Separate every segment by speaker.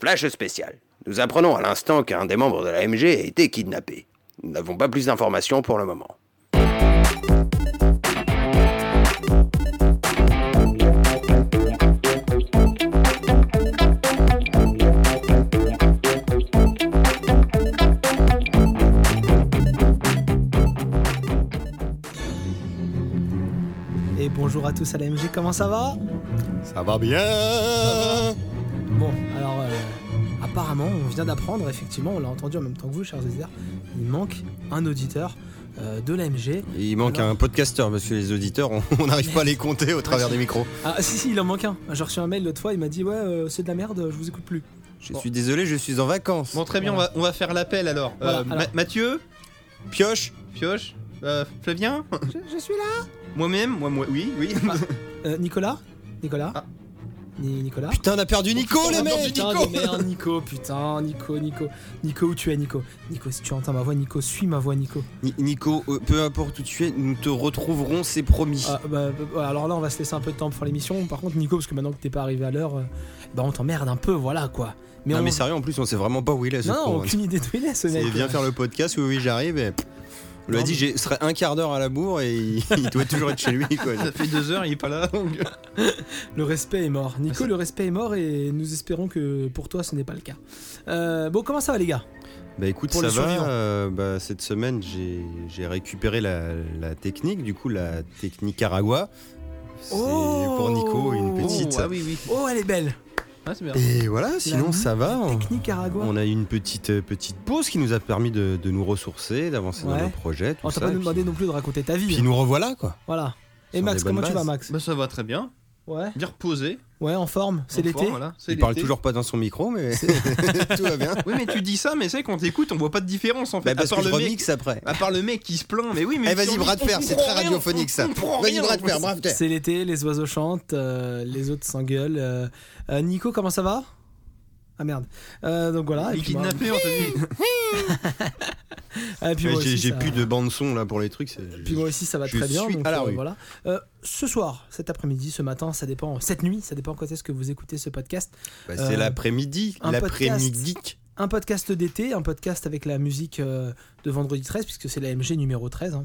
Speaker 1: Flash spécial. Nous apprenons à l'instant qu'un des membres de l'AMG a été kidnappé. Nous n'avons pas plus d'informations pour le moment.
Speaker 2: Et bonjour à tous à l'AMG, comment ça va
Speaker 3: Ça va bien
Speaker 2: Bon, alors euh, apparemment, on vient d'apprendre, effectivement, on l'a entendu en même temps que vous, chers auditeurs, il manque un auditeur euh, de l'AMG.
Speaker 3: Il manque
Speaker 2: Alors-
Speaker 3: un podcasteur, monsieur les auditeurs, on on n'arrive pas à les compter au travers des micros.
Speaker 2: Ah si, si, il en manque un. J'ai reçu un mail l'autre fois, il m'a dit ouais, euh, c'est de la merde, je vous écoute plus.
Speaker 3: Je suis désolé, je suis en vacances.
Speaker 4: Bon, très bien, on va, on va faire l'appel alors. Euh,
Speaker 2: Voilà, alors.
Speaker 4: Ma- Mathieu,
Speaker 3: Pioche
Speaker 4: Pioche, euh, Flavien
Speaker 2: Je, suis là
Speaker 4: Moi-même Moi, moi, oui, oui.
Speaker 2: Euh, Nicolas Nicolas
Speaker 4: Ah.
Speaker 2: Ni- Nicolas
Speaker 3: Putain, on a perdu Nico, les
Speaker 2: Oh,
Speaker 3: mecs
Speaker 2: putain de merde, Nico, putain, Nico, Nico. Nico, où tu es, Nico Nico, si tu entends ma voix, Nico, suis ma voix, Nico.
Speaker 3: Ni- Nico, euh, peu importe où tu es, nous te retrouverons, c'est promis.
Speaker 2: Ah, bah, bah, alors là, on va se laisser un peu de temps pour l'émission. Par contre, Nico, parce que maintenant que t'es pas arrivé à l'heure, euh, bah on t'emmerde un peu, voilà quoi. Mais
Speaker 3: non,
Speaker 2: on...
Speaker 3: mais sérieux, en plus, on sait vraiment pas où il est, ce
Speaker 2: non, non,
Speaker 3: con, hein.
Speaker 2: aucune idée d'où il est, ce
Speaker 3: C'est
Speaker 2: mec.
Speaker 3: viens faire le podcast, oui, oui, j'arrive. Et... On lui a
Speaker 2: Non,
Speaker 3: dit,
Speaker 2: mais-
Speaker 3: je serai un quart d'heure à la bourre et il, il doit toujours être chez lui, quoi.
Speaker 4: Ça fait deux heures, il est pas là. donc.
Speaker 2: Le respect est mort.
Speaker 3: Ah,
Speaker 2: Nico, le respect est mort et nous espérons que pour toi, ce n'est pas le cas. Euh, bon, comment ça va, les gars
Speaker 3: Bah écoute,
Speaker 2: Pour
Speaker 3: ça
Speaker 2: les survivants.
Speaker 3: va. euh, bah, cette semaine, j'ai j'ai récupéré la, la technique, du coup, la technique Aragua. C'est
Speaker 2: Oh
Speaker 3: pour Nico une petite.
Speaker 4: Oh, ah oui, oui.
Speaker 2: Oh, elle est belle
Speaker 4: Ah, c'est bien.
Speaker 3: Et voilà, sinon ça va. on-
Speaker 2: Technique Aragua.
Speaker 3: On a eu une petite, euh, petite pause qui nous a permis de, de nous ressourcer, d'avancer
Speaker 2: Ouais.
Speaker 3: dans nos projets. Tout
Speaker 2: On
Speaker 3: ça,
Speaker 2: t'a Oh, pas
Speaker 3: et
Speaker 2: demandé
Speaker 3: puis,
Speaker 2: non plus de raconter ta
Speaker 3: puis
Speaker 2: vie. hein.
Speaker 3: nous revoilà, quoi.
Speaker 2: Voilà. Et
Speaker 3: Sur
Speaker 2: Max,
Speaker 3: des bonnes
Speaker 2: comment tu vas,
Speaker 3: bases.
Speaker 2: Max
Speaker 4: Bah, ça va très bien.
Speaker 2: Ouais,
Speaker 4: Bien reposé.
Speaker 2: ouais, en forme. C'est
Speaker 4: en forme,
Speaker 2: l'été.
Speaker 4: voilà, c'est
Speaker 3: Il parle
Speaker 4: l'été.
Speaker 3: toujours pas dans son micro, mais tout va bien.
Speaker 4: Oui, mais tu dis ça, mais c'est vrai qu'on t'écoute, on voit pas de différence en fait.
Speaker 3: Bah, parce
Speaker 4: à, part
Speaker 3: que je
Speaker 4: le mec,
Speaker 3: remixe après.
Speaker 4: à part le mec qui se plaint, mais oui, mais.
Speaker 3: Eh, vas-y, bras de fer, c'est très radiophonique ça. Vas-y, bras de fer, brave terre.
Speaker 2: C'est l'été, les oiseaux chantent, euh, les autres s'engueulent. euh. Euh, Nico, comment ça va Ah merde. Euh, donc voilà.
Speaker 4: Ah, Il est
Speaker 2: puis moi-
Speaker 4: kidnappé, on t'a dit.
Speaker 2: Ah, et puis moi
Speaker 3: J'ai
Speaker 2: aussi,
Speaker 3: j'ai
Speaker 2: ça-
Speaker 3: plus de bande son là pour les trucs. c'est-
Speaker 2: Puis moi aussi, ça va
Speaker 3: Je
Speaker 2: très bien.
Speaker 3: suis
Speaker 2: donc,
Speaker 3: à la
Speaker 2: euh,
Speaker 3: rue.
Speaker 2: voilà. Euh, ce soir, cet après-midi, ce matin, ça dépend. Cette nuit, ça dépend quand est-ce que vous écoutez ce podcast.
Speaker 3: Bah,
Speaker 2: Euh,
Speaker 3: c'est l'après-midi,
Speaker 2: un
Speaker 3: l'après-midi.
Speaker 2: Un podcast d'été, un podcast avec la musique euh, de vendredi 13, puisque c'est l'AMG numéro 13. hein.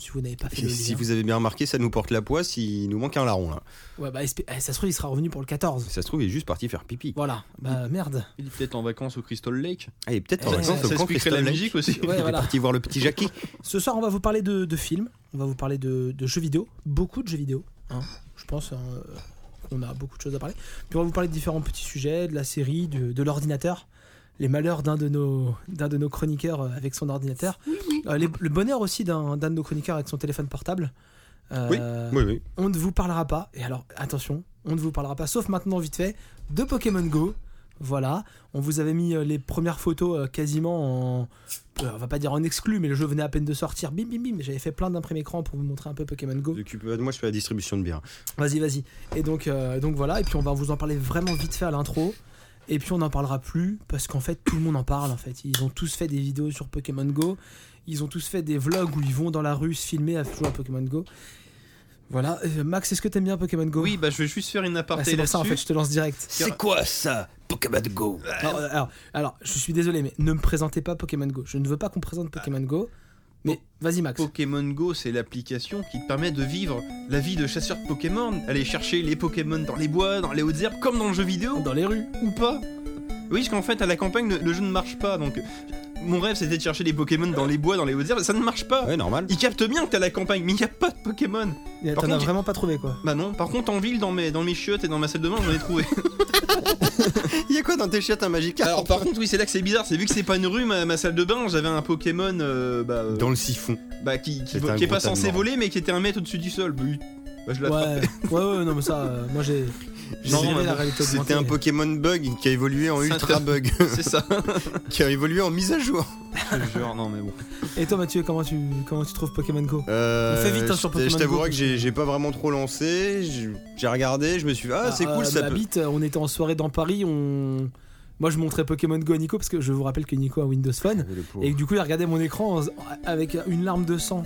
Speaker 2: Si vous n'avez pas fait
Speaker 3: Et
Speaker 2: le
Speaker 3: si
Speaker 2: lien.
Speaker 3: vous avez bien remarqué, ça nous porte la poisse, il nous manque un larron là.
Speaker 2: Ouais, bah, espé- eh, ça se trouve, il sera revenu pour le 14.
Speaker 3: Ça se trouve, il est juste parti faire pipi.
Speaker 2: Voilà. Bah merde.
Speaker 4: Il est peut-être en vacances au Crystal Lake.
Speaker 3: Ah, il est peut-être en
Speaker 2: Eh,
Speaker 3: vacances au
Speaker 4: ça
Speaker 3: camp
Speaker 4: expliquerait la
Speaker 3: Christophe Lake.
Speaker 4: musique aussi.
Speaker 2: Ouais,
Speaker 3: Il est
Speaker 2: voilà.
Speaker 3: parti voir le petit Jackie.
Speaker 2: Ce soir, on va vous parler de, de films, on va vous parler de, de jeux vidéo, beaucoup de jeux vidéo. hein. Je pense hein, euh, qu'on a beaucoup de choses à parler. Puis on va vous parler de différents petits sujets, de la série, de, de l'ordinateur, les malheurs d'un de nos, d'un de nos chroniqueurs euh, avec son ordinateur, Euh, les- le bonheur aussi d'un d'un de nos chroniqueurs avec son téléphone portable. Euh,
Speaker 3: Oui, oui.
Speaker 2: On ne vous parlera pas, et alors attention, on ne vous parlera pas, sauf maintenant vite fait, de Pokémon Go. Voilà, on vous avait mis euh, les premières photos euh, quasiment en. euh, on va pas dire en exclu, mais le jeu venait à peine de sortir. Bim bim bim, j'avais fait plein d'imprimes écran pour vous montrer un peu Pokémon Go.
Speaker 3: T'occupe pas de moi, je fais la distribution de bière.
Speaker 2: Vas-y, vas-y. Et donc, euh, donc voilà, et puis on va vous en parler vraiment vite fait à l'intro. Et puis on n'en parlera plus parce qu'en fait tout le monde en parle en fait. Ils ont tous fait des vidéos sur Pokémon Go. Ils ont tous fait des vlogs où ils vont dans la rue se filmer à jouer à Pokémon Go. Voilà. Euh, Max, est-ce que t'aimes bien Pokémon Go
Speaker 4: Oui, bah je vais juste faire une
Speaker 2: Ah,
Speaker 4: aparté
Speaker 2: c'est pour ça en fait,
Speaker 4: là-dessus.
Speaker 2: je te lance direct.
Speaker 4: C'est
Speaker 3: quoi ça Pokémon Go
Speaker 2: Alors, euh, alors, alors, je suis désolé, mais ne me présentez pas Pokémon Go. Je ne veux pas qu'on me présente
Speaker 3: Bah.
Speaker 2: Pokémon Go.
Speaker 3: Oh.
Speaker 2: Mais vas-y, Max.
Speaker 4: Pokémon Go, c'est l'application qui te permet de vivre la vie de chasseur de Pokémon, aller chercher les Pokémon dans les bois, dans les hautes herbes, comme dans le jeu
Speaker 3: Oh.
Speaker 4: vidéo,
Speaker 2: Dans les rues.
Speaker 4: ou pas. Oui, parce qu'en fait, à la campagne, le, le jeu ne marche pas, donc mon rêve c'était de chercher les Pokémon dans les bois, dans les hautes herbes, ça ne marche pas.
Speaker 2: Ah
Speaker 3: Ouais, normal.
Speaker 4: Ils captent bien que t'es à la campagne, mais il n'y a pas de Pokémon.
Speaker 2: Et
Speaker 4: Par
Speaker 2: T'en as
Speaker 4: contre,
Speaker 2: vraiment pas trouvé quoi.
Speaker 4: Bah non, par contre, en ville, dans mes, dans mes chiottes et dans ma salle de bain, j'en ai trouvé.
Speaker 3: Il y a quoi dans tes chiottes un Magikarp
Speaker 4: Alors, par contre, oui, c'est là que c'est bizarre, c'est vu que c'est pas une rue, ma, ma salle de bain, j'avais un Pokémon euh, bah, euh,
Speaker 3: Dans le siphon.
Speaker 4: bah, qui, qui,
Speaker 3: C'est un
Speaker 4: qui est
Speaker 3: gros
Speaker 4: pas
Speaker 3: tas de
Speaker 4: censé
Speaker 3: morts.
Speaker 4: voler, mais qui était un mètre au-dessus du sol. Bah, oui. Bah, je
Speaker 2: Ouais,
Speaker 4: l'attrape.
Speaker 2: ouais, ouais, non, mais ça, euh, moi j'ai. j'ai
Speaker 4: Non,
Speaker 2: aimé
Speaker 4: mais
Speaker 2: la
Speaker 4: bon,
Speaker 2: réalité
Speaker 3: C'était
Speaker 2: augmentée.
Speaker 3: un Pokémon bug qui a évolué en
Speaker 4: C'est un
Speaker 3: ultra bug,
Speaker 4: C'est ça.
Speaker 3: qui a évolué en mise à jour.
Speaker 4: Genre, non, mais bon.
Speaker 2: Et toi, Mathieu, comment tu, comment tu trouves Pokémon Go
Speaker 3: Euh,
Speaker 2: On fait vite, hein, sur
Speaker 3: je-
Speaker 2: Pokémon
Speaker 3: Je
Speaker 2: Go,
Speaker 3: t'avouerai
Speaker 2: parce
Speaker 3: que j'ai j'ai pas vraiment trop lancé. j'ai- J'ai regardé, je me suis dit, ah, c'est
Speaker 2: Alors,
Speaker 3: cool,
Speaker 2: euh,
Speaker 3: ça
Speaker 2: ma
Speaker 3: peut.
Speaker 2: bite, on était en soirée dans Paris, on. Moi je montrais Pokémon Go à Nico parce que je vous rappelle que Nico a Ah, Windows Phone et que du coup il regardait mon écran en- avec une larme de sang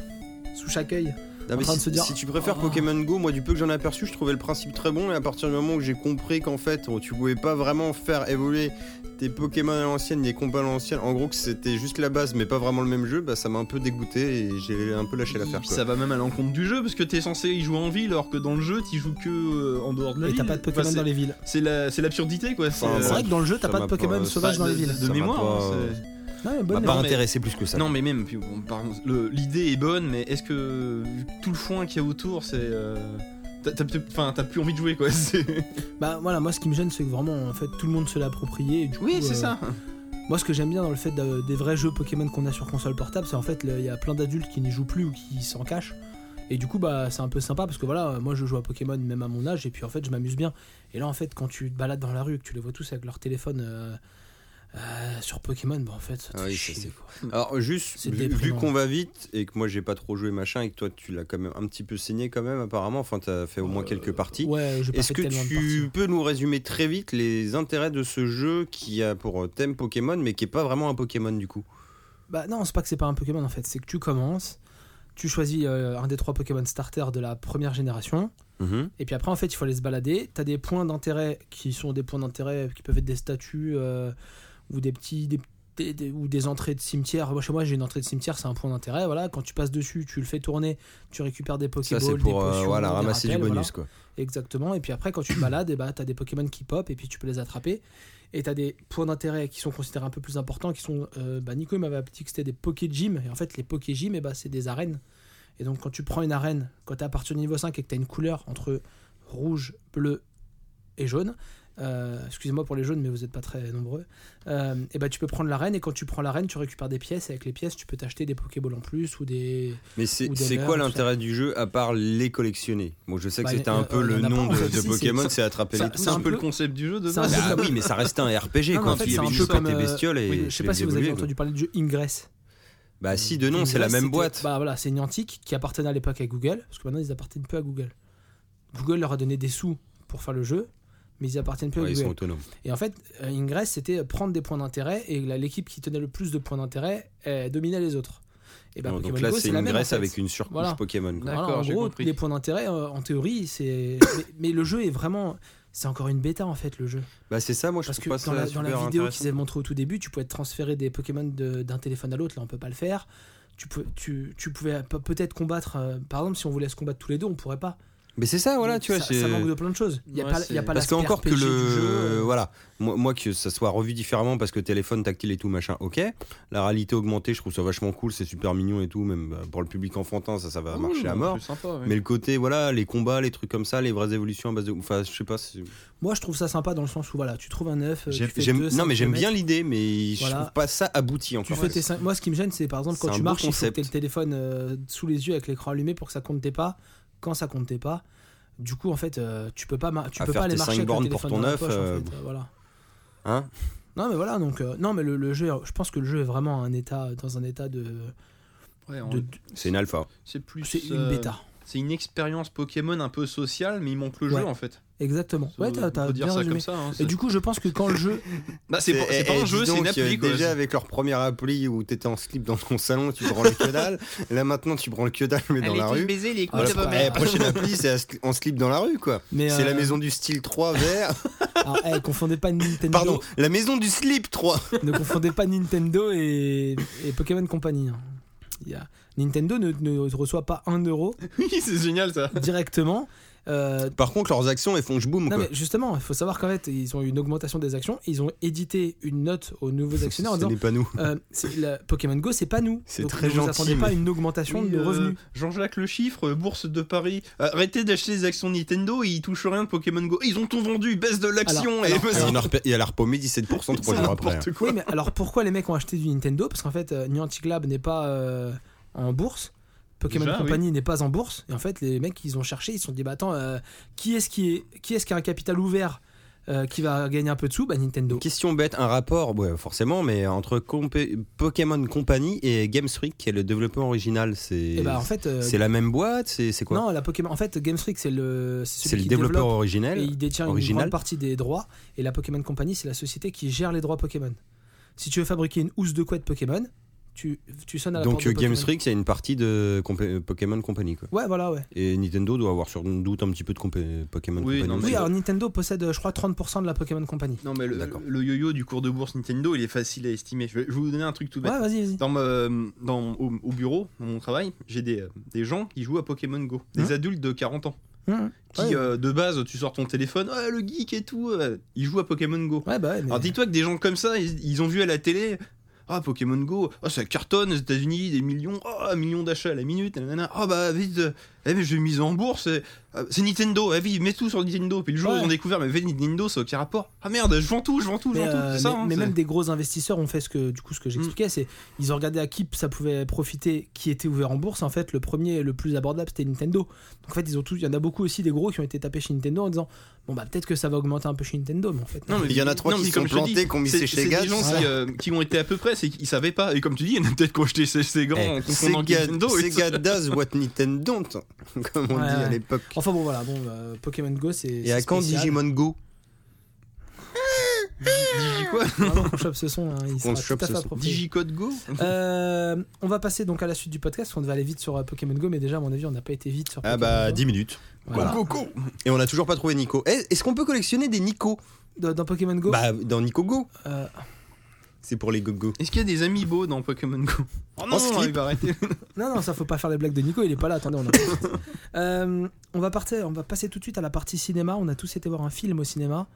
Speaker 2: sous chaque œil.
Speaker 3: Non, mais
Speaker 2: train
Speaker 3: si,
Speaker 2: de se dire, oh.
Speaker 3: si tu préfères Pokémon Go, moi du peu que j'en ai aperçu, je trouvais le principe très bon et à partir du moment où j'ai compris qu'en fait oh, tu pouvais pas vraiment faire évoluer tes Pokémon à l'ancienne, les combats à l'ancienne, en gros que c'était juste la base mais pas vraiment le même jeu, bah ça m'a un peu dégoûté et j'ai un peu lâché l'affaire. quoi.
Speaker 4: Ça va même à l'encontre du jeu parce que t'es censé y jouer en ville alors que dans le jeu t'y joues que euh, en dehors de la
Speaker 2: Et
Speaker 4: ville.
Speaker 2: t'as pas de
Speaker 4: Enfin,
Speaker 2: Pokémon
Speaker 4: c'est-
Speaker 2: dans les villes.
Speaker 4: C'est la- c'est l'absurdité quoi. C'est
Speaker 3: Enfin,
Speaker 4: euh,
Speaker 2: C'est vrai que dans le jeu, t'as
Speaker 3: ça
Speaker 2: pas de
Speaker 3: m'a
Speaker 2: Pokémon
Speaker 3: pas-
Speaker 2: sauvages dans les
Speaker 4: de-
Speaker 2: villes.
Speaker 4: De
Speaker 3: Ça m'a
Speaker 4: mémoire.
Speaker 3: pas,
Speaker 4: hein,
Speaker 3: euh,
Speaker 4: c'est-
Speaker 2: Non, mais
Speaker 3: M'a
Speaker 2: bonne
Speaker 3: pas
Speaker 2: mémoire.
Speaker 3: intéressé plus que ça.
Speaker 4: Non mais même, puis bon, pardon, le- l'idée est bonne, mais est-ce que vu tout le foin qu'il y a autour, c'est... euh, t'as- t'as peut-être- Enfin, t'as plus envie de jouer quoi. c'est-
Speaker 2: Bah voilà, moi ce qui me gêne, c'est que vraiment, en fait, tout le monde se l'a approprié. et du coup,
Speaker 4: Oui, c'est
Speaker 2: euh,
Speaker 4: ça.
Speaker 2: Moi, ce que j'aime bien dans le fait d'a- des vrais jeux Pokémon qu'on a sur console portable, c'est en fait, le- il y a plein d'adultes qui n'y jouent plus ou qui s'en cachent. Et du coup, bah, c'est un peu sympa parce que voilà, moi je joue à Pokémon même à mon âge et puis en fait, je m'amuse bien. Et là, en fait, quand tu te balades dans la rue et que tu les vois tous avec leur téléphone euh, euh, sur Pokémon, bah en fait, ça te
Speaker 3: Ah
Speaker 2: fait
Speaker 3: oui, ça,
Speaker 2: chier,
Speaker 3: c'est-
Speaker 2: quoi.
Speaker 3: Alors juste
Speaker 2: C'est
Speaker 3: vu, vu
Speaker 2: déprimant.
Speaker 3: qu'on va vite et que moi j'ai pas trop joué machin et que toi tu l'as quand même un petit peu saigné quand même apparemment, enfin t'as fait au moins quelques parties.
Speaker 2: Ouais, j'ai pas
Speaker 3: Est-ce
Speaker 2: fait
Speaker 3: que
Speaker 2: tellement de
Speaker 3: tu
Speaker 2: parties.
Speaker 3: peux nous résumer très vite les intérêts de ce jeu qui a pour thème Pokémon mais qui est pas vraiment un Pokémon du coup
Speaker 2: Bah non, c'est pas que c'est pas un Pokémon en fait, c'est que tu commences, tu choisis euh, un des trois Pokémon starters de la première génération. Et puis après, en fait, il faut aller se balader. T'as des points d'intérêt qui sont des points d'intérêt qui peuvent être des statues euh, ou des petits. Des, des- des- ou des entrées de cimetière. Moi, chez moi, j'ai une entrée de cimetière, c'est un point d'intérêt. Voilà, quand tu passes dessus, tu le fais tourner, tu récupères des
Speaker 3: Ça
Speaker 2: Pokéballs,
Speaker 3: c'est pour
Speaker 2: des
Speaker 3: euh,
Speaker 2: potions,
Speaker 3: voilà,
Speaker 2: des
Speaker 3: ramasser
Speaker 2: rappels,
Speaker 3: du
Speaker 2: voilà.
Speaker 3: bonus quoi.
Speaker 2: Exactement. Et puis après, quand tu te balades, et bah, t'as des Pokémon qui pop et puis tu peux les attraper. Et t'as des points d'intérêt qui sont considérés un peu plus importants, qui sont. euh, bah, Nico il m'avait dit que c'était des Poké Gym. Et en fait, les Poké Gym, et bah, c'est des arènes. Et donc, quand tu prends une arène, quand t'es à partir du niveau 5 et que t'as une couleur entre rouge, bleu et jaune. euh, Excusez-moi pour les jaunes, mais vous n'êtes pas très nombreux. et bah, tu peux prendre l'arène, et quand tu prends l'arène, tu récupères des pièces, et avec les pièces, tu peux t'acheter des Pokéballs en plus ou des.
Speaker 3: Mais c'est
Speaker 2: Ou des
Speaker 3: c'est
Speaker 2: leurs,
Speaker 3: quoi
Speaker 2: tout ça.
Speaker 3: l'intérêt du jeu à part les collectionner Bon, je sais que
Speaker 2: Bah,
Speaker 3: c'était
Speaker 2: y-
Speaker 3: un
Speaker 2: y-
Speaker 3: peu
Speaker 2: y
Speaker 3: le
Speaker 2: en a
Speaker 3: nom
Speaker 2: pas, en
Speaker 3: de,
Speaker 2: fait.
Speaker 3: de
Speaker 2: Si,
Speaker 3: Pokémon,
Speaker 2: c'est-
Speaker 3: c'est attraper
Speaker 2: ça-
Speaker 3: les
Speaker 2: c'est
Speaker 4: C'est un
Speaker 2: un
Speaker 4: peu le
Speaker 2: peu-
Speaker 4: concept du jeu de
Speaker 2: c'est un
Speaker 4: base. Ah,
Speaker 2: peu
Speaker 3: Bah
Speaker 2: comme-
Speaker 3: oui, mais ça reste un RPG
Speaker 2: Non, mais
Speaker 3: quoi.
Speaker 2: en fait,
Speaker 3: tu y
Speaker 2: c'est un
Speaker 3: avais
Speaker 2: peu
Speaker 3: une patte
Speaker 2: comme,
Speaker 3: tes
Speaker 2: euh,
Speaker 3: bestioles et
Speaker 2: Oui, je
Speaker 3: tu
Speaker 2: sais
Speaker 3: les
Speaker 2: pas si vous avez
Speaker 3: évoluais,
Speaker 2: entendu parler du jeu Ingress.
Speaker 3: quoi. Bah si, de nom, c'est la
Speaker 2: Ingress,
Speaker 3: même
Speaker 2: c'était-
Speaker 3: boîte.
Speaker 2: Bah voilà, c'est une antique qui appartenait à l'époque à Google, parce que maintenant ils appartiennent peu à Google. Google leur a donné des sous pour faire le jeu, mais ils appartiennent plus à
Speaker 3: Ouais, ils
Speaker 2: Google.
Speaker 3: sont autonomes.
Speaker 2: Et en fait, euh, Ingress, c'était prendre des points d'intérêt, et la- l'équipe qui tenait le plus de points d'intérêt euh, dominait les autres. Et bah,
Speaker 3: Non, donc
Speaker 2: Pokémon
Speaker 3: là,
Speaker 2: Go,
Speaker 3: c'est
Speaker 2: la
Speaker 3: une
Speaker 2: même, en
Speaker 3: graisse
Speaker 2: fait.
Speaker 3: avec une surcouche
Speaker 2: Voilà.
Speaker 3: Pokémon. quoi.
Speaker 4: Ouais.
Speaker 2: Voilà,
Speaker 4: D'accord,
Speaker 2: en
Speaker 4: j'ai
Speaker 2: gros,
Speaker 4: compris.
Speaker 2: les points d'intérêt, euh, en théorie, c'est. mais, mais le jeu est vraiment. C'est encore une bêta en fait le jeu.
Speaker 3: Bah c'est ça, moi je
Speaker 2: Parce
Speaker 3: trouve
Speaker 2: que
Speaker 3: pas
Speaker 2: dans
Speaker 3: ça
Speaker 2: la, dans
Speaker 3: super
Speaker 2: la vidéo
Speaker 3: intéressant.
Speaker 2: qu'ils avaient montré au tout début, tu pouvais transférer des Pokémon de- d'un téléphone à l'autre, là on peut pas le faire. Tu, peux, tu, tu pouvais pe- peut-être combattre, euh, par exemple, si on voulait se combattre tous les deux, on pourrait pas.
Speaker 3: Mais c'est ça, Ah, voilà, tu vois.
Speaker 2: ça,
Speaker 3: c'est-
Speaker 2: ça manque de plein de choses. Il n'y a,
Speaker 4: Ouais,
Speaker 2: pas-
Speaker 4: c'est-
Speaker 2: y a pas
Speaker 3: Parce que
Speaker 2: l'aspect
Speaker 3: encore que le,
Speaker 2: RPG du jeu. euh,
Speaker 3: voilà, moi, moi, que ça soit revu différemment parce que téléphone tactile et tout machin, ok. La réalité augmentée, je trouve ça vachement cool, c'est super mignon et tout, même bah, pour le public enfantin, ça, ça va marcher à mort.
Speaker 4: C'est sympa, ouais.
Speaker 3: Mais le côté, voilà, les combats, les trucs comme ça, les vraies évolutions à base de, enfin, je sais pas. c'est-
Speaker 2: Moi je trouve ça sympa dans le sens où voilà, tu trouves un œuf. euh,
Speaker 3: j'aime-
Speaker 2: tu fais
Speaker 3: j'aime-
Speaker 2: deux,
Speaker 3: non
Speaker 2: cinq
Speaker 3: mais j'aime bien
Speaker 2: kilomètres,
Speaker 3: l'idée, mais je
Speaker 2: Voilà.
Speaker 3: trouve pas ça abouti
Speaker 2: Tu
Speaker 3: encore.
Speaker 2: fais tes cinq- Moi, ce qui me gêne, c'est par exemple
Speaker 3: C'est
Speaker 2: quand
Speaker 3: un
Speaker 2: tu
Speaker 3: beau
Speaker 2: marches, il faut que
Speaker 3: concept.
Speaker 2: t'aies le téléphone euh, sous les yeux avec l'écran allumé pour que ça compte tes pas. Quand ça compte tes pas, du coup, en fait, euh, tu peux pas, mar- tu
Speaker 3: À
Speaker 2: peux
Speaker 3: faire
Speaker 2: pas aller
Speaker 3: tes cinq
Speaker 2: marcher avec le
Speaker 3: bornes pour
Speaker 2: téléphone
Speaker 3: ton
Speaker 2: dans la
Speaker 3: œuf,
Speaker 2: poche, en
Speaker 3: euh,
Speaker 2: fait, euh, voilà.
Speaker 3: Hein
Speaker 2: Non mais voilà donc euh, non mais le, le jeu je pense que le jeu est vraiment un état dans un état de,
Speaker 4: Ouais, en-
Speaker 2: de-
Speaker 3: c'est une alpha.
Speaker 4: c'est plus...
Speaker 2: c'est une
Speaker 4: euh,
Speaker 2: bêta
Speaker 4: C'est une expérience Pokémon un peu sociale, mais il manque le
Speaker 2: Ouais.
Speaker 4: jeu en fait.
Speaker 2: exactement
Speaker 4: Ça,
Speaker 2: ouais t'as
Speaker 4: on
Speaker 2: t'as
Speaker 4: peut dire
Speaker 2: bien
Speaker 4: ça
Speaker 2: résumé
Speaker 4: comme ça. hein,
Speaker 2: et
Speaker 4: c'est-
Speaker 2: du coup je pense que quand le jeu
Speaker 4: Bah, c'est pas, c'est
Speaker 3: eh,
Speaker 4: pas
Speaker 3: eh,
Speaker 4: un
Speaker 3: dis
Speaker 4: jeu, c'est une
Speaker 3: donc, euh,
Speaker 4: appli quoi.
Speaker 3: Déjà avec leur première appli où t'étais en slip dans ton salon, tu branles que dalle. Là maintenant, tu branles que dalle mais dans la rue.
Speaker 4: baiser les
Speaker 2: couilles de ma
Speaker 3: La
Speaker 2: mère.
Speaker 3: Ah, eh, prochaine appli, c'est à sli- en slip dans la rue, quoi.
Speaker 2: mais
Speaker 3: C'est
Speaker 2: euh,
Speaker 3: la maison du style 3 vert.
Speaker 2: alors, eh, confondez pas Nintendo
Speaker 3: Pardon, la maison du slip 3.
Speaker 2: ne confondez pas Nintendo et, et Pokémon Company hein. Il y a- Nintendo ne, ne reçoit pas un euro
Speaker 4: Oui, c'est génial ça.
Speaker 2: directement euh,
Speaker 3: Par contre, leurs actions, elles font que je boum,
Speaker 2: non
Speaker 3: quoi.
Speaker 2: mais justement il faut savoir qu'en fait ils ont eu une augmentation des actions ils ont édité une note aux nouveaux actionnaires en
Speaker 3: Ce
Speaker 2: disant
Speaker 3: n'est pas nous.
Speaker 2: euh, c'est- la- Pokémon Go c'est pas nous
Speaker 3: C'est
Speaker 2: Donc,
Speaker 3: très
Speaker 2: ne vous
Speaker 3: gentil,
Speaker 2: attendez pas à
Speaker 3: mais-
Speaker 2: une augmentation
Speaker 4: Oui,
Speaker 2: de
Speaker 4: euh,
Speaker 2: revenus
Speaker 4: Jean-Jacques Le Chiffre, euh, Bourse de Paris. Arrêtez d'acheter des actions Nintendo, ils touchent rien de Pokémon Go. Ils ont tout vendu, baisse de l'action et
Speaker 2: alors,
Speaker 4: vas-y.
Speaker 3: Et on a repé- et elle a repaumé 17% trois
Speaker 4: C'est
Speaker 3: jours après. hein.
Speaker 4: n'importe quoi.
Speaker 2: Oui, mais alors pourquoi les mecs ont acheté du Nintendo Parce qu'en fait, euh, Niantic Lab n'est pas euh, en bourse. Pokémon
Speaker 4: Déjà,
Speaker 2: Company n'est pas en bourse. Et en fait, les mecs, ils ont cherché, ils se sont dit, bah attends, euh, qui est-ce qui, est, qui, est qui a un capital ouvert euh, qui va gagner un peu de sous Bah Nintendo.
Speaker 3: Question bête, un rapport, ouais, forcément, mais entre compé- Pokémon Company et Games Freak, qui est le développeur original, c'est
Speaker 2: Et bah en fait, euh,
Speaker 3: c'est la même boîte, c'est c'est quoi
Speaker 2: non, la Pokémon. En fait, Game Freak, c'est le, c'est
Speaker 3: C'est
Speaker 2: celui
Speaker 3: le
Speaker 2: qui
Speaker 3: développeur
Speaker 2: développe et
Speaker 3: originel.
Speaker 2: il détient une
Speaker 3: original.
Speaker 2: grande partie des droits. Et la Pokémon Company, c'est la société qui gère les droits Pokémon. Si tu veux fabriquer une housse de couette Pokémon, tu, tu sonnes à la
Speaker 3: Donc
Speaker 2: porte de
Speaker 3: euh, Game
Speaker 2: Pokémon.
Speaker 3: Freak, c'est une partie de Compé- euh, Pokémon Company quoi.
Speaker 2: Ouais, voilà, ouais.
Speaker 3: Et Nintendo doit avoir sur doute un petit peu de Compé- Pokémon
Speaker 4: Oui,
Speaker 3: Company.
Speaker 4: non, mais-
Speaker 3: aussi.
Speaker 2: Oui, alors Nintendo possède, euh, je crois, 30% de la Pokémon Company.
Speaker 4: Non, mais le,
Speaker 3: D'accord.
Speaker 4: le yo-yo du cours de bourse Nintendo, il est facile à estimer. Je vais, je vais vous donner un truc tout bête.
Speaker 2: Ouais, vas-y, vas-y.
Speaker 4: Dans, ma- dans- au, au bureau, dans mon travail, j'ai des, euh, des gens qui jouent à Pokémon Go.
Speaker 2: Hein
Speaker 4: Des adultes de 40 ans.
Speaker 2: Mmh.
Speaker 4: Qui,
Speaker 2: Ouais.
Speaker 4: euh, de base, tu sors ton téléphone, Ah, le geek et tout, euh, ils jouent à Pokémon Go.
Speaker 2: Ouais, bah ouais, mais-
Speaker 4: Alors dis-toi que des gens comme ça, ils, ils ont vu à la télé. Ah, Pokémon Go, ah, ça cartonne aux États-Unis, des millions, ah, un million d'achats à la minute, nanana. Ah, bah, vite, euh, eh, mais je vais mise en bourse, euh, euh, c'est Nintendo, eh, vite, mets tout sur Nintendo. Puis le jour où
Speaker 2: Ouais.
Speaker 4: ils ont découvert, mais vite, Nintendo, ça n'a aucun rapport. Ah merde, je vends tout, je vends tout, je
Speaker 2: mais,
Speaker 4: vends tout,
Speaker 2: euh,
Speaker 4: c'est ça.
Speaker 2: mais-
Speaker 4: hein,
Speaker 2: mais
Speaker 4: c'est-
Speaker 2: même des gros investisseurs ont fait ce que du coup ce que j'expliquais, c'est ils ont regardé à qui ça pouvait profiter, qui était ouvert en bourse. En fait, le premier et le plus abordable c'était Nintendo. Donc en fait, ils ont tous, il y en a beaucoup aussi des gros qui ont été tapés chez Nintendo en disant bon bah peut-être que ça va augmenter un peu chez Nintendo, mais en fait. non.
Speaker 4: Non, mais
Speaker 3: Il y en a trois
Speaker 4: non,
Speaker 3: qui
Speaker 4: mais
Speaker 3: se
Speaker 4: comme
Speaker 3: sont
Speaker 4: je te dis,
Speaker 3: plantés, qui ont mis
Speaker 4: c'est-
Speaker 3: chez
Speaker 4: c'est
Speaker 3: Sega,
Speaker 4: des gens
Speaker 3: voilà.
Speaker 4: qui, euh, qui ont été à peu près, c'est qu'ils savaient pas. Et comme tu dis, il y en a peut-être qui ont acheté chez Sega
Speaker 3: Eh,
Speaker 4: en confondant
Speaker 3: Sega,
Speaker 4: Nintendo. et tout.
Speaker 3: Sega does what Nintendo don't, comme
Speaker 2: Ouais,
Speaker 3: on dit
Speaker 2: ouais.
Speaker 3: à l'époque.
Speaker 2: Enfin bon voilà, bon euh, Pokémon Go c'est.
Speaker 3: Et à quand Digimon Go
Speaker 4: Digi quoi
Speaker 2: on chope ce son, hein, il
Speaker 3: On
Speaker 2: sera
Speaker 3: chope
Speaker 2: tout à fait
Speaker 3: ce son.
Speaker 2: approprié.
Speaker 4: Digicode Go
Speaker 2: Euh, on va passer donc à la suite du podcast. parce qu'on devait aller vite sur euh, Pokémon Go, mais déjà à mon avis on n'a pas été vite sur.
Speaker 3: Ah
Speaker 2: Pokémon
Speaker 3: bah
Speaker 2: Go.
Speaker 3: 10 minutes.
Speaker 2: Voilà.
Speaker 4: Coco
Speaker 3: Et on a toujours pas trouvé Nico. Eh, Est-ce qu'on peut collectionner des Nico
Speaker 2: Dans, dans Pokémon Go.
Speaker 3: Bah dans Nico Go,
Speaker 2: euh,
Speaker 3: c'est pour les gogo.
Speaker 4: Est-ce qu'il y a des amiibo dans Pokémon Go Oh
Speaker 3: En slip.
Speaker 4: il va arrêter.
Speaker 2: Non, non, ça faut pas faire les blagues de Nico, il est pas là, attendez, on a- Euh, on va partir, on va passer tout de suite à la partie cinéma, on a tous été voir un film au cinéma,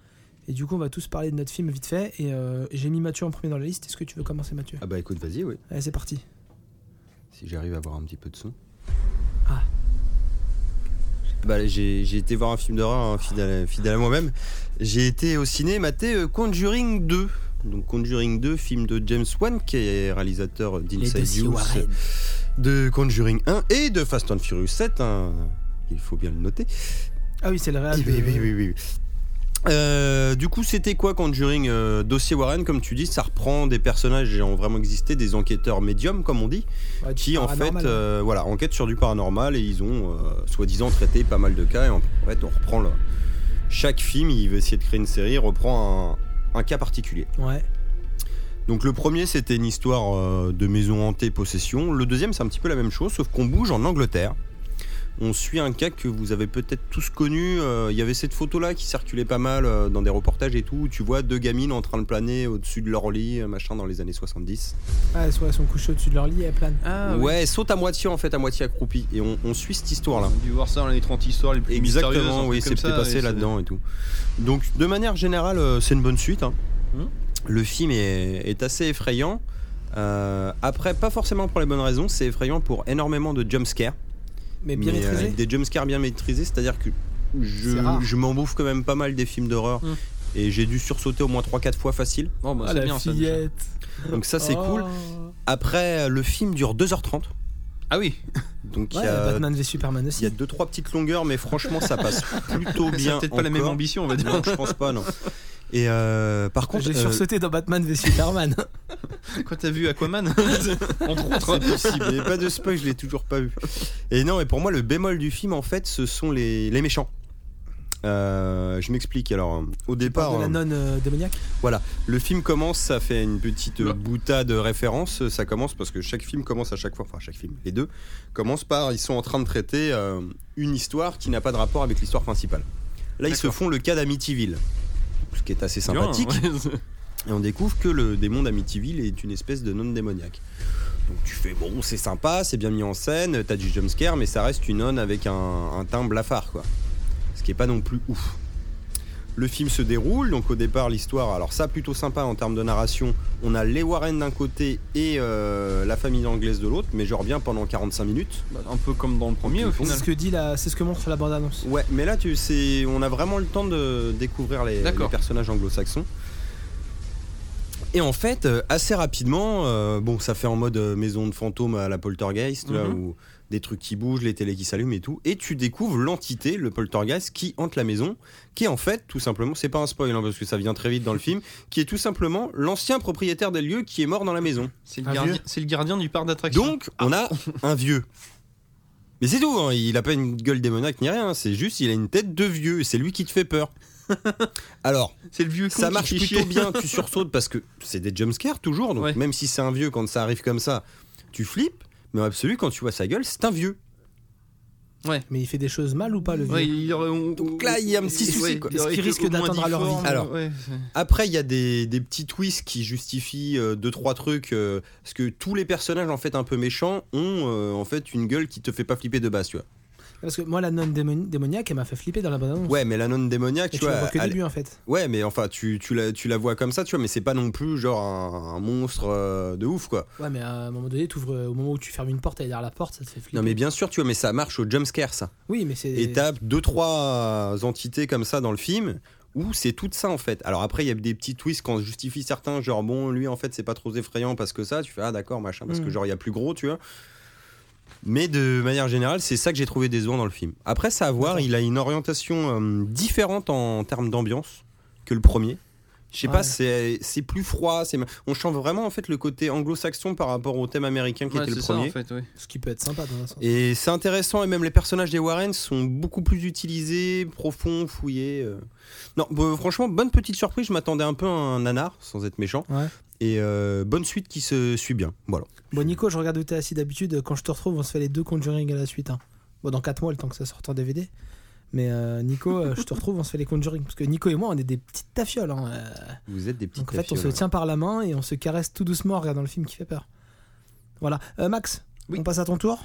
Speaker 2: et du coup on va tous parler de notre film vite fait, et euh, j'ai mis Mathieu en premier dans la liste, est-ce que tu veux commencer Mathieu
Speaker 3: Ah bah écoute, vas-y, oui.
Speaker 2: Allez, c'est parti.
Speaker 3: Si j'arrive à avoir un petit peu de son.
Speaker 2: Ah.
Speaker 3: Bah, j'ai j'ai été voir un film d'horreur, hein, fidèle, à- fidèle à moi-même. J'ai été au ciné maté euh, Conjuring 2. Donc Conjuring 2, film de James Wan, qui est réalisateur d'Inside
Speaker 2: dossiers
Speaker 3: You,
Speaker 2: Warren.
Speaker 3: de Conjuring 1 et de Fast and Furious 7. hein. Il faut bien le noter.
Speaker 2: Ah oui, c'est le réel.
Speaker 3: Oui,
Speaker 2: de-
Speaker 3: oui, oui, oui, oui. Euh, du coup, c'était quoi Conjuring euh, Dossier Warren, comme tu dis, ça reprend des personnages ayant vraiment existé, des enquêteurs médiums, comme on dit,
Speaker 2: Ouais, du
Speaker 3: qui en fait
Speaker 2: paranormal.
Speaker 3: euh, voilà, enquêtent sur du paranormal et ils ont euh, soi-disant traité pas mal de cas. Et en fait, on reprend le... chaque film, il veut essayer de créer une série, reprend un- un cas particulier.
Speaker 2: Ouais,
Speaker 3: Donc le premier c'était une histoire euh, de maison hantée possession. Le deuxième c'est un petit peu la même chose sauf qu'on bouge en Angleterre. On suit un cas que vous avez peut-être tous connu. Euh, Il y avait cette photo là qui circulait pas mal euh, dans des reportages et tout. où tu vois deux gamines en train de planer au-dessus de leur lit, euh, machin, dans les années 70.
Speaker 2: ah, elles sont, elles sont couchées au-dessus de leur lit, elles planent.
Speaker 4: Ah
Speaker 3: ouais, elles sautent à moitié en fait, à moitié accroupies. Et on, on suit cette histoire là.
Speaker 4: On a dû voir ça dans les 30 histoires les plus mystérieuses.
Speaker 3: Exactement,
Speaker 4: un
Speaker 3: oui,
Speaker 4: truc
Speaker 3: c'est ce
Speaker 4: comme
Speaker 3: qui est
Speaker 4: ça,
Speaker 3: passé
Speaker 4: et ça-
Speaker 3: là-dedans et tout. Donc, de manière générale, euh, c'est une bonne suite. hein.
Speaker 4: Mhm.
Speaker 3: Le film est, est assez effrayant. Euh, après, pas forcément pour les bonnes raisons, c'est effrayant pour énormément de jumpscares.
Speaker 2: Mais bien
Speaker 3: Mais, euh,
Speaker 2: maîtrisé.
Speaker 3: avec des jumpscares bien maîtrisés, c'est-à-dire que je,
Speaker 2: C'est rare.
Speaker 3: je m'en bouffe quand même pas mal des films d'horreur.
Speaker 4: Mhm.
Speaker 3: Et j'ai dû sursauter au moins 3-4 fois facile.
Speaker 4: Oh, bah,
Speaker 2: Ah,
Speaker 4: c'est
Speaker 2: la
Speaker 4: bien, ça, déjà.
Speaker 2: fillette.
Speaker 3: Donc, ça, Ah, c'est cool.
Speaker 2: Oh.
Speaker 3: Après, le film dure 2h30.
Speaker 4: Ah oui,
Speaker 3: Eh Donc, il
Speaker 2: Ouais,
Speaker 3: y a.
Speaker 2: Batman v Superman aussi.
Speaker 3: Il y a deux trois petites longueurs, mais franchement, ça passe plutôt
Speaker 4: c'est
Speaker 3: bien.
Speaker 4: peut-être pas la même
Speaker 3: encore.
Speaker 4: ambition, on va dire.
Speaker 3: Non, je pense pas, non. Et euh, par contre,
Speaker 2: J'ai
Speaker 3: euh,
Speaker 2: sursauté dans Batman v Superman.
Speaker 4: Quand t'as vu Aquaman, entre autres.
Speaker 3: c'est possible. Il y a pas de spoil, je l'ai toujours pas vu. Et non, et pour moi, le bémol du film, en fait, ce sont les, les méchants. Euh, je m'explique. Alors, au départ,
Speaker 2: de la
Speaker 3: euh,
Speaker 2: nonne euh, démoniaque.
Speaker 3: le film commence, ça fait une petite euh,
Speaker 4: Oula.
Speaker 3: boutade référence. Ça commence parce que chaque film commence à chaque fois, enfin chaque film, les deux commencent par ils sont en train de traiter euh, une histoire qui n'a pas de rapport avec l'histoire principale. Là, ils se
Speaker 4: D'accord.
Speaker 3: font le cas d'Amityville, ce qui est assez sympathique. Et on découvre que le démon d'Amityville est une espèce de nonne démoniaque. Donc tu fais bon, c'est sympa, c'est bien mis en scène, t'as du jumpscare, mais ça reste une nonne avec un, un teint blafard, quoi. Ce qui est pas non plus ouf. Le film se déroule, donc au départ l'histoire, alors ça plutôt sympa en termes de narration, on a les Warren d'un côté et euh, la famille anglaise de l'autre, mais genre bien pendant 45 minutes.
Speaker 4: Bah, Un peu comme dans le premier, au
Speaker 3: Ils font
Speaker 2: C'est
Speaker 4: final.
Speaker 2: ce que dit la, c'est ce que montre la bande annonce.
Speaker 3: Ouais, mais là, tu sais, on a vraiment le temps de découvrir les,
Speaker 4: D'accord.
Speaker 3: les personnages anglo-saxons. Et en fait, euh, assez rapidement, euh, bon, ça fait en mode euh, maison de fantôme à la poltergeist, là,
Speaker 4: Mhm.
Speaker 3: où des trucs qui bougent, les télés qui s'allument et tout. Et tu découvres l'entité, le poltergeist, qui hante la maison, qui est en fait, tout simplement, c'est pas un spoil, hein, parce que ça vient très vite dans le film, qui est tout simplement l'ancien propriétaire des lieux qui est mort dans la maison.
Speaker 4: C'est le,
Speaker 2: Un
Speaker 4: gardien-
Speaker 2: Ah, vieux.
Speaker 4: c'est le gardien du parc d'attractions.
Speaker 3: Donc, on a un vieux. Mais c'est tout, hein, il a pas une gueule démoniaque ni rien, c'est juste il a une tête de vieux, et c'est lui qui te fait peur. Alors,
Speaker 4: C'est le vieux con
Speaker 3: ça
Speaker 4: qui
Speaker 3: marche
Speaker 4: fait
Speaker 3: plutôt
Speaker 4: chier.
Speaker 3: bien, tu sursautes parce que c'est des jumpscares toujours, donc
Speaker 4: Ouais.
Speaker 3: même si c'est un vieux, quand ça arrive comme ça, tu flippes, mais en absolu, quand tu vois sa gueule, c'est un vieux.
Speaker 2: Mais il fait des choses mal ou pas, Ah, le vieux
Speaker 4: Ouais, il aurait- on-
Speaker 3: Donc là, il y a un petit
Speaker 4: ouais,
Speaker 3: souci, quoi.
Speaker 4: il aurait
Speaker 2: Ce qui
Speaker 4: été
Speaker 2: risque
Speaker 4: au moins
Speaker 2: d'atteindre à leur
Speaker 4: difforme,
Speaker 3: vie. Alors.
Speaker 4: ouais, c'est-
Speaker 3: Après, il y a des, des petits twists qui justifient euh, deux, trois trucs, euh, parce que tous les personnages, en fait, un peu méchants, ont euh, en fait une gueule qui te fait pas flipper de base, tu vois.
Speaker 2: Parce que moi, la nonne démon- démoniaque, elle m'a fait flipper dans la bande-annonce.
Speaker 3: Ouais, mais la nonne démoniaque,
Speaker 2: Et
Speaker 3: tu,
Speaker 2: tu la
Speaker 3: vois,
Speaker 2: vois que au
Speaker 3: elle-
Speaker 2: début, en fait.
Speaker 3: Ouais, mais enfin, tu, tu, la, tu la vois comme ça, tu vois, mais c'est pas non plus genre un, un monstre euh, de ouf, quoi.
Speaker 2: Ouais, mais à un moment donné, t'ouvres, euh, au moment où tu fermes une porte, elle est derrière la porte, ça te fait flipper.
Speaker 3: Non, mais bien sûr, tu vois, mais ça marche au jumpscare, ça.
Speaker 2: Oui, mais c'est.
Speaker 3: Et t'as deux, trois entités comme ça dans le film où c'est tout ça, en fait. Alors après, il y a des petits twists qu'on justifie certains, genre, bon, lui, en fait, c'est pas trop effrayant parce que ça, tu fais, ah, d'accord, machin, parce
Speaker 2: Mm.
Speaker 3: que genre, il y a plus gros, tu vois. Mais de manière générale, c'est ça que j'ai trouvé décevant dans le film. Après, ça à voir, il a une orientation euh, différente en termes d'ambiance que le premier. Je sais
Speaker 2: Ouais.
Speaker 3: pas, c'est c'est plus froid. c'est ma- On chante vraiment en fait le côté anglo-saxon par rapport au thème américain qui
Speaker 4: ouais,
Speaker 3: était le
Speaker 4: c'est ça,
Speaker 3: premier.
Speaker 4: en fait, ouais.
Speaker 2: Ce qui peut être sympa dans un sens.
Speaker 3: Et c'est intéressant, et même les personnages des Warren sont beaucoup plus utilisés, profonds, fouillés. euh. Non, bah, franchement, bonne petite surprise, je m'attendais un peu à un nanar, sans être méchant.
Speaker 2: Ouais.
Speaker 3: Et euh, bonne suite qui se suit bien. Voilà.
Speaker 2: Bon, Nico, je regarde où t'es assis d'habitude. Quand je te retrouve, on se fait les deux Conjuring à la suite. hein. Bon, dans 4 mois, le temps que ça sorte en DVD. Mais euh, Nico, euh, je te retrouve, on se fait les Conjuring. Parce que Nico et moi, on est des petites tafioles. hein, euh.
Speaker 3: Vous êtes des petits
Speaker 2: Donc en fait, on se tient par la main et on se caresse tout doucement en regardant le film qui fait peur. Voilà. Euh, Max,
Speaker 4: Oui.
Speaker 2: on passe à ton tour.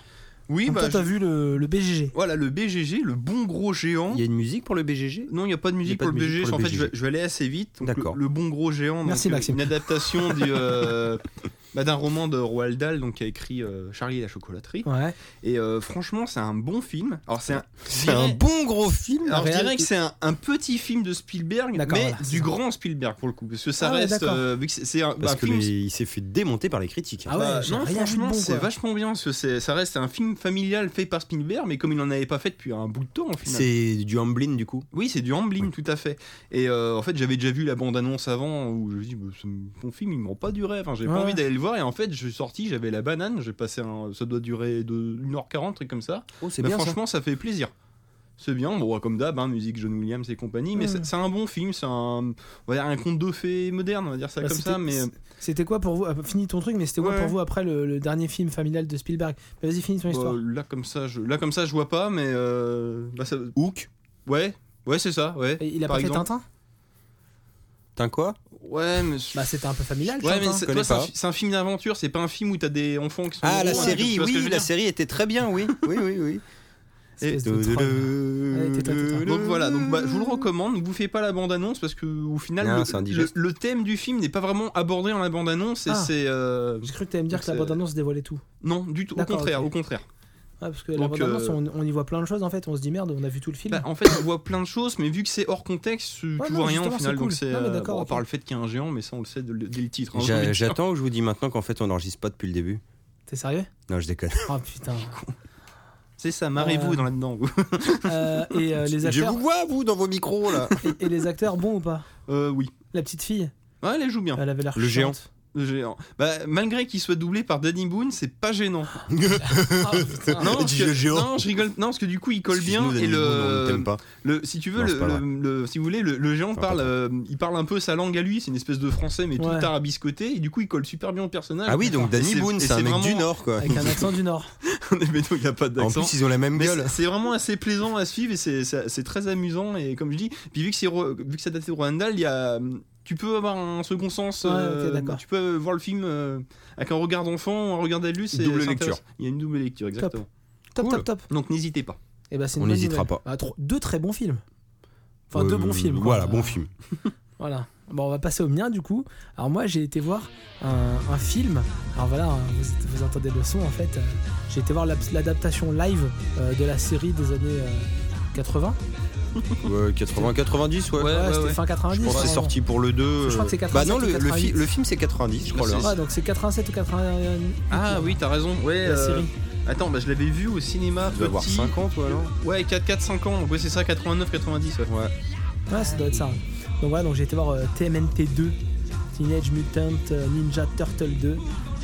Speaker 4: Oui,
Speaker 2: Donc,
Speaker 4: bah,
Speaker 2: toi, t'as
Speaker 4: je-
Speaker 2: vu le, le BGG.
Speaker 4: voilà, le BGG, le bon gros géant.
Speaker 3: Il y a une musique pour le BGG
Speaker 4: Non, il n'y a pas de musique
Speaker 3: pas
Speaker 4: pour
Speaker 3: de
Speaker 4: le
Speaker 3: musique
Speaker 4: BGG.
Speaker 3: pour
Speaker 4: En
Speaker 3: le
Speaker 4: fait, je vais,
Speaker 3: BGG.
Speaker 4: je vais aller assez vite. Donc,
Speaker 3: D'accord.
Speaker 4: Le, le bon gros géant. donc,
Speaker 2: Merci,
Speaker 4: euh,
Speaker 2: Maxime.
Speaker 4: Une adaptation du, euh, bah, d'un roman de Roald Dahl, donc qui a écrit euh, Charlie et la chocolaterie.
Speaker 2: Ouais.
Speaker 4: Et euh, franchement, c'est un bon film. Alors c'est un,
Speaker 3: C'est un bon gros film
Speaker 4: Alors je
Speaker 2: réal-
Speaker 4: dirais que c'est un, un petit film de Spielberg, mais
Speaker 2: D'accord, voilà, c'est
Speaker 4: du
Speaker 2: ça.
Speaker 4: grand Spielberg pour le coup, parce que ça
Speaker 2: Ah ouais,
Speaker 4: reste.
Speaker 2: d'accord.
Speaker 4: euh, vu que c'est- c'est un,
Speaker 3: Parce
Speaker 4: bah,
Speaker 3: que
Speaker 4: film-
Speaker 3: les- il s'est fait démonter par les critiques.
Speaker 2: Ah ouais,
Speaker 4: bah,
Speaker 2: j'ai rien
Speaker 4: non,
Speaker 2: vu de
Speaker 4: franchement,
Speaker 2: bon,
Speaker 4: c'est
Speaker 2: quoi.
Speaker 4: vachement bien, parce que c'est- ça reste un film familial fait par Spielberg, mais comme il n'en avait pas fait depuis un bout de temps, au final.
Speaker 3: C'est du Amblin du coup.
Speaker 4: Oui, c'est du Hambling, tout à fait. Et euh, en fait, j'avais déjà vu la bande-annonce avant où je me dis, bah, ce- mon film, il me rend pas du rêve. hein, J'ai
Speaker 2: Ouais.
Speaker 4: pas envie d'aller le voir. Et en fait, je suis sorti, j'avais la banane. J'ai passé un. Ça doit durer de 1h40, truc comme ça.
Speaker 3: Oh, c'est
Speaker 4: Bah,
Speaker 3: bien ça.
Speaker 4: franchement, ça. fait plaisir. C'est bien, bon, comme d'hab, hein, musique John Williams et compagnie, mais
Speaker 2: Mm.
Speaker 4: c'est- c'est un bon film, c'est un, on va dire un conte de fées moderne, on va dire ça
Speaker 2: Bah,
Speaker 4: comme ça,
Speaker 2: c'était-
Speaker 4: mais
Speaker 2: C'était quoi pour vous ah, Finis ton truc, mais c'était quoi
Speaker 4: Ouais.
Speaker 2: pour vous après le, le dernier film familial de Spielberg Bah, Vas-y, finis ton histoire.
Speaker 4: euh, là comme ça, je, là comme ça, je vois pas, mais euh, bah, ça-
Speaker 3: Hook,
Speaker 4: ouais, ouais, c'est ça, ouais.
Speaker 2: Et il a
Speaker 4: par
Speaker 2: pas fait
Speaker 4: exemple.
Speaker 2: Tintin
Speaker 3: t'as quoi
Speaker 4: Ouais, mais je-
Speaker 2: Bah, c'était un peu familial.
Speaker 4: Ouais, mais
Speaker 2: Tintin.
Speaker 4: c'est
Speaker 3: connais
Speaker 4: toi, c'est un,
Speaker 3: pas.
Speaker 4: fi- c'est un film d'aventure, c'est pas un film où t'as des enfants qui sont.
Speaker 3: Ah, la
Speaker 4: gros, là, tu
Speaker 3: série,
Speaker 4: vois ce que Oh, je
Speaker 3: oui,
Speaker 4: veux
Speaker 3: la
Speaker 4: dire
Speaker 3: série était très bien, oui. oui, oui, oui.
Speaker 2: Espèce de troll. Allez, tais-toi, tais-toi.
Speaker 4: Donc voilà, donc bah, je vous le recommande, ne vous faites pas la bande-annonce parce que au final
Speaker 3: Non,
Speaker 4: le-
Speaker 3: c'est
Speaker 4: le,
Speaker 3: indigeste.
Speaker 4: le thème du film n'est pas vraiment abordé dans la bande-annonce et
Speaker 2: Ah.
Speaker 4: c'est euh,
Speaker 2: J'ai cru que t'allais me dire
Speaker 4: Donc,
Speaker 2: que la
Speaker 4: c'est-
Speaker 2: bande-annonce dévoilait tout.
Speaker 4: non du tout au
Speaker 2: D'accord,
Speaker 4: contraire,
Speaker 2: ok.
Speaker 4: au contraire.
Speaker 2: Ouais, parce que la
Speaker 4: Donc,
Speaker 2: bande-annonce,
Speaker 4: euh,
Speaker 2: on, on y voit plein de choses en fait. On se dit merde, on a vu tout le film.
Speaker 4: Bah, en fait, on voit plein de choses mais vu que c'est hors contexte, tu
Speaker 2: Ouais,
Speaker 4: vois
Speaker 2: non,
Speaker 4: rien au
Speaker 2: justement,
Speaker 4: final
Speaker 2: c'est
Speaker 4: donc
Speaker 2: cool.
Speaker 4: c'est
Speaker 2: Non, mais
Speaker 4: euh,
Speaker 2: d'accord,
Speaker 4: bon, à
Speaker 2: ok.
Speaker 4: part le fait qu'il y a un géant mais ça on le sait de- le- dès le titre. hein, j'ai envie
Speaker 3: J'a-
Speaker 4: de dire.
Speaker 3: J'attends que je vous dis maintenant qu'en fait on n'enregistre pas depuis le début.
Speaker 2: T'es sérieux
Speaker 3: Non, je déconne.
Speaker 2: Oh putain.
Speaker 4: C'est ça, marrez-vous
Speaker 2: Euh,
Speaker 4: dans là-dedans. vous.
Speaker 2: Euh, et, euh, les
Speaker 3: Je
Speaker 2: acteurs,
Speaker 3: vous vois, vous, dans vos micros, là.
Speaker 2: et, et les acteurs, bons ou pas
Speaker 4: Euh, oui.
Speaker 2: La petite fille,
Speaker 4: Ouais, elle joue bien.
Speaker 2: elle avait l'air
Speaker 3: Le géant.
Speaker 2: chiante.
Speaker 4: le géant. Bah, malgré qu'il soit doublé par Danny Boone, c'est pas gênant.
Speaker 2: Ah, putain.
Speaker 4: Non, parce
Speaker 3: Dis
Speaker 4: que-
Speaker 3: le géant.
Speaker 4: non, je rigole. Non, parce que du coup, il colle bien
Speaker 3: Excuse-nous,
Speaker 4: et
Speaker 3: Danny Boone, on ne t'aime
Speaker 4: le,
Speaker 3: pas.
Speaker 4: le- si tu veux,
Speaker 3: Non,
Speaker 4: le,
Speaker 3: c'est pas vrai.
Speaker 4: le- le- si vous voulez, le, le géant
Speaker 3: Enfin,
Speaker 4: parle,
Speaker 3: pas
Speaker 4: euh, il parle un peu sa langue à lui. C'est une espèce de français, mais
Speaker 2: Ouais.
Speaker 4: tout arabiscoté. Et du coup, il colle super bien au personnage.
Speaker 3: Ah oui, donc Danny
Speaker 4: c'est-
Speaker 3: Boone,
Speaker 4: et
Speaker 3: c'est un
Speaker 4: c'est
Speaker 3: mec du
Speaker 4: vraiment-
Speaker 3: Nord, quoi.
Speaker 2: Avec un accent du Nord.
Speaker 4: mais donc il a pas
Speaker 3: En
Speaker 4: d'accent.
Speaker 3: plus, ils ont la même
Speaker 4: Mais
Speaker 3: gueule.
Speaker 4: c'est- c'est vraiment assez plaisant à suivre et c'est- c'est c'est très amusant et comme je dis, puis vu que c'est Ro- vu que ça date de Roald Dahl, il y a tu peux avoir un second sens, euh,
Speaker 2: Ouais, ok, d'accord.
Speaker 4: tu peux voir le film euh, avec un regard d'enfant, un regard d'adulte, c'est
Speaker 3: Double
Speaker 4: c'est
Speaker 3: lecture.
Speaker 4: intéressant. Il y a une double lecture exactement.
Speaker 2: Top,
Speaker 3: Cool.
Speaker 2: top, top.
Speaker 4: Donc n'hésitez pas.
Speaker 2: Et bah, c'est
Speaker 3: On
Speaker 2: une bonne
Speaker 3: n'hésitera
Speaker 2: nouvelle.
Speaker 3: pas.
Speaker 2: Bah, tro- deux très bons films. Enfin,
Speaker 3: Euh,
Speaker 2: deux bons films. quoi.
Speaker 3: Voilà,
Speaker 2: Euh,
Speaker 3: bon film.
Speaker 2: Voilà. Bon, on va passer au mien du coup. Alors moi, j'ai été voir un, un film. Alors voilà, hein, vous, vous entendez le son en fait. Euh, J'ai été voir l'ab- l'adaptation live euh, de la série des années euh, 80.
Speaker 3: Ouais, 80, 90, ouais.
Speaker 4: Ouais,
Speaker 2: c'était fin 90.
Speaker 3: Je pense que c'est
Speaker 2: ouais.
Speaker 3: sorti pour le 2.
Speaker 2: Je crois que c'est
Speaker 3: Bah non, le,
Speaker 2: 87 ou
Speaker 3: le fi-
Speaker 2: 88.
Speaker 3: le film c'est 90, je crois.
Speaker 4: Ouais,
Speaker 3: le
Speaker 4: c'est-
Speaker 3: un.
Speaker 2: Ouais, donc c'est 87 ou 81.
Speaker 4: Ah oui, t'as raison. Ouais,
Speaker 2: la
Speaker 4: euh,
Speaker 2: série.
Speaker 4: Attends, bah, je l'avais vu au cinéma
Speaker 3: Tu dois avoir
Speaker 4: petit.
Speaker 3: 5 ans, toi, alors
Speaker 4: Ouais, 4 4 5 ans. Donc ouais, c'est ça 89 90 ouais.
Speaker 3: Ouais.
Speaker 2: Ouais, Ah, ça doit être ça. ouais. Donc voilà, donc j'ai été voir euh, TMNT 2, Teenage Mutant euh, Ninja Turtle 2,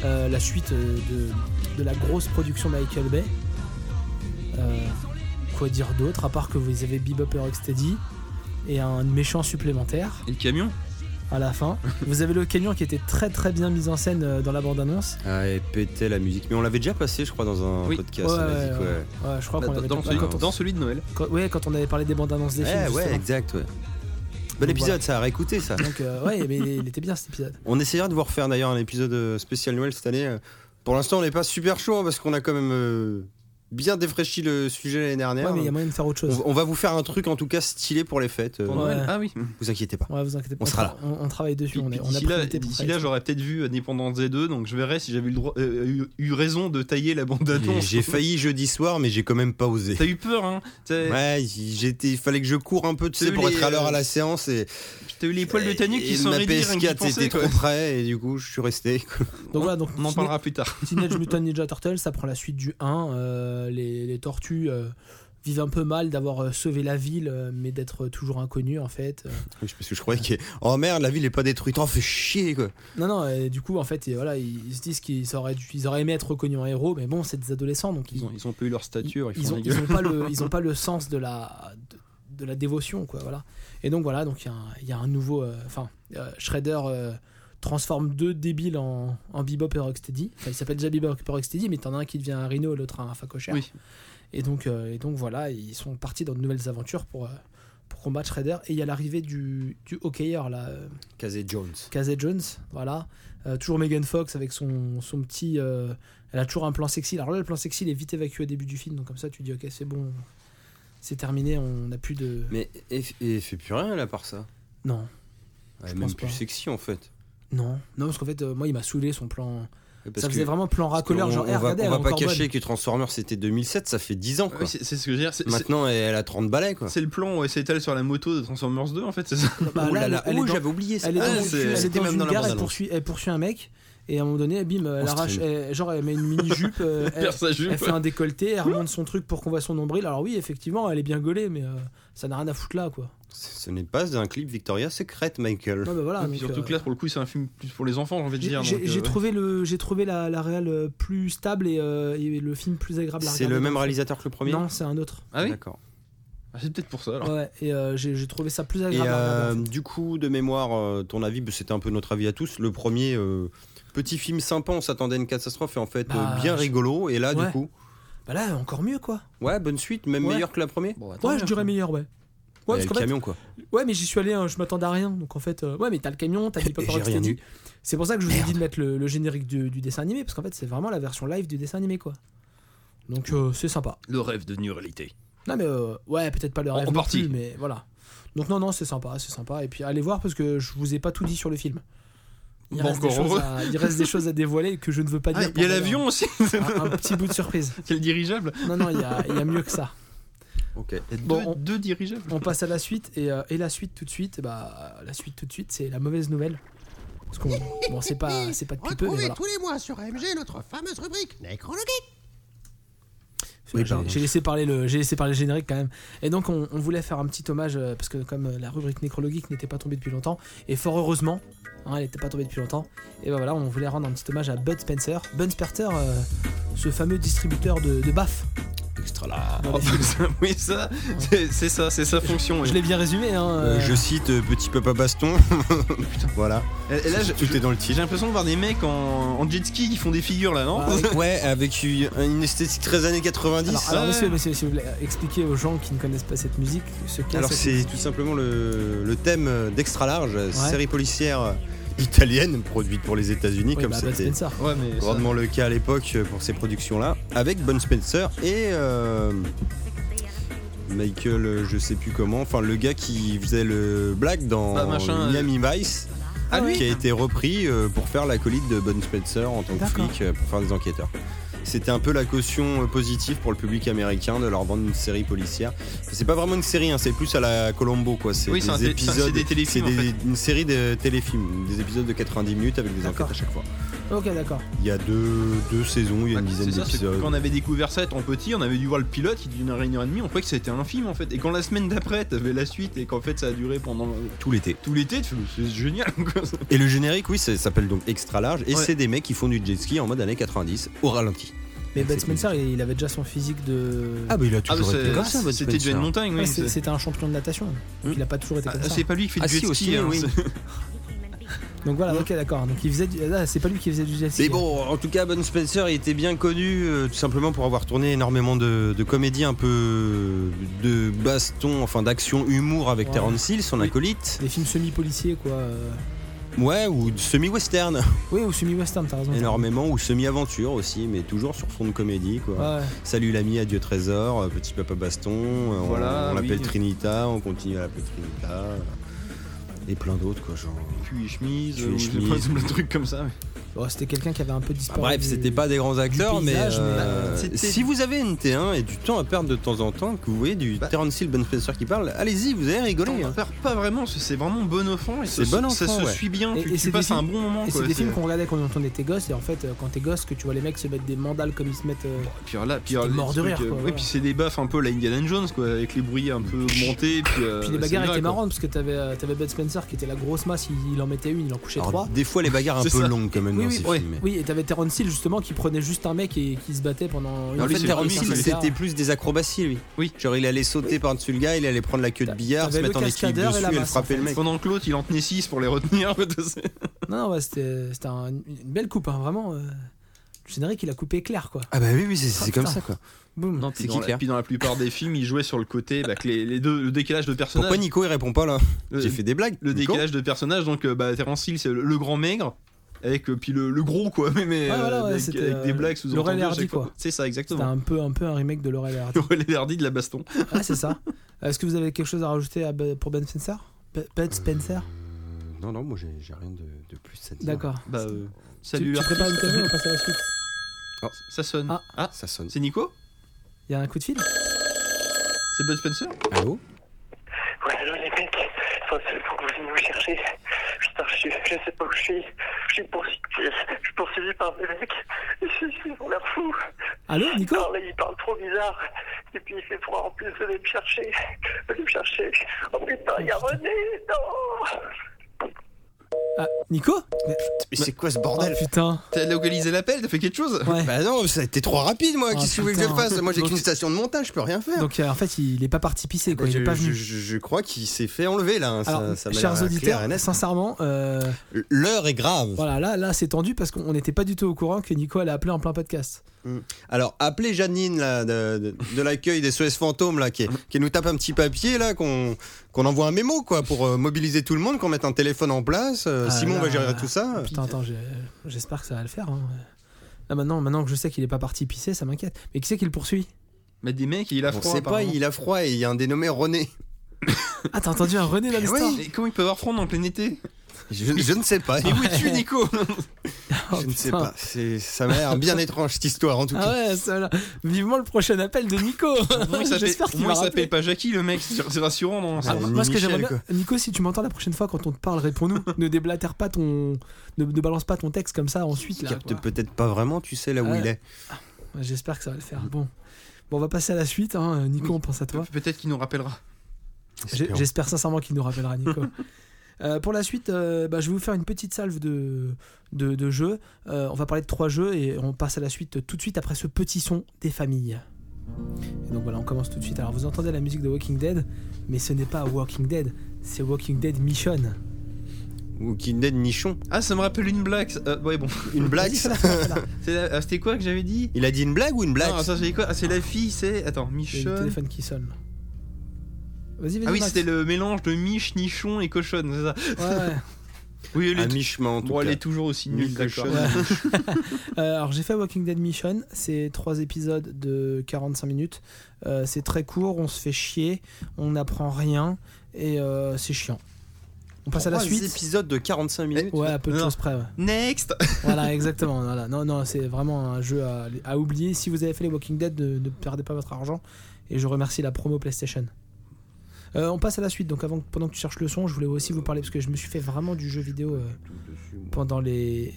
Speaker 2: euh, la suite euh, de, de la grosse production Michael Bay. Euh, quoi dire d'autre, à part que vous avez Bebop et Rocksteady, et un méchant supplémentaire
Speaker 4: Et le camion
Speaker 2: à la fin. Vous avez le camion qui était très très bien mis en scène euh, dans la bande-annonce.
Speaker 3: Ah, et pétait la musique. Mais on l'avait déjà passé, je crois, dans un
Speaker 4: Oui.
Speaker 3: podcast.
Speaker 2: Ouais,
Speaker 3: on a dit
Speaker 2: ouais,
Speaker 3: quoi.
Speaker 2: Ouais, je crois qu'on
Speaker 4: dans,
Speaker 2: l'avait
Speaker 4: Bah, dans
Speaker 2: pas-
Speaker 4: celui,
Speaker 2: quand,
Speaker 4: dans celui de Noël.
Speaker 2: quand- ouais, quand on avait parlé des bandes-annonces des films.
Speaker 3: Eh Ouais, ouais,
Speaker 2: justement.
Speaker 3: exact, ouais. Bon
Speaker 2: voilà.
Speaker 3: épisode, ça a réécouté ça.
Speaker 2: Donc euh, ouais, mais il il était bien cet épisode.
Speaker 3: On essayera de vous refaire d'ailleurs un épisode euh, spécial Noël cette année. Euh, Pour l'instant, on n'est pas super chaud hein, parce qu'on a quand même euh, bien défraîchi le sujet l'année
Speaker 2: Ouais,
Speaker 3: dernière.
Speaker 2: mais il y a moyen de faire autre
Speaker 3: on,
Speaker 2: chose.
Speaker 3: on va vous faire un truc en tout cas stylé pour les fêtes. euh,
Speaker 4: Pour
Speaker 2: Ouais.
Speaker 4: Noël. Ah oui.
Speaker 3: Vous inquiétez pas.
Speaker 2: Ouais, vous inquiétez pas.
Speaker 3: On sera
Speaker 2: tra- On, on travaille dessus.
Speaker 4: Puis-
Speaker 2: on, est,
Speaker 4: puis
Speaker 2: on a
Speaker 4: d'ici là,
Speaker 2: priorité pour
Speaker 4: d'ici
Speaker 2: travailler
Speaker 4: là, j'aurais peut-être vu euh, Indépendance Z2, donc je verrai si j'avais eu, le droit- euh, eu- eu raison de tailler la bande
Speaker 3: Et
Speaker 4: annonce.
Speaker 3: J'ai failli jeudi soir, mais j'ai quand même pas osé.
Speaker 4: T'as eu peur, hein T'as
Speaker 3: Ouais, j'étais, il fallait que je cours un peu, tu sais,
Speaker 4: T'as eu
Speaker 3: pour
Speaker 4: les,
Speaker 3: être à l'heure à
Speaker 4: euh,
Speaker 3: la séance et.
Speaker 4: t'as eu les poils de ta nuque
Speaker 3: et
Speaker 4: qui se sont
Speaker 3: Ma
Speaker 4: raidis, rien que d'y
Speaker 3: PS4
Speaker 4: penser,
Speaker 3: était
Speaker 4: quoi.
Speaker 3: trop près et du coup, je suis resté.
Speaker 2: dessus. Donc voilà, donc
Speaker 4: On en parlera plus tard.
Speaker 2: Teenage Mutant Ninja Turtles, ça prend la suite du 1. euh, les, les tortues euh, vivent un peu mal d'avoir euh, sauvé la ville, euh, mais d'être toujours inconnues en fait. Euh,
Speaker 3: Parce que je croyais que. Oh merde, la ville est pas détruite. Oh, fait chier quoi.
Speaker 2: Non, non, et du coup, en fait, et voilà, ils, ils se disent qu'ils auraient, dû- ils auraient aimé être reconnus en héros, mais bon, c'est des adolescents, donc ils,
Speaker 4: Ils ont, ils ont pas eu leur stature, ils,
Speaker 2: ils
Speaker 4: font
Speaker 2: ont,
Speaker 4: la
Speaker 2: ils
Speaker 4: gueule.
Speaker 2: ont pas le, ils ont pas le sens de la, de, de la dévotion, quoi, voilà. Et donc, voilà, donc il y a un- il y, a un nouveau. euh, Enfin, euh, Shredder. euh, transforme deux débiles en, en Bebop et Rocksteady. Enfin, il s'appelle déjà Bebop et Rocksteady, mais t'en as un qui devient un rhino et l'autre un facochère.
Speaker 4: Oui.
Speaker 2: Et donc, euh, et donc voilà, ils sont partis dans de nouvelles aventures pour, euh, pour combattre Shredder. Et il y a l'arrivée du, du hockeyeur, là, euh,
Speaker 3: Casey Jones.
Speaker 2: Casey Jones, voilà. Euh, toujours Megan Fox avec son, son petit... euh, elle a toujours un plan sexy. Alors là, le plan sexy, il est vite évacué au début du film, donc comme ça, tu dis, ok, c'est bon, c'est terminé, on n'a plus de...
Speaker 3: Mais et, et fait plus rien là, à part ça.
Speaker 2: Non,
Speaker 3: Elle est
Speaker 2: Je
Speaker 3: même
Speaker 2: pense
Speaker 3: plus
Speaker 2: pas.
Speaker 3: sexy en fait.
Speaker 2: non, non, parce qu'en fait, euh, moi, il m'a saoulé son plan...
Speaker 3: Parce
Speaker 2: ça faisait
Speaker 3: que-
Speaker 2: vraiment plan
Speaker 3: parce que
Speaker 2: racoleur,
Speaker 3: on-
Speaker 2: genre,
Speaker 3: on,
Speaker 2: eh,
Speaker 3: va,
Speaker 2: regardez,
Speaker 3: on
Speaker 2: elle est
Speaker 3: va pas
Speaker 2: encore bonne.
Speaker 3: cacher que Transformers c'était 2007, ça fait 10 ans quoi.
Speaker 4: Oui, c'est c'est ce que je veux dire. c'est- c'est-
Speaker 3: Maintenant, elle, elle a 30 balais quoi.
Speaker 4: C'est le plan où elle s'étale sur la moto de Transformers 2, en fait, c'est ça
Speaker 2: Bah, là,
Speaker 3: Oh là
Speaker 2: elle-
Speaker 3: là,
Speaker 2: elle est
Speaker 3: oh,
Speaker 2: dans-
Speaker 3: j'avais oublié ça.
Speaker 2: Elle est dans,
Speaker 4: Ah,
Speaker 2: une-
Speaker 4: c'est-
Speaker 2: elle est
Speaker 3: c'était
Speaker 2: dans
Speaker 3: même
Speaker 2: une
Speaker 3: dans la
Speaker 2: gare, elle
Speaker 3: bande-annonce.
Speaker 2: poursuit, elle poursuit un mec, et à un moment donné, bim, elle arrache,
Speaker 3: stream.
Speaker 2: elle- genre elle met une mini-jupe, euh,
Speaker 4: Elle
Speaker 2: elle,
Speaker 4: perd sa jupe.
Speaker 2: elle fait un décolleté, elle remonte son truc pour qu'on voit son nombril. Alors oui, effectivement, elle est bien gaulée, mais euh, ça n'a rien à foutre là, quoi.
Speaker 3: Ce ce n'est pas un clip Victoria's Secret, Michael.
Speaker 2: Non, bah voilà,
Speaker 4: Et puis
Speaker 2: donc,
Speaker 4: surtout
Speaker 2: euh,
Speaker 4: que là, pour le coup, c'est un film plus pour les enfants, j'ai envie de
Speaker 2: j'ai
Speaker 4: dire.
Speaker 2: j'ai-
Speaker 4: donc,
Speaker 2: j'ai
Speaker 4: euh,
Speaker 2: trouvé le, j'ai trouvé la, la réelle euh, plus stable et, euh, et le film plus agréable. à
Speaker 3: C'est
Speaker 2: regarder.
Speaker 3: le même réalisateur que le premier
Speaker 2: Non, c'est un autre.
Speaker 4: Ah oui
Speaker 3: D'accord.
Speaker 4: Ah, C'est peut-être pour ça, alors.
Speaker 2: Ouais, et euh, j'ai j'ai trouvé ça plus
Speaker 3: Et
Speaker 2: agréable. à
Speaker 3: euh,
Speaker 2: regarder, en fait.
Speaker 3: du coup, de mémoire, euh, ton avis, bah, c'était un peu notre avis à tous. Le premier, euh, petit film sympa, on s'attendait à une catastrophe et en fait,
Speaker 2: Bah,
Speaker 3: euh, bien
Speaker 2: je-
Speaker 3: rigolo. Et là,
Speaker 2: Ouais.
Speaker 3: du coup,
Speaker 2: Bah là, encore mieux, quoi.
Speaker 3: ouais, bonne suite, même
Speaker 2: Ouais.
Speaker 3: meilleur que la première.
Speaker 4: Bon, attends,
Speaker 2: Ouais, je
Speaker 4: merde.
Speaker 2: dirais meilleur, ouais. Ouais, parce
Speaker 3: Et le
Speaker 2: qu'en fait,
Speaker 3: camion, quoi.
Speaker 2: ouais, mais j'y suis allé, hein, je m'attendais à rien. Donc en fait, euh, ouais, mais t'as le camion, t'as dit pas
Speaker 3: Et j'ai rien eu.
Speaker 2: C'est pour ça que je vous ai dit de mettre le, le générique du, du dessin animé, parce qu'en fait, c'est vraiment la version live du dessin animé, quoi. Donc euh, c'est sympa.
Speaker 4: Le rêve devenu réalité.
Speaker 2: Non mais euh, ouais, peut-être pas le
Speaker 4: En-
Speaker 2: rêve
Speaker 4: en
Speaker 2: non
Speaker 4: partie.
Speaker 2: plus, mais voilà. Donc non non, c'est sympa, c'est sympa. Et puis allez voir parce que je vous ai pas tout dit sur le film. Il,
Speaker 4: Bon,
Speaker 2: reste, des
Speaker 4: encore
Speaker 2: choses
Speaker 4: heureux.
Speaker 2: à, il reste des choses à dévoiler que je ne veux pas
Speaker 4: Ah,
Speaker 2: dire.
Speaker 4: il y a
Speaker 2: pour
Speaker 4: l'avion aussi
Speaker 2: Un, un petit bout de surprise.
Speaker 4: Quel dirigeable
Speaker 2: Non non, il y a, il y a mieux que ça.
Speaker 3: Ok.
Speaker 2: Bon,
Speaker 4: deux,
Speaker 2: on-
Speaker 4: deux dirigeables
Speaker 2: On passe à la suite et, euh, et la suite tout de suite. Bah la suite tout de suite, c'est la mauvaise nouvelle. Parce qu'on bon c'est pas c'est pas depuis peu mais
Speaker 5: Retrouvez
Speaker 2: voilà.
Speaker 5: tous les mois sur AMG notre fameuse rubrique Nécrologique.
Speaker 2: J'ai-
Speaker 3: pardon.
Speaker 2: J'ai laissé parler le j'ai laissé parler le générique quand même. Et donc on, on voulait faire un petit hommage euh, parce que comme euh, la rubrique nécrologique n'était pas tombée depuis longtemps et fort heureusement, hein, elle n'était pas tombée depuis longtemps. Et ben voilà, on voulait rendre un petit hommage à Bud Spencer, Bud Spencer, euh, ce fameux distributeur de, de baffes.
Speaker 3: Extra là.
Speaker 2: Dans les
Speaker 4: Oh,
Speaker 2: films.
Speaker 4: ça- Oui, ça, c'est c'est ça, c'est sa fonction. oui.
Speaker 2: Je l'ai bien résumé. Hein,
Speaker 3: Euh,
Speaker 2: euh,
Speaker 3: je cite euh, Petit Papa Baston. voilà.
Speaker 4: Et- et là, je-
Speaker 3: tout est dans le
Speaker 4: j'ai
Speaker 3: titre.
Speaker 4: l'impression de voir des mecs en, en jet ski qui font des figures là, non
Speaker 2: Ah, oui.
Speaker 3: Ouais, avec une une esthétique très années 90.
Speaker 2: alors, alors,
Speaker 4: ouais.
Speaker 2: monsieur, monsieur, si vous voulez euh, expliquer aux gens qui ne connaissent pas cette musique ce qu'est
Speaker 3: Ah. Alors
Speaker 2: cette
Speaker 3: c'est
Speaker 2: musique.
Speaker 3: tout simplement le, le thème d'Extra Large, série policière euh, italienne produite pour les États-Unis,
Speaker 2: Oui,
Speaker 3: comme
Speaker 2: bah, Bud
Speaker 3: c'était
Speaker 2: Spencer.
Speaker 4: Ouais, mais. ça-
Speaker 3: grandement le cas à l'époque euh, pour ces productions-là, avec Bon Spencer et euh, Michael, euh, je sais plus comment, enfin le gars qui faisait le black dans
Speaker 4: Bah, machin,
Speaker 3: Miami Vice.
Speaker 4: Ah, lui
Speaker 3: qui a été repris euh, pour faire l'acolyte de Bon Spencer en tant que
Speaker 2: D'accord.
Speaker 3: flic euh, pour faire des enquêteurs. C'était un peu la caution euh, positive pour le public américain de leur vendre une série policière. C'est pas vraiment une série, hein, c'est plus à la Colombo quoi. C'est
Speaker 4: Oui, c'est un
Speaker 3: des
Speaker 4: télé- c'est un-
Speaker 3: épisodes,
Speaker 4: c'est des téléfilms,
Speaker 3: c'est
Speaker 4: en
Speaker 3: des- une série de téléfilms, des épisodes de 90 minutes avec des
Speaker 2: D'accord.
Speaker 3: enquêtes à chaque fois.
Speaker 2: Ok, d'accord.
Speaker 3: Il y a deux, deux saisons, il y a
Speaker 4: Bah,
Speaker 3: une dizaine
Speaker 4: c'est ça, c'est que
Speaker 3: d'épisodes.
Speaker 4: quand on avait découvert ça étant petit, on avait dû voir le pilote qui d'une heure et demie, on croyait que c'était un film en fait. Et quand la semaine d'après t'avais la suite et qu'en fait ça a duré pendant euh,
Speaker 3: Tout l'été.
Speaker 4: tout l'été, tu fais, c'est génial quoi.
Speaker 3: Et le générique, oui, ça s'appelle donc Extra Large. Et
Speaker 4: Ouais.
Speaker 3: c'est des mecs qui font du jet ski en mode années 90 au ralenti.
Speaker 2: Mais
Speaker 6: Avec
Speaker 2: Bud
Speaker 6: cette
Speaker 2: Spencer, il, il avait déjà son physique de.
Speaker 6: Ah, bah il a
Speaker 4: Ah, bah,
Speaker 6: toujours été
Speaker 4: c'est-
Speaker 6: comme ça, Bud
Speaker 4: c'était
Speaker 6: Spencer.
Speaker 4: John Montagne,
Speaker 2: Ouais,
Speaker 4: oui.
Speaker 2: Ah, c'est-
Speaker 4: c'est-
Speaker 2: C'était un champion de natation.
Speaker 6: Hmm.
Speaker 2: Il a pas toujours été
Speaker 4: Ah,
Speaker 2: comme ça.
Speaker 4: C'est pas lui qui fait
Speaker 6: Ah,
Speaker 4: du
Speaker 6: si,
Speaker 4: jet
Speaker 6: au
Speaker 4: ski.
Speaker 6: ciné,
Speaker 4: hein,
Speaker 6: oui.
Speaker 4: c'est-
Speaker 2: Donc voilà, ok, d'accord. Donc il faisait du- là, c'est pas lui qui faisait du jet ski.
Speaker 3: Mais bon, en tout cas, Bon Spencer, il était bien connu euh, tout simplement pour avoir tourné énormément de, de comédies un peu de baston, enfin d'action, humour avec
Speaker 2: Ouais.
Speaker 3: Terrence Hill, son
Speaker 2: Oui.
Speaker 3: acolyte.
Speaker 2: Des films semi-policiers, quoi. euh.
Speaker 3: Ouais, ou de semi-western
Speaker 2: Oui, ou semi-western, t'as raison.
Speaker 3: énormément, ou semi-aventure aussi, mais toujours sur fond de comédie quoi.
Speaker 2: Ouais.
Speaker 3: Salut l'ami, adieu trésor, euh, petit papa baston, euh, on-
Speaker 4: Voilà,
Speaker 3: on, l'appelle
Speaker 4: oui.
Speaker 3: Trinita, on continue à l'appeler Trinita. euh, Et plein d'autres quoi, genre.
Speaker 4: Cul et chemise,
Speaker 3: Cul et
Speaker 4: ou je sais
Speaker 3: chemise.
Speaker 4: pas, tout le truc comme ça.
Speaker 2: Bon, c'était quelqu'un qui avait un peu
Speaker 3: Bah,
Speaker 2: disparu.
Speaker 3: bref,
Speaker 2: du-
Speaker 3: c'était pas des grands acteurs,
Speaker 2: paysage,
Speaker 3: mais, euh,
Speaker 4: mais, bah, c'était-
Speaker 3: si vous avez une T1 et du temps à perdre de temps en temps, que vous voyez du
Speaker 4: Bah.
Speaker 3: Terence Hill, Ben Spencer qui parle, allez-y, vous allez rigoler.
Speaker 4: On
Speaker 3: hein.
Speaker 4: perd pas vraiment, parce que c'est vraiment bon enfant. et
Speaker 3: C'est
Speaker 4: ça-
Speaker 3: bon
Speaker 4: Ça
Speaker 3: enfant,
Speaker 4: se
Speaker 3: ouais.
Speaker 4: suit bien,
Speaker 2: Et-
Speaker 4: tu-
Speaker 2: et c'est
Speaker 4: tu passes
Speaker 2: des
Speaker 4: un
Speaker 2: films-
Speaker 4: bon moment.
Speaker 2: Et
Speaker 4: quoi,
Speaker 2: c'est des
Speaker 4: c'est-
Speaker 2: films qu'on regardait quand on était gosse, et en fait, euh, quand t'es gosse, que tu vois les mecs se mettre des mandales comme ils se mettent.
Speaker 3: Bah,
Speaker 2: euh,
Speaker 4: Puis alors là, puis alors
Speaker 2: C'était
Speaker 4: les
Speaker 2: mort de
Speaker 4: trucs,
Speaker 2: rire,
Speaker 4: euh,
Speaker 2: quoi,
Speaker 4: ouais,
Speaker 2: voilà.
Speaker 4: puis c'est des baffes un peu la Indiana Jones, quoi, avec les bruits un peu augmentés. Puis,
Speaker 3: bah,
Speaker 4: euh,
Speaker 2: Puis les
Speaker 4: c'est
Speaker 2: bagarres
Speaker 4: bien,
Speaker 2: étaient
Speaker 4: quoi.
Speaker 2: marrantes parce que t'avais euh, t'avais Bud Spencer qui était la grosse masse, il, il en mettait une, il en couchait
Speaker 3: Alors,
Speaker 2: trois.
Speaker 3: des fois les bagarres un peu
Speaker 4: C'est ça.
Speaker 3: longues quand même
Speaker 2: Oui,
Speaker 3: dans
Speaker 2: oui,
Speaker 3: ces
Speaker 4: ouais.
Speaker 3: films.
Speaker 2: Oui, et t'avais Terrence Hill justement qui prenait juste un mec et qui se battait pendant une Ah,
Speaker 3: En
Speaker 4: lui,
Speaker 3: fait,
Speaker 4: c'est
Speaker 3: Terence
Speaker 4: comique,
Speaker 3: Hill,
Speaker 4: mais-
Speaker 3: c'était plus des acrobaties, lui.
Speaker 4: Oui.
Speaker 3: Genre, il allait sauter par-dessus le gars, il allait prendre la queue de billard, se
Speaker 2: T'avais
Speaker 3: mettre
Speaker 2: le
Speaker 3: en équilibre
Speaker 2: cascadeur et
Speaker 3: dessus
Speaker 2: la
Speaker 3: et, le
Speaker 2: masse,
Speaker 3: frapper
Speaker 2: en
Speaker 3: le
Speaker 2: fait.
Speaker 3: mec.
Speaker 4: Pendant que l'autre, il en tenait 6 pour les retenir. c'est-
Speaker 2: Non, non, ouais, c'était c'était un- une belle coupe, hein, vraiment. euh, Le générique, il a coupé clair, quoi.
Speaker 3: Ah bah oui, oui, c'est
Speaker 2: Ah,
Speaker 3: c'est comme
Speaker 2: putain.
Speaker 3: ça, quoi.
Speaker 2: Boum.
Speaker 4: puis,
Speaker 3: c'est
Speaker 4: dans la,
Speaker 3: clair.
Speaker 4: puis dans la plupart des films, il jouait sur le côté, bah, que les, les deux, le décalage de personnages.
Speaker 3: Pourquoi Nico, il répond pas, là
Speaker 4: euh,
Speaker 3: J'ai fait des blagues.
Speaker 4: le
Speaker 3: Nico
Speaker 4: décalage de personnages, donc euh, bah, Terence Hill, c'est le, le grand maigre. Avec euh, puis le, le gros quoi, mais,
Speaker 2: Ouais,
Speaker 4: mais,
Speaker 2: Ah, voilà,
Speaker 4: euh,
Speaker 2: ouais,
Speaker 4: avec,
Speaker 2: c'était,
Speaker 4: avec des
Speaker 2: euh,
Speaker 4: blagues sous
Speaker 2: Laurel et
Speaker 4: entendues
Speaker 2: Hardy, quoi.
Speaker 4: C'est ça
Speaker 2: C'était
Speaker 4: exactement.
Speaker 2: un peu, un peu un remake de Laurel et Hardy.
Speaker 4: Laurel et Hardy de la baston.
Speaker 2: Ah, c'est ça. Est-ce que vous avez quelque chose à rajouter à Bu- pour Ben Spencer Bu- Bud Spencer
Speaker 3: Euh, Non, non, moi, j'ai j'ai rien de, de plus à dire.
Speaker 2: D'accord.
Speaker 4: Bah, euh,
Speaker 2: Tu,
Speaker 4: salut.
Speaker 2: tu
Speaker 4: Arthur.
Speaker 2: prépares une connerie, on passe à la suite.
Speaker 4: Ça sonne.
Speaker 2: Ah.
Speaker 4: Ah,
Speaker 3: Ça sonne.
Speaker 4: c'est Nico
Speaker 2: Il y a un coup de fil
Speaker 4: C'est Bud Spencer
Speaker 3: Allô
Speaker 7: Ouais, allô les mecs, faut absolument que vous veniez me chercher. Putain, je, suis- je sais pas où je suis. Je suis poursuivi, je suis poursuivi par des mecs. Ils ils sont la fou.
Speaker 2: Allô, Nico
Speaker 7: Ils parlent, ils parlent trop bizarre. Et puis il fait froid en plus, venez me chercher. Venez me chercher. Oh putain, il y a René, non
Speaker 2: Ah, Nico
Speaker 3: Mais c'est quoi ce
Speaker 2: Oh
Speaker 3: bordel
Speaker 2: putain.
Speaker 4: T'as localisé l'appel T'as fait quelque chose
Speaker 2: Ouais.
Speaker 3: Bah non, ça a été trop rapide, moi.
Speaker 2: Ah,
Speaker 3: Qu'est-ce que vous voulez que je
Speaker 2: putain.
Speaker 3: fasse Moi, j'ai
Speaker 2: Donc-
Speaker 3: qu'une station de montage, je peux rien faire.
Speaker 2: Donc euh, en fait, il est pas parti pisser, quoi.
Speaker 3: Bah,
Speaker 2: Il
Speaker 3: je,
Speaker 2: est pas
Speaker 3: je-
Speaker 2: venu.
Speaker 3: je- je crois qu'il s'est fait enlever là. hein, ça-
Speaker 2: Alors,
Speaker 3: ça m'a
Speaker 2: chers
Speaker 3: l'air clair et
Speaker 2: auditeurs,
Speaker 3: net.
Speaker 2: sincèrement, euh,
Speaker 3: l'heure est grave.
Speaker 2: voilà, là, là, c'est tendu parce qu'on n'était pas du tout au courant que Nico allait appeler en plein podcast.
Speaker 3: Alors appelez Janine là, de, de- de l'accueil des SOS fantômes là, qui, qui nous tape un petit papier là, qu'on qu'on envoie un mémo quoi pour euh, mobiliser tout le monde, qu'on mette un téléphone en place. euh,
Speaker 2: Ah,
Speaker 3: Simon
Speaker 2: là,
Speaker 3: va gérer
Speaker 2: là.
Speaker 3: tout ça.
Speaker 2: Putain, attends, j'ai- j'espère que ça va le faire. hein. Là maintenant, maintenant que je sais qu'il est pas parti pisser, ça m'inquiète. Mais qui c'est qui le poursuit
Speaker 4: Mais des mecs, il a
Speaker 3: On
Speaker 4: froid.
Speaker 3: sait pas,
Speaker 4: apparemment.
Speaker 3: il a froid et il y a un dénommé René.
Speaker 2: Ah, t'as entendu un René dans
Speaker 3: Eh
Speaker 2: l'histoire
Speaker 4: Mais comment il peut avoir froid en plein été
Speaker 3: Je, je ne sais pas.
Speaker 4: Mais où es-tu, Nico
Speaker 2: Oh,
Speaker 3: je ne sais
Speaker 2: putain.
Speaker 3: pas. C'est- Ça m'a l'air bien étrange cette histoire en tout
Speaker 2: Ah
Speaker 3: cas.
Speaker 2: ouais, ça, là. vivement le prochain appel de Nico.
Speaker 4: Au moins, il s'appelle-
Speaker 2: J'espère
Speaker 4: au
Speaker 2: qu'il
Speaker 4: moins,
Speaker 2: va
Speaker 4: il
Speaker 2: rappeler.
Speaker 4: s'appelle pas Jackie, le mec. C'est c'est rassurant, non
Speaker 2: Ah,
Speaker 3: Ouais,
Speaker 2: moi,
Speaker 3: ni
Speaker 2: moi, ce que
Speaker 3: Michel,
Speaker 2: j'aimerais bien,
Speaker 3: quoi.
Speaker 2: Nico, si tu m'entends la prochaine fois quand on te parle, réponds-nous. ne déblatère pas ton, ne, ne balance pas ton texte comme ça ensuite.
Speaker 3: Il
Speaker 2: là,
Speaker 3: capte
Speaker 2: quoi.
Speaker 3: peut-être pas vraiment, tu sais là où
Speaker 2: Ah.
Speaker 3: il est.
Speaker 2: Ouais, J'espère que ça va le faire. Bon. Bon, on va passer à la suite. hein. Euh, Nico, on pense à toi.
Speaker 4: Pe- Peut-être qu'il nous rappellera.
Speaker 2: J'ai- J'espère sincèrement qu'il nous rappellera, Nico. Euh, pour la suite, euh, bah, je vais vous faire une petite salve de, de, de jeux. Euh, on va parler de trois jeux et on passe à la suite tout de suite après ce petit son des familles. Et donc voilà, on commence tout de suite. Alors vous entendez la musique de Walking Dead, mais ce n'est pas Walking Dead, c'est Walking Dead Mission.
Speaker 3: Ou qu'il n'est de nichon.
Speaker 4: Ah, ça me rappelle une blague. ça. Euh, ouais, bon.
Speaker 3: Une blague
Speaker 2: Vas-y,
Speaker 3: ça
Speaker 4: C'est la- ah, C'était quoi que j'avais dit
Speaker 3: Il a dit une blague ou une blague
Speaker 4: Non, attends, j'ai dit quoi Ah, c'est la fille, c'est. Attends,
Speaker 2: Il y a le
Speaker 4: Michonne.
Speaker 2: téléphone qui sonne. Vas-y, vas-y.
Speaker 4: Ah oui,
Speaker 2: Max.
Speaker 4: c'était le mélange de Mich, Nichon et Cochonne, c'est ça
Speaker 2: Ouais, ouais.
Speaker 4: Oui, elle
Speaker 3: À
Speaker 4: est,
Speaker 3: mi-chemin Ah, en tout
Speaker 4: bon, elle
Speaker 3: cas.
Speaker 4: est toujours aussi
Speaker 3: Ni
Speaker 4: nulle, d'accord.
Speaker 3: cochonne, ni
Speaker 2: Euh, alors j'ai fait Walking Dead Mission, c'est trois épisodes de 45 minutes. Euh, c'est très court, on se fait chier, on n'apprend rien et euh, c'est chiant. On passe à la
Speaker 3: Trois
Speaker 2: suite. Eh,
Speaker 3: épisodes de 45 minutes.
Speaker 2: Ouais, à peu de
Speaker 4: Non.
Speaker 2: choses près. ouais.
Speaker 4: Next
Speaker 2: Voilà, exactement. voilà. Non, non, c'est vraiment un jeu à, à oublier. Si vous avez fait les Walking Dead, ne, ne perdez pas votre argent. Et je remercie la promo PlayStation. Euh, on passe à la suite. Donc, avant, que- pendant que tu cherches le son, je voulais aussi vous parler parce que je me suis fait vraiment du jeu vidéo euh, pendant les.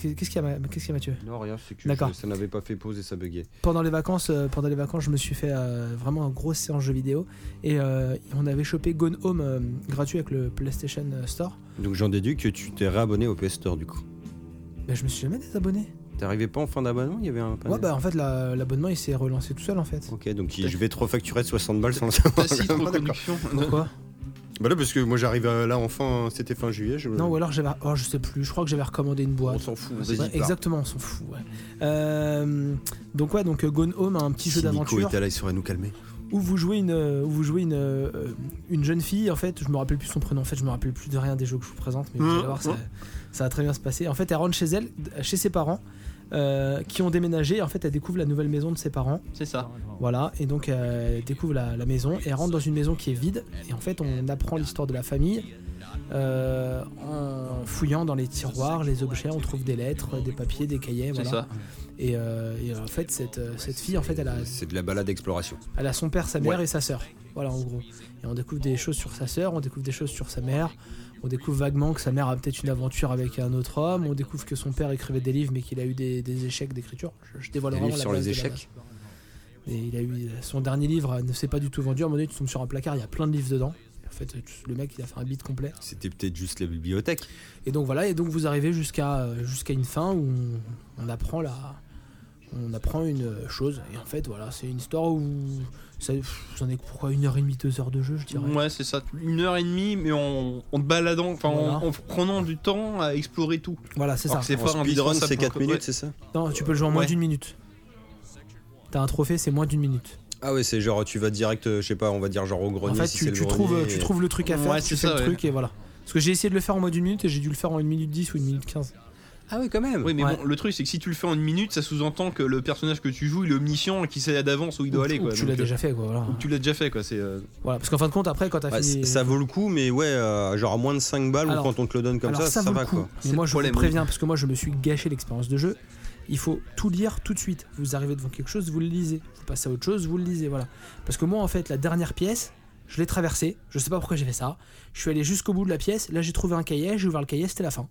Speaker 2: Qu'est-ce qu'il y a, Ma- qu'est-ce qu'il y a Mathieu
Speaker 3: Non, rien, c'est que
Speaker 2: D'accord.
Speaker 3: je- ça n'avait pas fait pause et ça buguait.
Speaker 2: pendant les vacances, euh, pendant les vacances, je me suis fait euh, vraiment une grosse séance jeux vidéo et euh, on avait chopé Gone Home euh, gratuit avec le PlayStation euh, Store.
Speaker 3: Donc j'en déduis que tu t'es réabonné au PS Store du coup.
Speaker 2: Mais je me suis jamais désabonné.
Speaker 3: T'arrivais pas en fin d'abonnement Il y avait un panel.
Speaker 2: Ouais, bah en fait, la- l'abonnement il s'est relancé tout seul en fait.
Speaker 3: Ok, donc il- je vais te refacturer de 60 balles sans le savoir.
Speaker 4: Tacite reconduction.
Speaker 2: Pourquoi
Speaker 3: Bah là, parce que moi j'arrive euh, là enfin, c'était fin juillet. Je...
Speaker 2: Non, ou alors j'avais. Oh, je sais plus, je crois que j'avais recommandé une
Speaker 3: on
Speaker 2: boîte.
Speaker 3: s'en fout.
Speaker 2: Ouais,
Speaker 3: Vas-y, pars.
Speaker 2: exactement, on s'en fout. ouais. Euh, donc, ouais, donc euh, Gone Home, un petit jeu
Speaker 3: Si Nico
Speaker 2: d'aventure.
Speaker 3: était là, il saurait nous calmer.
Speaker 2: où vous jouez une euh, où vous jouez une euh, une jeune fille en fait je me rappelle plus son prénom en fait je me rappelle plus de rien des jeux que je vous présente mais vous
Speaker 4: Mmh,
Speaker 2: allez voir ça,
Speaker 4: mmh.
Speaker 2: ça va très bien se passer en fait elle rentre chez elle d- chez ses parents euh, qui ont déménagé en fait elle découvre la nouvelle maison de ses parents
Speaker 4: C'est ça.
Speaker 2: voilà et donc euh, elle découvre la, la maison et elle rentre dans une maison qui est vide et en fait on apprend l'histoire de la famille euh, en fouillant dans les tiroirs les objets on trouve des lettres des papiers des cahiers
Speaker 4: C'est
Speaker 2: voilà
Speaker 4: ça.
Speaker 2: Et, euh, et, euh, en fait cette, euh, cette fille en fait elle a
Speaker 3: C'est de la balade exploration.
Speaker 2: elle a son père, sa mère et sa sœur. Voilà, en gros. Et on découvre des choses sur sa sœur, on découvre des choses sur sa mère. On découvre vaguement que sa mère a peut-être une aventure avec un autre homme. On découvre que son père écrivait des livres, mais qu'il a eu des, des échecs d'écriture. Je, je dévoile
Speaker 3: Des
Speaker 2: vraiment
Speaker 3: livres
Speaker 2: la
Speaker 3: sur
Speaker 2: base
Speaker 3: les
Speaker 2: de la
Speaker 3: échecs
Speaker 2: base. Et il a eu son dernier livre euh, ne s'est pas du tout vendu. À un moment donné, tu tombes sur un placard, il y a plein de livres dedans. En fait, tu- le mec, il a fait un beat complet.
Speaker 3: C'était peut-être juste la bibliothèque.
Speaker 2: Et donc voilà, et donc vous arrivez jusqu'à euh, jusqu'à une fin où on, on apprend la, on apprend une euh, chose. Et en fait, voilà, c'est une histoire où ça, pff, vous en êtes pourquoi une heure et demie, deux heures de jeu, je dirais.
Speaker 4: Ouais, c'est ça. Une heure et demie, mais en, en te baladant, enfin en-
Speaker 2: Voilà.
Speaker 4: en, prenant du temps à explorer tout.
Speaker 2: Voilà, c'est ça.
Speaker 4: Alors que c'est
Speaker 3: En
Speaker 4: fort
Speaker 3: speedrun, c'est 4
Speaker 4: indispensable.
Speaker 3: minutes,
Speaker 4: Ouais.
Speaker 3: c'est ça
Speaker 2: Non, tu peux le jouer en moins
Speaker 4: Ouais.
Speaker 2: d'une minute. T'as un trophée, c'est moins d'une minute.
Speaker 3: Ah ouais, c'est genre tu vas direct, euh, je sais pas, on va dire genre au
Speaker 2: en
Speaker 3: grenier.
Speaker 2: fait,
Speaker 3: si
Speaker 2: tu,
Speaker 3: c'est le
Speaker 2: tu trouves,
Speaker 3: grenier,
Speaker 2: tu
Speaker 3: et-
Speaker 2: trouves le truc à faire,
Speaker 4: Ouais,
Speaker 2: tu
Speaker 4: c'est
Speaker 2: fais
Speaker 4: ça,
Speaker 2: le
Speaker 4: ouais.
Speaker 2: truc et voilà. Parce que j'ai essayé de le faire en moins d'une minute et j'ai dû le faire en une minute 10 ou une minute 15.
Speaker 3: Ah ouais, quand même.
Speaker 4: Oui, mais
Speaker 2: Ouais.
Speaker 4: bon, le truc, c'est que si tu le fais en une minute, ça sous-entend que le personnage que tu joues, il est omniscient et qu'il sait d'avance où il doit
Speaker 2: Ou-
Speaker 4: aller.
Speaker 2: ou
Speaker 4: Quoi.
Speaker 2: tu
Speaker 4: Donc,
Speaker 2: l'as
Speaker 4: euh,
Speaker 2: déjà fait, quoi. Voilà.
Speaker 4: ou tu l'as déjà fait, quoi. C'est. euh,
Speaker 2: Voilà, Parce qu'en fin de compte, après, quand t'as
Speaker 3: Bah,
Speaker 2: fini.
Speaker 3: c- ça vaut le coup, mais ouais, euh, genre à moins de 5 balles
Speaker 2: Alors-
Speaker 3: ou quand on te le donne comme
Speaker 2: Alors
Speaker 3: ça, ça,
Speaker 2: vaut
Speaker 3: va
Speaker 2: le coup.
Speaker 3: quoi.
Speaker 2: Mais
Speaker 4: C'est
Speaker 2: moi
Speaker 4: le
Speaker 2: je
Speaker 4: problème,
Speaker 2: vous préviens parce que moi je me suis gâché l'expérience de jeu. Il faut tout lire tout de suite. Vous arrivez devant quelque chose, vous le lisez. Vous passez à autre chose, vous le lisez. Voilà. Parce que moi en fait la dernière pièce, je l'ai traversée. Je sais pas pourquoi j'ai fait ça. Je suis allé jusqu'au bout de la pièce. Là j'ai trouvé un cahier, j'ai ouvert le cahier, c'était la fin.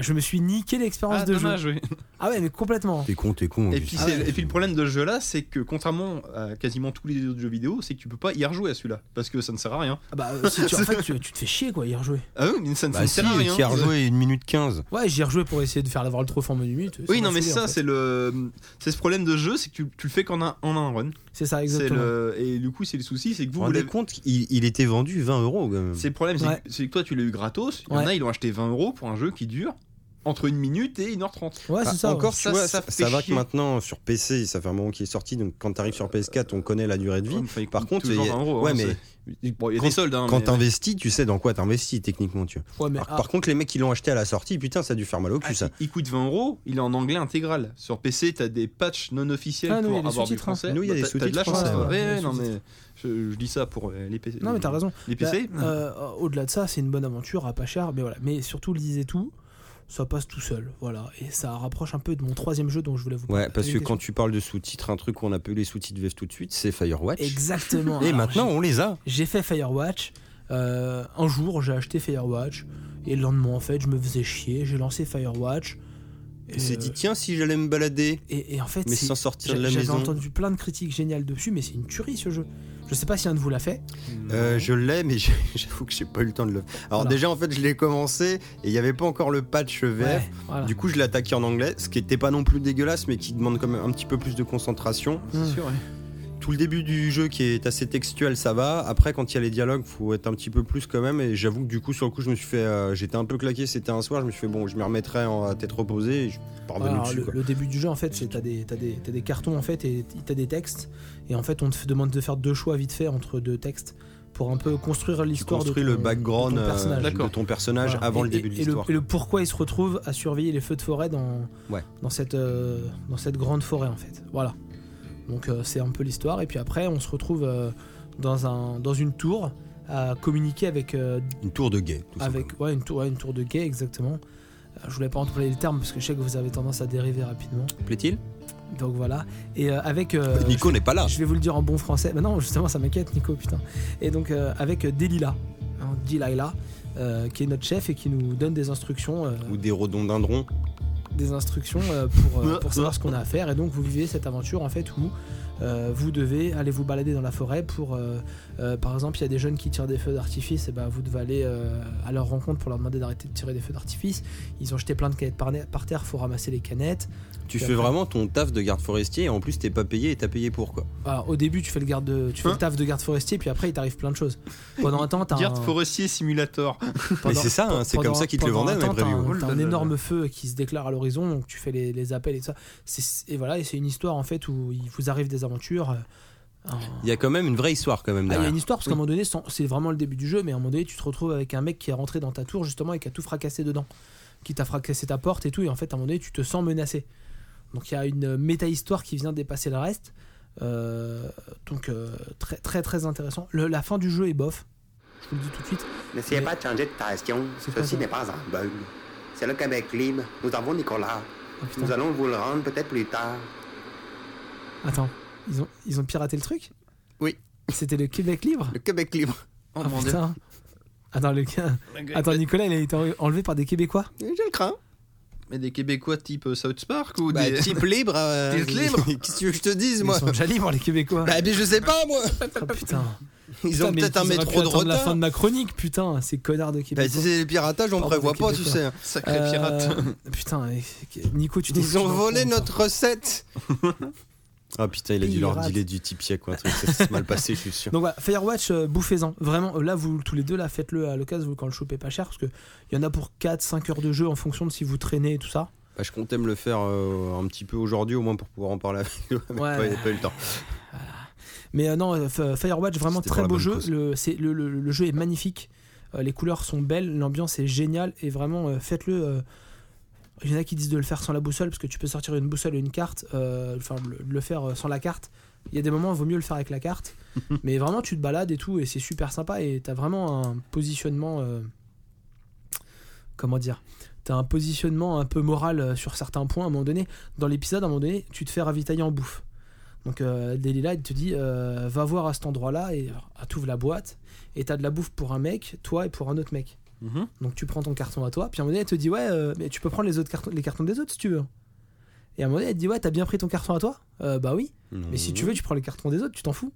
Speaker 2: je me suis niqué l'expérience
Speaker 4: Ah,
Speaker 2: de jeu.
Speaker 4: dommage, oui.
Speaker 2: Ah ouais mais complètement.
Speaker 3: T'es con, t'es con.
Speaker 4: Et
Speaker 3: je sais.
Speaker 4: puis,
Speaker 2: Ah
Speaker 4: c'est-
Speaker 2: ouais.
Speaker 4: et puis le problème de ce jeu-là, c'est que contrairement à quasiment tous les autres jeux vidéo, c'est que tu peux pas y rejouer à celui-là parce que ça ne sert à rien.
Speaker 2: Ah bah euh, si tu, en fait tu, tu te fais chier quoi y rejouer.
Speaker 4: Ah oui, mais ça ne
Speaker 3: Bah si,
Speaker 4: sert à rien.
Speaker 3: tu as rejoué 1 minute 15.
Speaker 2: Ouais j'y ai rejoué pour essayer de faire l'avoir le trophée en menu minute.
Speaker 4: Oui,
Speaker 2: m'a
Speaker 4: non, mais
Speaker 2: saoulé, en
Speaker 4: ça,
Speaker 2: fait.
Speaker 4: c'est le, c'est ce problème de jeu, c'est que tu, tu le fais qu'en un, en un run.
Speaker 2: c'est ça
Speaker 4: C'est
Speaker 2: exactement.
Speaker 4: le, et du coup, c'est le souci, c'est que
Speaker 3: Vous vous
Speaker 4: vous, vous
Speaker 3: rendez
Speaker 4: l'avez-
Speaker 3: compte qu'il il était vendu 20 euros quand même.
Speaker 4: c'est le problème, c'est
Speaker 2: Ouais.
Speaker 4: que- c'est que toi, tu l'as eu gratos. Il y en
Speaker 2: Ouais.
Speaker 4: a, ils l'ont acheté 20 euros pour un jeu qui dure entre une minute et 1h30.
Speaker 2: Ouais
Speaker 3: Ah,
Speaker 2: c'est ça. hein. ouais.
Speaker 3: encore, tu
Speaker 4: Bah, Ça,
Speaker 3: vois,
Speaker 4: ça
Speaker 3: ça,
Speaker 4: fait
Speaker 3: ça va que
Speaker 4: chier.
Speaker 3: maintenant sur PC, ça fait un moment qu'il est sorti, donc quand t'arrives sur PS4, on connaît la durée de vie.
Speaker 4: Enfin, il
Speaker 3: Par
Speaker 4: coûte
Speaker 3: contre,
Speaker 4: toujours
Speaker 3: il y a-
Speaker 4: 20 euros,
Speaker 3: ouais,
Speaker 4: hein,
Speaker 3: mais
Speaker 4: c'est- bon, il y a
Speaker 3: quand-
Speaker 4: des soldes. hein,
Speaker 3: quand
Speaker 4: mais-
Speaker 3: t'investis, tu sais dans quoi t'investis techniquement, tu vois.
Speaker 2: Ouais, mais,
Speaker 3: Alors que
Speaker 2: ah,
Speaker 3: par contre, les mecs qui l'ont acheté à la sortie, putain, ça a dû faire mal au
Speaker 4: Ah,
Speaker 3: cul ça.
Speaker 4: il- Il coûte 20 euros, il est en anglais intégral. Sur PC, t'as des patchs non officiels
Speaker 2: Ah, nous, il y a des
Speaker 4: pour avoir du
Speaker 2: sous-titres, hein.
Speaker 4: français.
Speaker 3: Nous, il y a
Speaker 4: Bah,
Speaker 3: des
Speaker 4: t'as- t'as de la
Speaker 3: sous-titres
Speaker 4: chance.
Speaker 3: français,
Speaker 4: ouais,
Speaker 2: ouais.
Speaker 4: ouais,
Speaker 2: Il y a
Speaker 4: non,
Speaker 2: des
Speaker 4: mais je, je dis ça pour euh, les PC.
Speaker 2: non mais t'as raison.
Speaker 4: Les PC
Speaker 2: Bah, euh, Au-delà de ça, c'est une bonne aventure à pas cher, mais voilà. Mais surtout, lisez tout, ça passe tout seul, voilà. Et ça rapproche un peu de mon troisième jeu dont je voulais vous parler.
Speaker 3: Ouais, parce que
Speaker 2: Avec des
Speaker 3: quand tu parles de sous-titres, un truc qu'on a appelé les sous-titres VF tout de suite, c'est Firewatch.
Speaker 2: Exactement.
Speaker 3: Et
Speaker 2: Alors,
Speaker 3: maintenant, on les a.
Speaker 2: j'ai- J'ai fait Firewatch. Euh, un jour, j'ai acheté Firewatch. Et le lendemain, en fait, je me faisais chier. J'ai lancé Firewatch.
Speaker 3: Il s'est
Speaker 2: euh,
Speaker 3: dit, tiens, si j'allais me balader,
Speaker 2: et, et en fait,
Speaker 3: mais
Speaker 2: c'est-
Speaker 3: sans sortir de
Speaker 2: j'a-
Speaker 3: la
Speaker 2: j'avais
Speaker 3: maison.
Speaker 2: entendu plein de critiques géniales dessus, mais c'est une tuerie ce jeu. Je sais pas si un de vous l'a fait.
Speaker 3: Euh, je l'ai, mais j'ai- j'avoue que j'ai pas eu le temps de le. Alors
Speaker 2: Voilà.
Speaker 3: déjà, en fait, je l'ai commencé et il y avait pas encore le patch VF.
Speaker 2: Ouais, voilà.
Speaker 3: Du coup, je l'ai attaqué en anglais, ce qui était pas non plus dégueulasse, mais qui demande quand même un petit peu plus de concentration.
Speaker 2: Mmh.
Speaker 4: sûr, ouais.
Speaker 3: Tout le début du jeu qui est assez textuel, ça va. Après, quand il y a les dialogues, faut être un petit peu plus quand même. Et j'avoue que du coup, sur le coup, je me suis fait, euh, j'étais un peu claqué. C'était un soir, je me suis fait bon, je me remettrai en à tête reposée. Et je suis pas revenu
Speaker 2: Alors,
Speaker 3: dessus.
Speaker 2: le,
Speaker 3: quoi.
Speaker 2: le début du jeu, en fait, c'est t'as des, t'as des, t'as des cartons en fait et t'as des textes. Et en fait, on te f- demande de faire deux choix vite fait entre deux textes pour un peu construire
Speaker 3: Tu
Speaker 2: l'histoire de
Speaker 3: construis
Speaker 2: ton-
Speaker 3: le
Speaker 2: de ton
Speaker 3: background euh,
Speaker 2: personnage.
Speaker 3: de
Speaker 4: D'accord.
Speaker 3: ton personnage
Speaker 2: Voilà.
Speaker 3: avant
Speaker 2: Et-
Speaker 3: le début
Speaker 2: et-
Speaker 3: de
Speaker 2: et
Speaker 3: l'histoire.
Speaker 2: Et le pourquoi il se retrouve à surveiller les feux de forêt dans,
Speaker 3: Ouais.
Speaker 2: dans, cette, euh, dans cette grande forêt en fait. Voilà. Donc euh, c'est un peu l'histoire. Et puis après, on se retrouve euh, dans, un, dans une tour à communiquer avec euh,
Speaker 3: Une tour de guet. tout simplement.
Speaker 2: avec ouais, une, tour, ouais, une tour de guet exactement. Euh, Je voulais pas employer le terme parce que je sais que vous avez tendance à dériver rapidement.
Speaker 3: Plaît-il
Speaker 2: Donc voilà. Et euh, avec. euh,
Speaker 3: Nico n'est pas là.
Speaker 2: Je vais vous le dire en bon français. Mais non, justement, ça m'inquiète, Nico, putain. Et donc, euh, avec Delila, hein, Delilah, euh, qui est notre chef et qui nous donne des instructions, euh,
Speaker 3: Ou des redondindrons.
Speaker 2: des instructions euh, pour, euh, pour savoir ce qu'on a à faire. Et donc, vous vivez cette aventure en fait où euh, vous devez aller vous balader dans la forêt pour, euh, euh, par exemple, il y a des jeunes qui tirent des feux d'artifice, et ben vous devez aller euh, à leur rencontre pour leur demander d'arrêter de tirer des feux d'artifice. Ils ont jeté plein de canettes par, par terre, faut ramasser les canettes.
Speaker 3: Tu
Speaker 2: Puis
Speaker 3: fais
Speaker 2: après-
Speaker 3: vraiment ton taf de garde forestier et en plus t'es pas payé et t'as payé pour quoi.
Speaker 2: Alors, Bah, au début, tu fais le garde, de- tu fais le
Speaker 4: Hein
Speaker 2: taf de garde forestier, puis après, il t'arrive plein de choses. Pendant un temps, t'as
Speaker 4: Garde
Speaker 2: un-
Speaker 4: forestier simulator.
Speaker 2: pendant-
Speaker 3: Mais c'est ça, hein,
Speaker 2: pe-
Speaker 3: c'est comme
Speaker 2: pendant-
Speaker 3: ça qu'ils te le
Speaker 2: pendant
Speaker 3: vendaient
Speaker 2: un
Speaker 3: dans les
Speaker 2: temps, t'as
Speaker 3: previews.
Speaker 2: un-
Speaker 4: Oh
Speaker 2: T'as
Speaker 4: là
Speaker 2: un
Speaker 4: là
Speaker 2: énorme feu qui se déclare à l'horizon, donc tu fais les, les appels et tout ça. C'est- Et voilà, et c'est une histoire en fait où il vous arrive des aventures. euh, un-
Speaker 3: Il y a quand même une vraie histoire quand
Speaker 2: Ah,
Speaker 3: même
Speaker 2: il y a
Speaker 3: derrière.
Speaker 2: une histoire parce qu'à un moment donné, sans- c'est vraiment le début du jeu, mais à un moment donné, tu te retrouves avec un mec qui est rentré dans ta tour justement et qui a tout fracassé dedans, qui t'a fracassé ta porte et tout, et en fait, à un moment donné, tu te sens menacé. Donc il y a une euh, méta-histoire qui vient dépasser le reste. Euh, donc euh, très très très intéressant. Le- la fin du jeu est bof. Je vous le dis tout de suite.
Speaker 1: N'essayez
Speaker 2: Mais-
Speaker 1: pas de changer de station.
Speaker 2: C'est quoi
Speaker 1: Ceci
Speaker 2: ça
Speaker 1: n'est pas un bug. C'est le Québec libre. Nous avons Nicolas.
Speaker 2: Oh, putain.
Speaker 1: Nous allons vous le rendre peut-être plus tard.
Speaker 2: Attends, ils ont, ils ont piraté le truc
Speaker 3: Oui.
Speaker 2: C'était le Québec libre
Speaker 3: Le Québec libre.
Speaker 4: Oh
Speaker 2: Ah,
Speaker 4: mon dieu.
Speaker 2: putain. Attends, le... Attends, Nicolas, il a été en- enlevé par des Québécois
Speaker 3: Je le crains.
Speaker 4: Mais des Québécois type euh, South Park ou
Speaker 3: Bah,
Speaker 4: des.
Speaker 3: type libre. euh,
Speaker 4: Type libre.
Speaker 3: Qu'est-ce que tu veux que je te dise
Speaker 2: Ils
Speaker 3: moi
Speaker 2: sont déjà libres, les Québécois
Speaker 3: Bah, mais je sais pas moi.
Speaker 2: Oh, putain
Speaker 3: Ils
Speaker 2: Putain,
Speaker 3: ont
Speaker 2: mais
Speaker 3: peut-être un
Speaker 2: auraient pu
Speaker 3: métro de
Speaker 2: attendre la fin
Speaker 3: retard.
Speaker 2: de ma chronique, putain, ces connards de
Speaker 3: Bah,
Speaker 2: Québec.
Speaker 3: si c'est les piratages, on
Speaker 2: Pardon,
Speaker 3: prévoit
Speaker 2: les
Speaker 3: pas, tu
Speaker 2: Québécois.
Speaker 3: sais. hein. Euh,
Speaker 4: Sacré pirate.
Speaker 2: putain, mais- Nico, tu t'es foutu
Speaker 3: Ils ont
Speaker 2: dans le
Speaker 3: volé
Speaker 2: camp,
Speaker 3: notre recette. Ah putain, il a dû leur
Speaker 2: Pirate.
Speaker 3: dealer du tipier quoi, un truc, ça s'est mal passé, je suis sûr.
Speaker 2: Donc voilà, Firewatch, euh, bouffez-en. Vraiment, euh, là, vous tous les deux, là, faites-le à l'occasion vous, quand le chopez pas cher, parce que il y en a pour 4-5 heures de jeu en fonction de si vous traînez et tout ça.
Speaker 3: Bah, je comptais me le faire euh, un petit peu aujourd'hui, au moins pour pouvoir en parler avec toi, mais
Speaker 2: Ouais.
Speaker 3: pas- il n'y a pas eu le temps.
Speaker 2: Mais euh, non, euh, F- Firewatch, vraiment
Speaker 3: C'était
Speaker 2: très
Speaker 3: pour la
Speaker 2: beau
Speaker 3: bonne
Speaker 2: jeu.
Speaker 3: cause.
Speaker 2: Le, c'est- le, le- le jeu est magnifique. Euh, les couleurs sont belles, l'ambiance est géniale. Et vraiment, euh, faites-le. euh, il y en a qui disent de le faire sans la boussole, parce que tu peux sortir une boussole et une carte. euh, Enfin, le, le faire euh, sans la carte. Il y a des moments où il vaut mieux le faire avec la carte. Mais vraiment, tu te balades et tout, et c'est super sympa. Et t'as vraiment un positionnement. euh, comment dire T'as un positionnement un peu moral euh, sur certains points à un moment donné. Dans l'épisode, à un moment donné, tu te fais ravitailler en bouffe. Donc euh, Delilah, il te dit euh, va voir à cet endroit-là et alors, ah, t'ouvres la boîte et t'as de la bouffe pour un mec, toi et pour un autre mec.
Speaker 4: Mhm.
Speaker 2: Donc tu prends ton carton à toi, puis à un moment donné, elle te dit ouais, euh, mais tu peux prendre les autres cartons, les cartons des autres si tu veux. Et à un moment donné, elle te dit ouais, t'as bien pris ton carton à toi Euh, Bah oui. Mais si tu veux, tu prends les cartons des autres, tu t'en fous.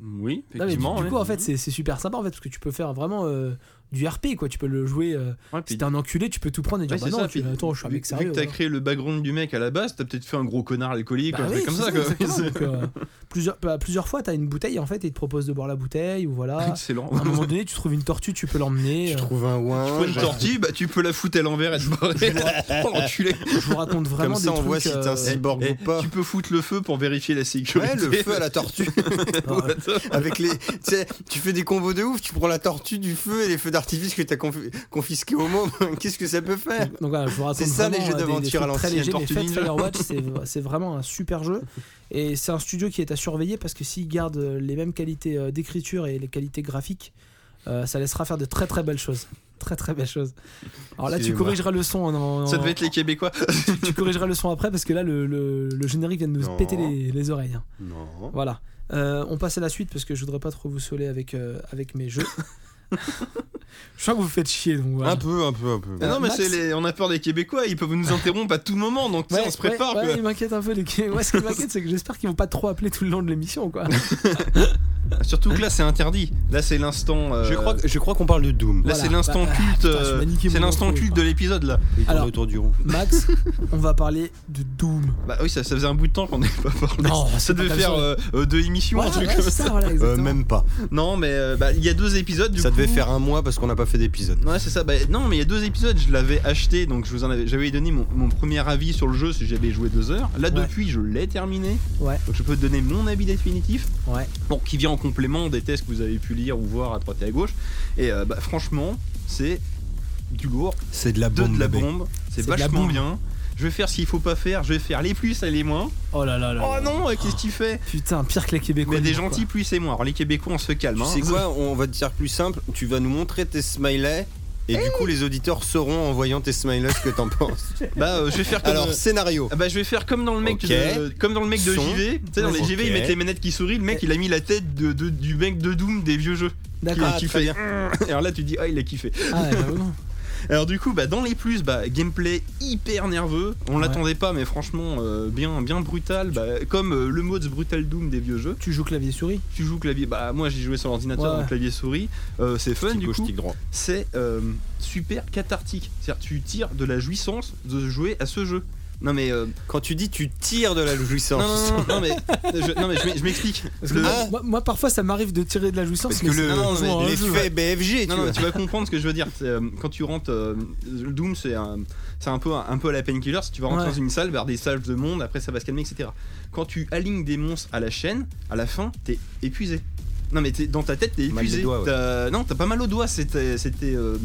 Speaker 4: Oui,
Speaker 2: Non, mais du,
Speaker 4: effectivement.
Speaker 2: du
Speaker 4: ouais. Mhm.
Speaker 2: coup, en fait, c'est c'est super sympa en fait parce que tu peux faire vraiment euh, du RP quoi. Tu peux le jouer. euh,
Speaker 4: Ouais, puis-
Speaker 2: si t'es un enculé, tu peux tout prendre et dire
Speaker 4: Ouais,
Speaker 2: bah
Speaker 4: c'est
Speaker 2: non,
Speaker 4: ça,
Speaker 2: tu-
Speaker 4: puis-
Speaker 2: attends, je suis un
Speaker 4: vu-
Speaker 2: mec sérieux. hein.
Speaker 4: Vu que t'as
Speaker 2: voilà.
Speaker 4: créé le background du mec à la base, t'as peut-être fait un gros connard alcoolique,
Speaker 2: Bah
Speaker 4: un truc
Speaker 2: oui,
Speaker 4: comme
Speaker 2: c'est ça,
Speaker 4: ça. quoi.
Speaker 2: exactement. Donc, euh, plusieurs, bah, plusieurs fois, t'as une bouteille en fait et ils te proposent de boire la bouteille ou voilà.
Speaker 4: Excellent.
Speaker 2: À un moment donné, tu trouves une tortue, tu peux l'emmener.
Speaker 3: Tu
Speaker 2: Euh,
Speaker 3: trouves un ouin,
Speaker 4: Faut une
Speaker 3: je-
Speaker 4: tortille, bah tu peux la foutre à l'envers et te barrer. Oh, l'enculé.
Speaker 2: Je vous raconte vraiment
Speaker 3: comme ça
Speaker 2: des
Speaker 3: on
Speaker 2: trucs.
Speaker 3: voit si t'es
Speaker 2: euh,
Speaker 3: un cyborg
Speaker 4: Eh,
Speaker 3: ou pas.
Speaker 4: Tu peux foutre le feu pour vérifier la
Speaker 3: Ouais,
Speaker 4: sécurité.
Speaker 3: le feu à la tortue.
Speaker 2: ah, ouais.
Speaker 3: Avec les, tu sais, tu fais des combos de ouf, tu prends la tortue du feu et les feux d'artifice que t'as confi- confisqués au monde. Qu'est-ce que ça peut faire
Speaker 2: Donc voilà, je vous raconte
Speaker 3: C'est ça,
Speaker 2: vraiment,
Speaker 3: les jeux
Speaker 2: euh, des-
Speaker 3: d'aventure
Speaker 2: des
Speaker 3: à
Speaker 2: trucs très
Speaker 3: l'ancienne,
Speaker 2: légers, mais
Speaker 3: Tortue
Speaker 2: faites
Speaker 3: Ninja.
Speaker 2: Firewatch, c'est- c'est vraiment un super jeu. Et c'est un studio qui est à surveiller parce que s'il garde euh, les mêmes qualités euh, d'écriture et les qualités graphiques, euh, ça laissera faire de très très belles choses. Très très belles choses. Alors là, tu
Speaker 3: Excusez-moi.
Speaker 2: corrigeras le son. en- en-
Speaker 4: Ça devait être les Québécois.
Speaker 2: Tu corrigeras le son après parce que là, le, le- le générique vient de nous
Speaker 3: Non.
Speaker 2: péter les, les oreilles. hein.
Speaker 3: Non.
Speaker 2: Voilà. Euh, on passe à la suite parce que je voudrais pas trop vous saouler avec, euh, avec mes jeux. je crois que vous faites chier donc voilà.
Speaker 3: Un peu, un peu, un peu.
Speaker 4: Ah non, mais
Speaker 2: Max-
Speaker 4: c'est les- on a peur des Québécois, ils peuvent nous interrompre à tout moment, donc tu sais, on se prépare.
Speaker 2: Ouais, ouais,
Speaker 4: quoi.
Speaker 2: il m'inquiète un peu. Les... Qué- Moi, ce qui m'inquiète, c'est que j'espère qu'ils vont pas trop appeler tout le long de l'émission, quoi.
Speaker 4: Surtout que là, c'est interdit. Là, c'est l'instant. euh,
Speaker 3: Je crois, que- je crois qu'on parle de Doom.
Speaker 4: Là,
Speaker 2: Voilà.
Speaker 4: c'est l'instant
Speaker 2: Bah,
Speaker 4: culte.
Speaker 2: putain,
Speaker 4: euh,
Speaker 2: je m'ai niqué
Speaker 4: C'est
Speaker 2: mon
Speaker 4: l'instant
Speaker 2: intro,
Speaker 4: culte de l'épisode là.
Speaker 3: Il tourne
Speaker 2: alors-
Speaker 3: autour
Speaker 4: euh,
Speaker 3: du rond.
Speaker 2: Max, on va parler de Doom.
Speaker 4: Bah oui, ça, ça faisait un bout de temps qu'on n'avait pas parlé.
Speaker 2: Non, c'est
Speaker 4: ça devait
Speaker 2: pas
Speaker 4: faire
Speaker 2: comme ça.
Speaker 4: euh, euh, deux émissions,
Speaker 2: Voilà,
Speaker 4: un truc
Speaker 2: ouais,
Speaker 4: comme
Speaker 2: c'est
Speaker 4: ça.
Speaker 2: ça, voilà,
Speaker 3: Euh,
Speaker 2: exactement.
Speaker 3: même pas.
Speaker 4: Non, mais euh, bah, il y a deux épisodes du
Speaker 3: ça
Speaker 4: coup.
Speaker 3: devait faire un mois parce qu'on n'a pas fait d'épisode.
Speaker 4: Ouais, c'est ça. Bah, non, mais il y a deux épisodes, je l'avais acheté, donc je vous en avais, j'avais donné mon, mon premier avis sur le jeu si j'avais joué deux heures. Là,
Speaker 2: Ouais.
Speaker 4: depuis, je l'ai terminé.
Speaker 2: Ouais.
Speaker 4: Donc je peux te donner mon avis définitif.
Speaker 2: Ouais.
Speaker 4: Bon, qui vient en complément des tests que vous avez pu lire ou voir à droite et à gauche. Et euh, bah, franchement, c'est du lourd,
Speaker 3: C'est de la
Speaker 4: de,
Speaker 3: bombe.
Speaker 4: de la
Speaker 3: bébé.
Speaker 4: bombe. C'est
Speaker 2: C'est de la
Speaker 4: vachement
Speaker 2: bombe.
Speaker 4: bien. Je vais faire ce qu'il faut pas faire. Je vais faire les plus et les moins.
Speaker 2: Oh là là là.
Speaker 4: Oh
Speaker 2: là.
Speaker 4: non, euh, qu'est-ce qu'il fait
Speaker 2: Putain, pire que les Québécois.
Speaker 4: Mais des
Speaker 2: quoi.
Speaker 4: gentils plus et moins. Alors les Québécois, on se calme.
Speaker 3: Tu
Speaker 4: hein.
Speaker 3: sais quoi On va te dire plus simple. Tu vas nous montrer tes smileys et
Speaker 4: Eh
Speaker 3: du coup les auditeurs sauront en voyant tes smileys ce que t'en penses.
Speaker 4: Bah, euh, je vais faire comme.
Speaker 3: Alors scénario.
Speaker 4: Ah bah je vais faire comme dans le mec
Speaker 3: Ok.
Speaker 4: de, comme dans le mec de
Speaker 3: Son.
Speaker 4: JV, tu sais dans les
Speaker 3: Ok.
Speaker 4: JV ils mettent les manettes qui sourient, le mec il a mis la tête de, de- du mec de Doom des vieux jeux qui
Speaker 2: D'accord.
Speaker 4: a kiffé. Alors là tu dis ah il a kiffé.
Speaker 2: Ah, ouais, bah, bon.
Speaker 4: Alors du coup, bah, dans les plus, bah, gameplay hyper nerveux. On
Speaker 2: Ouais.
Speaker 4: l'attendait pas, mais franchement, euh, bien, bien brutal. Bah, comme euh, le mode Brutal Doom des vieux jeux.
Speaker 2: Tu joues clavier souris
Speaker 4: Tu joues clavier. Bah, moi, j'ai joué sur l'ordinateur,
Speaker 2: Ouais.
Speaker 4: donc clavier souris. Euh, c'est fun
Speaker 3: Stick
Speaker 4: du
Speaker 3: gauche,
Speaker 4: coup.
Speaker 3: stick droit.
Speaker 4: C'est euh, super cathartique. C'est-à-dire, tu tires de la jouissance de jouer à ce jeu. Non mais euh,
Speaker 3: Quand tu dis tu tires de la
Speaker 4: non,
Speaker 3: Euh, jouissance.
Speaker 4: non, non, non, mais je, non, mais je m'ex- je m'explique. Le-
Speaker 3: Ah,
Speaker 2: moi, moi, parfois, ça m'arrive de tirer de la jouissance.
Speaker 3: Parce que
Speaker 2: mais c'est-
Speaker 3: le
Speaker 2: non, non, mais-
Speaker 4: les-
Speaker 3: l'effet BFG, tu
Speaker 4: Non, non,
Speaker 3: vois.
Speaker 4: mais tu vas comprendre ce que je veux dire. C'est, euh, quand tu rentres, euh, le Doom, c'est un, c'est un peu un peu à la painkiller. Si tu vas rentrer
Speaker 2: Ouais.
Speaker 4: dans une salle, vers des salles de monde, après ça va se calmer, etc. Quand tu alignes des monstres à la chaîne, à la fin, t'es épuisé. Non, mais t'es- dans ta tête, t'es
Speaker 3: Mal des
Speaker 4: épuisé.
Speaker 3: doigts, ouais.
Speaker 4: T'as- Non, t'as pas mal aux doigts. C'était, c'était. euh,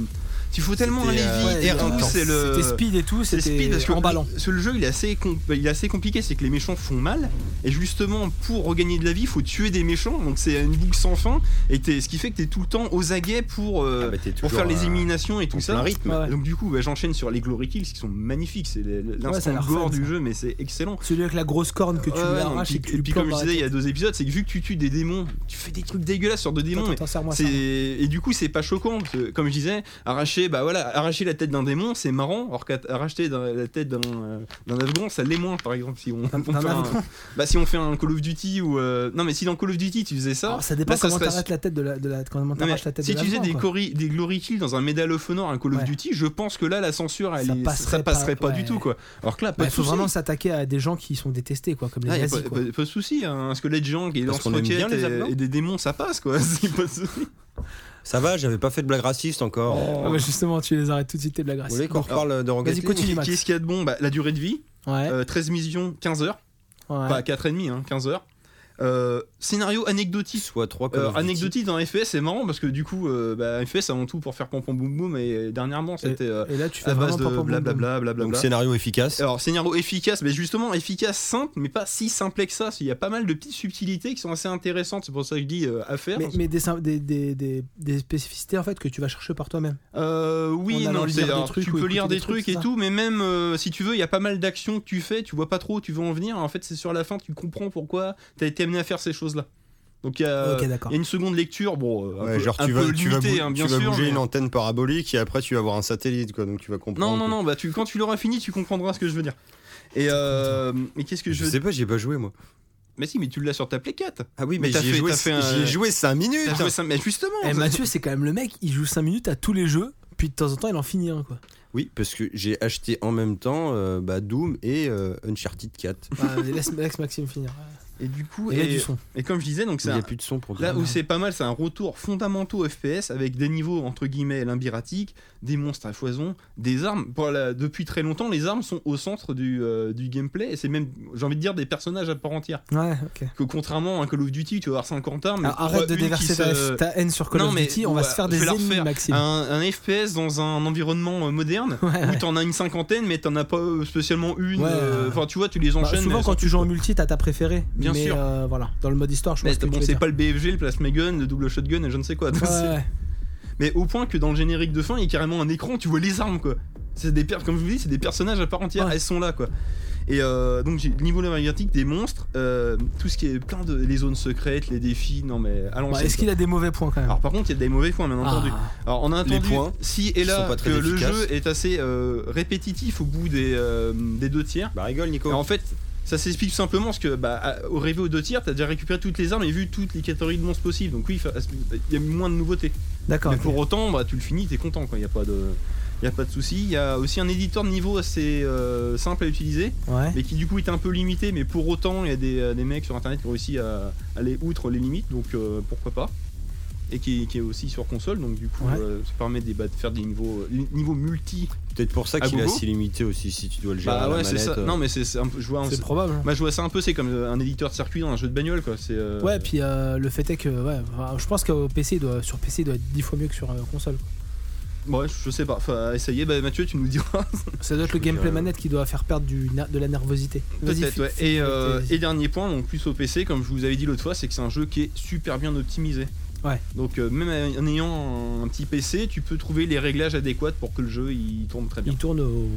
Speaker 4: tu faut tellement aller
Speaker 3: C'était,
Speaker 4: vite.
Speaker 3: euh,
Speaker 2: Ouais,
Speaker 4: et en
Speaker 2: non,
Speaker 4: plus, c'est le.
Speaker 2: C'était speed et tout,
Speaker 4: C'est
Speaker 2: c'était
Speaker 4: speed parce que
Speaker 2: emballant.
Speaker 4: le, sur le jeu il est assez com- il est assez compliqué c'est que les méchants font mal et justement pour regagner de la vie faut tuer des méchants donc c'est une boucle sans fin et t'es- ce qui fait que t'es tout le temps aux aguets pour euh,
Speaker 3: Ah, bah, t'es
Speaker 4: pour
Speaker 3: toujours
Speaker 4: faire les
Speaker 3: à-
Speaker 4: éliminations et tout
Speaker 3: en
Speaker 4: ça
Speaker 3: plein rythme.
Speaker 2: Ouais.
Speaker 4: donc du coup bah, j'enchaîne sur les glory kills qui sont magnifiques c'est le- le-
Speaker 2: Ouais, ça
Speaker 4: l'instant
Speaker 2: a l'air
Speaker 4: gore
Speaker 2: fun,
Speaker 4: du
Speaker 2: ça.
Speaker 4: jeu mais c'est excellent
Speaker 2: Celui avec la grosse corne que tu
Speaker 4: Ouais,
Speaker 2: lui
Speaker 4: ouais, non,
Speaker 2: arraches
Speaker 4: puis-
Speaker 2: et que tu
Speaker 4: et
Speaker 2: lui
Speaker 4: puis
Speaker 2: plombes
Speaker 4: comme je
Speaker 2: dans la
Speaker 4: disais il y
Speaker 2: tête.
Speaker 4: a deux épisodes c'est que vu que tu tues des démons tu fais des trucs dégueulasses sur deux démons
Speaker 2: Attends,
Speaker 4: mais
Speaker 2: attends, serre-moi
Speaker 4: c'est-
Speaker 2: ça.
Speaker 4: et du coup, c'est pas choquant. parce que, comme je disais, arracher, bah voilà, arracher la tête d'un démon, c'est marrant. Alors qu'arracher dans- la tête d'un euh, d'un afghan, ça l'est moins. Par exemple, si on,
Speaker 2: D'un-
Speaker 4: on
Speaker 2: d'un
Speaker 4: fait un-
Speaker 2: Afghan.
Speaker 4: bah, si on fait un Call of Duty ou euh, non, mais si dans Call of Duty tu faisais ça,
Speaker 2: Alors, Ah, ça dépend
Speaker 4: là, ça
Speaker 2: comment
Speaker 4: serait-
Speaker 2: t'arrêtes la tête de la, de la comment
Speaker 4: non, mais
Speaker 2: t'arraches la tête
Speaker 4: si
Speaker 2: de
Speaker 4: tu
Speaker 2: la
Speaker 4: faisais
Speaker 2: main,
Speaker 4: des,
Speaker 2: quoi.
Speaker 4: cori- des glory kills dans un Medal of Honor, un Call of
Speaker 2: Ouais.
Speaker 4: Duty, je pense que là, la censure, elle
Speaker 2: Ça
Speaker 4: est-
Speaker 2: passerait
Speaker 4: ça passerait pas,
Speaker 2: pas,
Speaker 4: du
Speaker 2: ouais.
Speaker 4: tout quoi. Alors que là, pas
Speaker 2: Ouais,
Speaker 4: de
Speaker 2: il faut
Speaker 4: souci.
Speaker 2: vraiment s'attaquer à des gens qui sont détestés quoi comme les
Speaker 4: Là, y a
Speaker 2: nazis
Speaker 4: pas,
Speaker 2: quoi.
Speaker 4: pas- pas de souci, hein. un squelette géant qui
Speaker 3: Parce
Speaker 4: lance
Speaker 3: qu'on aime bien
Speaker 4: roquettes
Speaker 3: les Afghans.
Speaker 4: et, et des démons, ça passe quoi. C'est pas de souci.
Speaker 3: Ça va, j'avais pas fait de blague raciste
Speaker 4: Oh.
Speaker 3: encore.
Speaker 2: Ah, ouais, justement tu les arrêtes tout de suite les blagues
Speaker 4: Ah,
Speaker 3: Vous voulez
Speaker 2: racistes.
Speaker 3: qu'on reparle de Rocket
Speaker 2: Vas-y,
Speaker 3: League
Speaker 2: continue, Max.
Speaker 4: Qu'est-ce qu'il y a de bon bah, La durée de vie,
Speaker 2: Ouais,
Speaker 4: euh, 13 millions, 15 heures,
Speaker 2: ouais.
Speaker 4: pas 4,5, hein, 15 heures. Euh, scénario anecdotique.
Speaker 3: Soit 3
Speaker 4: Euh, anecdotique dans FS, c'est marrant parce que du coup, euh, bah, FS avant tout pour faire pam pam boum boum et euh, dernièrement c'était euh,
Speaker 2: Et là tu fais
Speaker 4: à base
Speaker 2: vraiment pam,
Speaker 4: de
Speaker 2: pam, boum, boum.
Speaker 4: blablabla. blablabla.
Speaker 3: Donc scénario efficace.
Speaker 4: Alors scénario efficace, mais justement efficace, simple, mais pas si simple que ça. Il y a pas mal de petites subtilités qui sont assez intéressantes, c'est pour ça que je dis euh, à faire.
Speaker 2: Mais, mais des, sym- des, des, des, des spécificités en fait que tu vas chercher par toi-même.
Speaker 4: Euh, oui,
Speaker 2: En allant
Speaker 4: non,
Speaker 2: lire
Speaker 4: c'est-
Speaker 2: des
Speaker 4: alors,
Speaker 2: trucs
Speaker 4: tu
Speaker 2: ou
Speaker 4: peux
Speaker 2: écouter
Speaker 4: lire
Speaker 2: des
Speaker 4: des trucs,
Speaker 2: trucs,
Speaker 4: et
Speaker 2: c'est ça.
Speaker 4: tout, mais même euh, si tu veux, il y a pas mal d'actions que tu fais, tu vois pas trop où tu veux en venir. En fait, c'est sur la fin, tu comprends pourquoi t'as été amené à faire ces choses-là. Donc il y a,
Speaker 2: ok d'accord.
Speaker 4: il y a une seconde lecture, bon, euh, un
Speaker 3: Ouais,
Speaker 4: peu,
Speaker 3: genre
Speaker 4: un
Speaker 3: tu
Speaker 4: peu
Speaker 3: vas, tu vas
Speaker 4: limitée,
Speaker 3: bou-
Speaker 4: hein,
Speaker 3: tu
Speaker 4: bien
Speaker 3: vas
Speaker 4: sûr.
Speaker 3: bouger
Speaker 4: mais-
Speaker 3: une antenne parabolique et après tu vas avoir un satellite quoi donc tu vas comprendre.
Speaker 4: Non, non,
Speaker 3: que-
Speaker 4: non, bah tu, quand tu l'auras fini, tu comprendras ce que je veux dire. Et euh, mais qu'est-ce que je,
Speaker 3: Je
Speaker 4: veux
Speaker 3: sais pas, j'ai pas joué moi.
Speaker 4: Mais si, mais tu l'as sur ta Play 4.
Speaker 3: Ah oui,
Speaker 4: Mais
Speaker 3: mais,
Speaker 4: t'as
Speaker 3: j'y ai
Speaker 4: fait-
Speaker 3: joué,
Speaker 4: t'as fait un-
Speaker 3: j'y ai joué 5 minutes.
Speaker 4: T'as joué ça- mais justement.
Speaker 2: Eh,
Speaker 4: ça-
Speaker 2: Mathieu c'est quand même le mec il joue 5 minutes à tous les jeux puis de temps en temps il en finit un quoi.
Speaker 3: Oui, parce que j'ai acheté en même temps euh, bah, Doom et euh, Uncharted 4.
Speaker 2: Ah, mais laisse, laisse Maxime finir.
Speaker 4: Et du coup,
Speaker 2: Et, il y a
Speaker 4: et,
Speaker 2: du son.
Speaker 4: et comme je disais, donc
Speaker 3: Il
Speaker 4: c'est
Speaker 3: n'y
Speaker 4: un-
Speaker 3: a plus de son pour
Speaker 4: Là
Speaker 3: Doom.
Speaker 4: où c'est pas mal, c'est un retour fondamentaux FPS avec des niveaux entre guillemets limbiratiques, des monstres à foison, des armes. Pour la- depuis très longtemps, les armes sont au centre du, euh, du gameplay et c'est même, j'ai envie de dire, des personnages à part entière.
Speaker 2: Ouais ok.
Speaker 4: Que contrairement à un Call of Duty, tu vas avoir 50 armes. mais
Speaker 2: Alors, arrête
Speaker 4: trois-
Speaker 2: de
Speaker 4: une qui
Speaker 2: déverser ta,
Speaker 4: se-
Speaker 2: ta haine sur Call
Speaker 4: Non,
Speaker 2: of
Speaker 4: mais
Speaker 2: Duty, on va
Speaker 4: ouais,
Speaker 2: se faire
Speaker 4: je vais
Speaker 2: des
Speaker 4: la
Speaker 2: ennemis
Speaker 4: refaire.
Speaker 2: Maxime.
Speaker 4: un, un FPS dans un environnement euh, moderne
Speaker 2: Ouais,
Speaker 4: où t'en as une cinquantaine, mais t'en as pas euh, spécialement une.
Speaker 2: Ouais.
Speaker 4: euh, Enfin, tu vois, tu les
Speaker 2: Bah,
Speaker 4: enchaînes.
Speaker 2: souvent
Speaker 4: mais-
Speaker 2: quand tu joues en multi t'as ta préférée.
Speaker 4: Bien
Speaker 2: mais,
Speaker 4: sûr.
Speaker 2: euh, voilà dans le mode histoire je
Speaker 4: mais
Speaker 2: pense que tu
Speaker 4: bon,
Speaker 2: veux
Speaker 4: c'est
Speaker 2: dire.
Speaker 4: pas le BFG, le plasma gun, le double shotgun et je ne sais quoi. Donc, c'est-
Speaker 2: Ouais, ouais.
Speaker 4: Mais au point que dans le générique de fin, il y a carrément un écran, tu vois les armes quoi. C'est des per- comme je vous dis, c'est des personnages à part entière,
Speaker 2: Ouais.
Speaker 4: elles sont là quoi. Et euh, donc j'ai niveau labyrinthtique des monstres, euh, tout ce qui est plein de les zones secrètes, les défis, non mais allons.
Speaker 2: Bah, Est-ce qu'il a des mauvais points quand même
Speaker 4: Alors par contre, il y a des mauvais points bien
Speaker 2: Ah.
Speaker 4: entendu. Alors on a entendu
Speaker 3: points
Speaker 4: si et
Speaker 3: sont
Speaker 4: là
Speaker 3: pas
Speaker 4: que
Speaker 3: très
Speaker 4: le
Speaker 3: efficaces.
Speaker 4: jeu est assez euh, répétitif au bout des, euh, des deux tiers.
Speaker 3: Bah rigole Nico.
Speaker 4: Et en fait, ça s'explique tout simplement parce que bah, à- au rêver aux deux tiers, t'as déjà récupéré toutes les armes et vu toutes les catégories de monstres possibles. Donc oui, il fa- il y a moins de nouveautés.
Speaker 2: D'accord.
Speaker 4: Mais
Speaker 2: ok.
Speaker 4: pour autant, bah, tu le finis, t'es content, quoi. Il n'y a pas de, y a pas de souci. Il y a aussi un éditeur de niveau assez euh, simple à utiliser,
Speaker 2: Ouais.
Speaker 4: mais qui du coup est un peu limité. Mais pour autant, il y a des, euh, des mecs sur internet qui ont réussi à aller outre les limites, donc euh, pourquoi pas. Et qui, qui est aussi sur console, donc du coup,
Speaker 2: Ouais.
Speaker 4: euh, ça permet des- bah, de faire des niveaux, euh, niveaux multi.
Speaker 3: Peut-être pour ça
Speaker 4: à
Speaker 3: qu'il est
Speaker 4: gogo
Speaker 3: assez limité aussi si tu dois le gérer. à
Speaker 4: Bah
Speaker 3: la
Speaker 4: ouais, c'est
Speaker 3: manette,
Speaker 4: ça.
Speaker 3: euh.
Speaker 4: Non, mais c'est c'est un peu. Je vois, un-
Speaker 2: C'est probable.
Speaker 4: bah, je vois ça un peu, c'est comme euh, un éditeur de circuit dans un jeu de bagnole, quoi. C'est. euh,
Speaker 2: Ouais, puis euh, le fait est que ouais, enfin, je pense qu'au PC, il doit, sur PC, il doit être 10 fois mieux que sur euh, console. quoi.
Speaker 4: ouais, je sais pas. Enfin, essayez, bah, Mathieu, tu nous diras.
Speaker 2: Ça doit être le
Speaker 3: Je veux
Speaker 2: gameplay
Speaker 3: dire, euh,
Speaker 2: manette qui doit faire perdre du, ner- de la nervosité. Vas-y,
Speaker 4: Peut-être,
Speaker 2: fi-
Speaker 4: ouais.
Speaker 2: fi-
Speaker 4: Et, euh,
Speaker 2: vas-y.
Speaker 4: et dernier point, donc plus au PC, comme je vous avais dit l'autre fois, c'est que c'est un jeu qui est super bien optimisé.
Speaker 2: Ouais.
Speaker 4: Donc euh, même en ayant un, un petit PC, tu peux trouver les réglages adéquats pour que le jeu il tourne très bien.
Speaker 2: il tourne au-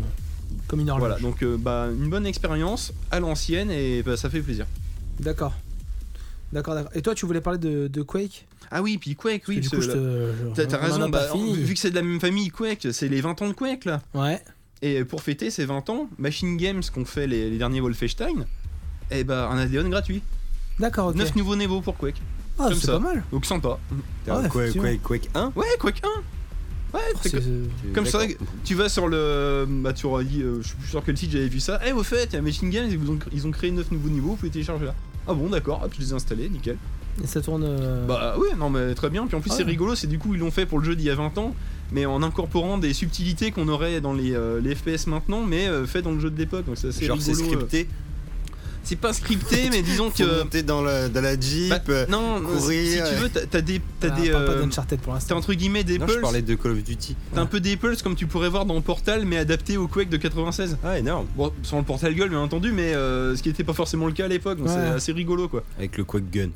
Speaker 2: comme une horloge.
Speaker 4: Voilà, donc euh, bah, une bonne expérience à l'ancienne et bah, ça fait plaisir.
Speaker 2: D'accord. D'accord, d'accord. Et toi, tu voulais parler de, de Quake
Speaker 4: Ah oui, puis Quake,
Speaker 2: Parce que
Speaker 4: oui.
Speaker 2: du coup,
Speaker 4: parce
Speaker 2: je
Speaker 4: que
Speaker 2: te. je-
Speaker 4: T'as t'as
Speaker 2: on en a
Speaker 4: raison,
Speaker 2: pas
Speaker 4: bah, en-
Speaker 2: fini.
Speaker 4: vu que c'est de la même famille, Quake, c'est les 20 ans de Quake là.
Speaker 2: Ouais.
Speaker 4: Et pour fêter ces 20 ans, Machine Games, qu'on fait les, les derniers Wolfenstein, et bah un add-on gratuit.
Speaker 2: D'accord, ok.
Speaker 4: 9 nouveaux névos pour Quake.
Speaker 2: Ah,
Speaker 4: comme
Speaker 2: c'est
Speaker 4: ça.
Speaker 2: pas mal.
Speaker 4: Donc sympa.
Speaker 2: Ouais,
Speaker 3: Quake,
Speaker 2: effectivement.
Speaker 3: Quake, Quake 1
Speaker 4: Ouais, Quake 1 Ouais,
Speaker 2: Oh,
Speaker 4: c'est
Speaker 2: c'est-
Speaker 4: Comme ça,
Speaker 3: D'accord.
Speaker 4: tu vas sur le. Bah, tu auras dit, euh, je suis plus sûr que le site, j'avais vu ça. Eh, au fait, il y a Machine Games, ils, vous ont, ils ont créé 9 nouveaux niveaux, vous pouvez télécharger là. Ah bon, d'accord, ah, puis je les ai installés, nickel.
Speaker 2: Et ça tourne. euh,
Speaker 4: Bah, ouais, non, mais très bien. Puis en plus,
Speaker 2: Ah
Speaker 4: c'est
Speaker 2: ouais.
Speaker 4: rigolo, c'est du coup, ils l'ont fait pour le jeu d'il y a 20 ans, mais en incorporant des subtilités qu'on aurait dans les, euh, les FPS maintenant, mais euh, fait dans le jeu de l'époque. Donc, ça, c'est
Speaker 3: Genre c'est
Speaker 4: rigolo. euh.
Speaker 3: scripté.
Speaker 4: C'est pas scripté, mais disons
Speaker 3: Faut
Speaker 4: que.
Speaker 3: monter dans la, dans la Jeep.
Speaker 4: Bah,
Speaker 3: euh,
Speaker 4: non, non, si
Speaker 3: courir, Ah,
Speaker 4: tu veux, t'as t'as des. T'as
Speaker 2: voilà,
Speaker 4: des.
Speaker 2: on parle pas
Speaker 4: euh,
Speaker 2: d'Uncharted pour
Speaker 4: T'as
Speaker 2: l'instant.
Speaker 4: entre guillemets des
Speaker 3: Non, je
Speaker 4: pulses.
Speaker 3: parlais de Call of Duty.
Speaker 4: T'as un peu des pulses comme tu pourrais voir dans Portal, mais adapté au Quake de 96.
Speaker 3: Ah, énorme.
Speaker 4: Bon, sans le porte à la gueule, bien entendu, mais euh, ce qui n'était pas forcément le cas à l'époque, donc
Speaker 2: Ouais.
Speaker 4: c'est assez rigolo quoi.
Speaker 3: Avec le Quake Gun.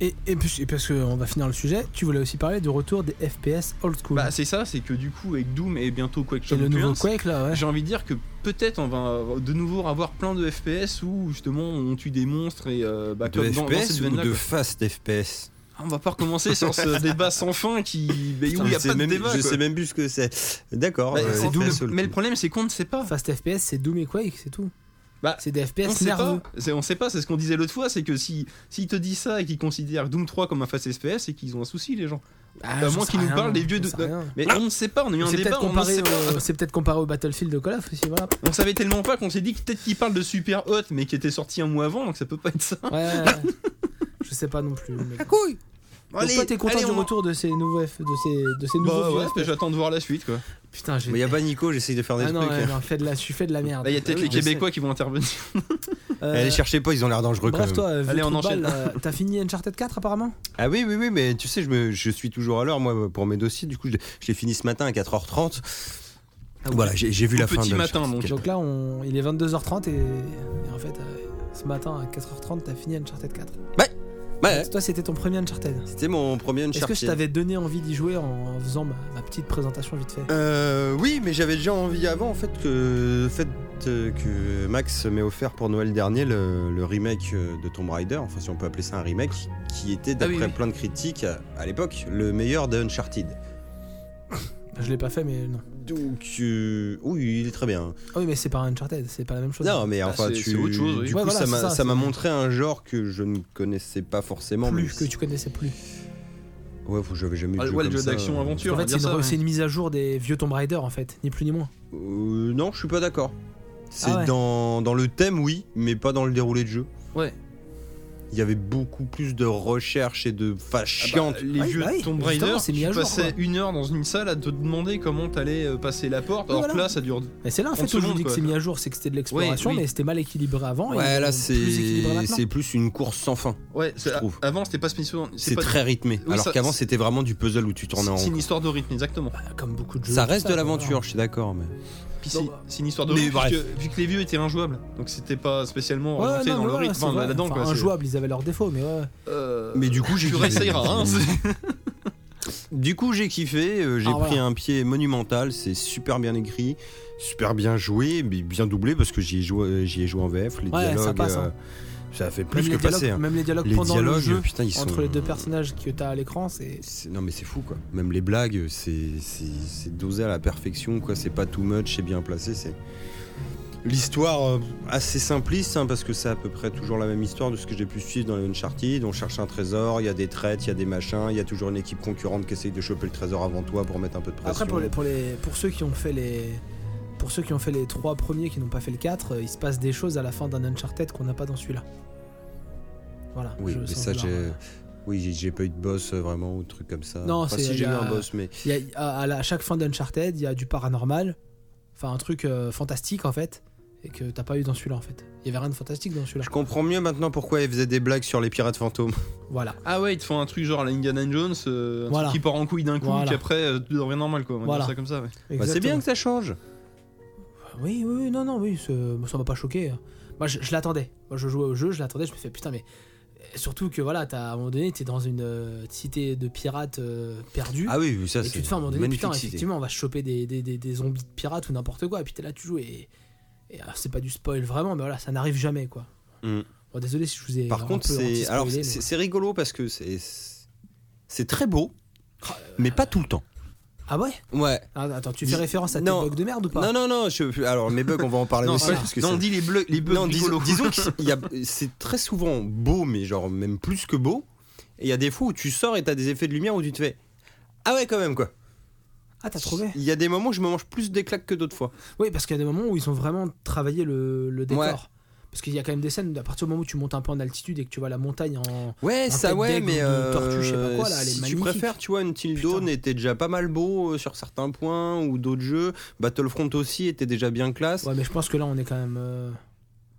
Speaker 2: Et, et, puis- et parce qu'on va finir le sujet, tu voulais aussi parler du retour des FPS old school.
Speaker 4: bah, c'est ça, c'est que du coup, avec Doom et bientôt Quake
Speaker 2: et le nouveau
Speaker 4: Champions,
Speaker 2: Quake là, ouais.
Speaker 4: j'ai envie de dire que peut-être on va de nouveau avoir plein de FPS où justement on tue des monstres et euh, bah,
Speaker 3: De
Speaker 4: comme dans, dans
Speaker 3: FPS
Speaker 4: cette
Speaker 3: ou
Speaker 4: veine-là,
Speaker 3: de
Speaker 4: quoi.
Speaker 3: Fast FPS
Speaker 4: Ah, On va pas recommencer sur ce débat sans fin qui. bah, où il
Speaker 3: je
Speaker 4: y a
Speaker 3: sais
Speaker 4: pas de
Speaker 3: même-
Speaker 4: débat.
Speaker 3: Je
Speaker 4: quoi.
Speaker 3: sais même plus ce que c'est. D'accord.
Speaker 4: Bah,
Speaker 3: euh,
Speaker 4: c'est
Speaker 3: FPS,
Speaker 4: Doom,
Speaker 3: old
Speaker 4: mais le
Speaker 3: school.
Speaker 4: problème c'est qu'on ne sait pas.
Speaker 2: Fast FPS, c'est Doom et Quake, c'est tout.
Speaker 4: Bah,
Speaker 2: c'est des
Speaker 4: On
Speaker 2: FPS
Speaker 4: sait pas,
Speaker 2: nerveux.
Speaker 4: C'est- on sait pas, c'est ce qu'on disait l'autre fois, c'est que si s'ils te disent ça et qu'ils considèrent Doom 3 comme un fast FPS, c'est qu'ils ont un souci les gens.
Speaker 2: Ah,
Speaker 4: à
Speaker 2: j'en
Speaker 4: moins
Speaker 2: sais
Speaker 4: qu'ils Bah, nous
Speaker 2: rien,
Speaker 4: parlent des vieux
Speaker 2: j'en
Speaker 4: de-
Speaker 2: sais rien.
Speaker 4: Mais on ne sait pas, on a eu un
Speaker 2: C'est
Speaker 4: débat,
Speaker 2: peut-être
Speaker 4: on ne
Speaker 2: comparé,
Speaker 4: sait pas.
Speaker 2: au- c'est peut-être comparé au Battlefield de Call of aussi, voilà.
Speaker 4: On savait tellement pas qu'on s'est dit que peut-être qu'ils parlent de Super Hot, mais qui était sorti un mois avant, donc ça peut pas être ça.
Speaker 2: Ouais, ouais. je sais pas non plus. mais- Donc
Speaker 5: Couille
Speaker 2: toi, t'es content
Speaker 4: allez,
Speaker 2: du
Speaker 4: on-
Speaker 2: retour de ces nouveaux, F- de ces, de ces nouveaux
Speaker 4: Bah
Speaker 2: vieux
Speaker 4: ouais,
Speaker 2: FPS.
Speaker 4: mais j'attends de voir la suite quoi.
Speaker 2: Putain, j'ai.
Speaker 3: Mais y a pas Nico, j'essaye de faire des
Speaker 2: Ah non,
Speaker 3: trucs. hein. Bah,
Speaker 2: ouais, non, fais de la, tu fais de la merde.
Speaker 4: Là, il y
Speaker 3: Ah
Speaker 4: a peut-être
Speaker 2: Ouais,
Speaker 4: les
Speaker 2: je sais.
Speaker 4: Québécois qui vont intervenir.
Speaker 2: Euh,
Speaker 3: Allez, cherchez pas, ils ont l'air dangereux quand
Speaker 2: Bref,
Speaker 3: même.
Speaker 2: toi, euh, vieux
Speaker 4: Allez, on
Speaker 2: trou de
Speaker 4: enchaîne.
Speaker 2: balle, euh, T'as fini Uncharted 4 apparemment
Speaker 3: Ah oui, oui, oui, mais tu sais, je, me, je suis toujours à l'heure, moi, pour mes dossiers. Du coup, je, je l'ai fini ce matin à 4h30.
Speaker 2: Ah oui.
Speaker 3: Voilà, j'ai j'ai vu
Speaker 4: Au
Speaker 3: la fin
Speaker 4: petit
Speaker 3: de
Speaker 4: matin,
Speaker 3: Uncharted
Speaker 4: donc.
Speaker 3: quatre.
Speaker 2: Donc là, on... il est 22h30 et, et en fait, euh, ce matin à 4h30, t'as fini Uncharted 4.
Speaker 3: Ouais,
Speaker 2: Toi, c'était ton premier Uncharted.
Speaker 3: c'était mon premier
Speaker 2: Est-ce que je
Speaker 3: Uncharted.
Speaker 2: t'avais donné envie d'y jouer en, en faisant ma, ma petite présentation vite fait
Speaker 3: Euh, oui, mais j'avais déjà envie avant, en fait, que, le fait euh, que Max m'ait offert pour Noël dernier le, le remake euh, de Tomb Raider, enfin si on peut appeler ça un remake, qui était,
Speaker 4: Ah oui,
Speaker 3: d'après
Speaker 4: oui.
Speaker 3: plein de critiques à, à l'époque, le meilleur de Uncharted.
Speaker 2: Je l'ai pas fait, mais non.
Speaker 3: Donc, euh, oui, il est très bien.
Speaker 2: Ah oui, mais c'est pas un Uncharted, c'est pas la même chose.
Speaker 3: Non, mais
Speaker 4: Ah,
Speaker 3: enfin,
Speaker 4: c'est-
Speaker 3: tu,
Speaker 4: c'est autre chose, oui.
Speaker 3: du
Speaker 2: Ouais,
Speaker 3: coup,
Speaker 2: voilà,
Speaker 3: ça
Speaker 2: c'est
Speaker 3: m'a-
Speaker 2: ça,
Speaker 3: ça m'a
Speaker 2: c'est-
Speaker 3: montré un genre que je ne connaissais pas forcément.
Speaker 2: plus
Speaker 3: mais
Speaker 2: que tu connaissais plus.
Speaker 3: Ouais, faut- j'avais jamais eu de
Speaker 4: Ah,
Speaker 3: jeu
Speaker 4: ouais, le
Speaker 3: comme
Speaker 4: jeu
Speaker 3: ça. euh,
Speaker 4: d'action aventure.
Speaker 2: En
Speaker 4: on va
Speaker 2: fait, c'est
Speaker 4: dire
Speaker 2: une,
Speaker 4: ça,
Speaker 2: re-
Speaker 4: ouais.
Speaker 2: c'est une mise à jour des vieux Tomb Raider, en fait, ni plus ni moins.
Speaker 3: Euh, non, je suis pas d'accord. C'est
Speaker 2: Ah ouais.
Speaker 3: dans, dans le thème, oui, mais pas dans le déroulé de jeu.
Speaker 4: Ouais.
Speaker 3: Il y avait beaucoup plus de recherche et de enfin chiante.
Speaker 4: Ah bah, les
Speaker 2: Oui,
Speaker 4: vieux
Speaker 2: bah oui,
Speaker 4: Tomb
Speaker 2: justement,
Speaker 4: Raider,
Speaker 2: c'est mis
Speaker 4: tu
Speaker 2: à jour,
Speaker 4: passais
Speaker 2: quoi.
Speaker 4: une heure dans une salle à te demander comment t'allais euh, passer la porte,
Speaker 2: Oui,
Speaker 4: alors que
Speaker 2: voilà.
Speaker 4: là ça dure.
Speaker 2: Mais c'est là, en fait,
Speaker 4: Trente
Speaker 2: où je vous
Speaker 4: secondes,
Speaker 2: dis que
Speaker 4: quoi.
Speaker 2: c'est mis à jour, c'est que c'était de l'exploration,
Speaker 4: Oui, oui.
Speaker 2: mais c'était mal équilibré avant. et
Speaker 3: ouais, là
Speaker 2: plus équilibré
Speaker 3: c'est
Speaker 2: maintenant.
Speaker 3: c'est plus une course sans fin.
Speaker 4: Ouais, c'est-
Speaker 3: trouve.
Speaker 4: avant c'était pas spécialement.
Speaker 3: C'est
Speaker 4: pas-
Speaker 3: très rythmé.
Speaker 4: Oui,
Speaker 3: Alors
Speaker 4: ça-
Speaker 3: qu'avant c'était vraiment du puzzle où tu tournais en
Speaker 4: C'est
Speaker 3: rond.
Speaker 4: une histoire de rythme, exactement.
Speaker 2: Bah, Comme beaucoup de jeux.
Speaker 3: Ça
Speaker 2: tout
Speaker 3: reste de
Speaker 2: voilà.
Speaker 3: l'aventure, je suis d'accord, mais
Speaker 4: Puis
Speaker 2: Non,
Speaker 4: c'est
Speaker 2: bah.
Speaker 4: c'est une histoire de
Speaker 3: Mais
Speaker 4: rythme,
Speaker 3: bref.
Speaker 4: puisque- vu que les vieux étaient injouables, donc c'était pas spécialement
Speaker 2: Ouais,
Speaker 4: orienté
Speaker 2: non,
Speaker 4: dans
Speaker 2: mais
Speaker 4: le
Speaker 2: voilà,
Speaker 4: rythme,
Speaker 2: c'est
Speaker 4: enfin,
Speaker 2: vrai.
Speaker 4: là-dedans
Speaker 2: Enfin,
Speaker 4: quoi. c'est-
Speaker 2: injouable, ils avaient leurs défauts, mais ouais.
Speaker 4: Euh,
Speaker 3: Mais du coup, j'ai
Speaker 4: tu
Speaker 3: kiffé.
Speaker 4: réessayeras. Hein, c'est-
Speaker 3: Du coup, j'ai kiffé, euh, j'ai
Speaker 2: Ah,
Speaker 3: pris
Speaker 2: voilà.
Speaker 3: un pied monumental, c'est super bien écrit, super bien joué, mais bien doublé parce que j'y ai joué, euh, j'y ai joué en VF,
Speaker 2: Ouais,
Speaker 3: les
Speaker 2: ça
Speaker 3: dialogues, euh,
Speaker 2: passe, hein.
Speaker 3: ça fait plus
Speaker 2: même,
Speaker 3: que
Speaker 2: les dialogues,
Speaker 3: passer. hein.
Speaker 2: même les dialogues
Speaker 3: Les
Speaker 2: pendant le
Speaker 3: dialogues,
Speaker 2: jeu,
Speaker 3: putain, ils
Speaker 2: entre
Speaker 3: sont-
Speaker 2: les deux personnages que t'as à l'écran, c'est.
Speaker 3: C'est- Non mais c'est fou quoi. Même les blagues, c'est c'est- c'est dosé à la perfection quoi. C'est pas too much, c'est bien placé. C'est l'histoire euh, assez simpliste hein, parce que c'est à peu près toujours la même histoire de ce que j'ai pu suivre dans les Uncharted. On cherche un trésor, il y a des traites, il y a des machins, il y a toujours une équipe concurrente qui essaye de choper le trésor avant toi pour mettre un peu de pression.
Speaker 2: Après, pour, les, pour, les, pour ceux qui ont fait les. Pour ceux qui ont fait les trois premiers qui n'ont pas fait le 4, euh, il se passe des choses à la fin d'un Uncharted qu'on n'a pas dans celui-là. Voilà.
Speaker 3: Oui,
Speaker 2: je-
Speaker 3: mais
Speaker 2: sans
Speaker 3: ça
Speaker 2: vouloir,
Speaker 3: j'ai.
Speaker 2: euh,
Speaker 3: Oui, j'ai- j'ai pas eu de boss euh, vraiment ou de trucs comme ça.
Speaker 2: Non,
Speaker 3: Enfin,
Speaker 2: c'est-
Speaker 3: si j'ai
Speaker 2: il y
Speaker 3: eu
Speaker 2: a-
Speaker 3: un boss, mais
Speaker 2: Il y a- à, la- à chaque fin d'Uncharted, il y a du paranormal, enfin un truc euh, fantastique en fait, et que t'as pas eu dans celui-là en fait. Il y avait rien de fantastique dans celui-là.
Speaker 3: je comprends mieux maintenant pourquoi il faisait des blagues sur les pirates fantômes.
Speaker 2: Voilà,
Speaker 3: Bah,
Speaker 4: Ah ouais, ils te font un truc genre la Indiana Jones, euh, un
Speaker 2: Voilà.
Speaker 4: truc qui part en couille d'un coup,
Speaker 2: Voilà.
Speaker 4: puis après euh, tout devient normal quoi. On va
Speaker 2: Voilà.
Speaker 4: dire ça comme ça. ouais.
Speaker 3: Bah, c'est bien
Speaker 2: exactement.
Speaker 3: que ça change.
Speaker 2: Oui, oui, oui, non, non, oui, ce- ça m'a pas choqué. hein. Moi, je, je l'attendais. Moi, je jouais au jeu, je l'attendais, je me fais putain, mais. Surtout que voilà, t'as- à un moment donné, t'es dans une euh, cité de pirates euh, perdue.
Speaker 3: Ah oui, oui, ça
Speaker 2: et
Speaker 3: c'est.
Speaker 2: tu te fais à un moment donné,
Speaker 3: magnifique
Speaker 2: putain,
Speaker 3: cité.
Speaker 2: effectivement, on va se choper des, des, des- des zombies de pirates ou ah, n'importe quoi. Et puis t'es là, tu joues et. et alors, c'est pas du spoil vraiment, mais voilà, ça n'arrive jamais quoi.
Speaker 3: Mm.
Speaker 2: Bon, désolé si je vous ai. un
Speaker 3: Par contre,
Speaker 2: peu
Speaker 3: c'est
Speaker 2: anti-spoilé,
Speaker 3: alors
Speaker 2: mais-
Speaker 3: c'est c'est rigolo parce que c'est c'est très beau,
Speaker 2: Oh
Speaker 3: mais pas tout le temps.
Speaker 2: Ah ouais
Speaker 3: Ouais.
Speaker 2: Ah, Attends, tu fais référence à tes
Speaker 3: Non.
Speaker 2: bugs de merde ou pas
Speaker 3: Non non non. je- alors mes bugs, on va en parler
Speaker 4: Non,
Speaker 3: aussi
Speaker 4: ouais,
Speaker 3: parce que
Speaker 4: non, on
Speaker 3: c'est-
Speaker 4: dit les bleus, les bleus
Speaker 3: Non, dis-
Speaker 4: rigolos.
Speaker 3: disons que c'est- il y a- c'est très souvent beau, mais genre même plus que beau. Et il y a des fois où tu sors et t'as des effets de lumière où tu te fais ah ouais quand même quoi.
Speaker 2: Ah, t'as trouvé
Speaker 3: Il y a des moments où je me mange plus des claques que d'autres fois.
Speaker 2: Oui, parce qu'il y a des moments où ils ont vraiment travaillé le, le décor.
Speaker 3: Ouais.
Speaker 2: Parce qu'il y a quand même des scènes, à partir du moment où tu montes un peu en altitude et que tu vois la montagne en.
Speaker 3: Ouais,
Speaker 2: Un
Speaker 3: ça
Speaker 2: tête
Speaker 3: ouais,
Speaker 2: d'aigle ou
Speaker 3: mais
Speaker 2: de
Speaker 3: euh,
Speaker 2: tortue, je sais pas quoi, là, elle est
Speaker 3: si tu
Speaker 2: magnifique.
Speaker 3: préfères, tu vois, Until
Speaker 2: Putain.
Speaker 3: Dawn était déjà pas mal beau euh, sur certains points ou d'autres jeux. Battlefront aussi était déjà bien classe.
Speaker 2: Ouais, mais je pense que là, on est quand même. euh,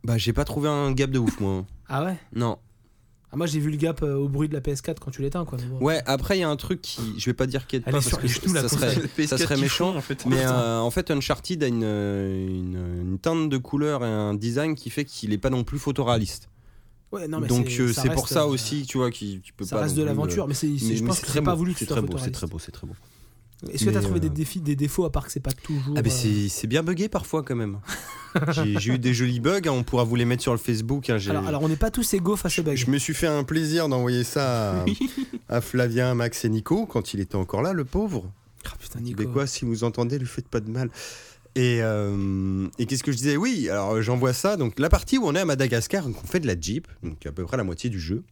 Speaker 3: Bah, j'ai pas trouvé un gap de ouf, moi.
Speaker 2: Ah ouais
Speaker 3: Non.
Speaker 2: Ah, Moi, j'ai vu le gap euh, au bruit de la PS4 quand tu l'éteins, quoi. mais bon.
Speaker 3: Ouais, après, il y a un truc qui, je vais pas dire qui est pas
Speaker 2: Elle est
Speaker 3: parce
Speaker 2: sur
Speaker 3: que
Speaker 2: les genoux, la
Speaker 3: ça serait,
Speaker 2: console.
Speaker 3: ça
Speaker 4: PS4
Speaker 3: serait
Speaker 4: qui
Speaker 3: méchant.
Speaker 4: fond, en fait. Ah,
Speaker 3: Mais
Speaker 4: Putain.
Speaker 3: euh, en fait, Uncharted a une, euh, une, une teinte de couleur et un design qui fait qu'il est pas non plus photoréaliste.
Speaker 2: Ouais, non, mais
Speaker 3: Donc,
Speaker 2: c'est-
Speaker 3: euh,
Speaker 2: ça
Speaker 3: c'est pour
Speaker 2: reste,
Speaker 3: ça
Speaker 2: euh,
Speaker 3: aussi, tu vois, qui tu peux
Speaker 2: Ça
Speaker 3: pas
Speaker 2: reste
Speaker 3: non
Speaker 2: de
Speaker 3: plus, euh,
Speaker 2: l'aventure, mais c'est, c'est-
Speaker 3: mais-
Speaker 2: je
Speaker 3: mais
Speaker 2: pense
Speaker 3: c'est
Speaker 2: que
Speaker 3: très
Speaker 2: c'est pas
Speaker 3: beau,
Speaker 2: voulu que ce
Speaker 3: c'est
Speaker 2: soit
Speaker 3: très beau, c'est
Speaker 2: photoréaliste.
Speaker 3: très beau, c'est très beau.
Speaker 2: Est-ce que t'as
Speaker 3: Mais,
Speaker 2: trouvé des,
Speaker 3: euh,
Speaker 2: défis, des défauts à part que c'est pas toujours.
Speaker 3: Ah
Speaker 2: euh,
Speaker 3: bah c'est c'est bien buggé parfois quand même. J'ai j'ai eu des jolis bugs, hein, on pourra vous les mettre sur le Facebook. hein, j'ai-
Speaker 2: Alors, alors, on n'est pas tous égaux face aux bugs.
Speaker 3: Je me suis fait un plaisir d'envoyer ça à, à Flavien, Max et Nico quand il était encore là, le pauvre.
Speaker 2: Ah, putain,
Speaker 3: Mais
Speaker 2: Nico.
Speaker 3: quoi, si vous entendez, lui faites pas de mal. Et, euh, et qu'est-ce que je disais Oui, alors euh, j'envoie ça. Donc la partie où on est à Madagascar, donc on fait de la Jeep, donc à peu près la moitié du jeu,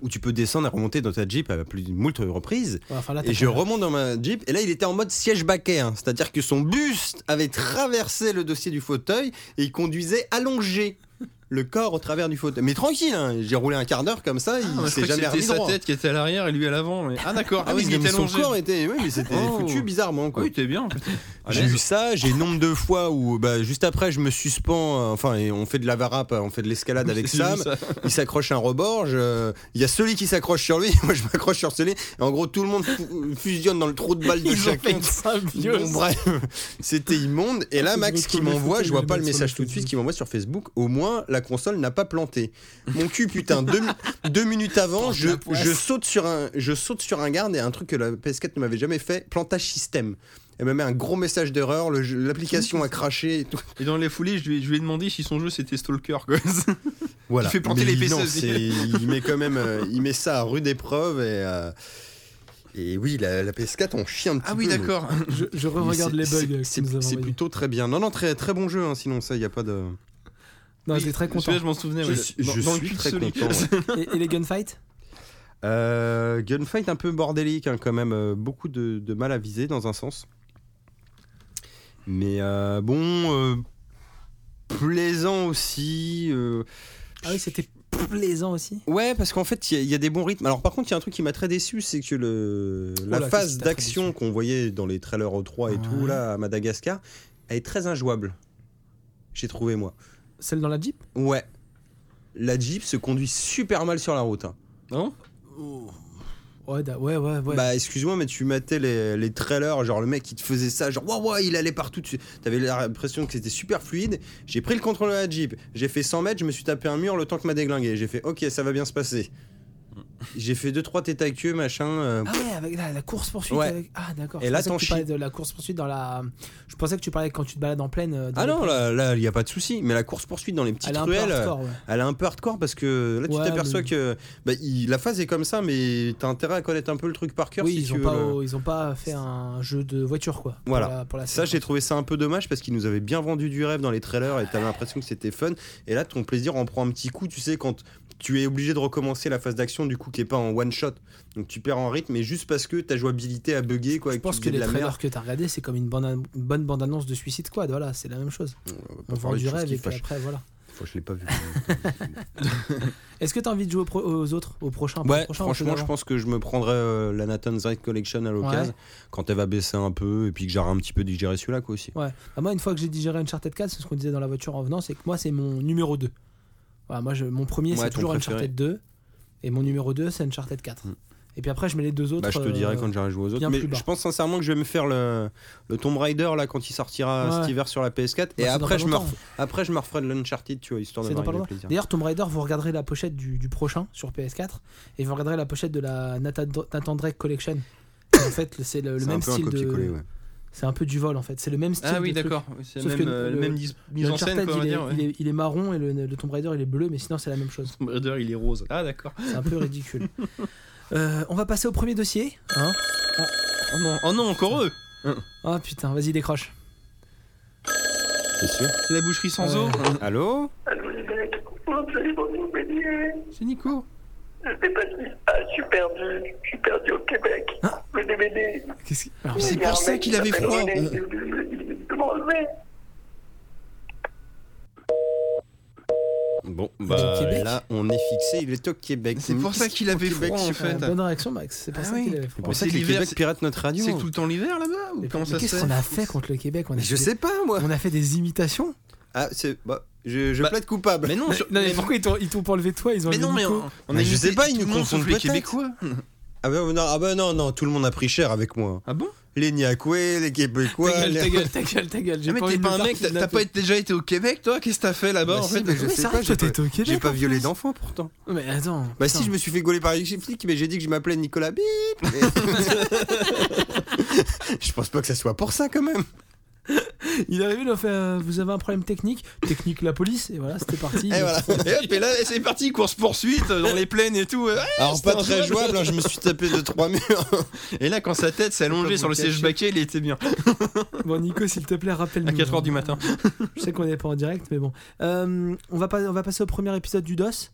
Speaker 3: où tu peux descendre et remonter dans ta Jeep à plus de moult reprises.
Speaker 2: Ouais, enfin, là, t'as
Speaker 3: Et je
Speaker 2: pas-
Speaker 3: remonte dans ma Jeep, et là il était en mode siège baquet, hein. c'est-à-dire que son buste avait traversé le dossier du fauteuil et il conduisait allongé le corps au travers du fauteuil. Mais tranquille, hein, j'ai roulé un quart d'heure comme ça,
Speaker 4: Ah,
Speaker 3: il
Speaker 4: moi, je
Speaker 3: s'est
Speaker 4: croyais que
Speaker 3: jamais
Speaker 4: c'était
Speaker 3: remis
Speaker 4: sa
Speaker 3: droit.
Speaker 4: tête qui était à l'arrière et lui à l'avant. Mais... Ah d'accord.
Speaker 3: Ah oui,
Speaker 4: il
Speaker 3: mais
Speaker 4: était
Speaker 3: son
Speaker 4: allongé.
Speaker 3: corps était, oui, mais c'était
Speaker 4: Oh.
Speaker 3: foutu bizarrement quoi.
Speaker 4: Oui, t'es bien. en fait.
Speaker 3: J'ai eu ça, j'ai nombre de fois où bah, juste après je me suspends, euh, enfin et on fait de la varap, on fait de l'escalade avec
Speaker 4: J'ai vu
Speaker 3: Sam,
Speaker 4: ça.
Speaker 3: il s'accroche à un rebord, je- il y a celui qui s'accroche sur lui, moi je m'accroche sur celui, et en gros tout le monde fu- fusionne dans le trou de balle de
Speaker 2: Ils ont fait
Speaker 3: chacun.
Speaker 2: une
Speaker 3: Bon,
Speaker 2: symbiose.
Speaker 3: bref, c'était immonde. Et là,
Speaker 2: Je
Speaker 3: Max qui
Speaker 2: retrouve les
Speaker 3: m'envoie,
Speaker 2: photos,
Speaker 3: je
Speaker 2: je
Speaker 3: vois
Speaker 2: vais
Speaker 3: pas le
Speaker 2: mettre sur
Speaker 3: message
Speaker 2: le
Speaker 3: tout de suite,
Speaker 2: Facebook.
Speaker 3: qui m'envoie sur Facebook. Au moins, la console n'a pas planté. Mon cul, putain, deux, mi- deux minutes avant,
Speaker 2: Plante
Speaker 3: je,
Speaker 2: la poisse.
Speaker 3: je saute sur un, je saute sur un garde et un truc que la PS4 ne m'avait jamais fait plantage système. Elle m'a mis un gros message d'erreur, le jeu- l'application a craché et tout.
Speaker 4: Et dans les foulées, je lui, ai- je lui ai demandé si son jeu c'était Stalker. Quoi.
Speaker 3: Voilà.
Speaker 4: Il fait planter
Speaker 3: Mais
Speaker 4: les
Speaker 3: non,
Speaker 4: PC.
Speaker 3: c'est- Il met quand même, euh, il met ça à rude épreuve et. euh, et oui, la, la PS4, on chie un petit
Speaker 4: Ah
Speaker 3: peu.
Speaker 4: oui,
Speaker 3: mais-
Speaker 4: d'accord.
Speaker 2: Je, je re-regarde
Speaker 3: C'est-
Speaker 2: les
Speaker 3: c'est-
Speaker 2: bugs.
Speaker 3: c'est-
Speaker 2: que nous avons
Speaker 3: C'est
Speaker 2: envoyés.
Speaker 3: plutôt très bien. Non, non, très, très bon jeu, hein, sinon ça, il n'y a pas de.
Speaker 2: Non,
Speaker 4: Oui,
Speaker 2: j'étais très content.
Speaker 4: celui-là, je m'en
Speaker 2: Eh
Speaker 4: souvenais.
Speaker 3: Je
Speaker 4: ouais.
Speaker 3: suis-
Speaker 4: Dans-
Speaker 3: je
Speaker 4: dans le
Speaker 3: suis
Speaker 4: cul de
Speaker 3: très
Speaker 4: celui.
Speaker 3: content,
Speaker 2: Et, et les gunfights
Speaker 3: Euh, gunfight un peu bordélique, hein, quand même. euh, beaucoup de, de mal à viser dans un sens. Mais euh, bon, euh, plaisant aussi. euh,
Speaker 2: Ah oui, c'était plaisant aussi.
Speaker 3: Ouais, parce qu'en fait, il y a- il y, a des bons rythmes. Alors, par contre, il y a un truc qui m'a très déçu, c'est que le,
Speaker 2: Oula,
Speaker 3: la
Speaker 2: Oh qu'est-ce
Speaker 3: phase
Speaker 2: qui t'a très
Speaker 3: d'action qu'on voyait dans les trailers O3 et
Speaker 2: Ouais.
Speaker 3: tout, là, à Madagascar, elle est très injouable. J'ai trouvé, moi.
Speaker 2: Celle dans la Jeep
Speaker 3: Ouais. La Jeep se conduit super mal sur la route. hein.
Speaker 4: Non
Speaker 2: ouais, da- ouais, ouais, ouais.
Speaker 3: Bah, excuse-moi, mais tu matais les, les trailers, genre le mec qui te faisait ça, genre waouh, waouh, il allait partout. Tu avais l'impression que c'était super fluide. J'ai pris le contrôle de la Jeep, j'ai fait 100 mètres, je me suis tapé un mur le temps que m'a déglingué. J'ai fait ok, ça va bien se passer. J'ai fait 2-3 têtes à queue, machin. euh,
Speaker 2: ah ouais, avec la, course poursuite.
Speaker 3: Ouais.
Speaker 2: Ah d'accord.
Speaker 3: Et
Speaker 2: je
Speaker 3: là,
Speaker 2: pensais que
Speaker 3: t'en
Speaker 2: tu
Speaker 3: chies.
Speaker 2: parlais de la course poursuite dans la. Je pensais que tu parlais quand tu te balades en plaine. euh, dans
Speaker 3: Ah
Speaker 2: les
Speaker 3: non,
Speaker 2: plaines.
Speaker 3: là, là, il n'y a pas de souci. Mais la course poursuite dans les petites
Speaker 2: elle est un peu
Speaker 3: ruelles, euh,
Speaker 2: hardcore. ouais.
Speaker 3: elle est un peu hardcore parce que là, tu
Speaker 2: Ouais,
Speaker 3: t'aperçois
Speaker 2: mais-
Speaker 3: que bah, il- la phase est comme ça, mais t'as intérêt à connaître un peu le truc par cœur
Speaker 2: Oui,
Speaker 3: si
Speaker 2: ils
Speaker 3: tu
Speaker 2: ont
Speaker 3: veux
Speaker 2: pas,
Speaker 3: le-
Speaker 2: ils ont pas fait un jeu de voiture quoi.
Speaker 3: Voilà.
Speaker 2: Pour la, pour la
Speaker 3: Ça,
Speaker 2: série.
Speaker 3: j'ai trouvé ça un peu dommage parce qu'ils nous avaient bien vendu du rêve dans les trailers et t'avais l'impression que c'était fun. Et là, ton plaisir en prend un petit coup, tu sais, quand tu es obligé de recommencer la phase d'action, du coup, qui est pas en one shot. Donc tu perds en rythme, mais juste parce que ta jouabilité a bugué, quoi. et
Speaker 2: Je
Speaker 3: que tu
Speaker 2: pense que
Speaker 3: faisais de
Speaker 2: les
Speaker 3: la
Speaker 2: trailers
Speaker 3: merde.
Speaker 2: que t'as regardé, c'est comme une, bande an- une bonne bande annonce de Suicide Squad. Voilà, c'est la même chose.
Speaker 3: On va pas
Speaker 2: On vend
Speaker 3: parler de
Speaker 2: du
Speaker 3: choses
Speaker 2: rêve
Speaker 3: qui
Speaker 2: et puis
Speaker 3: fâchent.
Speaker 2: après voilà.
Speaker 3: Faut que je l'ai pas vu.
Speaker 2: Est-ce que t'as envie de jouer au pro- aux autres, au prochain pas au
Speaker 3: ouais,
Speaker 2: prochain, au
Speaker 3: franchement, je
Speaker 2: précédent
Speaker 3: pense que je me prendrai euh, la Nathan's Ride Collection à l'occasion
Speaker 2: Ouais.
Speaker 3: quand elle va baisser un peu et puis que j'aurai un petit peu digéré celui-là, quoi, aussi.
Speaker 2: Ouais. Bah, moi, une fois que j'ai digéré Uncharted 4, c'est ce qu'on disait dans la voiture en venant, c'est que moi, c'est mon numéro 2. Voilà, moi, je- mon premier,
Speaker 3: Ouais,
Speaker 2: c'est
Speaker 3: ton
Speaker 2: toujours
Speaker 3: préféré.
Speaker 2: Uncharted 2. Et mon numéro 2, c'est Uncharted 4.
Speaker 3: Mm.
Speaker 2: Et puis après, je mets les deux autres.
Speaker 3: Bah, je te
Speaker 2: euh,
Speaker 3: dirai quand j'aurai joué aux autres.
Speaker 2: bien
Speaker 3: Mais
Speaker 2: plus bas.
Speaker 3: je pense sincèrement que je vais me faire le, le Tomb Raider là quand il sortira
Speaker 2: Ouais.
Speaker 3: cet hiver sur la PS4.
Speaker 2: bah,
Speaker 3: et
Speaker 2: c'est dans pas
Speaker 3: après je, me
Speaker 2: longtemps.
Speaker 3: ref- après, je me referai de l'Uncharted, tu vois, histoire de
Speaker 2: C'est dans pas
Speaker 3: me
Speaker 2: longtemps.
Speaker 3: plaisir.
Speaker 2: D'ailleurs, Tomb Raider, vous regarderez la pochette du, du prochain sur PS4 et vous regarderez la pochette de la Nathan, Nathan Drake Collection. Et en fait, c'est le, le
Speaker 3: C'est un
Speaker 2: même
Speaker 3: peu un
Speaker 2: style de.
Speaker 3: copier-coller, ouais.
Speaker 2: C'est un peu du vol en fait. C'est le même style.
Speaker 4: Ah oui,
Speaker 2: de truc.
Speaker 4: d'accord. C'est
Speaker 2: Sauf
Speaker 4: la
Speaker 2: que
Speaker 4: même, euh,
Speaker 2: le-
Speaker 4: la même dis-
Speaker 2: Le
Speaker 4: mise en scène,
Speaker 2: Uncharted,
Speaker 4: quoi, on va
Speaker 2: il, est,
Speaker 4: dire. ouais.
Speaker 2: il est- il est marron et le, le Tomb Raider il est bleu, mais sinon c'est la même chose.
Speaker 4: Tomb Raider, il est rose. Ah, d'accord.
Speaker 2: C'est un peu ridicule. Euh, on va passer au premier dossier. hein.
Speaker 4: Oh non, oh non, encore eux
Speaker 2: Ah putain, vas-y décroche.
Speaker 3: C'est sûr.
Speaker 4: C'est la boucherie sans
Speaker 2: Ouais.
Speaker 4: eau.
Speaker 3: Allô
Speaker 7: Allô, les mecs, vous allez vous baigner
Speaker 4: C'est Nico.
Speaker 7: Je t'ai pas dit. Ah, je suis perdu. Je suis perdu au Québec.
Speaker 2: Hein
Speaker 7: Venez m'aider.
Speaker 2: Qu'est-ce qui- Alors,
Speaker 4: Ah. C'est
Speaker 7: Il y a
Speaker 4: pour
Speaker 7: un
Speaker 4: ça
Speaker 7: mec
Speaker 4: qu'il
Speaker 7: qui
Speaker 4: avait
Speaker 7: s'appelle
Speaker 4: froid.
Speaker 7: René, il veut- il veut m'enlever.
Speaker 3: Bon,
Speaker 2: est au
Speaker 3: bah
Speaker 2: Québec
Speaker 3: là, on est fixé. Il est au Québec.
Speaker 4: C'est pour ça qu'il
Speaker 3: est au
Speaker 4: avait
Speaker 3: Québec,
Speaker 4: froid,
Speaker 3: ce
Speaker 4: en
Speaker 3: con
Speaker 4: fait.
Speaker 2: bonne réaction Max, c'est pas
Speaker 4: Ah
Speaker 2: ça
Speaker 4: oui.
Speaker 2: qu'il avait
Speaker 3: C'est
Speaker 2: fait.
Speaker 4: Mais
Speaker 3: pour ça
Speaker 4: c'est
Speaker 3: que le
Speaker 4: l'hiver,
Speaker 3: Québec
Speaker 4: c'est-
Speaker 3: pirate notre radio.
Speaker 4: C'est tout le temps l'hiver là-bas ou
Speaker 2: Mais
Speaker 4: Comment ça se
Speaker 2: Qu'est-ce
Speaker 4: fait
Speaker 2: qu'on a fait contre le Québec on a
Speaker 3: Mais je
Speaker 2: fait-
Speaker 3: sais pas, moi.
Speaker 2: On a fait des imitations
Speaker 3: Ah, c'est. Bah, je je
Speaker 4: Bah,
Speaker 3: plaide coupable.
Speaker 4: Mais non, sur- mais-
Speaker 2: pourquoi ils t'ont, pour enlevé toi Ils ont
Speaker 4: mais non, mais on, on a
Speaker 3: Mais je sais
Speaker 4: imité
Speaker 3: pas,
Speaker 4: tout
Speaker 3: ils nous
Speaker 4: le monde sauf
Speaker 3: confondent
Speaker 4: les
Speaker 3: peut-être.
Speaker 4: Québécois.
Speaker 3: Ah, bah, non, ah bah non, non, tout le monde a pris cher avec moi.
Speaker 4: Ah bon
Speaker 3: Les Niakoué, les Québécois.
Speaker 2: Ta gueule,
Speaker 3: les-
Speaker 2: ta gueule, ta gueule, ta gueule. J'ai
Speaker 4: Ah, Mais
Speaker 2: pas envie
Speaker 4: t'es
Speaker 2: de
Speaker 4: pas
Speaker 2: me
Speaker 4: un
Speaker 2: faire
Speaker 4: mec, t'as- t'as
Speaker 2: kidnapper.
Speaker 4: pas été- déjà été au Québec toi Qu'est-ce que t'as fait là-bas
Speaker 3: Bah
Speaker 4: en
Speaker 3: si,
Speaker 4: fait
Speaker 3: mais je
Speaker 2: Oui,
Speaker 3: sais
Speaker 2: c'est vrai
Speaker 3: pas,
Speaker 2: que toi
Speaker 3: j'ai
Speaker 2: t'étais
Speaker 3: pas,
Speaker 2: au Québec.
Speaker 3: j'ai pas
Speaker 2: en
Speaker 3: violé
Speaker 2: plus.
Speaker 3: d'enfant pourtant.
Speaker 2: Mais attends.
Speaker 3: Bah
Speaker 2: putain.
Speaker 3: si, je me suis fait gauler par les flics, mais j'ai dit que je m'appelais Nicolas Bip. je pense pas que ça soit pour ça quand même.
Speaker 2: Il est arrivé, il a fait euh, Vous avez un problème technique Technique la police. Et voilà, c'était parti.
Speaker 3: Et voilà.
Speaker 4: Et hop, et là, c'est parti, course-poursuite euh, dans les plaines et tout. euh, ouais.
Speaker 3: Alors
Speaker 4: c'était
Speaker 3: pas très
Speaker 4: injouable.
Speaker 3: jouable, hein, je me suis tapé de trois murs.
Speaker 4: Et là, quand sa tête s'est allongée sur le
Speaker 2: vous le
Speaker 4: siège baquet, il était bien.
Speaker 2: Bon, Nico, s'il te plaît, rappelle-nous.
Speaker 4: À 4h du matin.
Speaker 2: Je sais qu'on n'est pas en direct, mais bon. Euh, on, va pas, on va passer au premier épisode du DOS.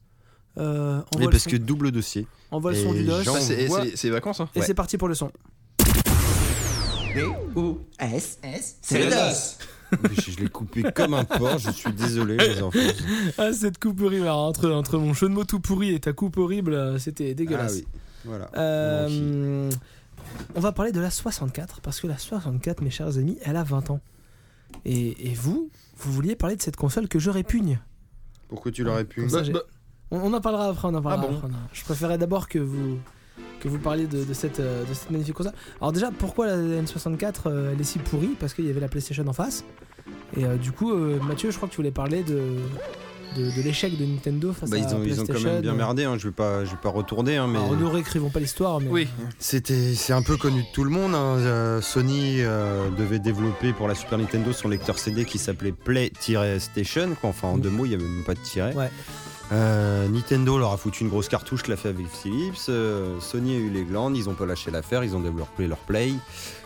Speaker 2: Euh, envoie le son,
Speaker 3: double dossier.
Speaker 2: envoie le son
Speaker 3: et
Speaker 2: du DOS.
Speaker 3: Jean-
Speaker 4: Ça, Bah, C'est
Speaker 3: voit-
Speaker 4: c'est- c'est vacances, hein.
Speaker 2: Et c'est parti pour le son.
Speaker 6: S, S,
Speaker 3: C'est le Je, je l'ai coupé comme un porc, je suis désolé les enfants.
Speaker 2: Ah, cette coupe horrible. Alors, entre, entre mon jeu de mots tout pourri et ta coupe horrible, euh, c'était
Speaker 3: Ah
Speaker 2: dégueulasse.
Speaker 3: oui, voilà. Mon
Speaker 2: Euh, on va parler de la 64, parce que la 64, mes chers amis, elle a 20 ans. Et, et vous, vous vouliez parler de cette console que je répugne.
Speaker 3: Pourquoi tu l'aurais pu Bah,
Speaker 2: Comme
Speaker 4: Bah,
Speaker 2: ça, j'ai- on, on en parlera après, on en parlera
Speaker 4: Ah bon
Speaker 2: après, on en- Je préférais d'abord que vous, que vous parliez de, de cette, euh, de cette magnifique console. Alors déjà, pourquoi la N64, euh, elle est si pourrie Parce qu'il y avait la PlayStation en face. Et euh, du coup, euh, Mathieu, je crois que tu voulais parler de, de, de l'échec de Nintendo face
Speaker 3: Bah,
Speaker 2: à
Speaker 3: ils, ont, ils ont
Speaker 2: PlayStation.
Speaker 3: quand même bien merdé, hein, je vais pas, je vais pas retourner, hein, mais
Speaker 2: Alors, nous réécrivons pas l'histoire, mais...
Speaker 4: Oui.
Speaker 3: c'était, c'est un peu connu de tout le monde. hein. Euh, Sony euh, devait développer pour la Super Nintendo son lecteur CD qui s'appelait Play-Station. quoi. Enfin, en
Speaker 2: Mm.
Speaker 3: deux mots, il y avait même pas de tiret.
Speaker 2: Ouais.
Speaker 3: Euh, Nintendo leur a foutu une grosse cartouche, l'a fait avec Philips. euh, Sony a eu les glandes, ils ont pas lâché l'affaire, ils ont développé leur Play,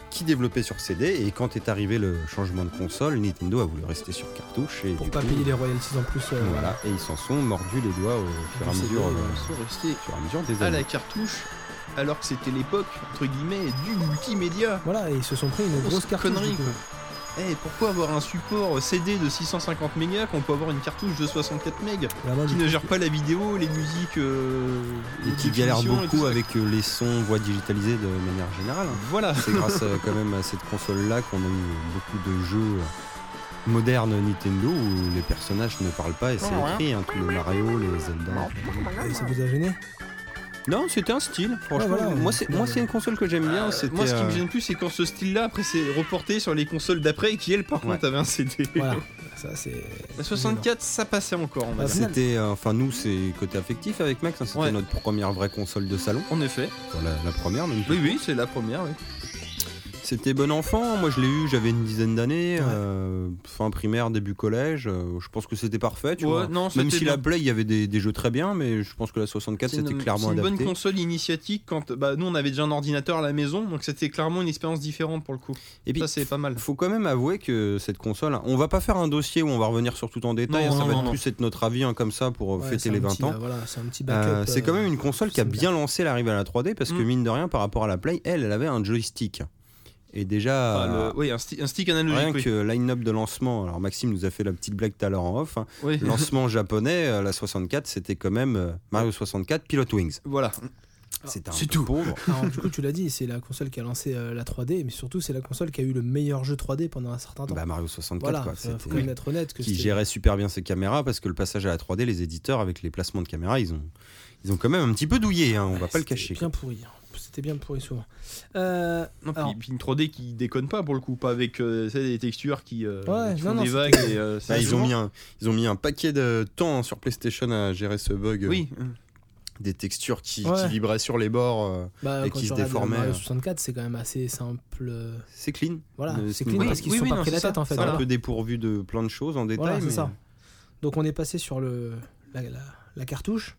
Speaker 3: qui développait sur CD. Et quand est arrivé le changement de console, Nintendo a voulu rester sur cartouche et
Speaker 2: Pour
Speaker 3: du
Speaker 2: pas
Speaker 3: coup,
Speaker 2: payer les royalties en plus. euh,
Speaker 3: Voilà, et ils s'en sont mordus les doigts au fur et à
Speaker 2: Du CD,
Speaker 3: mesure, euh,
Speaker 2: ouais.
Speaker 4: Ils sont restés
Speaker 3: au fur et à mesure
Speaker 2: Ah,
Speaker 3: des
Speaker 4: à
Speaker 3: années.
Speaker 4: la cartouche, alors que c'était l'époque, entre guillemets, du multimédia.
Speaker 2: Voilà, et ils se sont pris une
Speaker 4: Grosse
Speaker 2: grosse cartouche.
Speaker 4: connerie,
Speaker 2: du coup.
Speaker 4: quoi. Eh, pourquoi avoir un support CD de 650 mégas qu'on peut avoir une cartouche de 64 mégas
Speaker 2: Bah,
Speaker 3: Ah,
Speaker 2: moi,
Speaker 4: qui
Speaker 2: je-
Speaker 4: ne gère pas la vidéo, les musiques euh,
Speaker 3: et
Speaker 4: les
Speaker 3: qui galèrent
Speaker 4: définitions et tout
Speaker 3: beaucoup
Speaker 4: ça.
Speaker 3: avec euh, les sons, voix digitalisées de manière générale. hein.
Speaker 4: Voilà.
Speaker 3: C'est grâce euh, quand même à cette console-là qu'on a eu beaucoup de jeux euh, modernes Nintendo où les personnages ne parlent pas et c'est écrit, hein, tous les Mario, les Zelda. Eh,
Speaker 2: Et ça vous a gêné
Speaker 3: Non, c'était un style, franchement.
Speaker 2: Ouais, voilà.
Speaker 3: Moi, c'est moi, c'est une console que j'aime bien.
Speaker 4: Euh,
Speaker 3: c'était,
Speaker 4: moi, ce qui me
Speaker 3: euh,
Speaker 4: gêne plus, c'est quand ce style-là, après, c'est reporté sur les consoles d'après, qui, elle, par
Speaker 3: Ouais.
Speaker 4: contre, avait un CD.
Speaker 2: Voilà, ça c'est.
Speaker 4: La 64, ça passait encore, on va
Speaker 2: Ah,
Speaker 4: dire.
Speaker 3: C'était, euh, enfin, nous, c'est côté affectif avec Max. hein, c'était
Speaker 4: Ouais.
Speaker 3: notre première vraie console de salon.
Speaker 4: En effet.
Speaker 3: Enfin, la, la première, même.
Speaker 4: Oui, oui, c'est la première, oui.
Speaker 3: C'était bon enfant, moi je l'ai eu, j'avais une dizaine d'années,
Speaker 2: Ouais.
Speaker 3: euh, fin primaire, début collège, euh, je pense que c'était parfait, tu
Speaker 4: Ouais,
Speaker 3: vois.
Speaker 4: non,
Speaker 3: Même
Speaker 4: c'était
Speaker 3: si
Speaker 4: bien.
Speaker 3: la Play, il y avait des, des jeux très bien, mais je pense que la 64,
Speaker 4: C'est une-
Speaker 3: c'était clairement
Speaker 4: C'est une bonne
Speaker 3: adapté.
Speaker 4: console initiatique quand bah, nous on avait déjà un ordinateur à la maison, donc c'était clairement une expérience différente pour le coup.
Speaker 3: Et puis, euh,
Speaker 4: ça c'est pas mal.
Speaker 3: faut quand même avouer que cette console, on va pas faire un dossier où on va revenir sur tout en détail,
Speaker 4: Non,
Speaker 3: hein, ça
Speaker 4: non,
Speaker 3: va
Speaker 4: non,
Speaker 3: être
Speaker 4: non.
Speaker 3: plus être notre avis hein, comme ça pour euh,
Speaker 2: Ouais, c'est
Speaker 3: fêter
Speaker 2: un
Speaker 3: les 20
Speaker 2: petit,
Speaker 3: ans.
Speaker 2: euh, voilà, c'est un petit backup.
Speaker 3: Euh, c'est quand même une console qui a
Speaker 2: c'est
Speaker 3: bien lancé l'arrivée à la 3D parce que
Speaker 4: Mm.
Speaker 3: mine de rien par rapport à la Play, elle, elle avait un joystick. Et déjà,
Speaker 4: Enfin, Ah, le- oui, un, sti- un stick analogique.
Speaker 3: rien
Speaker 4: oui.
Speaker 3: que line-up de lancement, alors Maxime nous a fait la petite blague tout à l'heure en off, hein,
Speaker 4: Oui.
Speaker 3: lancement japonais, euh, la 64, c'était quand même euh, Mario 64, Pilot Wings.
Speaker 4: Voilà.
Speaker 3: C'était un
Speaker 2: Ah, c'est
Speaker 3: peu pauvre.
Speaker 2: Alors, du coup, tu l'as dit, c'est la console qui a lancé euh, la 3D, mais surtout, c'est la console qui a eu le meilleur jeu 3D pendant un certain temps.
Speaker 3: Bah, Mario 64,
Speaker 2: voilà, euh,
Speaker 3: quoi.
Speaker 2: faut
Speaker 3: c'était-
Speaker 2: faut quand même être honnête. Que
Speaker 3: Qui
Speaker 2: c'était-
Speaker 3: gérait super bien ses caméras parce que le passage à la 3D, les éditeurs, avec les placements de caméras, ils ont, ils ont quand même un petit peu douillé, hein, on va pas le
Speaker 2: c'était
Speaker 3: cacher.
Speaker 2: Bien pourri. hein. C'était bien pourri souvent. Euh,
Speaker 4: Non, puis,
Speaker 2: Alors-
Speaker 4: puis une 3D qui déconne pas pour le coup, pas avec euh, tu sais, des textures qui, euh,
Speaker 2: Ouais,
Speaker 4: qui
Speaker 2: non,
Speaker 4: font
Speaker 2: non,
Speaker 4: des
Speaker 2: c'était-
Speaker 4: vagues. Et, euh,
Speaker 3: Bah,
Speaker 4: c'est
Speaker 3: ils, ont
Speaker 4: souvent-
Speaker 3: hein, mis un, ils ont mis un paquet de temps sur PlayStation à gérer ce bug. euh,
Speaker 4: Oui.
Speaker 3: des textures qui,
Speaker 2: Ouais.
Speaker 3: qui vibraient sur les bords. euh,
Speaker 2: Bah,
Speaker 3: Et
Speaker 2: quand
Speaker 3: qui
Speaker 2: tu
Speaker 3: se
Speaker 2: regardes le
Speaker 3: déformait,
Speaker 2: Mario
Speaker 3: euh.
Speaker 2: 64, c'est quand même assez simple. euh,
Speaker 3: C'est clean.
Speaker 2: Voilà,
Speaker 3: Euh,
Speaker 2: c'est clean
Speaker 3: oui,
Speaker 2: parce qu'ils se
Speaker 4: oui,
Speaker 2: sont
Speaker 4: oui,
Speaker 2: pas
Speaker 4: non,
Speaker 2: pris la
Speaker 4: c'est
Speaker 2: tête
Speaker 4: ça.
Speaker 2: en fait.
Speaker 3: C'est
Speaker 2: voilà.
Speaker 3: un peu dépourvu de plein de choses en détail.
Speaker 2: Voilà, c'est
Speaker 3: mais-
Speaker 2: ça. Donc on est passé sur le, la, la- la cartouche.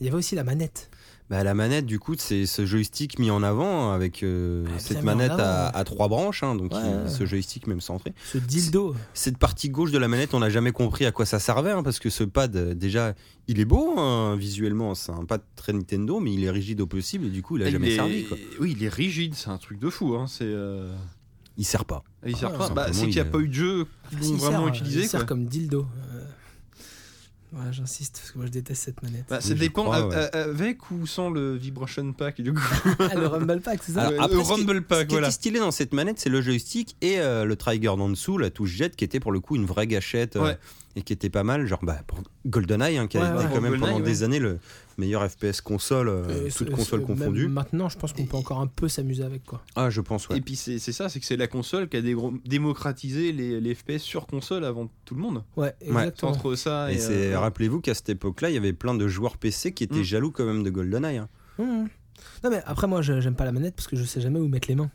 Speaker 2: Il y avait aussi la manette.
Speaker 3: Bah, la manette, du coup, c'est ce joystick mis en avant avec euh,
Speaker 2: Ah, bien
Speaker 3: cette
Speaker 2: mis en
Speaker 3: manette à,
Speaker 2: avant.
Speaker 3: à trois branches, hein, donc
Speaker 2: Ouais,
Speaker 3: il-
Speaker 2: ouais.
Speaker 3: ce joystick même centré.
Speaker 2: Ce dildo.
Speaker 3: Cette partie gauche de la manette, on n'a jamais compris à quoi ça servait, hein, parce que ce pad, euh, déjà, il est beau hein, visuellement, c'est un pad très Nintendo, mais il est rigide au possible, et du coup, il a jamais
Speaker 4: est-
Speaker 3: servi. Quoi.
Speaker 4: Oui, il est rigide, c'est un truc de fou. Hein. C'est, euh,
Speaker 3: Il sert pas.
Speaker 4: Il sert
Speaker 2: Ah,
Speaker 4: pas. Bah,
Speaker 3: simplement,
Speaker 4: c'est qu'il n'y a
Speaker 3: il est-
Speaker 4: pas eu de jeu
Speaker 2: Ah, si,
Speaker 4: qu'on
Speaker 2: il sert,
Speaker 4: vraiment
Speaker 2: euh,
Speaker 4: utilisé.
Speaker 2: Il
Speaker 4: quoi.
Speaker 2: sert comme dildo. Euh, Voilà, j'insiste parce que moi je déteste cette manette.
Speaker 4: Bah, ça
Speaker 3: Oui, je
Speaker 4: dépend
Speaker 3: crois,
Speaker 4: a-
Speaker 3: ouais.
Speaker 4: a- avec ou sans le Vibration Pack du coup.
Speaker 2: Ah, le Rumble Pack, c'est ça
Speaker 3: Alors,
Speaker 4: le
Speaker 3: après, ce qui-
Speaker 4: Rumble
Speaker 3: ce
Speaker 4: Pack,
Speaker 3: qui
Speaker 4: voilà.
Speaker 3: était stylé dans cette manette, c'est le joystick et euh, le trigger d'en dessous, la touche jet, qui était pour le coup une vraie gâchette euh,
Speaker 4: Ouais.
Speaker 3: et qui était pas mal. Genre bah, pour GoldenEye, hein, qui
Speaker 2: Ouais,
Speaker 3: a
Speaker 2: ouais.
Speaker 3: été quand même
Speaker 4: GoldenEye,
Speaker 3: pendant
Speaker 4: ouais.
Speaker 3: des années le meilleur FPS console, euh,
Speaker 2: Et
Speaker 3: toutes
Speaker 2: ce-
Speaker 3: consoles
Speaker 2: ce- même
Speaker 3: confondues.
Speaker 2: Maintenant, je pense qu'on peut
Speaker 4: Et-
Speaker 2: encore un peu s'amuser avec quoi.
Speaker 3: Ah, je pense, ouais.
Speaker 4: Et puis c'est c'est ça, c'est que c'est la console qui a dégro- démocratisé les, les FPS sur console avant tout le monde.
Speaker 2: Ouais,
Speaker 4: C'est
Speaker 2: exactement.
Speaker 4: entre ça
Speaker 3: Et
Speaker 4: et.
Speaker 3: c'est-
Speaker 4: euh,
Speaker 3: rappelez-vous qu'à cette époque-là, il y avait plein de joueurs PC qui étaient
Speaker 4: Mm.
Speaker 3: jaloux quand même de GoldenEye. hein.
Speaker 2: Mhm. Non mais après moi je- j'aime pas la manette parce que je sais jamais où mettre les mains.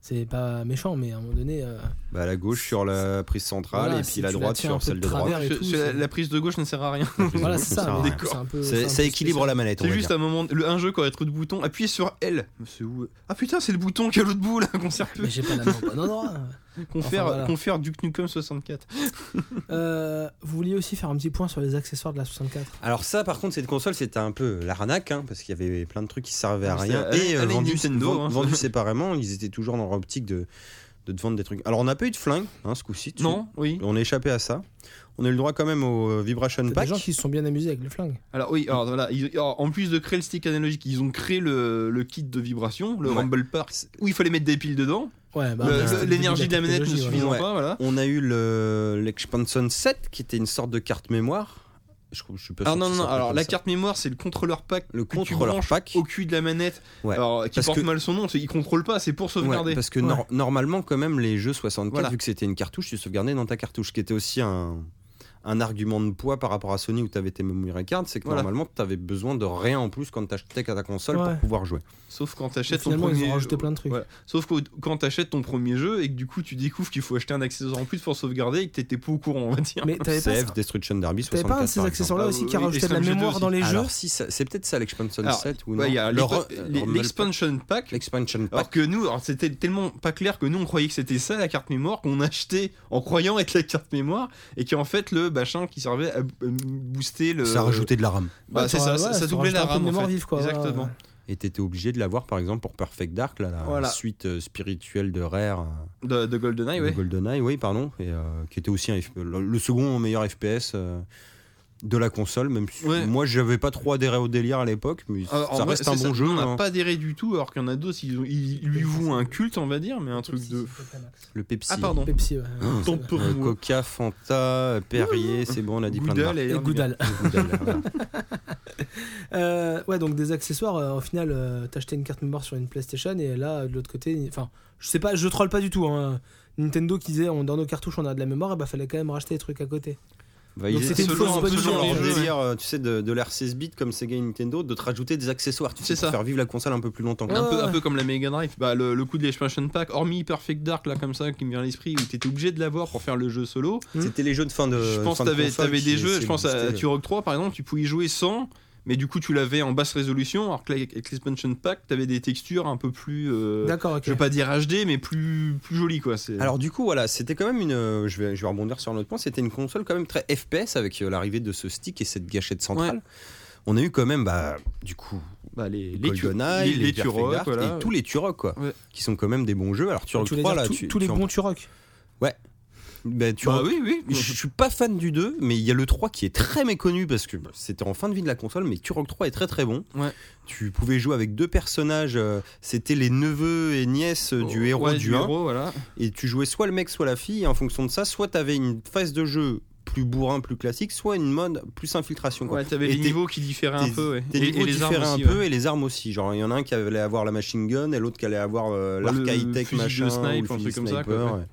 Speaker 2: C'est pas méchant mais à un moment donné euh,
Speaker 3: Bah, la gauche sur la prise centrale
Speaker 2: Voilà,
Speaker 3: et
Speaker 2: si
Speaker 3: puis la
Speaker 2: tu la
Speaker 3: droite
Speaker 2: tiens un
Speaker 3: sur
Speaker 2: peu de
Speaker 3: celle de droite.
Speaker 2: travers et
Speaker 4: ce-
Speaker 2: tout,
Speaker 4: ce-
Speaker 2: c'est-
Speaker 4: la prise de gauche ne sert à rien.
Speaker 2: voilà
Speaker 3: Ça
Speaker 2: c'est ça.
Speaker 3: sert à
Speaker 2: mais
Speaker 3: rien.
Speaker 2: c'est un peu- c'est un
Speaker 3: C'est-
Speaker 2: peu
Speaker 3: Ça équilibre
Speaker 2: spécial.
Speaker 3: la manette. on
Speaker 4: C'est
Speaker 3: va
Speaker 4: juste
Speaker 3: dire.
Speaker 4: un moment, le, un jeu qui aurait trop de boutons, appuyez sur L. Mais c'est où Ah putain, c'est le bouton qui est à l'autre bout là, qu'on sert
Speaker 2: Mais
Speaker 4: plus.
Speaker 2: j'ai pas la main au bon endroit.
Speaker 4: Confère,
Speaker 2: voilà.
Speaker 4: confère Duke Nukem 64.
Speaker 2: Euh, vous vouliez aussi faire un petit point sur les accessoires de la 64
Speaker 3: Alors ça, par contre, cette console, c'était un peu l'arnaque, hein, parce qu'il y avait plein de trucs qui servaient à
Speaker 4: Ah,
Speaker 3: rien.
Speaker 4: c'était-
Speaker 3: Et
Speaker 4: allez,
Speaker 3: euh,
Speaker 4: allez,
Speaker 3: vendus
Speaker 4: Nintendo,
Speaker 3: vend-
Speaker 4: hein.
Speaker 3: vendus séparément, ils étaient toujours dans leur optique de, de te vendre des trucs. Alors on n'a pas eu de flingue, hein, ce coup-ci. dessus.
Speaker 4: Non, oui.
Speaker 3: On a échappé à ça. On a eu le droit quand même au euh, Vibration
Speaker 2: T'as
Speaker 3: Pack.
Speaker 2: des gens qui se sont bien amusés avec le flingue.
Speaker 4: Alors oui, alors voilà, ils- alors, en plus de créer le stick analogique, ils ont créé le, le kit de vibration, le
Speaker 3: Ouais.
Speaker 4: Rumble Park, où il fallait mettre des piles dedans.
Speaker 2: Ouais, bah,
Speaker 4: Le-
Speaker 2: bah,
Speaker 4: le-
Speaker 2: c'était le
Speaker 4: L'énergie de
Speaker 2: début
Speaker 4: la manette ne
Speaker 2: technologie, voilà.
Speaker 4: suffisant
Speaker 3: ouais.
Speaker 4: pas, voilà.
Speaker 3: On a eu le- l'Expansion 7, qui était une sorte de carte mémoire. Je, je suis pas
Speaker 4: Ah
Speaker 3: sûr
Speaker 4: non,
Speaker 3: que ça
Speaker 4: non, non,
Speaker 3: s'appelle
Speaker 4: alors
Speaker 3: comme
Speaker 4: la
Speaker 3: ça.
Speaker 4: carte mémoire, c'est le contrôleur pack
Speaker 3: Le
Speaker 4: que tu
Speaker 3: contrôleur
Speaker 4: branches
Speaker 3: pack.
Speaker 4: au cul de la manette,
Speaker 3: Ouais.
Speaker 4: alors, qui
Speaker 3: Parce
Speaker 4: porte
Speaker 3: que-
Speaker 4: mal son nom, c'est- il contrôle pas, c'est pour
Speaker 3: Ouais,
Speaker 4: sauvegarder.
Speaker 3: parce que
Speaker 2: Ouais.
Speaker 3: nor- normalement, quand même, les jeux 64,
Speaker 4: Voilà.
Speaker 3: vu que c'était une cartouche, tu sauvegardais dans ta cartouche, ce qui était aussi un, un argument de poids par rapport à Sony où tu avais tes memory cards, c'est que
Speaker 4: Voilà.
Speaker 3: normalement, tu avais besoin de rien en plus quand tu achetais à ta console
Speaker 2: Ouais.
Speaker 3: pour pouvoir jouer.
Speaker 4: Sauf quand t'achètes ton
Speaker 2: Finalement,
Speaker 4: premier. euh,
Speaker 2: ils ont rajouté plein de trucs.
Speaker 4: Ouais. Sauf que quand t'achètes ton premier jeu et que du coup tu découvres qu'il faut acheter un accessoire en plus pour sauvegarder et que t'étais pas au courant, on va dire.
Speaker 2: Mais t'avais pas,
Speaker 3: CF, Destruction Derby,
Speaker 2: t'avais
Speaker 3: 64.
Speaker 2: pas un de ces
Speaker 3: par
Speaker 2: accessoires-là
Speaker 4: Ah,
Speaker 2: aussi
Speaker 4: oui,
Speaker 2: qui
Speaker 4: oui,
Speaker 2: rajoutait de la
Speaker 4: Extreme Jeux
Speaker 2: mémoire
Speaker 4: aussi.
Speaker 2: dans les
Speaker 3: exemple.
Speaker 2: jeux
Speaker 3: Alors, si, ça- c'est peut-être ça l'Expansion
Speaker 4: Alors,
Speaker 3: 7 ou
Speaker 4: Ouais,
Speaker 3: non
Speaker 4: il y a
Speaker 3: Le
Speaker 4: l'expa-
Speaker 3: re-
Speaker 4: l'e-
Speaker 3: Rumble Pack.
Speaker 4: l'expansion pack.
Speaker 3: L'expansion Pack.
Speaker 4: Alors que nous, alors, c'était tellement pas clair que nous on croyait que c'était ça la carte mémoire qu'on achetait en croyant être la carte mémoire et qui en fait le machin qui servait à b- euh, booster le.
Speaker 2: euh,
Speaker 3: Ça rajoutait de la RAM.
Speaker 4: Bah,
Speaker 2: Ouais,
Speaker 4: c'est
Speaker 2: tu
Speaker 4: ça,
Speaker 2: auras-
Speaker 4: ça,
Speaker 2: ouais,
Speaker 4: ça
Speaker 2: tu
Speaker 4: doublait
Speaker 2: auras
Speaker 4: la
Speaker 2: acheté un peu de
Speaker 4: RAM. en
Speaker 2: mémoire
Speaker 4: fait.
Speaker 2: vive, quoi,
Speaker 4: Exactement.
Speaker 2: ouais.
Speaker 3: Et t'étais obligé de l'avoir, par exemple, pour Perfect Dark, là, la
Speaker 4: Voilà.
Speaker 3: suite euh, spirituelle de Rare. euh,
Speaker 4: De, de GoldenEye,
Speaker 3: Le
Speaker 4: Ah ouais.
Speaker 3: GoldenEye, oui, pardon, et, euh, qui était aussi un F- le, le second meilleur FPS euh, de la console, même si
Speaker 4: Ouais.
Speaker 3: moi j'avais pas trop adhéré au délire à l'époque, mais
Speaker 4: Alors, Euh, en
Speaker 3: ça
Speaker 4: vrai,
Speaker 3: reste un
Speaker 4: c'est
Speaker 3: bon
Speaker 4: ça,
Speaker 3: jeu.
Speaker 4: On n'a
Speaker 3: hein.
Speaker 4: pas adhéré du tout, alors qu'il y en a d'autres, ils, ont- ils lui vouent un culte, on va dire, mais un truc de. Hein.
Speaker 3: Le Pepsi,
Speaker 4: Ah, pardon.
Speaker 2: Pepsi, ouais.
Speaker 3: Hum.
Speaker 2: C'est
Speaker 4: Ton
Speaker 2: vrai.
Speaker 4: pauvre
Speaker 3: euh,
Speaker 4: mou.
Speaker 3: Coca, Fanta, euh, Perrier, c'est bon, on a dit plein de
Speaker 4: Goodall
Speaker 3: marques.
Speaker 4: et
Speaker 2: Et
Speaker 4: on y
Speaker 2: Goudal.
Speaker 3: Goodall, voilà.
Speaker 2: Euh, ouais, donc des accessoires. euh, au final, euh, t'achetais une carte mémoire sur une PlayStation et là, de l'autre côté, enfin, je sais pas, je troll pas du tout. hein. Nintendo qui disait on, dans nos cartouches on a de la mémoire, et bah fallait quand même racheter des trucs à côté.
Speaker 3: Bah,
Speaker 2: Donc
Speaker 3: ils-
Speaker 2: c'était une
Speaker 3: selon-
Speaker 2: fausse bonne
Speaker 3: selon
Speaker 2: idée,
Speaker 3: leur
Speaker 2: en fait.
Speaker 3: délire, euh, tu sais, de, de l'ère 16 bits comme Sega et Nintendo, de te rajouter des accessoires, tu
Speaker 4: C'est
Speaker 3: sais,
Speaker 4: ça.
Speaker 3: pour faire vivre la console un peu plus longtemps.
Speaker 4: Un,
Speaker 2: Ouais,
Speaker 4: peu,
Speaker 2: ouais.
Speaker 4: un peu comme la Mega Drive, bah, le, le coup de l'expansion pack, hormis Perfect Dark, là comme ça, qui me vient à l'esprit, où t'étais obligé de l'avoir pour faire le jeu solo.
Speaker 3: C'était les jeux de fin de.
Speaker 4: je pense
Speaker 3: fin
Speaker 4: que
Speaker 3: de
Speaker 4: t'avais
Speaker 3: console
Speaker 4: avais
Speaker 3: qui
Speaker 4: des jeux,
Speaker 3: essayaient
Speaker 4: je
Speaker 3: de
Speaker 4: pense
Speaker 3: booster euh,
Speaker 4: à
Speaker 3: le-
Speaker 4: Turok 3 par exemple, tu pouvais y jouer sans, mais du coup tu l'avais en basse résolution, alors que là, avec l'expansion pack, t'avais des textures un peu plus. euh,
Speaker 2: D'accord, ok.
Speaker 4: je veux pas dire HD, mais plus, plus jolies quoi. c'est-
Speaker 3: Alors du coup voilà, c'était quand même une, euh, je vais, je vais rebondir sur un autre point, c'était une console quand même très FPS avec euh, l'arrivée de ce stick et cette gâchette centrale. On a eu quand même bah, du coup
Speaker 4: bah, les, les, tu-
Speaker 3: GoldenEye,
Speaker 4: les- les
Speaker 3: Perfect
Speaker 4: Turok,
Speaker 3: Dark
Speaker 4: voilà.
Speaker 3: et tous les Turok quoi,
Speaker 4: Ouais.
Speaker 3: qui sont quand même des bons jeux. Alors Turok
Speaker 2: Tu voulais
Speaker 3: 3
Speaker 2: dire
Speaker 3: là,
Speaker 2: tous-
Speaker 3: tu,
Speaker 2: tous les
Speaker 3: tu en-
Speaker 2: bons Turok.
Speaker 3: bah,
Speaker 4: Bah
Speaker 3: Turok-
Speaker 4: oui, oui.
Speaker 3: Je je suis pas fan du 2, mais il y a le 3 qui est très méconnu parce que bah, c'était en fin de vie de la console, mais Turok 3 est très très bon.
Speaker 4: Ouais.
Speaker 3: Tu pouvais jouer avec deux personnages, euh, c'était les neveux et nièces euh, du héros
Speaker 4: Oh, Ouais,
Speaker 3: du 1.
Speaker 4: héros, voilà.
Speaker 3: et tu jouais soit le mec soit la fille et en fonction de ça soit t'avais une phase de jeu plus bourrin plus classique soit une mode plus infiltration quoi.
Speaker 4: Ouais, t'avais
Speaker 3: Et
Speaker 4: les
Speaker 3: tes-
Speaker 4: niveaux qui différaient un
Speaker 3: tes-
Speaker 4: peu, ouais.
Speaker 3: Tes niveaux différaient un
Speaker 4: aussi, ouais.
Speaker 3: peu et les armes aussi genre il y en a un qui allait avoir la machine gun et l'autre qui allait avoir euh,
Speaker 4: Ouais, le
Speaker 3: l'arc high tech
Speaker 4: fusil de
Speaker 3: machin
Speaker 4: snipe,
Speaker 3: ou
Speaker 4: un
Speaker 3: le fusil
Speaker 4: truc comme ça,
Speaker 3: sniper,
Speaker 4: quoi, ouais.
Speaker 3: ouais.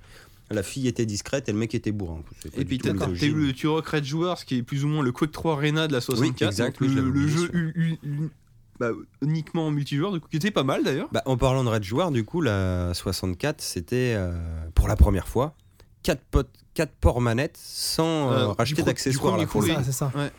Speaker 3: La fille était discrète et le mec était bourrin. C'est pas
Speaker 4: Et
Speaker 3: du
Speaker 4: puis
Speaker 3: tout
Speaker 4: t'as t'as
Speaker 3: misogyne.
Speaker 4: eu le tu regrettes joueur, ce qui est plus ou moins le Quake 3 Arena de la 64.
Speaker 3: exact,
Speaker 4: donc
Speaker 3: oui, je
Speaker 4: le,
Speaker 3: l'avais
Speaker 4: le
Speaker 3: oublié,
Speaker 4: jeu
Speaker 3: celui-là.
Speaker 4: u- u- u- bah, uniquement en multijoueur, du coup, qui était pas mal d'ailleurs.
Speaker 3: Bah, en parlant de Red Joueur, du coup, la 64, c'était euh, pour la première fois 4, potes, quatre ports manettes sans euh,
Speaker 4: Euh,
Speaker 3: racheter
Speaker 4: du pro-
Speaker 3: d'accessoires.
Speaker 4: du
Speaker 3: la
Speaker 4: premier
Speaker 3: pauvre.
Speaker 4: coup,
Speaker 2: C'est ça, c'est ça.
Speaker 4: Ouais.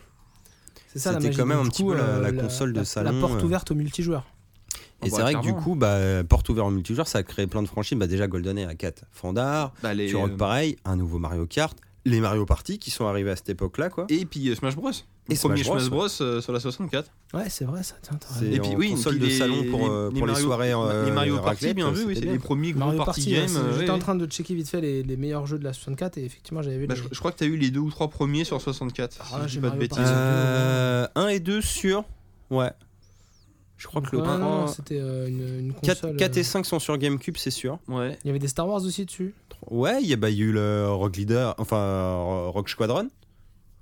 Speaker 2: C'est ça la
Speaker 3: C'était
Speaker 2: magie.
Speaker 3: quand même
Speaker 2: Du
Speaker 3: un petit
Speaker 2: coup,
Speaker 3: peu la-
Speaker 2: euh,
Speaker 3: la console de
Speaker 2: la-
Speaker 3: salon,
Speaker 2: La porte
Speaker 3: euh.
Speaker 2: ouverte au multijoueur.
Speaker 3: Et
Speaker 4: Ah bah,
Speaker 3: c'est vrai que du
Speaker 4: clairement.
Speaker 3: coup, bah, porte ouverte en multijoueur, ça a créé plein de franchises. Bah, déjà, GoldenEye à 4 Fandar,
Speaker 4: Bah, les-
Speaker 3: tu rock pareil, un nouveau Mario Kart, les Mario Party qui sont arrivés à cette époque-là. quoi.
Speaker 4: Et puis euh, Smash Bros. Le
Speaker 3: Et
Speaker 4: premier
Speaker 3: Smash Bros,
Speaker 4: Smash Bros, euh, sur la 64.
Speaker 2: Ouais, c'est vrai, ça. Tiens, t'as raison.
Speaker 3: C'est
Speaker 4: Et puis
Speaker 3: en
Speaker 4: oui,
Speaker 3: console
Speaker 4: puis
Speaker 3: de salon pour, euh, pour les
Speaker 4: Mario-
Speaker 3: soirées, euh,
Speaker 4: les Mario
Speaker 3: euh,
Speaker 4: Party, bien
Speaker 3: raclette,
Speaker 4: vu, oui, c'est
Speaker 3: c'était
Speaker 4: les
Speaker 3: bien.
Speaker 4: premiers gros
Speaker 2: Mario
Speaker 4: party
Speaker 2: Party. ouais,
Speaker 4: games.
Speaker 2: c'est-
Speaker 4: euh,
Speaker 2: J'étais
Speaker 4: ouais,
Speaker 2: en
Speaker 4: ouais.
Speaker 2: train de checker vite fait les, les meilleurs jeux de la 64 et effectivement j'avais vu.
Speaker 4: Bah,
Speaker 2: les-
Speaker 4: je, je crois que t'as eu les deux ou trois premiers sur 64.
Speaker 2: Ah,
Speaker 4: si je
Speaker 2: j'ai
Speaker 4: dis pas de
Speaker 2: Mario
Speaker 4: bêtises.
Speaker 2: Party.
Speaker 3: Euh, 1 et 2 sur. Ouais. Je crois que le
Speaker 2: Ouais, non, non,
Speaker 3: 3.
Speaker 2: c'était euh, une, une
Speaker 3: 4,
Speaker 2: console.
Speaker 3: et
Speaker 2: euh,
Speaker 3: 5 sont sur GameCube, c'est sûr.
Speaker 4: Ouais.
Speaker 2: Il y avait des Star Wars aussi dessus.
Speaker 3: Ouais, il y, a- bah, il y a eu le Rock Leader, enfin euh, Rock Squadron.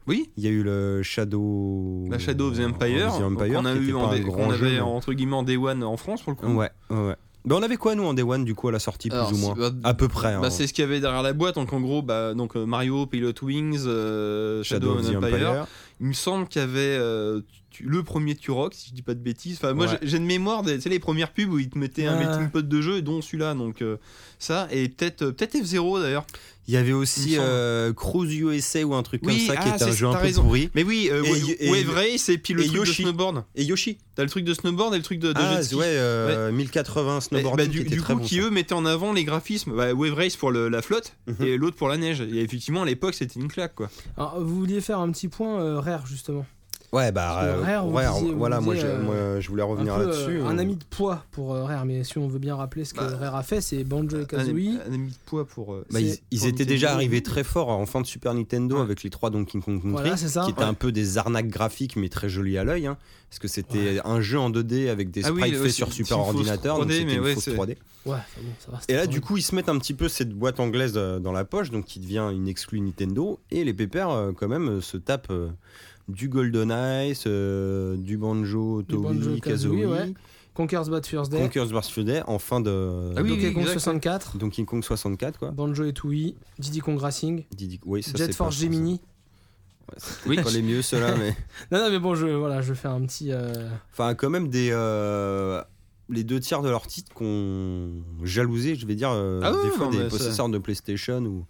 Speaker 4: Oui.
Speaker 3: Il y a eu le Shadow.
Speaker 4: La Shadow of the Empire,
Speaker 3: of the Empire,
Speaker 4: qu'on a
Speaker 3: qui était
Speaker 4: eu en
Speaker 3: pas un
Speaker 4: dé-
Speaker 3: grand
Speaker 4: qu'on
Speaker 3: jeu,
Speaker 4: avait
Speaker 3: mais-
Speaker 4: entre guillemets en Day One en France pour le coup.
Speaker 3: Ouais, ouais. ouais. Bah, on avait quoi, nous, en Day One, du coup, à la sortie, plus
Speaker 4: Alors,
Speaker 3: ou
Speaker 4: si-
Speaker 3: moins
Speaker 4: bah,
Speaker 3: À peu près.
Speaker 4: Bah,
Speaker 3: hein.
Speaker 4: c'est ce qu'il y avait derrière la boîte. Donc en gros, bah, donc euh, Mario, Pilot Wings, euh, Shadow, of the Empire. Il me semble qu'il y avait euh, tu- le premier Turok, si je dis pas de bêtises. Enfin, moi
Speaker 3: Ouais.
Speaker 4: j'ai- j'ai une mémoire des tu sais, les premières pubs où ils te mettaient un
Speaker 2: Ouais.
Speaker 4: melting pot de jeu, dont celui-là. Donc euh, ça et peut-être euh, peut-être F0 d'ailleurs.
Speaker 3: Il y avait
Speaker 4: Il
Speaker 3: aussi
Speaker 4: me semble.
Speaker 3: euh, Cruise USA ou un truc
Speaker 4: Oui,
Speaker 3: comme ça, qui
Speaker 4: ah,
Speaker 3: était un
Speaker 4: c'est-
Speaker 3: jeu un
Speaker 4: t'as
Speaker 3: peu
Speaker 4: raison.
Speaker 3: pourri.
Speaker 4: Mais oui, euh,
Speaker 3: Et-
Speaker 4: Wa-
Speaker 3: et-
Speaker 4: Wave Race et puis le
Speaker 3: et
Speaker 4: truc
Speaker 3: Yoshi.
Speaker 4: de snowboard.
Speaker 3: Et Yoshi
Speaker 4: T'as le truc de snowboard et le truc de, de
Speaker 3: Ah,
Speaker 4: jet ski.
Speaker 3: ouais, euh, 1080
Speaker 4: Eh,
Speaker 3: snowboarding qui
Speaker 4: bah, du,
Speaker 3: était
Speaker 4: du
Speaker 3: très
Speaker 4: coup,
Speaker 3: bon,
Speaker 4: qui
Speaker 3: ça.
Speaker 4: eux mettaient en avant les graphismes. Bah, Wave Race pour le- la flotte
Speaker 3: Mhm.
Speaker 4: et l'autre pour la neige. Et effectivement, à l'époque, c'était une claque quoi.
Speaker 2: Alors, vous vouliez faire un petit point euh, rare justement.
Speaker 3: Ouais, bah,
Speaker 2: Parce que
Speaker 3: euh,
Speaker 2: Rare, vous
Speaker 3: Rare,
Speaker 2: disiez- vous
Speaker 3: voilà, moi,
Speaker 2: disiez,
Speaker 3: je-
Speaker 2: euh,
Speaker 3: moi, je voulais revenir
Speaker 2: un, peu,
Speaker 3: là-dessus.
Speaker 2: euh,
Speaker 3: hein.
Speaker 2: un ami de poids pour euh, Rare, mais si on veut bien rappeler ce que
Speaker 4: Bah,
Speaker 2: Rare a fait, c'est Banjo et
Speaker 4: Un, ami-
Speaker 2: Kazooie.
Speaker 4: un ami de poids pour. euh,
Speaker 3: Bah, ils,
Speaker 2: C'est
Speaker 3: ils
Speaker 4: pour
Speaker 3: étaient
Speaker 4: Nintendo.
Speaker 3: déjà arrivés très fort en fin de Super Nintendo
Speaker 4: Ouais.
Speaker 3: avec les trois Donkey Kong Country,
Speaker 2: Voilà, c'est ça.
Speaker 3: qui étaient
Speaker 2: Ouais.
Speaker 3: un peu des arnaques graphiques mais très jolies à l'œil, hein, parce que c'était un jeu en 2D avec des
Speaker 4: Ah oui,
Speaker 3: sprites faits
Speaker 4: ouais,
Speaker 3: sur
Speaker 4: c'est- c'est une
Speaker 3: super
Speaker 4: fausse
Speaker 3: ordinateur,
Speaker 4: 3D,
Speaker 3: donc c'était
Speaker 4: mais
Speaker 3: une
Speaker 4: ouais,
Speaker 3: fausse
Speaker 4: c'est-
Speaker 3: 3D.
Speaker 2: Ouais, c'est bon, ça va.
Speaker 3: Et
Speaker 2: c'était
Speaker 3: là,
Speaker 2: horrible.
Speaker 3: du coup, ils se mettent un petit peu cette boîte anglaise euh, dans la poche, donc qui devient une exclue Nintendo, et les pépères euh, quand même euh, se tapent. euh, du GoldenEye, euh, du Banjo,
Speaker 2: Du
Speaker 3: Toei,
Speaker 2: Banjo-Kazooie,
Speaker 3: Kazooie,
Speaker 2: ouais. Conker's Bad First Day,
Speaker 3: Conker's Bad Fur Day en fin de
Speaker 4: Ah oui,
Speaker 2: Donkey Kong
Speaker 4: exact.
Speaker 2: 64,
Speaker 3: Donkey Kong 64 quoi.
Speaker 2: Banjo et Tooie, Diddy Kong Racing,
Speaker 3: Diddy- oui, ça,
Speaker 2: Jet
Speaker 3: c'est
Speaker 2: Force
Speaker 3: pas-
Speaker 2: Gemini.
Speaker 4: Oui.
Speaker 3: C'est pas les mieux ceux-là, mais
Speaker 2: Non, non, mais bon, je, voilà, je fais un petit. euh,
Speaker 3: Enfin, quand même des. euh, les deux tiers de leurs titres qu'on jalousé, je vais dire, euh,
Speaker 4: Ah ouais,
Speaker 3: des fois
Speaker 4: non, mais
Speaker 3: des
Speaker 4: ça-
Speaker 3: possesseurs de PlayStation ou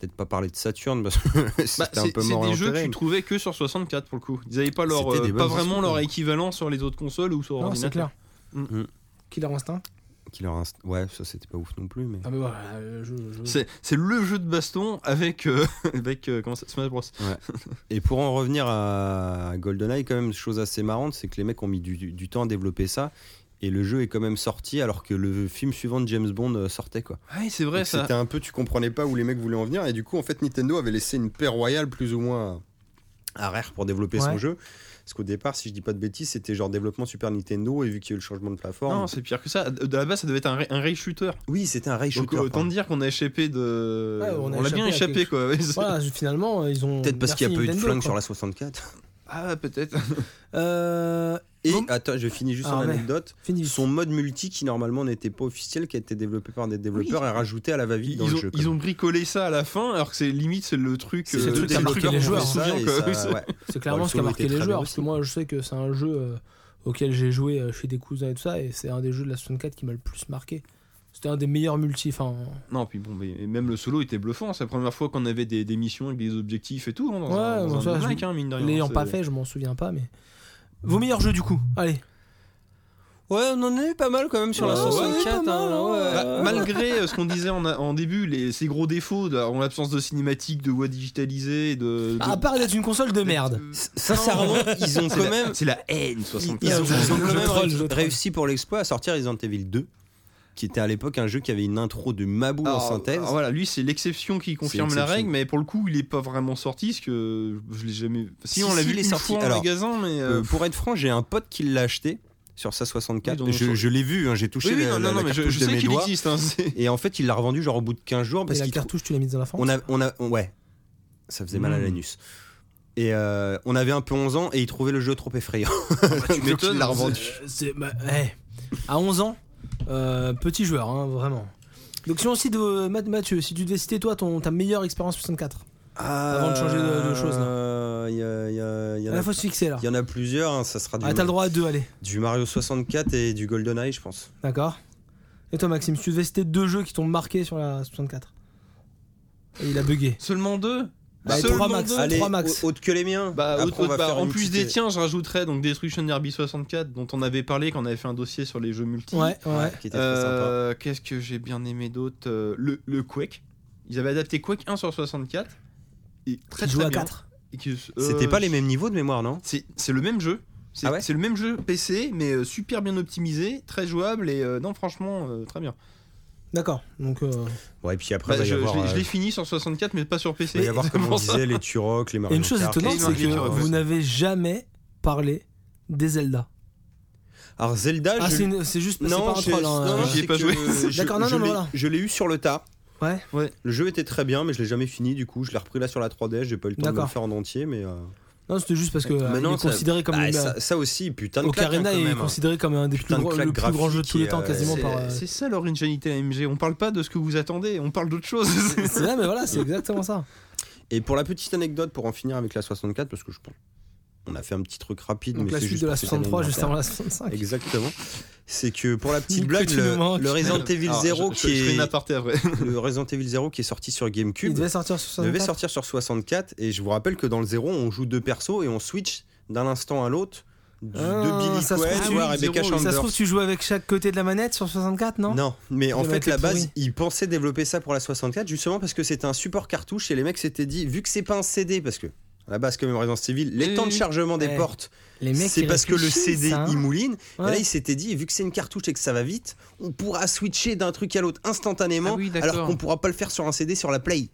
Speaker 3: peut-être pas parler de Saturn parce que
Speaker 4: Bah,
Speaker 3: c'était un
Speaker 4: c'est
Speaker 3: peu
Speaker 4: c'est
Speaker 3: mort et
Speaker 4: des jeux que
Speaker 3: enterré,
Speaker 4: tu trouvais que sur 64 pour le coup. Ils n'avaient pas leur,
Speaker 3: C'était
Speaker 4: euh,
Speaker 3: des
Speaker 4: pas
Speaker 3: bonnes
Speaker 4: vraiment
Speaker 3: exclus,
Speaker 4: leur
Speaker 3: quoi.
Speaker 4: équivalent sur les autres consoles ou sur
Speaker 2: Non, c'est
Speaker 4: ordinateur.
Speaker 2: clair.
Speaker 4: Mm.
Speaker 3: Mm.
Speaker 2: Killer Instinct.
Speaker 3: mais Killer Inst- Ouais, ça c'était pas ouf non plus, mais.
Speaker 2: Ah, mais voilà, euh, je. je-
Speaker 4: C'est c'est le jeu de baston avec euh, avec euh, comment ça, Smash Bros.
Speaker 3: Et pour en revenir à GoldenEye, quand même, chose assez marrante, c'est que les mecs ont mis du, du- du temps à développer ça. Et le jeu est quand même sorti alors que le film suivant de James Bond euh, sortait quoi.
Speaker 4: Ouais, c'est vrai
Speaker 3: Donc
Speaker 4: ça.
Speaker 3: C'était un peu, tu comprenais pas où les mecs voulaient en venir. Et du coup, en fait, Nintendo avait laissé une paix royale plus ou moins à Rare pour développer son
Speaker 2: Ouais.
Speaker 3: jeu. Parce qu'au départ, si je dis pas de bêtises, c'était genre développement Super Nintendo. Et vu qu'il y a eu le changement de plateforme.
Speaker 4: Non, c'est pire que ça. De la base, ça devait être un, ray- un ray shooter.
Speaker 3: oui, c'était un rail
Speaker 4: Donc
Speaker 3: shooter.
Speaker 4: autant dire qu'on a échappé de.
Speaker 2: Ouais, on
Speaker 4: on
Speaker 2: a
Speaker 4: l'a
Speaker 2: échappé
Speaker 4: bien
Speaker 2: à
Speaker 4: échappé
Speaker 2: quelque
Speaker 4: quoi. ouais, c'est-
Speaker 2: Voilà, je- finalement, euh, ils ont.
Speaker 3: Peut-être parce qu'il y a
Speaker 2: merci
Speaker 3: peu eu de
Speaker 2: Nintendo,
Speaker 3: flingues
Speaker 2: quoi.
Speaker 3: sur la 64.
Speaker 4: Ah peut-être.
Speaker 3: Euh, Et
Speaker 2: Bon.
Speaker 3: attends, je finis juste
Speaker 2: Ah,
Speaker 3: en
Speaker 2: ouais.
Speaker 3: anecdote.
Speaker 2: Fini.
Speaker 3: Son mode multi qui normalement n'était pas officiel, qui a été développé par des développeurs et rajouté à la va-vite
Speaker 4: Ils,
Speaker 3: dans
Speaker 4: ont,
Speaker 3: le jeu.
Speaker 4: ils
Speaker 3: quand
Speaker 4: ont
Speaker 3: même.
Speaker 4: bricolé ça à la fin, alors que c'est limite c'est le truc.
Speaker 3: C'est
Speaker 2: le
Speaker 4: euh,
Speaker 2: truc
Speaker 4: des
Speaker 2: qui a marqué
Speaker 4: développeurs
Speaker 2: les
Speaker 4: qu'on
Speaker 2: joueurs,
Speaker 4: se
Speaker 3: ça,
Speaker 4: souvient,
Speaker 3: et
Speaker 4: quoi.
Speaker 3: ça- ouais.
Speaker 2: C'est clairement
Speaker 3: le
Speaker 2: ce qui a
Speaker 3: solo
Speaker 2: marqué
Speaker 3: était
Speaker 2: les
Speaker 3: très
Speaker 2: joueurs.
Speaker 3: bien
Speaker 2: Parce que
Speaker 3: aussi.
Speaker 2: moi, je sais que c'est un jeu euh, auquel j'ai joué euh, chez des cousins et tout ça, et c'est un des jeux de la 64 qui m'a le plus marqué. C'était un des meilleurs multi. Enfin,
Speaker 4: Non, puis bon, mais et même le solo était bluffant. C'est la première fois qu'on avait des, des missions avec des objectifs et tout. hein, dans
Speaker 2: Ouais,
Speaker 4: un, dans
Speaker 2: bon,
Speaker 4: un
Speaker 2: ça,
Speaker 4: Big
Speaker 2: je-
Speaker 4: Mac, hein, mine de rien.
Speaker 2: l'ayant
Speaker 4: C'est-
Speaker 2: pas fait, je m'en souviens pas, mais. Vos meilleurs jeux du coup. Allez.
Speaker 3: Ouais, on en a eu pas mal quand même sur la
Speaker 2: Ouais, pas
Speaker 3: 64.
Speaker 2: mal,
Speaker 3: hein,
Speaker 2: hein.
Speaker 3: ouais.
Speaker 4: Bah, malgré euh, ce qu'on disait en, a- en début, les, ces gros défauts de- en l'absence de cinématique, de voix digitalisée, de. de-
Speaker 3: Ah,
Speaker 2: À
Speaker 3: bah,
Speaker 2: part d'être une console de merde.
Speaker 3: Sincèrement, ils ont
Speaker 4: C'est
Speaker 3: quand
Speaker 4: la-
Speaker 3: même,
Speaker 4: C'est la haine
Speaker 3: ils,
Speaker 4: 64.
Speaker 3: ils ont, ils ont
Speaker 2: Je
Speaker 3: quand même
Speaker 2: troll,
Speaker 3: ré-
Speaker 2: je troll.
Speaker 3: réussi pour l'exploit à sortir Resident Evil 2, qui était à l'époque un jeu qui avait une intro de Mabou en
Speaker 4: Alors,
Speaker 3: synthèse.
Speaker 4: alors voilà, lui c'est l'exception qui confirme la
Speaker 3: l'exception.
Speaker 4: règle, mais pour le coup il est pas vraiment sorti, parce que je l'ai jamais. Si,
Speaker 3: Si,
Speaker 4: on l'a
Speaker 3: si,
Speaker 4: vu
Speaker 3: il est
Speaker 4: une
Speaker 3: sorti.
Speaker 4: fois en
Speaker 3: Alors,
Speaker 4: magasin, mais. euh,
Speaker 3: Euh, pour être franc, j'ai un pote qui l'a acheté sur sa 64.
Speaker 4: Oui, donc,
Speaker 3: je
Speaker 4: sur-
Speaker 3: je l'ai vu, hein, j'ai touché
Speaker 4: oui, oui,
Speaker 3: la,
Speaker 4: non,
Speaker 3: la-
Speaker 4: non,
Speaker 3: la
Speaker 4: non, mais je,
Speaker 3: cartouche
Speaker 4: je
Speaker 3: de
Speaker 4: sais
Speaker 3: mes
Speaker 4: qu'il
Speaker 3: doigts.
Speaker 4: existe. hein, c'est-
Speaker 3: Et en fait, il l'a revendu genre au bout de 15 jours
Speaker 2: Et
Speaker 3: parce
Speaker 2: la
Speaker 3: qu'il trou-
Speaker 2: cartouche, tu l'as mise dans la France
Speaker 3: on a, on a, on- ouais, ça faisait mal à
Speaker 2: Hmm.
Speaker 4: Mm.
Speaker 3: l'anus. Et euh, on avait un peu 11 ans et il trouvait le jeu trop effrayant. Donc, il
Speaker 4: Ah, bah, m'étonnes,
Speaker 3: l'a revendu.
Speaker 2: Euh, c'est- bah, hey. À 11 ans, euh, petit joueur, hein, vraiment. Donc si on cite euh, Math- Mathieu, si tu devais citer toi ton, ta meilleure expérience 64,
Speaker 3: Avant
Speaker 2: Ah, de changer de- de chose, là.
Speaker 3: Euh, Il y, a- il y a- il y en
Speaker 2: là
Speaker 3: a-
Speaker 2: Ah, faut se fixer là.
Speaker 3: il y en a plusieurs, hein, ça sera du,
Speaker 2: Ah, t'as le droit à deux, allez.
Speaker 3: du Mario 64 et du GoldenEye, je pense.
Speaker 2: D'accord. Et toi Maxime, si tu devais citer deux jeux qui t'ont marqué sur la 64 Et il a bugué.
Speaker 4: Seulement deux
Speaker 2: Bah,
Speaker 4: Seulement
Speaker 2: trois max.
Speaker 4: deux
Speaker 2: Allez. Trois max.
Speaker 3: au- Autre que les miens.
Speaker 4: Bah,
Speaker 3: Après,
Speaker 4: autre-
Speaker 3: on va
Speaker 4: bah,
Speaker 3: faire
Speaker 4: en
Speaker 3: une
Speaker 4: plus
Speaker 3: petite-
Speaker 4: des tiens, je rajouterais donc Destruction Derby 64 dont on avait parlé quand on avait fait un dossier sur les jeux multi.
Speaker 2: Ouais, ouais.
Speaker 3: Ouais, qui était très sympa.
Speaker 4: Euh, Qu'est-ce que j'ai bien aimé d'autre Euh, le, le Quake. Ils avaient adapté Quake 1 sur 64. Et très
Speaker 2: Qui joue
Speaker 4: très
Speaker 2: à
Speaker 4: bien.
Speaker 2: 4.
Speaker 4: Et qui- euh,
Speaker 3: C'était pas les mêmes niveaux de mémoire, non
Speaker 4: C'est c'est le même jeu. C'est
Speaker 3: Ah ouais
Speaker 4: c'est le même jeu PC, mais euh, super bien optimisé, très jouable et euh, non, franchement, euh, très bien.
Speaker 2: D'accord. Donc euh,
Speaker 3: Ouais, et puis après,
Speaker 4: Bah,
Speaker 3: il va y
Speaker 4: je
Speaker 3: avoir,
Speaker 4: je l'ai-
Speaker 3: euh,
Speaker 4: je l'ai fini sur 64, mais pas sur PC.
Speaker 3: il va y avoir, comme on
Speaker 4: Pour ça.
Speaker 3: disait, les Turok, les Mario
Speaker 2: Et une chose
Speaker 3: Kart.
Speaker 2: étonnante,
Speaker 4: et
Speaker 2: c'est
Speaker 4: Mario
Speaker 2: que
Speaker 4: Kart,
Speaker 2: vous
Speaker 4: ouais.
Speaker 2: n'avez jamais parlé des Zelda.
Speaker 3: Alors, Zelda,
Speaker 2: Ah,
Speaker 3: Ah, je-
Speaker 2: c'est une- c'est juste c'est
Speaker 3: Non,
Speaker 2: pas un
Speaker 3: j'ai-
Speaker 2: troll. hein,
Speaker 3: non,
Speaker 2: euh,
Speaker 4: j'y ai
Speaker 3: c'est
Speaker 4: pas
Speaker 3: que
Speaker 4: joué.
Speaker 3: je-
Speaker 2: D'accord, non,
Speaker 3: je
Speaker 2: non, mais
Speaker 3: l'ai-
Speaker 2: voilà.
Speaker 3: Je l'ai eu sur le tas.
Speaker 2: Ouais.
Speaker 3: Le jeu était très bien, mais je l'ai jamais fini. Du coup, je l'ai repris là sur la 3DS. J'ai pas eu le temps de
Speaker 2: D'accord.
Speaker 3: le faire en entier, mais. euh,
Speaker 2: Non, c'était juste parce que euh, il
Speaker 3: Maintenant,
Speaker 2: est
Speaker 3: ça-
Speaker 2: considéré comme
Speaker 3: bah,
Speaker 2: le-
Speaker 3: ça, ça aussi, putain de claque, hein,
Speaker 2: Ocarina
Speaker 3: quand
Speaker 2: est
Speaker 3: même, hein.
Speaker 2: considéré comme un des plus
Speaker 3: Putain de
Speaker 2: gros- le
Speaker 3: claque
Speaker 2: plus grand jeu de tous les
Speaker 3: graphique
Speaker 2: temps
Speaker 3: et, euh,
Speaker 2: quasiment
Speaker 4: C'est-
Speaker 2: par. euh,
Speaker 4: C'est ça l'originalité AMG. On parle pas de ce que vous attendez, on parle d'autre chose.
Speaker 2: C'est vrai, mais voilà, c'est exactement ça.
Speaker 3: Et pour la petite anecdote, pour en finir avec la 64, parce que je pense. On a fait un petit truc rapide,
Speaker 2: Donc
Speaker 3: mais
Speaker 2: la
Speaker 3: c'est
Speaker 2: suite
Speaker 3: juste
Speaker 2: de la
Speaker 3: parce que ça
Speaker 2: 63
Speaker 3: donne
Speaker 2: juste
Speaker 3: une
Speaker 2: avant la 65.
Speaker 3: hein. Exactement. C'est que pour la petite
Speaker 2: Nique
Speaker 3: blague,
Speaker 2: que tu nous
Speaker 3: le,
Speaker 2: manques.
Speaker 3: le Resident Evil
Speaker 4: Alors,
Speaker 3: 0
Speaker 4: je- je-
Speaker 3: qui
Speaker 4: je fais
Speaker 3: est
Speaker 4: une aparté après.
Speaker 3: le Resident Evil 0 qui est sorti sur
Speaker 2: Il
Speaker 3: GameCube
Speaker 2: devait sortir sur
Speaker 3: devait
Speaker 2: 64.
Speaker 3: sortir sur 64 et je vous rappelle que dans le 0 on joue deux persos et on switch d'un instant à l'autre du-
Speaker 2: Ah,
Speaker 3: de Billy
Speaker 2: ça se
Speaker 3: Quaid
Speaker 2: trouve,
Speaker 3: ou à
Speaker 4: oui,
Speaker 3: Rebecca
Speaker 4: 0, oui,
Speaker 2: Ça se
Speaker 3: Chambers.
Speaker 2: trouve, tu joues avec chaque côté de la manette sur 64, non
Speaker 3: Non, mais en
Speaker 2: Ils avaient
Speaker 3: fait,
Speaker 2: été
Speaker 3: la base,
Speaker 2: pourris.
Speaker 3: ils pensaient développer ça pour la 64, justement parce que c'était un support cartouche et les mecs s'étaient dit, vu que c'est pas un CD, parce que à la base, quand même, Resident Evil, les
Speaker 4: Oui,
Speaker 3: temps de
Speaker 4: oui.
Speaker 3: chargement des
Speaker 2: Ouais.
Speaker 3: portes,
Speaker 2: Les mecs,
Speaker 3: c'est
Speaker 2: ils
Speaker 3: parce que le
Speaker 2: réfléchissent,
Speaker 3: CD
Speaker 2: hein.
Speaker 3: il mouline. Et là,
Speaker 2: Ouais.
Speaker 3: ils s'étaient dit, vu que c'est une cartouche et que ça va vite, on pourra switcher d'un truc à l'autre instantanément,
Speaker 4: Ah oui, d'accord.
Speaker 3: alors qu'on pourra pas le faire sur un CD sur la Play.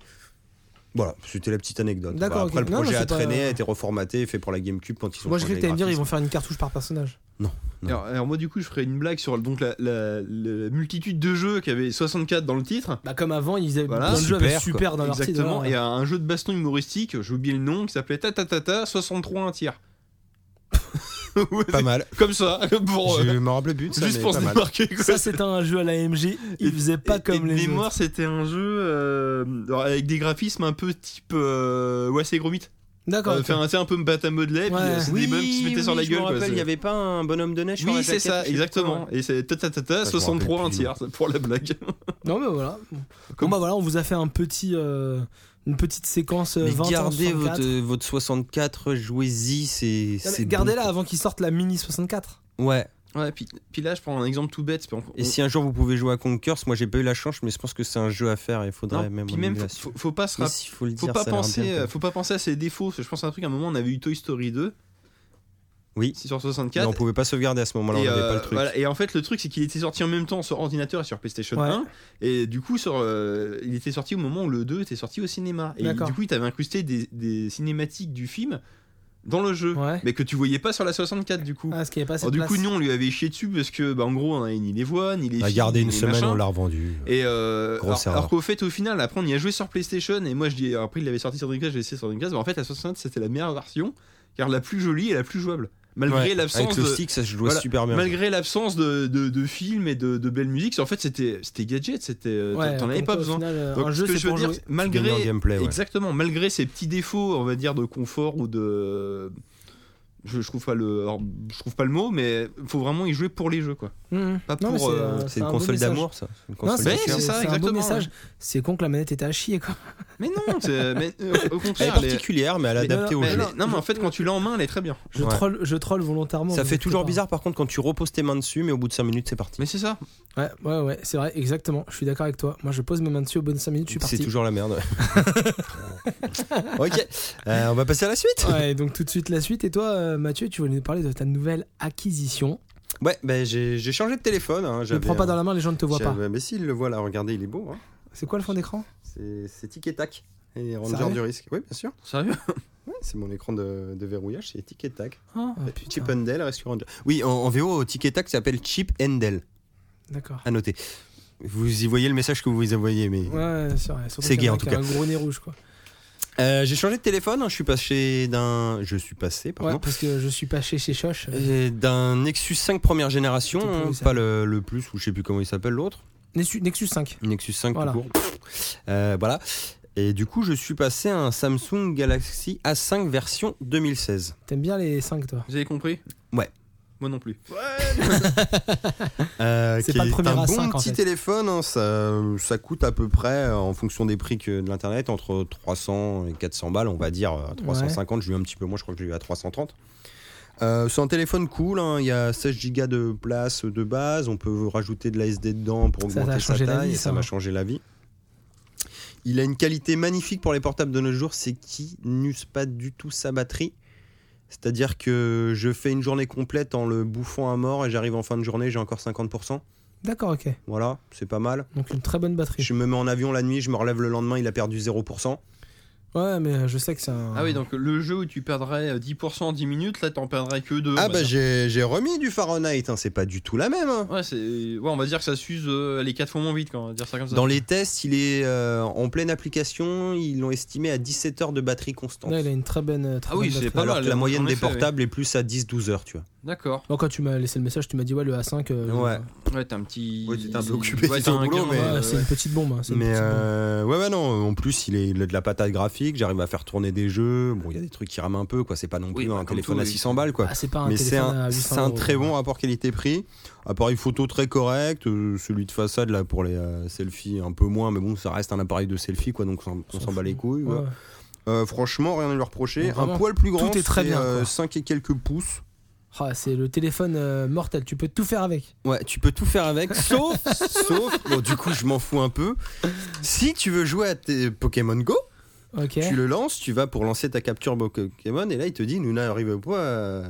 Speaker 3: Voilà, c'était la petite anecdote.
Speaker 2: D'accord,
Speaker 3: Bah, après,
Speaker 2: ok.
Speaker 3: le
Speaker 2: Non, non,
Speaker 3: projet
Speaker 2: c'est
Speaker 3: a
Speaker 2: pas-
Speaker 3: traîné, a été reformaté, fait pour la GameCube quand ils ont
Speaker 2: Moi, je
Speaker 3: changé
Speaker 2: croyais que
Speaker 3: les
Speaker 2: t'allais me dire, ils
Speaker 3: graphismes.
Speaker 2: vont faire une cartouche par personnage.
Speaker 3: Non.
Speaker 4: Alors, alors moi du coup je ferai une blague sur donc la, la- la multitude de jeux qui avaient 64 dans le titre.
Speaker 2: Bah, comme avant, ils avaient
Speaker 4: Voilà.
Speaker 2: plein de jeux avaient
Speaker 3: Super,
Speaker 2: super dans leur hein. titre.
Speaker 4: Exactement.
Speaker 2: ouais.
Speaker 4: Et un jeu de baston humoristique, j'ai oublié le nom, qui s'appelait Tatatata 63 un tir. Ouais,
Speaker 3: Pas mal.
Speaker 4: comme ça, pour euh,
Speaker 3: Je me rappelle plus de ça,
Speaker 4: juste
Speaker 3: mais
Speaker 4: pour se
Speaker 3: pas mal.
Speaker 4: démarquer. quoi.
Speaker 2: Ça, c'était un jeu à la MG.
Speaker 4: Et-
Speaker 2: Ils faisaient pas
Speaker 4: Et-
Speaker 2: comme
Speaker 4: et de
Speaker 2: les
Speaker 4: mémoire,
Speaker 2: autres.
Speaker 4: c'était un jeu euh, alors, avec des graphismes un peu type euh, Wallace et Gromit.
Speaker 2: D'accord.
Speaker 4: Euh,
Speaker 2: ok.
Speaker 4: faire un, tu sais, un peu me battre à modelet, puis
Speaker 2: Ouais.
Speaker 4: euh, c'est des bonhommes qui se mettaient sur la
Speaker 3: je me
Speaker 4: gueule. quoi,
Speaker 3: rappelle,
Speaker 4: c'est-
Speaker 3: il n'y avait pas un bonhomme de neige sur la
Speaker 4: Oui, c'est
Speaker 3: jaquette, je
Speaker 4: ça,
Speaker 3: sais
Speaker 4: exactement. Et c'est tatatata
Speaker 3: je me rappelle
Speaker 4: 63 un
Speaker 3: plus,
Speaker 4: tiers pour la blague.
Speaker 2: Non, mais voilà. Bon,
Speaker 4: Comme-
Speaker 2: bah voilà, on vous a fait un petit, euh, une petite séquence euh,
Speaker 3: Mais
Speaker 2: 20 ans,
Speaker 3: gardez
Speaker 2: 64.
Speaker 3: votre, votre 64, jouez-y, c'est.
Speaker 2: Non, mais
Speaker 3: c'est
Speaker 2: Gardez-la
Speaker 3: bon.
Speaker 2: avant qu'ils sortent la mini 64.
Speaker 3: Ouais.
Speaker 4: Ouais, puis, puis là, je prends un exemple tout bête. puis on-
Speaker 3: Et
Speaker 4: on-
Speaker 3: si un jour vous pouvez jouer à Conquers, moi j'ai pas eu la chance, mais je pense que c'est un jeu à faire et il faudrait
Speaker 4: non,
Speaker 3: même.
Speaker 4: puis
Speaker 3: en
Speaker 4: même, faut,
Speaker 3: émulation.
Speaker 4: faut- faut pas se
Speaker 3: Mais
Speaker 4: rapp-
Speaker 3: s'il faut le
Speaker 4: faut
Speaker 3: dire,
Speaker 4: pas
Speaker 3: ça a l'air
Speaker 4: penser,
Speaker 3: bien, quoi.
Speaker 4: euh, faut pas penser à ses défauts. parce que Je pense à un truc. À un moment, on avait eu Toy Story 2.
Speaker 3: Oui.
Speaker 4: C'est sur
Speaker 3: Mais
Speaker 4: 64.
Speaker 3: on pouvait pas sauvegarder à ce moment-là, on
Speaker 4: et,
Speaker 3: avait
Speaker 4: euh,
Speaker 3: pas le truc.
Speaker 4: voilà. Et en fait, le truc, c'est qu'il était sorti en même temps sur ordinateur et sur PlayStation
Speaker 2: Ouais.
Speaker 4: 1. Et du coup, sur, euh, il était sorti au moment où le 2 était sorti au cinéma. Et
Speaker 2: D'accord.
Speaker 4: du coup, il t'avait incrusté des, des cinématiques du film dans le jeu.
Speaker 2: Ouais.
Speaker 4: Mais que tu voyais pas sur la 64, du coup.
Speaker 2: Ah, ce qui est pas assez
Speaker 4: Alors,
Speaker 2: de
Speaker 4: du coup,
Speaker 2: place.
Speaker 4: nous, on lui avait chié dessus parce que, bah, en gros, on avait ni les voix, ni les.
Speaker 3: On a
Speaker 4: filles,
Speaker 3: gardé
Speaker 4: ni
Speaker 3: une
Speaker 4: les
Speaker 3: semaine,
Speaker 4: machins.
Speaker 3: on l'a revendu.
Speaker 4: Et euh,
Speaker 3: Grosse
Speaker 4: alors, alors
Speaker 3: erreur.
Speaker 4: qu'au fait, au final, après, on y a joué sur PlayStation. Et moi, je dis, après, il l'avait sorti sur Dreamcast, j'ai essayé sur Dreamcast. Mais en fait, la 64, c'était la meilleure version, car la plus jolie et la plus jouable. Malgré
Speaker 3: Ouais.
Speaker 4: l'absence
Speaker 3: Avec le
Speaker 4: de.
Speaker 3: stick, ça se jouait
Speaker 4: voilà.
Speaker 3: super bien.
Speaker 4: Malgré l'absence de, de, de films et de, de belle musique, en fait c'était c'était gadget, c'était euh,
Speaker 2: Ouais,
Speaker 4: t'en avais
Speaker 2: comme quoi,
Speaker 4: pas
Speaker 2: au
Speaker 4: besoin.
Speaker 2: final, euh,
Speaker 4: Donc,
Speaker 2: un
Speaker 4: ce
Speaker 2: jeu,
Speaker 4: que
Speaker 2: c'est
Speaker 4: je veux
Speaker 2: pour
Speaker 4: dire,
Speaker 2: jouer.
Speaker 4: c'est- malgré
Speaker 3: gagnais en gameplay, ouais.
Speaker 4: exactement malgré ces petits défauts, on va dire de confort ou de je, je trouve pas le alors, je trouve pas le mot, mais faut vraiment y jouer pour les jeux quoi.
Speaker 2: Mhm.
Speaker 4: Pas
Speaker 2: Non, mais
Speaker 4: pour,
Speaker 2: c'est,
Speaker 4: euh,
Speaker 2: euh,
Speaker 3: C'est
Speaker 2: un
Speaker 3: une
Speaker 2: beau
Speaker 3: console
Speaker 2: message.
Speaker 3: d'amour, ça. C'est une
Speaker 2: Non,
Speaker 3: console
Speaker 2: c'est
Speaker 4: Ouais,
Speaker 3: de
Speaker 4: c'est
Speaker 3: cœur.
Speaker 2: c'est un
Speaker 4: ça,
Speaker 2: beau
Speaker 4: exactement,
Speaker 2: message.
Speaker 4: ouais.
Speaker 2: C'est con que la manette était à chier, quoi.
Speaker 4: Mais non, c'est- mais, euh, au
Speaker 3: Elle est
Speaker 4: contraire. les-
Speaker 3: particulière, mais elle est
Speaker 4: Mais-
Speaker 3: adaptée au
Speaker 4: mais
Speaker 3: jeu.
Speaker 4: non, non, mais en fait quand tu l'as en main, elle est très bien.
Speaker 2: Je,
Speaker 3: Ouais.
Speaker 2: troll, je troll volontairement.
Speaker 3: Ça
Speaker 2: vous
Speaker 3: fait
Speaker 2: inquiétez
Speaker 3: toujours
Speaker 2: pas.
Speaker 3: bizarre, par contre, quand tu reposes tes mains dessus, mais au bout de 5 minutes, c'est parti.
Speaker 4: Mais c'est ça.
Speaker 2: Ouais, ouais, ouais, c'est vrai, exactement. Je suis d'accord avec toi. Moi, je pose mes mains dessus au bout de 5 minutes, je suis
Speaker 3: C'est
Speaker 2: parti.
Speaker 3: toujours la merde. ok, Euh, on va passer à la suite.
Speaker 2: Ouais, donc tout de suite la suite. Et toi, euh, Mathieu, tu voulais nous parler de ta nouvelle acquisition.
Speaker 3: Ouais, bah, j'ai j'ai changé de téléphone. Hein,
Speaker 2: Ne prends pas dans la main, les gens ne te voient pas.
Speaker 3: Mais si, il le voit là, regardez, il est beau. Hein.
Speaker 2: C'est quoi le fond d'écran
Speaker 3: C'est c'est tic et tac. Et
Speaker 2: Sérieux
Speaker 3: Ranger du risque. Oui, bien sûr.
Speaker 4: Sérieux.
Speaker 3: Ouais, c'est mon écran de, de verrouillage, c'est tic et tac.
Speaker 4: Hein
Speaker 2: Ah,
Speaker 3: Chip
Speaker 2: putain.
Speaker 3: and Dale, Rescue Ranger. Oui, en, en VO, tic et tac ça s'appelle Chip and Dale.
Speaker 2: D'accord.
Speaker 3: À noter. Vous y voyez le message que vous y voyez, mais.
Speaker 2: Ouais, c'est vrai. surtout
Speaker 3: C'est
Speaker 2: qu'il y a
Speaker 3: gay,
Speaker 2: un
Speaker 3: en
Speaker 2: mec
Speaker 3: tout
Speaker 2: qui a Un gros nez rouge, quoi.
Speaker 3: Euh, j'ai changé de téléphone, hein, je suis passé d'un. Je suis passé, pardon. Euh,
Speaker 2: Ouais, parce que je suis pas chez chez Choche.
Speaker 3: Et D'un Nexus 5 première génération,
Speaker 2: C'était
Speaker 3: hein,
Speaker 2: pourri, ça.
Speaker 3: pas le, le plus ou je sais plus comment il s'appelle l'autre.
Speaker 2: Nexus, Nexus 5.
Speaker 3: Nexus 5
Speaker 2: Voilà.
Speaker 3: tout court. Pff. Euh, voilà. Et du coup, je suis passé à un Samsung Galaxy A5 version 2016.
Speaker 2: T'aimes bien les 5, toi
Speaker 4: Vous avez compris
Speaker 3: Ouais.
Speaker 4: Moi non plus.
Speaker 3: Euh,
Speaker 2: C'est
Speaker 3: qui
Speaker 2: pas le
Speaker 3: est
Speaker 2: premier
Speaker 3: un
Speaker 2: A5,
Speaker 3: bon
Speaker 2: en
Speaker 3: petit
Speaker 2: fait.
Speaker 3: téléphone. hein, ça, ça coûte à peu près, euh, en fonction des prix que de l'internet, entre 300 et 400 balles, on va dire. euh, 350, je l'ai eu un petit peu moins, je crois que je l'ai eu à 330. Euh, c'est un téléphone cool, hein, il y a 16 Go de place de base, on peut rajouter de la SD dedans pour
Speaker 2: Ça, ça a
Speaker 3: augmenter sa
Speaker 2: changé la
Speaker 3: taille,
Speaker 2: vie,
Speaker 3: et
Speaker 2: ça.
Speaker 3: ça m'a changé la vie. Il a une qualité magnifique pour les portables de nos jours, c'est qui n'use pas du tout sa batterie. C'est-à-dire que je fais une journée complète en le bouffant à mort et j'arrive en fin de journée, j'ai encore 50%.
Speaker 2: D'accord, ok.
Speaker 3: Voilà, c'est pas mal.
Speaker 2: Donc une très bonne batterie.
Speaker 3: Je me mets en avion la nuit, je me relève le lendemain, il a perdu 0%.
Speaker 2: Ouais, mais euh, je sais que c'est un.
Speaker 4: Ah oui, donc le jeu où tu perdrais euh, 10% en 10 minutes, là t'en perdrais que 2.
Speaker 3: Ah bah j'ai j'ai remis du Fahrenheit, hein, c'est pas du tout la même. hein.
Speaker 4: Ouais, c'est... ouais, on va dire que ça s'use euh, les 4 fois moins vite quand on va dire ça comme ça.
Speaker 3: Dans les tests, il est euh, en pleine application, ils l'ont estimé à 17 heures de batterie constante.
Speaker 2: Là, il a une très bonne. euh, Très
Speaker 4: Ah oui,
Speaker 2: bonne
Speaker 4: c'est
Speaker 2: batterie.
Speaker 4: pas
Speaker 3: Alors
Speaker 4: mal,
Speaker 3: que la
Speaker 4: en
Speaker 3: moyenne des
Speaker 4: effet, oui.
Speaker 3: portables est plus à 10-12 heures, tu vois.
Speaker 4: D'accord.
Speaker 2: Bon, quand tu m'as laissé le message, tu m'as dit ouais, le A5. euh,
Speaker 3: Ouais.
Speaker 4: Ouais, t'es un petit.
Speaker 3: Ouais, t'étais un peu occupé,
Speaker 4: Ouais,
Speaker 3: t'étais
Speaker 4: t'as
Speaker 3: au
Speaker 4: un
Speaker 3: boulot,
Speaker 4: gain,
Speaker 3: mais,
Speaker 2: ouais,
Speaker 4: euh,
Speaker 2: c'est une petite bombe. hein, c'est une
Speaker 3: Mais
Speaker 2: petite bombe.
Speaker 3: euh, ouais, ouais, non, en plus, il, est, il a de la patate graphique, j'arrive à faire tourner des jeux. Bon, il y a des trucs qui rament un peu, quoi. C'est pas non
Speaker 4: Oui,
Speaker 3: plus
Speaker 4: bah,
Speaker 3: un
Speaker 4: comme
Speaker 3: téléphone
Speaker 4: tout,
Speaker 3: à
Speaker 4: oui.
Speaker 3: 600 balles, quoi.
Speaker 2: Ah, c'est pas un
Speaker 3: Mais c'est
Speaker 2: téléphone
Speaker 3: un,
Speaker 2: à
Speaker 3: c'est
Speaker 2: 800
Speaker 3: un
Speaker 2: euros.
Speaker 3: très bon rapport qualité-prix. Appareil photo très correct, euh, celui de façade là pour les euh, selfies un peu moins, mais bon, ça reste un appareil de selfie quoi, donc on s'en- on s'en bat les couilles.
Speaker 2: Ouais,
Speaker 3: ouais.
Speaker 2: ouais.
Speaker 3: Euh, franchement, rien à lui reprocher.
Speaker 2: Donc, vraiment,
Speaker 3: un poil plus grand,
Speaker 2: tout est très
Speaker 3: c'est,
Speaker 2: bien,
Speaker 3: euh,
Speaker 2: quoi.
Speaker 3: 5 et quelques pouces.
Speaker 2: Ah, c'est le téléphone euh, mortel, tu peux tout faire avec.
Speaker 3: Ouais, tu peux tout faire avec, sauf, sauf, bon, du coup, je m'en fous un peu. Si tu veux jouer à tes Pokémon Go,
Speaker 2: Ok.
Speaker 3: tu le lances, tu vas pour lancer ta capture Pokémon, et là, il te dit, nous n'arrivons pas à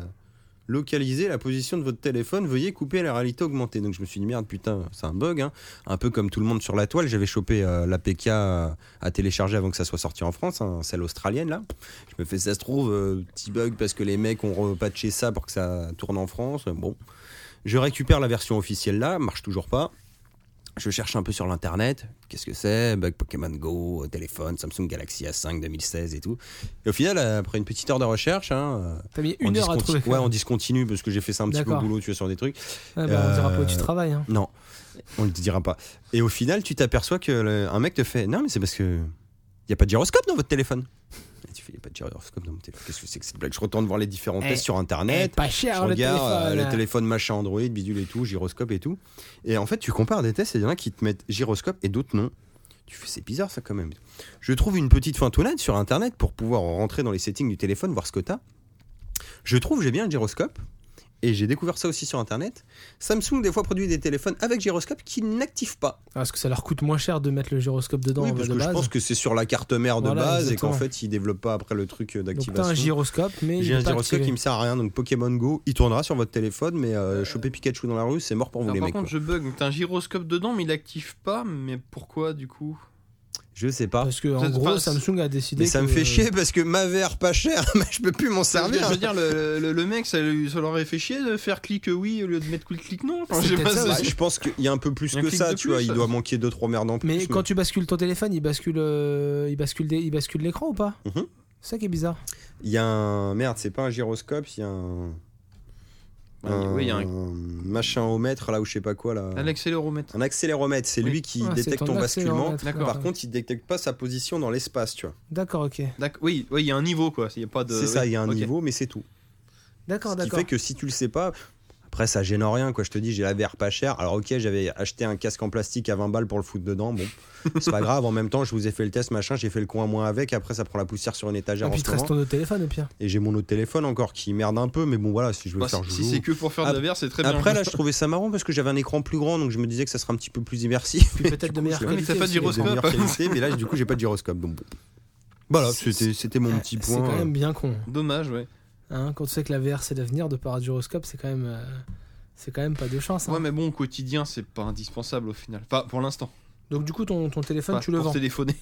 Speaker 3: localiser la position de votre téléphone, veuillez couper la réalité augmentée. Donc je me suis dit, merde, putain, c'est un bug, hein. un peu comme tout le monde sur la toile, j'avais chopé euh, l'APK euh, à télécharger avant que ça soit sorti en France, hein, celle australienne, là. Je me fais, ça se trouve, euh, petit bug, parce que les mecs ont repatché ça pour que ça tourne en France. Bon, je récupère la version officielle, là, marche toujours pas. Je cherche un peu sur l'internet, qu'est-ce que c'est Bug Pokémon Go, euh, téléphone, Samsung Galaxy A5 2016 et tout. Et au final, euh, après une petite heure de recherche, hein, euh,
Speaker 2: T'as mis
Speaker 3: on
Speaker 2: une heure à trouver.
Speaker 3: disconti- Ouais, on discontinue parce que j'ai fait ça un petit peu au
Speaker 2: D'accord.
Speaker 3: boulot, tu vois, sur des trucs.
Speaker 2: Ouais, bah, on dira pas où tu
Speaker 3: euh,
Speaker 2: travailles. hein.
Speaker 3: Non, on le dira pas. Et au final, tu t'aperçois que le- un mec te fait Non, mais c'est parce que il y a pas de gyroscope dans votre téléphone. Et tu fais Il y a pas de gyroscope dans mon téléphone. Qu'est-ce que c'est que cette blague Je retourne voir les différents
Speaker 2: Eh,
Speaker 3: tests sur
Speaker 2: Eh,
Speaker 3: internet.
Speaker 2: pas
Speaker 3: Je
Speaker 2: cher le
Speaker 3: regarde euh,
Speaker 2: téléphone.
Speaker 3: le téléphone machin Android, bidule et tout, gyroscope et tout. Et en fait, tu compares des tests et il y en a qui te mettent gyroscope et d'autres non. Tu fais, c'est bizarre ça quand même. Je trouve une petite fintounade sur internet pour pouvoir rentrer dans les settings du téléphone, voir ce que t'as. Je trouve, j'ai bien le gyroscope. Et j'ai découvert ça aussi sur internet. Samsung, des fois, produit des téléphones avec gyroscope qui n'activent pas.
Speaker 2: Ah, parce que ça leur coûte moins cher de mettre le gyroscope dedans
Speaker 3: oui,
Speaker 2: euh,
Speaker 3: parce
Speaker 2: de
Speaker 3: que je
Speaker 2: base.
Speaker 3: pense que c'est sur la carte mère de
Speaker 2: Voilà,
Speaker 3: base
Speaker 2: exactement.
Speaker 3: et qu'en fait, ils développent pas après le truc euh,
Speaker 2: Donc t'as un
Speaker 3: d'activation.
Speaker 2: gyroscope, mais il
Speaker 3: J'ai
Speaker 2: est
Speaker 3: un
Speaker 2: pas
Speaker 3: gyroscope
Speaker 2: activé.
Speaker 3: qui me sert à rien, donc Pokémon Go, il tournera sur votre téléphone, mais euh, choper Pikachu dans la rue, c'est mort pour vous
Speaker 4: Alors,
Speaker 3: les
Speaker 4: par
Speaker 3: mecs.
Speaker 4: contre,
Speaker 3: quoi.
Speaker 4: je bug. Donc, T'as un gyroscope dedans, mais il active pas. Mais pourquoi du coup
Speaker 3: Je sais pas.
Speaker 2: Parce que en
Speaker 4: Ça-
Speaker 2: gros,
Speaker 4: enfin,
Speaker 2: Samsung a décidé.
Speaker 3: Mais ça me
Speaker 2: que-
Speaker 3: fait chier parce que ma verre pas chère, mais je peux plus m'en servir.
Speaker 4: Je veux dire, le, le- le mec, ça, lui- ça leur aurait fait chier de faire clic euh, oui au lieu de mettre clic non. Enfin,
Speaker 2: C'est
Speaker 4: je sais
Speaker 2: peut-être
Speaker 4: pas,
Speaker 2: ça
Speaker 3: Bah,
Speaker 4: c'est-
Speaker 3: je pense qu'il y a un peu plus
Speaker 4: Un
Speaker 3: que
Speaker 4: clic
Speaker 3: ça,
Speaker 4: de
Speaker 3: tu vois.
Speaker 4: plus,
Speaker 3: Il
Speaker 4: ça.
Speaker 3: doit manquer 2-3 merdes en plus.
Speaker 2: Mais quand tu bascules ton téléphone, il bascule, euh, il bascule, des- il bascule l'écran ou pas
Speaker 3: Mhm.
Speaker 2: C'est ça qui est bizarre.
Speaker 3: Il y a un. Merde, c'est pas un gyroscope, il y a un.
Speaker 4: Bah, oui, il y a
Speaker 3: Euh.
Speaker 4: un-
Speaker 3: Machin au mètre là ou je sais pas quoi là.
Speaker 4: Un accéléromètre.
Speaker 3: Un accéléromètre, c'est
Speaker 4: Oui.
Speaker 3: lui qui
Speaker 2: Ah, c'est
Speaker 3: détecte
Speaker 2: ton
Speaker 3: ton basculement.
Speaker 2: accéléromètre,
Speaker 4: D'accord.
Speaker 3: Par
Speaker 2: ouais.
Speaker 3: contre, il détecte pas sa position dans l'espace, tu vois.
Speaker 2: D'accord, ok.
Speaker 4: D'accord. Oui, oui, il y a un niveau quoi. Il y a pas de.
Speaker 3: C'est ça,
Speaker 4: oui,
Speaker 3: il y a un
Speaker 4: ok.
Speaker 3: niveau, mais c'est tout.
Speaker 2: D'accord,
Speaker 3: Ce qui
Speaker 2: d'accord.
Speaker 3: fait que si tu le sais pas, après ça gêne en rien quoi. Je te dis, j'ai la VR pas chère. Alors ok, j'avais acheté un casque en plastique à 20 balles pour le foutre dedans. Bon, c'est pas grave. En même temps, je vous ai fait le test machin. J'ai fait le coin à moins avec. Après, ça prend la poussière sur une
Speaker 2: Et
Speaker 3: étagère
Speaker 2: Ah,
Speaker 3: en
Speaker 2: puis
Speaker 3: ce
Speaker 2: il te reste
Speaker 3: moment.
Speaker 2: ton autre téléphone au pire.
Speaker 3: Et j'ai mon autre téléphone encore qui merde un peu. Mais bon, voilà, si je veux
Speaker 4: Bah,
Speaker 3: faire
Speaker 4: si si
Speaker 3: joujou.
Speaker 4: c'est que pour faire de la VR, c'est très bien.
Speaker 3: Après là, je trouvais ça marrant parce que j'avais un écran plus grand, donc je me disais que ça serait un petit peu plus immersif.
Speaker 2: Puis peut-être de meilleure
Speaker 3: je-
Speaker 4: Ouais, mais
Speaker 2: qualité.
Speaker 4: t'as pas de
Speaker 2: aussi.
Speaker 3: Et de
Speaker 4: gyroscope.
Speaker 3: meilleure qualité, mais là, du coup, j'ai pas de gyroscope. Donc bon. voilà, c'était c'était mon petit
Speaker 2: C'est
Speaker 3: point.
Speaker 2: quand même bien con.
Speaker 4: Dommage, ouais.
Speaker 2: hein. quand tu sais que la VR c'est l'avenir de par un gyroscope, c'est quand même, euh, c'est quand même pas de chance. hein.
Speaker 4: Ouais, mais bon, au quotidien, c'est pas indispensable au final. Pas pour l'instant.
Speaker 2: Donc du coup ton, ton téléphone
Speaker 4: Enfin,
Speaker 2: tu le
Speaker 4: pour
Speaker 2: vends.
Speaker 4: téléphoner.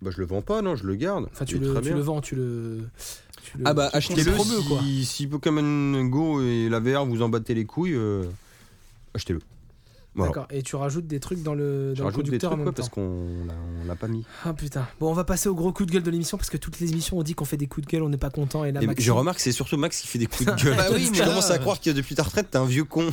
Speaker 3: Bah, je le vends pas, non, je le garde.
Speaker 2: Enfin
Speaker 3: Il
Speaker 2: tu
Speaker 3: est
Speaker 2: le,
Speaker 3: très
Speaker 2: tu
Speaker 3: bien.
Speaker 2: le vends, tu le. tu le-
Speaker 3: Ah bah
Speaker 2: tu
Speaker 3: achetez-le
Speaker 2: consommes.
Speaker 3: si,
Speaker 2: quoi.
Speaker 3: si Pokémon Go et la VR vous en battez les couilles, euh, achetez-le. Voilà.
Speaker 2: D'accord. Et tu rajoutes des trucs dans le,
Speaker 3: Je
Speaker 2: dans le
Speaker 3: rajoute des
Speaker 2: conducteur
Speaker 3: trucs
Speaker 2: en même
Speaker 3: quoi,
Speaker 2: temps.
Speaker 3: parce qu'on l'a- on l'a pas mis.
Speaker 2: Ah putain. Bon, on va passer au gros coup de gueule de l'émission parce que toutes les émissions on dit qu'on fait des coups de gueule, on n'est pas content et là
Speaker 3: Et
Speaker 2: Maxime-
Speaker 3: Eh ben, je remarque, c'est surtout Max qui fait des coups de gueule.
Speaker 4: Bah oui, mais
Speaker 3: je commence
Speaker 4: là-
Speaker 3: à croire que depuis ta retraite, t'es un vieux con.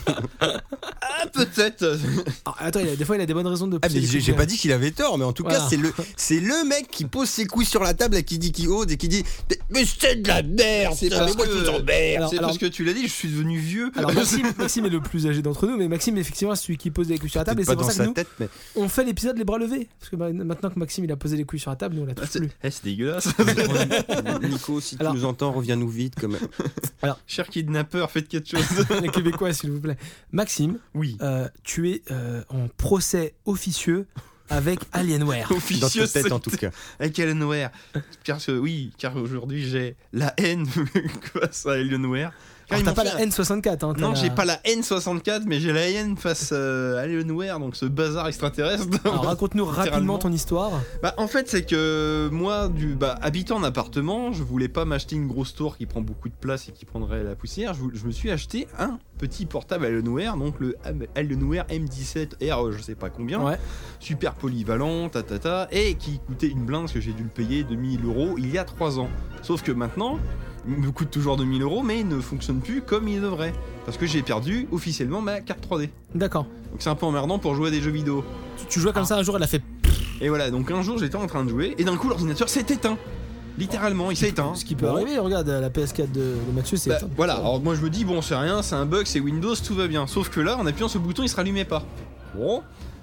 Speaker 4: Ah, peut-être
Speaker 2: Ah, attends, il a- des fois il a des bonnes raisons de.
Speaker 3: Ah,
Speaker 2: pousser
Speaker 3: mais
Speaker 2: les
Speaker 3: j'ai
Speaker 2: coups de
Speaker 3: j'ai
Speaker 2: gueule.
Speaker 3: pas dit qu'il avait tort, mais en tout
Speaker 2: Voilà.
Speaker 3: cas, c'est le, c'est le mec qui pose ses couilles sur la table et qui dit qu'il ose et qui dit Mais c'est de la merde
Speaker 4: C'est
Speaker 3: putain,
Speaker 4: parce
Speaker 3: mais moi,
Speaker 4: que-
Speaker 3: je vous emmerde.
Speaker 2: Alors-
Speaker 4: C'est
Speaker 2: alors-
Speaker 4: parce que tu l'as dit, je suis devenu vieux.
Speaker 2: Alors Maxime, Maxime est le plus âgé d'entre nous, mais Maxime effectivement c'est celui qui pose les couilles sur la table et
Speaker 3: Peut-être
Speaker 2: c'est
Speaker 3: pas
Speaker 2: pour
Speaker 3: dans
Speaker 2: ça que
Speaker 3: sa
Speaker 2: nous
Speaker 3: tête, mais
Speaker 2: on fait l'épisode les bras levés parce que ma- maintenant que Maxime il a posé les couilles sur la table, nous on la
Speaker 4: Ah,
Speaker 2: touche
Speaker 4: c'est
Speaker 2: plus.
Speaker 4: eh, c'est dégueulasse.
Speaker 3: Nico, si tu
Speaker 2: Alors-
Speaker 3: nous entends, reviens-nous vite. Comme...
Speaker 4: Cher kidnappeur, faites quelque chose.
Speaker 2: Les Québécois s'il vous plaît. Maxime,
Speaker 4: Oui.
Speaker 2: euh, tu es euh, en procès officieux avec Alienware.
Speaker 3: Dans
Speaker 4: Officieux,
Speaker 3: ta tête, en tout
Speaker 4: c'était-
Speaker 3: cas.
Speaker 4: Avec Alienware. Car ce- oui, car aujourd'hui j'ai la haine face à Alienware. Car
Speaker 2: Alors,
Speaker 4: ils
Speaker 2: t'as
Speaker 4: m'ont
Speaker 2: pas
Speaker 4: fait
Speaker 2: la N64, hein, t'as
Speaker 4: Non,
Speaker 2: la-
Speaker 4: j'ai pas la N64, mais j'ai la haine face euh, à Alienware, donc ce bazar extraterrestre.
Speaker 2: Alors raconte-nous rapidement
Speaker 4: Littéralement.
Speaker 2: ton histoire.
Speaker 4: Bah, en fait, c'est que moi, du, bah, habitant en appartement, je voulais pas m'acheter une grosse tour qui prend beaucoup de place et qui prendrait la poussière. Je, vou- je me suis acheté un petit portable Alienware, donc le Am- Alienware M17R, je sais pas combien.
Speaker 2: Ouais.
Speaker 4: Super polyvalent, tatata, et qui coûtait une blinde parce que j'ai dû le payer 2000 euros il y a 3 ans. Sauf que maintenant, il me coûte toujours 2000 euros, mais il ne fonctionne plus comme il devrait. Parce que j'ai perdu officiellement ma carte 3D.
Speaker 2: D'accord.
Speaker 4: Donc c'est un peu emmerdant pour jouer à des jeux vidéo.
Speaker 2: Tu, tu jouais
Speaker 4: Ah.
Speaker 2: comme ça un jour, elle a fait
Speaker 4: Et voilà, donc un jour j'étais en train de jouer et d'un coup l'ordinateur s'est éteint. Littéralement, il s'est éteint.
Speaker 2: ce qui peut
Speaker 4: Bon.
Speaker 2: arriver. Regarde la PS4 de, de Mathieu, c'est
Speaker 4: Bah,
Speaker 2: éteint.
Speaker 4: voilà, alors moi je me dis, bon, c'est rien, c'est un bug, c'est Windows, tout va bien. Sauf que là, en appuyant sur le bouton, il se rallumait pas. Bon,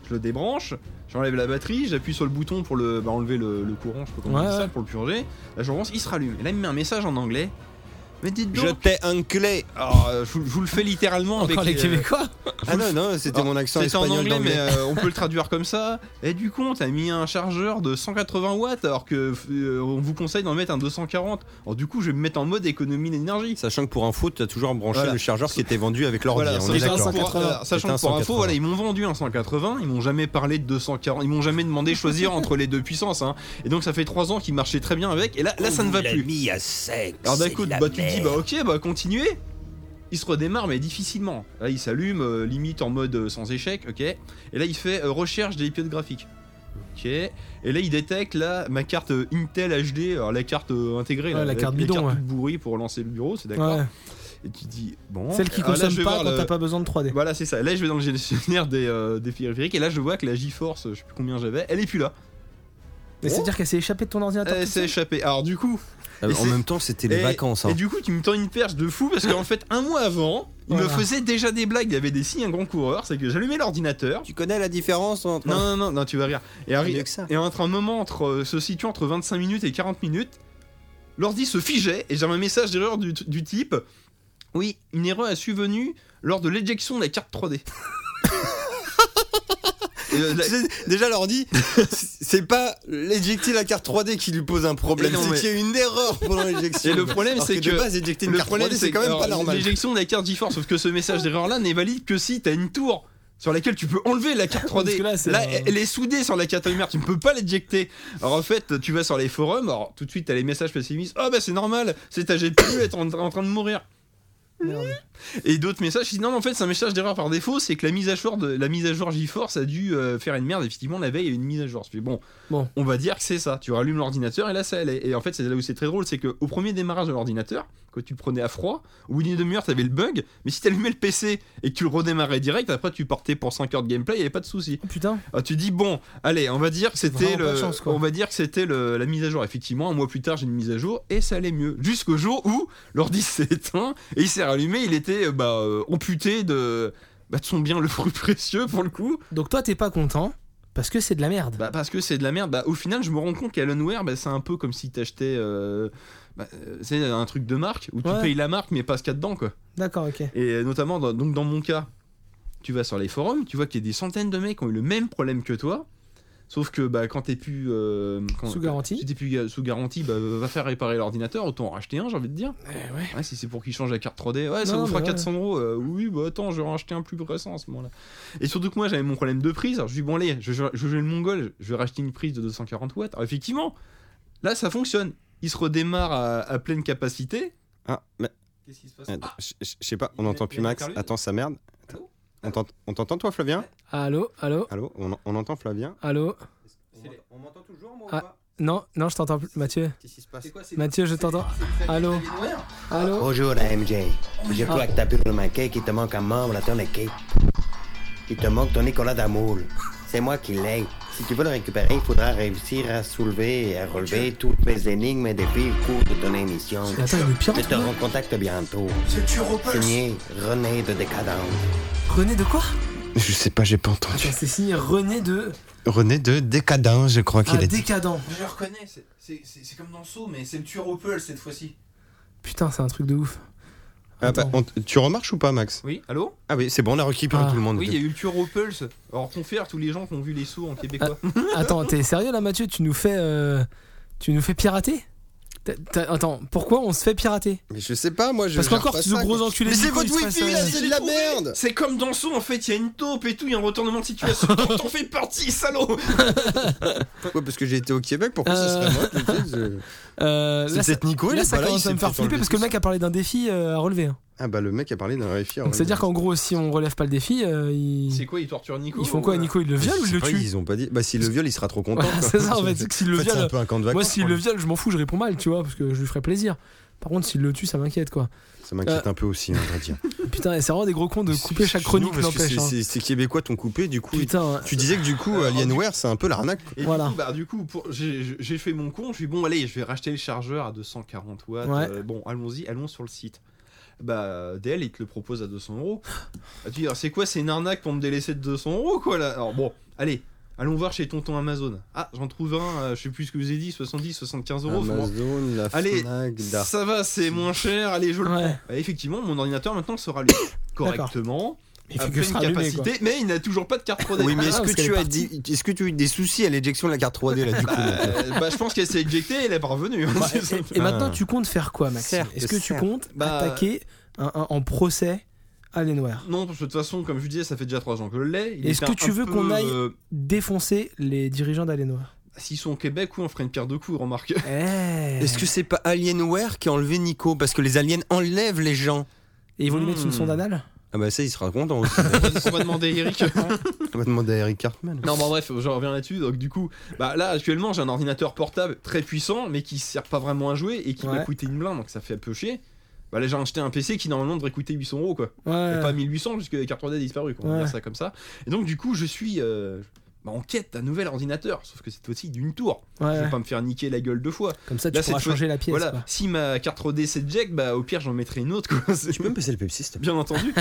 Speaker 4: je le débranche, j'enlève la batterie, j'appuie sur le bouton pour le, bah, enlever le, le courant, je sais pas comment on
Speaker 2: Ouais,
Speaker 4: dit ça,
Speaker 2: ouais.
Speaker 4: pour le purger. Là, je relance, il se rallume. Et là, il me met un message en anglais. Mais dites donc.
Speaker 3: Je t'ai un clé.
Speaker 4: Alors, euh, je, vous- je vous le fais littéralement avec
Speaker 2: Encore les
Speaker 4: euh,
Speaker 2: Québécois.
Speaker 3: Ah non, non, c'était
Speaker 4: Ah,
Speaker 3: mon accent
Speaker 4: C'était en
Speaker 3: espagnol.
Speaker 4: anglais, mais
Speaker 3: d'anglais.
Speaker 4: euh, on peut le traduire comme ça. Et du coup, t'as mis un chargeur de 180 watts, alors que euh, on vous conseille d'en mettre un 240. Alors du coup, je vais me mettre en mode économie d'énergie.
Speaker 3: Sachant que pour info, t'as toujours branché
Speaker 4: Voilà.
Speaker 3: le chargeur qui était vendu avec l'ordi.
Speaker 4: Voilà,
Speaker 3: on
Speaker 4: sachant
Speaker 3: est
Speaker 4: que pour-
Speaker 3: d'accord.
Speaker 4: voilà, sachant
Speaker 3: C'est un
Speaker 4: que pour info,
Speaker 3: 180.
Speaker 4: voilà, ils m'ont vendu un 180, ils m'ont jamais parlé de 240, ils m'ont jamais demandé de choisir entre les deux puissances. hein. Et donc ça fait 3 ans qu'ils marchaient très bien avec, et là,
Speaker 3: Oh,
Speaker 4: là ça ne va plus.
Speaker 1: mis à sec.
Speaker 4: Alors d'un coup, bah, tu te dis, bah ok, bah continuez. Il se redémarre, mais difficilement. Là, il s'allume, euh, limite en mode euh, sans échec, ok. Et là, il fait euh, recherche des épisodes graphiques. Ok. Et là, il détecte là ma carte euh, Intel HD, alors la carte euh, intégrée,
Speaker 2: Ouais,
Speaker 4: là,
Speaker 2: la carte bidon,
Speaker 4: carte
Speaker 2: ouais.
Speaker 4: toute bourrée pour lancer le bureau, c'est d'accord.
Speaker 2: Ouais.
Speaker 4: Et tu te dis, bon.
Speaker 2: Celle qui
Speaker 4: Ah, là, je
Speaker 2: consomme
Speaker 4: vais
Speaker 2: pas
Speaker 4: voir
Speaker 2: quand
Speaker 4: le- Bah,
Speaker 2: t'as pas besoin de 3D.
Speaker 4: Voilà, c'est ça. Là, je vais dans le gestionnaire des, euh, des périphériques, et là, je vois que la GeForce, euh, je sais plus combien j'avais, elle est plus là.
Speaker 2: Mais
Speaker 4: Oh. Eh,
Speaker 2: c'est-à-dire qu'elle s'est échappée de ton ordinateur.
Speaker 4: Elle
Speaker 2: toute
Speaker 4: s'est
Speaker 2: seule
Speaker 4: échappée. Alors du coup,
Speaker 3: Ah,
Speaker 4: Et
Speaker 3: En
Speaker 4: c'est-
Speaker 3: même temps, c'était les
Speaker 4: et-
Speaker 3: vacances. hein.
Speaker 4: Et du coup, tu me tends une perche de fou parce qu'en fait, un mois avant, il me
Speaker 2: Voilà.
Speaker 4: faisait déjà des blagues. Il y avait des signes, un grand coureur. C'est que j'allumais l'ordinateur.
Speaker 3: Tu connais la différence entre.
Speaker 4: Non, non, non, non, tu vas rire. Et, arri-
Speaker 3: Oh. Mieux que ça.
Speaker 4: et entre un moment, entre, euh, se situe entre 25 minutes et 40 minutes, l'ordi se figeait et j'avais un message d'erreur du, du type Oui, une erreur a survenu lors de l'éjection de la carte 3D. Et, euh, la-
Speaker 3: Tu sais, Déjà, l'ordi, c'est pas l'éjecter la carte 3D qui lui pose un problème,
Speaker 4: Et non,
Speaker 3: c'est
Speaker 4: mais-
Speaker 3: qu'il y a une erreur pendant l'éjection.
Speaker 4: Et le problème,
Speaker 3: Alors
Speaker 4: c'est
Speaker 3: de
Speaker 4: que-
Speaker 3: base, éjecter une
Speaker 4: Le
Speaker 3: carte
Speaker 4: problème,
Speaker 3: 3D, c'est quand même
Speaker 4: que,
Speaker 3: pas
Speaker 4: alors,
Speaker 3: normal.
Speaker 4: L'éjection de la carte GeForce, sauf que ce message d'erreur là n'est valide que si t'as une tour sur laquelle tu peux enlever la carte
Speaker 2: Parce
Speaker 4: 3D.
Speaker 2: que là, c'est un-
Speaker 4: elle est soudée sur la carte mère, tu ne peux pas l'éjecter. Alors en fait, tu vas sur les forums, alors tout de suite t'as les messages pessimistes. Oh bah c'est normal, c'est ta GPU est en, en train de mourir.
Speaker 2: Merde.
Speaker 4: Et d'autres messages qui disent non, mais en fait, c'est un message d'erreur par défaut, c'est que la mise à jour de la mise à jour GeForce a dû euh, faire une merde. Effectivement, la veille, il y a eu une mise à jour. Puis bon,
Speaker 2: Bon.
Speaker 4: on va dire que c'est ça. Tu rallumes l'ordinateur et là, ça allait. Et en fait, c'est là où c'est très drôle, c'est qu'au premier démarrage de l'ordinateur, quand tu le prenais à froid, au bout d'une demi-heure, t'avais le bug. Mais si t'allumais le PC et que tu le redémarrais direct, après, tu partais pour 5 heures de gameplay, il n'y avait pas de souci.
Speaker 2: Oh, Putain.
Speaker 4: Ah, tu dis bon, allez, on va dire que c'était
Speaker 2: Vraiment pas
Speaker 4: le,
Speaker 2: de chance, quoi.
Speaker 4: on va dire que c'était le- la mise à jour. Effectivement, un mois plus tard, j'ai une mise à jour et ça allait mieux. Jusqu'au jour où l'ordi s'est éteint et il s'est rallumé, il était euh, bah, euh, amputé de, bah, de son bien le fruit précieux pour le coup.
Speaker 2: Donc toi t'es pas content parce que c'est de la merde.
Speaker 4: Bah, parce que c'est de la merde. Bah, au final, je me rends compte qu'Alienware, bah, c'est un peu comme si t'achetais, euh, bah, euh, c'est un truc de marque où tu
Speaker 2: Ouais.
Speaker 4: payes la marque mais pas ce qu'il y a dedans quoi.
Speaker 2: D'accord, ok.
Speaker 4: Et euh, notamment, dans- donc dans mon cas, tu vas sur les forums, tu vois qu'il y a des centaines de mecs qui ont eu le même problème que toi. Sauf que bah, quand t'es plus. euh, quand-
Speaker 2: Sous garantie.
Speaker 4: Si t'es plus ga- sous garantie, bah, va faire réparer l'ordinateur, autant en racheter un, j'ai envie de dire.
Speaker 2: Eh ouais.
Speaker 4: Ouais, si c'est pour qu'il change la carte 3D, ouais, ça
Speaker 2: Non,
Speaker 4: vous fera
Speaker 2: mais ouais.
Speaker 4: 400 euros. Euh, oui, bah attends, je vais en racheter un plus récent à ce moment-là. Et surtout que moi, j'avais mon problème de prise. Alors je dis, bon, allez, je, je, je vais le mongol, je vais racheter une prise de 240 watts. Alors effectivement, là, ça fonctionne. Il se redémarre à, à pleine capacité.
Speaker 3: Ah, mais
Speaker 4: Qu'est-ce qui se passe Ah
Speaker 3: attends, je je- je sais pas, on n'entend plus Max. Attends, ça merde. Attends. On t'ent- on t'entend toi Flavien
Speaker 2: Allô, allô,
Speaker 3: Allô on, on entend Flavien
Speaker 2: allô.
Speaker 3: On m'entend toujours moi
Speaker 2: ou Ah. Non, non, je t'entends plus. Mathieu,
Speaker 3: Qu'est-ce qui se passe
Speaker 2: Mathieu, je t'entends. Allô,
Speaker 3: hein.
Speaker 2: allô.
Speaker 4: Oh,
Speaker 5: Bonjour, la MJ. Je crois que t'as pu remarquer qu'il te manque un membre à ton équipe. Il te manque ton Nicolas Damoul. C'est moi qui l'ai. Si tu veux le récupérer, il faudra réussir à soulever et à relever toutes mes énigmes et défis au cours de ton émission.
Speaker 2: Mais attends, il est pire.
Speaker 5: Je te recontacte bientôt. Signé René de Décadence.
Speaker 2: René de quoi
Speaker 3: Je sais pas, j'ai pas entendu.
Speaker 2: Attends, c'est signé René de.
Speaker 3: René de Décadin, je crois
Speaker 2: Ah,
Speaker 3: qu'il est.
Speaker 2: décadent.
Speaker 4: Je le reconnais, c'est- c'est c'est- c'est comme dans Saut, mais c'est le tueur au peul cette fois-ci.
Speaker 2: Putain, c'est un truc de
Speaker 4: Ah,
Speaker 2: ouf.
Speaker 4: bah,
Speaker 3: Ah,
Speaker 2: Attends.
Speaker 3: bah, tu remarches ou pas Max
Speaker 4: Oui, allô
Speaker 3: Ah oui, c'est bon, on a récupéré
Speaker 2: Ah.
Speaker 3: tout le monde.
Speaker 4: Oui, il y a eu le tueur au pulse. Alors confère tous les gens qui ont vu les sauts en québécois.
Speaker 3: Ah,
Speaker 2: Attends, t'es sérieux là, Mathieu Tu nous fais, euh, tu nous fais pirater T'as- t'as- Attends, pourquoi on se fait pirater
Speaker 3: Mais je sais pas, moi je.
Speaker 2: Parce
Speaker 3: gère
Speaker 2: qu'encore,
Speaker 3: pas
Speaker 2: tu nous
Speaker 3: ça,
Speaker 2: gros
Speaker 3: quoi.
Speaker 2: enculés
Speaker 3: Mais
Speaker 2: de
Speaker 3: c'est
Speaker 2: con,
Speaker 3: votre
Speaker 2: il se passe,
Speaker 3: wifi, là,
Speaker 2: euh,
Speaker 3: c'est de la
Speaker 4: trouvé.
Speaker 3: merde
Speaker 4: C'est comme dans Saut, en fait, il y a une taupe et tout, il y a un retournement de situation. T'en fais partie, salaud
Speaker 3: Pourquoi Parce que j'ai été au Québec, pourquoi ça
Speaker 2: Euh.
Speaker 3: serait moi tout de suite, je-
Speaker 2: Euh,
Speaker 3: C'est
Speaker 2: Là, ça,
Speaker 3: peut-être Nico, il
Speaker 2: là,
Speaker 3: est
Speaker 2: ça
Speaker 3: pas là, il
Speaker 2: commence à
Speaker 3: s'est
Speaker 2: me faire
Speaker 3: fait enlever
Speaker 2: flipper parce que le mec a parlé d'un défi euh, à relever. hein.
Speaker 3: Ah bah le mec a parlé d'un wifi.
Speaker 2: Donc, c'est-à-dire qu'en gros, si on relève pas le défi, euh,
Speaker 4: C'est
Speaker 2: ils...
Speaker 4: quoi, ils torturent Nico
Speaker 2: ils font quoi à Nico Ils le violent ou ils le tuent
Speaker 3: Ils ont euh, pas dit. Bah s'il le viole, il sera trop content.
Speaker 2: Voilà,
Speaker 3: quoi.
Speaker 2: C'est ça en fait. S'il
Speaker 3: En
Speaker 2: le
Speaker 3: fait, c'est un
Speaker 2: viole,
Speaker 3: peu un camp de
Speaker 2: moi
Speaker 3: vacances.
Speaker 2: s'il le viole, je m'en fous, je réponds mal, tu vois, parce que je lui ferais plaisir. Par contre, s'il le tue, ça m'inquiète quoi.
Speaker 3: Ça m'inquiète un peu aussi, hein, à vrai dire.
Speaker 2: Putain, et c'est vraiment des gros cons de couper chaque
Speaker 3: Non,
Speaker 2: chronique,
Speaker 3: parce que
Speaker 2: n'empêche.
Speaker 3: c'est-
Speaker 2: hein.
Speaker 3: c'est- C'est québécois t'ont coupé, du coup.
Speaker 2: Putain, Ah,
Speaker 3: Tu disais que du coup, Alienware, c'est un peu l'arnaque.
Speaker 4: Et
Speaker 2: Voilà.
Speaker 4: du coup, bah, du coup pour, j'ai, j'ai fait mon con, je suis bon, allez, je vais racheter le chargeur à 240 watts.
Speaker 2: Ouais.
Speaker 4: euh, bon, allons-y, allons sur le site. Bah, DL, il te le propose à 200 euros. Ah, tu dis, alors, c'est quoi, c'est une arnaque pour me délaisser de 200 euros, quoi, là Alors, bon, allez, allons voir chez tonton Amazon. Ah, j'en trouve un, euh, je sais plus ce que vous avez dit, 70, 75 euros. faut-
Speaker 3: Amazon, la
Speaker 4: Allez,
Speaker 3: Fnac, Dark.
Speaker 4: ça va, c'est moins cher, allez, je le
Speaker 2: ouais.
Speaker 4: Bah, effectivement, mon ordinateur maintenant sera allumé correctement,
Speaker 2: Il
Speaker 4: à
Speaker 2: fait que
Speaker 4: pleine
Speaker 2: se rallumer, quoi.
Speaker 4: capacité, mais il n'a toujours pas de carte Rodel.
Speaker 3: Oui, mais
Speaker 2: Ah,
Speaker 3: est-ce que,
Speaker 2: parce qu'elle
Speaker 3: tu
Speaker 2: est
Speaker 3: as dit, est-ce que tu as eu des soucis à l'éjection de la carte 3D là du coup
Speaker 4: Bah, euh, bah, je pense qu'elle s'est éjectée et elle est pas revenue. hein,
Speaker 2: Bah,
Speaker 4: C'est simple.
Speaker 2: et, et maintenant, tu comptes faire quoi, Max
Speaker 5: Certes,
Speaker 2: Est-ce que tu
Speaker 5: certes.
Speaker 2: comptes
Speaker 4: Bah,
Speaker 2: attaquer un- un- en procès Alienware
Speaker 4: Non, parce que de toute façon, comme je disais, ça fait déjà 3 ans que je l'ai. Il
Speaker 2: Est-ce
Speaker 4: était
Speaker 2: que tu
Speaker 4: un
Speaker 2: veux
Speaker 4: peu,
Speaker 2: qu'on aille-
Speaker 4: euh,
Speaker 2: Défoncer les dirigeants d'Alienware.
Speaker 4: S'ils sont au Québec, oui, on ferait une pierre de coups, remarque.
Speaker 2: Eh.
Speaker 3: Est-ce que c'est pas Alienware qui a enlevé Nico Parce que les aliens enlèvent les gens.
Speaker 2: Et ils vont lui mettre une
Speaker 4: Hmm.
Speaker 2: sonde anale
Speaker 3: Ah bah ça, il sera content aussi.
Speaker 4: on va demander à Eric.
Speaker 3: On va demander à Eric Cartman.
Speaker 4: non, bon, bref, je reviens là-dessus. Donc, du coup, bah, là, actuellement, j'ai un ordinateur portable très puissant, mais qui sert pas vraiment à jouer et qui m'a
Speaker 2: Ouais.
Speaker 4: coûté une blinde, donc ça fait un peu chier. Bah, là, j'ai acheté un PC qui, normalement, devrait coûter 800 euros, quoi. Et
Speaker 2: Ouais.
Speaker 4: pas 1800 puisque les cartes 3D a disparu, quoi, on va
Speaker 2: Ouais.
Speaker 4: dire ça comme ça. Et donc du coup je suis euh, bah, en quête d'un nouvel ordinateur, sauf que c'est aussi d'une tour.
Speaker 2: Ouais,
Speaker 4: Je
Speaker 2: ouais.
Speaker 4: vais pas me faire niquer la gueule deux fois.
Speaker 2: Comme ça, tu
Speaker 4: Là,
Speaker 2: pourras
Speaker 4: cette fois-
Speaker 2: changer la pièce.
Speaker 4: voilà,
Speaker 2: quoi.
Speaker 4: si ma carte 3D c'est jack, bah au pire j'en mettrai une autre quoi. C'est-
Speaker 3: me passer le Pepsi, s'il te
Speaker 4: Bien entendu.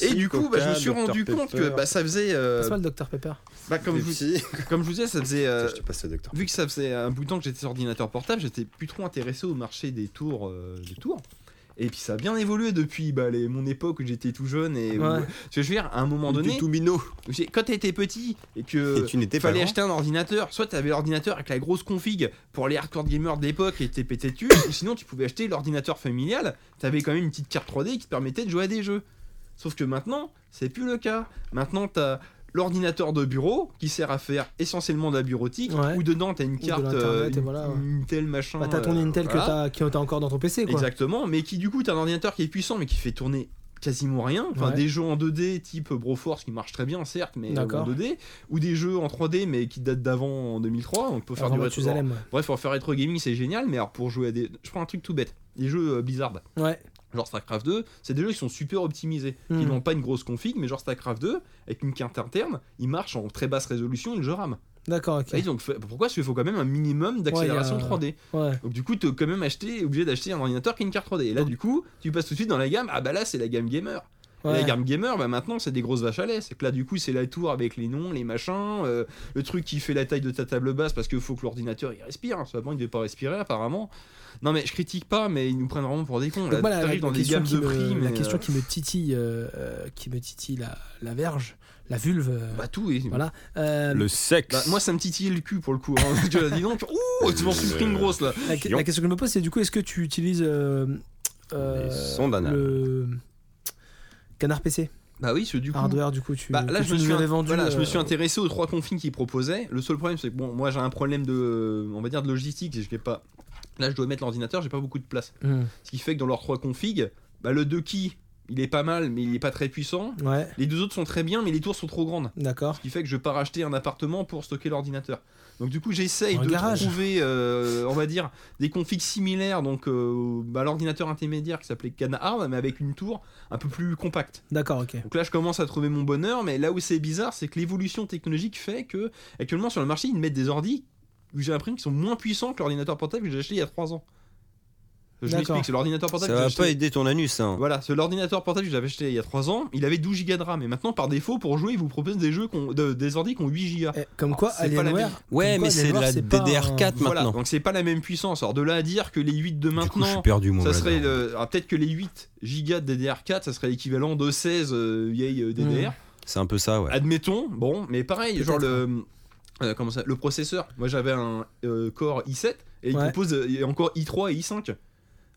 Speaker 4: Et du coup, bah, je me suis rendu compte que bah, ça faisait. euh,
Speaker 2: Passe-moi le Dr Pepper.
Speaker 4: bah, comme, je vous, comme je vous disais, ça faisait. euh,
Speaker 3: Je te passe le docteur.
Speaker 4: vu que ça faisait un bout de temps que j'étais sur ordinateur portable, j'étais plus trop intéressé au marché des tours. euh, des tours. Et puis ça a bien évolué depuis bah, les- mon époque où j'étais tout jeune. Et où-
Speaker 2: Ouais.
Speaker 4: Parce que je veux dire, à un moment donné,
Speaker 3: tout minot.
Speaker 4: Tu sais, Quand t'étais petit et que
Speaker 3: Et tu n'étais pas
Speaker 4: euh, fallait
Speaker 3: grand.
Speaker 4: acheter un ordinateur, soit t'avais l'ordinateur avec la grosse config pour les hardcore gamers d'époque et t'es pété dessus, ou sinon tu pouvais acheter l'ordinateur familial, t'avais quand même une petite carte 3D qui te permettait de jouer à des jeux. Sauf que maintenant, c'est plus le cas. Maintenant, t'as l'ordinateur de bureau qui sert à faire essentiellement de la bureautique,
Speaker 2: Ouais.
Speaker 4: où dedans t'as une
Speaker 2: de
Speaker 4: carte euh,
Speaker 2: l'internet, et
Speaker 4: une-
Speaker 2: voilà, ouais.
Speaker 4: une Intel machin.
Speaker 2: Bah, t'as ton
Speaker 4: euh,
Speaker 2: Intel que
Speaker 4: voilà.
Speaker 2: t'as que t'as encore dans ton PC, quoi.
Speaker 4: Exactement, mais qui du coup t'as un ordinateur qui est puissant mais qui fait tourner quasiment rien, enfin
Speaker 2: Ouais.
Speaker 4: des jeux en 2D type Broforce qui marche très bien certes mais euh, en
Speaker 2: D'accord.
Speaker 4: 2D ou des jeux en 3D mais qui datent d'avant en 2003, on peut faire
Speaker 2: Avant
Speaker 4: du rétro.
Speaker 2: Mathusalem,
Speaker 4: Bref, pour faire rétro gaming c'est génial mais alors pour jouer à des je prends un truc tout bête, des jeux euh, Blizzard
Speaker 2: ouais. Ouais.
Speaker 4: genre StarCraft 2, c'est des jeux qui sont super optimisés, qui
Speaker 2: Hmm.
Speaker 4: n'ont pas une grosse config mais genre StarCraft 2 avec une carte interne, ils marchent en très basse résolution et le jeu rame.
Speaker 2: D'accord, ok.
Speaker 4: Et donc fait- pourquoi Parce qu'il faut quand même un minimum d'accélération
Speaker 2: Ouais, il y a-
Speaker 4: 3D.
Speaker 2: Ouais.
Speaker 4: Donc du coup, t'es quand même acheté, obligé d'acheter un ordinateur qui a une carte 3D. Et là, du coup, tu passes tout de suite dans la gamme. Ah bah là, c'est la gamme gamer. Et
Speaker 2: ouais.
Speaker 4: la gamme gamer, bah maintenant, c'est des grosses vaches à lait. C'est que là, du coup, c'est la tour avec les noms, les machins, euh, le truc qui fait la taille de ta table basse parce qu'il faut que l'ordinateur il respire. hein. Seulement, il devait pas respirer apparemment. Non mais je critique pas, mais ils nous prennent vraiment pour des cons.
Speaker 2: Donc
Speaker 4: là,
Speaker 2: voilà, la,
Speaker 4: t'arrives
Speaker 2: la
Speaker 4: dans des
Speaker 2: question,
Speaker 4: gammes
Speaker 2: qui
Speaker 4: de
Speaker 2: me,
Speaker 4: prix.
Speaker 2: la
Speaker 4: mais,
Speaker 2: question
Speaker 4: euh,
Speaker 2: qui me titille, euh, euh, qui me titille la, la verge, la vulve. euh,
Speaker 4: bah tout. Et...
Speaker 2: voilà. euh,
Speaker 3: Le
Speaker 4: Bah,
Speaker 3: sexe.
Speaker 4: moi, ça me titille le cul pour le coup. hein. Tu vois, dis donc, ouh, tu m'en souffres une grosse là.
Speaker 2: la, que- la question que je me pose, c'est du coup, est-ce que tu utilises euh, euh,
Speaker 3: Les sondes anales.
Speaker 2: le canard PC
Speaker 4: Bah oui, parce que du coup,
Speaker 2: hardware du coup tu
Speaker 4: Bah, là,
Speaker 2: que
Speaker 4: je
Speaker 2: tu
Speaker 4: me,
Speaker 2: nous
Speaker 4: suis,
Speaker 2: avais vendu
Speaker 4: voilà, je
Speaker 2: euh,
Speaker 4: me suis intéressé aux trois conflits qu'ils proposaient. Le seul problème, c'est que bon, moi, j'ai un problème de, on va dire, de logistique. et Je vais pas. Là, je dois mettre l'ordinateur. J'ai pas beaucoup de place.
Speaker 2: hum,
Speaker 4: Ce qui fait que dans leurs trois configs, bah, le 2 key il est pas mal, mais il est pas très puissant.
Speaker 2: Ouais,
Speaker 4: Les deux autres sont très bien, mais les tours sont trop grandes.
Speaker 2: d'accord.
Speaker 4: Ce qui fait que je vais pas racheter un appartement pour stocker l'ordinateur. Donc du coup, j'essaye
Speaker 2: Un
Speaker 4: de
Speaker 2: garage.
Speaker 4: trouver, euh, on va dire, des configs similaires donc euh, bah, à l'ordinateur intermédiaire qui s'appelait Canard, mais avec une tour un peu plus compacte.
Speaker 2: D'accord, ok.
Speaker 4: Donc là, je commence à trouver mon bonheur, mais là où c'est bizarre, c'est que l'évolution technologique fait que actuellement sur le marché, ils mettent des ordi où j'ai l'impression qu'ils sont moins puissants que l'ordinateur portable que j'ai acheté il y a 3 ans. Je
Speaker 2: D'accord.
Speaker 4: m'explique, c'est l'ordinateur portable
Speaker 3: Ça
Speaker 4: que j'ai
Speaker 3: va
Speaker 4: acheté.
Speaker 3: pas aider ton anus, hein.
Speaker 4: Voilà, c'est l'ordinateur portable que j'avais acheté il y a 3 ans, il avait 12 Go de RAM et maintenant par défaut pour jouer, ils vous proposent des jeux qui ont- de- des ordi qui ont 8 Go.
Speaker 2: Eh, comme quoi,
Speaker 4: c'est pas la
Speaker 2: Alienware.
Speaker 3: Ouais,
Speaker 2: comme quoi,
Speaker 3: mais c'est de
Speaker 2: Alienware,
Speaker 3: la
Speaker 2: pas un-
Speaker 3: DDR4
Speaker 4: Voilà,
Speaker 3: maintenant.
Speaker 4: donc c'est pas la même puissance. Alors de là à dire que les 8 de
Speaker 3: Du coup, je suis
Speaker 4: maintenant
Speaker 3: perdu, moi.
Speaker 4: ça
Speaker 3: là-dedans.
Speaker 4: serait le- alors, peut-être que les 8 Go de DDR4, ça serait l'équivalent de 16 euh, vieilles euh, DDR.
Speaker 3: C'est un peu ça, ouais.
Speaker 4: Admettons, bon, mais pareil,
Speaker 2: Mmh. Peut-être.
Speaker 4: genre le euh, comment ça, le processeur. Moi j'avais un euh, Core i7 et il
Speaker 2: Ouais.
Speaker 4: propose euh, il y a encore i3 et i5.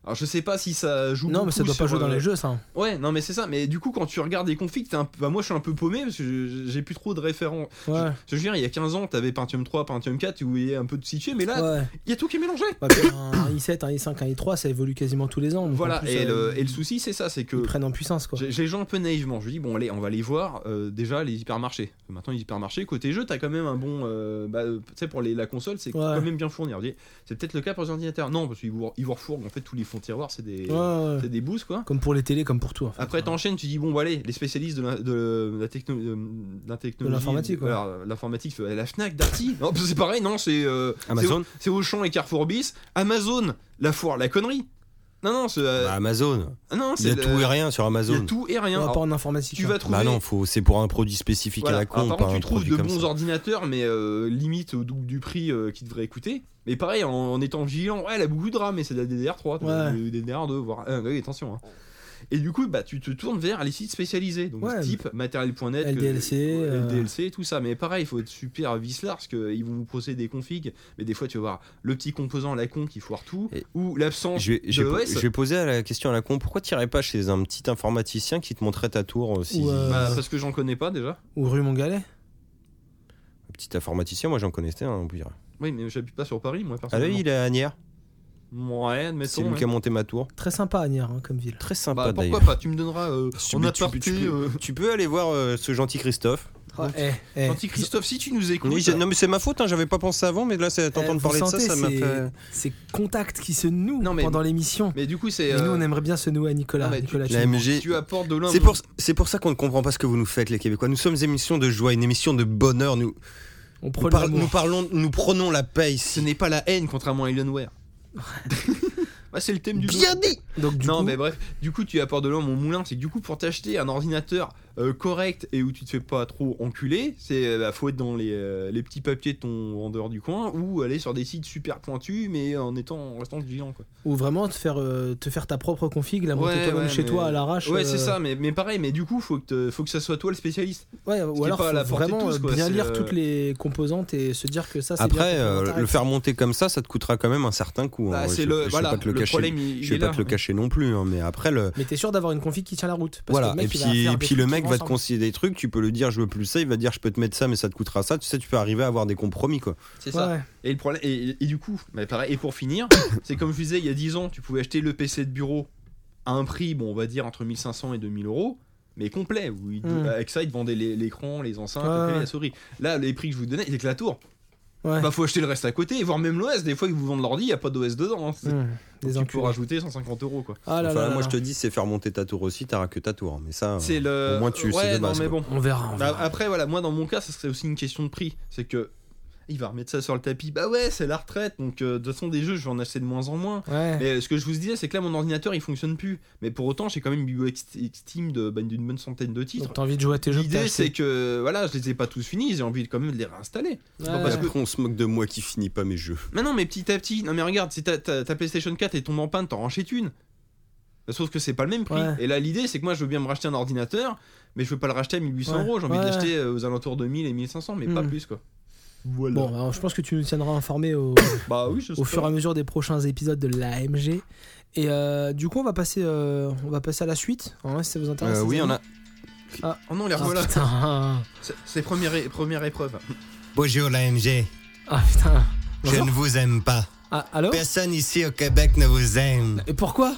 Speaker 4: Alors je sais pas si ça joue.
Speaker 2: Non, mais ça
Speaker 4: beaucoup
Speaker 2: doit pas
Speaker 4: sur,
Speaker 2: jouer dans
Speaker 4: euh,
Speaker 2: les jeux, ça.
Speaker 4: Ouais, non mais c'est ça. Mais du coup quand tu regardes les configs, t'es un peu- bah, moi je suis un peu paumé parce que je- j'ai plus trop de références.
Speaker 2: Ouais.
Speaker 4: Je, je veux dire, il y a 15 ans, t'avais Pentium 3, Pentium 4, où il y a un peu de situé, mais là, il
Speaker 2: Ouais.
Speaker 4: y a tout qui est mélangé.
Speaker 2: Bah, puis un un i7, un i5, un i3, ça évolue quasiment tous les ans. donc en
Speaker 4: Voilà.
Speaker 2: plus,
Speaker 4: et,
Speaker 2: euh,
Speaker 4: le, et le souci c'est ça, c'est que
Speaker 2: Ils prennent en puissance, quoi.
Speaker 4: J'ai j'ai joué un peu naïvement. Je me dis, bon, allez, on va aller voir euh, déjà les hypermarchés. Maintenant, les hypermarchés, côté jeu, t'as quand même un bon. euh, bah, euh, tu sais, pour les- la console, c'est
Speaker 2: Ouais.
Speaker 4: quand même bien fourni. Alors, je dis, C'est peut-être le cas pour les ordinateurs. Non, parce qu'ils vous, ils vous refourguent. En fait, tous les fonds tiroirs, c'est des,
Speaker 2: Ouais, ouais,
Speaker 4: c'est
Speaker 2: ouais.
Speaker 4: des boosts, quoi.
Speaker 2: Comme pour les télés, comme pour tout. en fait.
Speaker 4: Après, t'enchaînes, tu dis, bon, bah, allez, les spécialistes de la, de la techno- de- de la technologie.
Speaker 2: l'informatique, ouais.
Speaker 4: alors, L'informatique, euh, la Fnac, Darty. Non, c'est pareil, non, c'est. euh,
Speaker 3: Amazon
Speaker 4: c'est- C'est Auchan et Carrefour Bis. Amazon, la foire, la connerie. Non, non, c'est. euh,
Speaker 3: Bah, Amazon.
Speaker 4: non,
Speaker 3: Il y
Speaker 4: c'est
Speaker 3: a
Speaker 4: le-
Speaker 3: tout et rien sur
Speaker 4: il y a
Speaker 3: Amazon.
Speaker 4: tout et rien.
Speaker 2: On va
Speaker 4: Alors,
Speaker 2: pas en informatique.
Speaker 4: tu
Speaker 2: hein.
Speaker 4: vas trouver
Speaker 3: Bah non, faut, c'est pour un produit spécifique
Speaker 4: Voilà.
Speaker 3: à la con.
Speaker 4: Alors, par
Speaker 3: pas
Speaker 4: contre,
Speaker 3: un
Speaker 4: tu trouves
Speaker 3: produit
Speaker 4: de
Speaker 3: comme
Speaker 4: bons
Speaker 3: ça.
Speaker 4: ordinateurs, mais euh, limite au double du prix euh, qui devrait coûter. Mais pareil, en, en étant vigilant, ouais, elle a beaucoup de RAM, mais c'est de la DDR3,
Speaker 2: Ouais.
Speaker 4: de la DDR2, voire. Ah, oui, attention. hein. Et du coup, bah, tu te tournes vers les sites spécialisés, donc
Speaker 2: Ouais.
Speaker 4: type matériel.net, que-
Speaker 2: LDLC, euh.
Speaker 4: LDLC, tout ça. Mais pareil, il faut être super vicelard parce qu'ils vont vous procéder des configs. Mais des fois, tu vas voir le petit composant, la con qui foire tout,
Speaker 3: Et-
Speaker 4: ou l'absence.
Speaker 3: Je vais, je vais
Speaker 4: de
Speaker 3: po-
Speaker 4: OS.
Speaker 3: je vais poser à la question à la con. Pourquoi t'irais pas chez un petit informaticien qui te montrait ta tour aussi
Speaker 2: Ou, euh,
Speaker 4: Bah, parce que j'en connais pas déjà.
Speaker 2: Ou rue Montgalet.
Speaker 3: Un petit informaticien, moi j'en connaissais un. on peut dire.
Speaker 4: Oui, mais j'habite pas sur Paris,
Speaker 3: Ah
Speaker 4: moi,
Speaker 3: là,
Speaker 4: personnellement.
Speaker 3: il est à Agnières.
Speaker 4: Ouais,
Speaker 3: C'est
Speaker 4: admettons. hein.
Speaker 3: lui
Speaker 4: ouais.
Speaker 3: qui a monté ma tour.
Speaker 2: Très sympa, Agnières, hein, comme ville.
Speaker 3: Très
Speaker 4: Bah,
Speaker 3: sympa
Speaker 4: pourquoi
Speaker 3: d'ailleurs.
Speaker 4: pas Tu me donneras euh,
Speaker 3: Tu-
Speaker 4: en
Speaker 3: mais tu-
Speaker 4: aparté.
Speaker 3: tu peux-
Speaker 4: euh,
Speaker 3: Tu peux aller voir euh, ce gentil Christophe.
Speaker 2: Ah, eh, eh.
Speaker 4: gentil Christophe, si tu nous écoutes.
Speaker 3: Oui, j'ai- non, mais c'est ma faute, hein, j'avais pas pensé avant, mais là, c'est-
Speaker 2: Eh,
Speaker 3: t'entendre
Speaker 2: vous
Speaker 3: parler de ça,
Speaker 2: sentez
Speaker 3: ça m'a
Speaker 2: ces-
Speaker 3: fait.
Speaker 2: Ces contacts qui se nouent
Speaker 4: Non, mais-
Speaker 2: pendant l'émission.
Speaker 4: Mais du coup, c'est.
Speaker 2: Et nous,
Speaker 4: euh,
Speaker 2: on aimerait bien se nouer à Nicolas.
Speaker 4: non, mais tu-
Speaker 2: Nicolas,
Speaker 3: La
Speaker 2: tu-
Speaker 3: MG.
Speaker 4: Tu apportes de l'un.
Speaker 3: C'est pour, c'est pour ça qu'on ne comprend pas ce que vous nous faites, les Québécois. Nous sommes une émission de joie, une émission de bonheur. Nous,
Speaker 2: on
Speaker 3: nous,
Speaker 2: prône
Speaker 3: parlons-
Speaker 2: l'amour.
Speaker 3: nous parlons, nous prenons la paix
Speaker 4: Ce
Speaker 3: ici.
Speaker 4: n'est pas la haine, contrairement à Alienware. Bah, c'est le thème du jeu.
Speaker 3: Bien dit
Speaker 2: Donc, du
Speaker 4: non
Speaker 2: coup,
Speaker 4: mais bref, du coup tu apportes de l'homme au moulin, c'est que du coup pour t'acheter un ordinateur euh, correct et où tu te fais pas trop enculer, c'est euh, bah, faut être dans les, euh, les petits papiers de ton vendeur du coin ou aller sur des sites super pointus mais en étant en restant vigilant quoi.
Speaker 2: ou vraiment te faire, euh, te faire ta propre config, la monter
Speaker 4: Ouais,
Speaker 2: toi-même
Speaker 4: ouais,
Speaker 2: chez
Speaker 4: mais-
Speaker 2: toi à
Speaker 3: Ah,
Speaker 2: l'arrache.
Speaker 4: Ouais c'est
Speaker 2: euh,
Speaker 4: ça mais, mais pareil mais du coup faut que te- faut que ça soit toi le spécialiste.
Speaker 2: Ouais,
Speaker 4: qui
Speaker 2: ou
Speaker 4: est
Speaker 2: alors
Speaker 4: pas à la
Speaker 2: faut
Speaker 4: portée de
Speaker 2: vraiment
Speaker 4: tous,
Speaker 2: euh,
Speaker 4: quoi,
Speaker 2: bien
Speaker 4: c'est,
Speaker 2: lire
Speaker 4: euh,
Speaker 2: toutes les composantes et se dire que ça c'est bien
Speaker 3: Après,
Speaker 2: pour
Speaker 3: euh,
Speaker 2: Internet.
Speaker 3: le faire monter comme ça, ça te coûtera quand même un certain coût.
Speaker 4: Bah,
Speaker 3: hein.
Speaker 4: c'est
Speaker 3: Je-
Speaker 4: le
Speaker 3: je sais
Speaker 4: voilà
Speaker 3: pas te le
Speaker 4: le
Speaker 3: cacher.
Speaker 4: problème il,
Speaker 3: je
Speaker 4: il
Speaker 3: vais
Speaker 4: est
Speaker 3: pas
Speaker 4: là.
Speaker 3: te le cacher non plus, hein, mais après le.
Speaker 2: mais t'es sûr d'avoir une config qui tient la route parce
Speaker 3: Voilà,
Speaker 2: que le mec,
Speaker 3: et
Speaker 2: il va faire
Speaker 3: puis, et
Speaker 2: des
Speaker 3: puis
Speaker 2: trucs
Speaker 3: le
Speaker 2: qui
Speaker 3: mec
Speaker 2: vont
Speaker 3: va te
Speaker 2: ensemble.
Speaker 3: conseiller des trucs, tu peux lui dire je veux plus ça, il va te dire je peux te mettre ça, mais ça te coûtera ça. Tu sais, tu peux arriver à avoir des compromis quoi.
Speaker 4: C'est ça.
Speaker 2: Ouais.
Speaker 4: Et le problème et, et- et du coup, bah, pareil et pour finir, c'est comme je disais il y a 10 ans, tu pouvais acheter le PC de bureau à un prix bon on va dire entre 1500 et 2000 euros. Mais complet, où il-
Speaker 2: Hmm.
Speaker 4: avec ça ils te vendaient les- l'écran, les enceintes,
Speaker 2: Ouais,
Speaker 4: la télé,
Speaker 2: ouais.
Speaker 4: la souris. Là, les prix que je vous donnais, c'est que la tour.
Speaker 2: Ouais.
Speaker 4: Bah, faut acheter le reste à côté, voire même l'OS. Des fois, ils vous vendent l'ordi, il n'y a pas d'OS dedans. hein. C'est-
Speaker 2: Mmh,
Speaker 4: Donc,
Speaker 2: Des
Speaker 4: tu peux
Speaker 2: enculés.
Speaker 4: rajouter 150 euros, quoi.
Speaker 2: Ah là
Speaker 3: Enfin,
Speaker 2: là
Speaker 3: là, moi
Speaker 2: là.
Speaker 3: je te dis, c'est faire monter ta tour aussi, t'auras que ta tour. Mais ça, euh,
Speaker 4: C'est le.
Speaker 3: au moins, tu- c'est
Speaker 4: ouais,
Speaker 3: de
Speaker 4: non,
Speaker 3: base,
Speaker 4: mais
Speaker 3: quoi.
Speaker 4: bon.
Speaker 2: On verra. on
Speaker 4: Bah,
Speaker 2: verra.
Speaker 4: après, voilà, moi dans mon cas, ça serait aussi une question de prix. C'est que il va remettre ça sur le tapis. Bah ouais, c'est la retraite. Donc, euh, de toute façon, des jeux, je vais en acheter de moins en moins.
Speaker 2: Ouais.
Speaker 4: Mais euh, ce que je vous disais, c'est que là, mon ordinateur, il fonctionne plus. Mais pour autant, j'ai quand même une bibliothèque Steam de- bah, d'une bonne centaine de titres.
Speaker 2: Donc t'as envie de jouer à tes jeux. que t'as
Speaker 4: L'idée, c'est
Speaker 2: achetés.
Speaker 4: que voilà, je les ai pas tous finis. J'ai envie quand même de les réinstaller.
Speaker 2: Ouais.
Speaker 4: pas
Speaker 3: et
Speaker 4: parce que-
Speaker 3: après, on se moque de moi qui finis pas mes jeux.
Speaker 4: Mais non, mais petit à petit. Non, mais regarde, si ta, ta- ta PlayStation 4 est tombée en panne, t'en rachètes une. Sauf que c'est pas le même prix.
Speaker 2: Ouais.
Speaker 4: Et là, l'idée, c'est que moi, je veux bien me racheter un ordinateur, mais je veux pas le racheter à 1800
Speaker 2: Ouais.
Speaker 4: euros. J'ai envie
Speaker 2: Ouais.
Speaker 4: de l'acheter euh, aux alentours de 1000 et 1500, mais pas
Speaker 2: Hmm.
Speaker 4: plus, quoi. Voilà.
Speaker 2: Bon, alors, je pense que tu nous tiendras informés au,
Speaker 4: bah oui, je sais
Speaker 2: au
Speaker 4: pas.
Speaker 2: fur et à mesure des prochains épisodes de l'AMG. Et euh, du coup, on va passer, euh, on va passer à la suite, hein, si ça vous intéresse.
Speaker 3: Euh, oui,
Speaker 2: les
Speaker 3: on
Speaker 2: amis.
Speaker 3: a.
Speaker 4: Oh non, les
Speaker 2: Ah,
Speaker 4: revoilà.
Speaker 2: putain.
Speaker 4: C'est- C'est première, é- première épreuve.
Speaker 5: Bonjour l'AMG,
Speaker 2: Ah putain. Bonjour.
Speaker 5: vous aime pas.
Speaker 2: Ah, allô
Speaker 5: Personne ici au Québec ne vous aime.
Speaker 2: Et pourquoi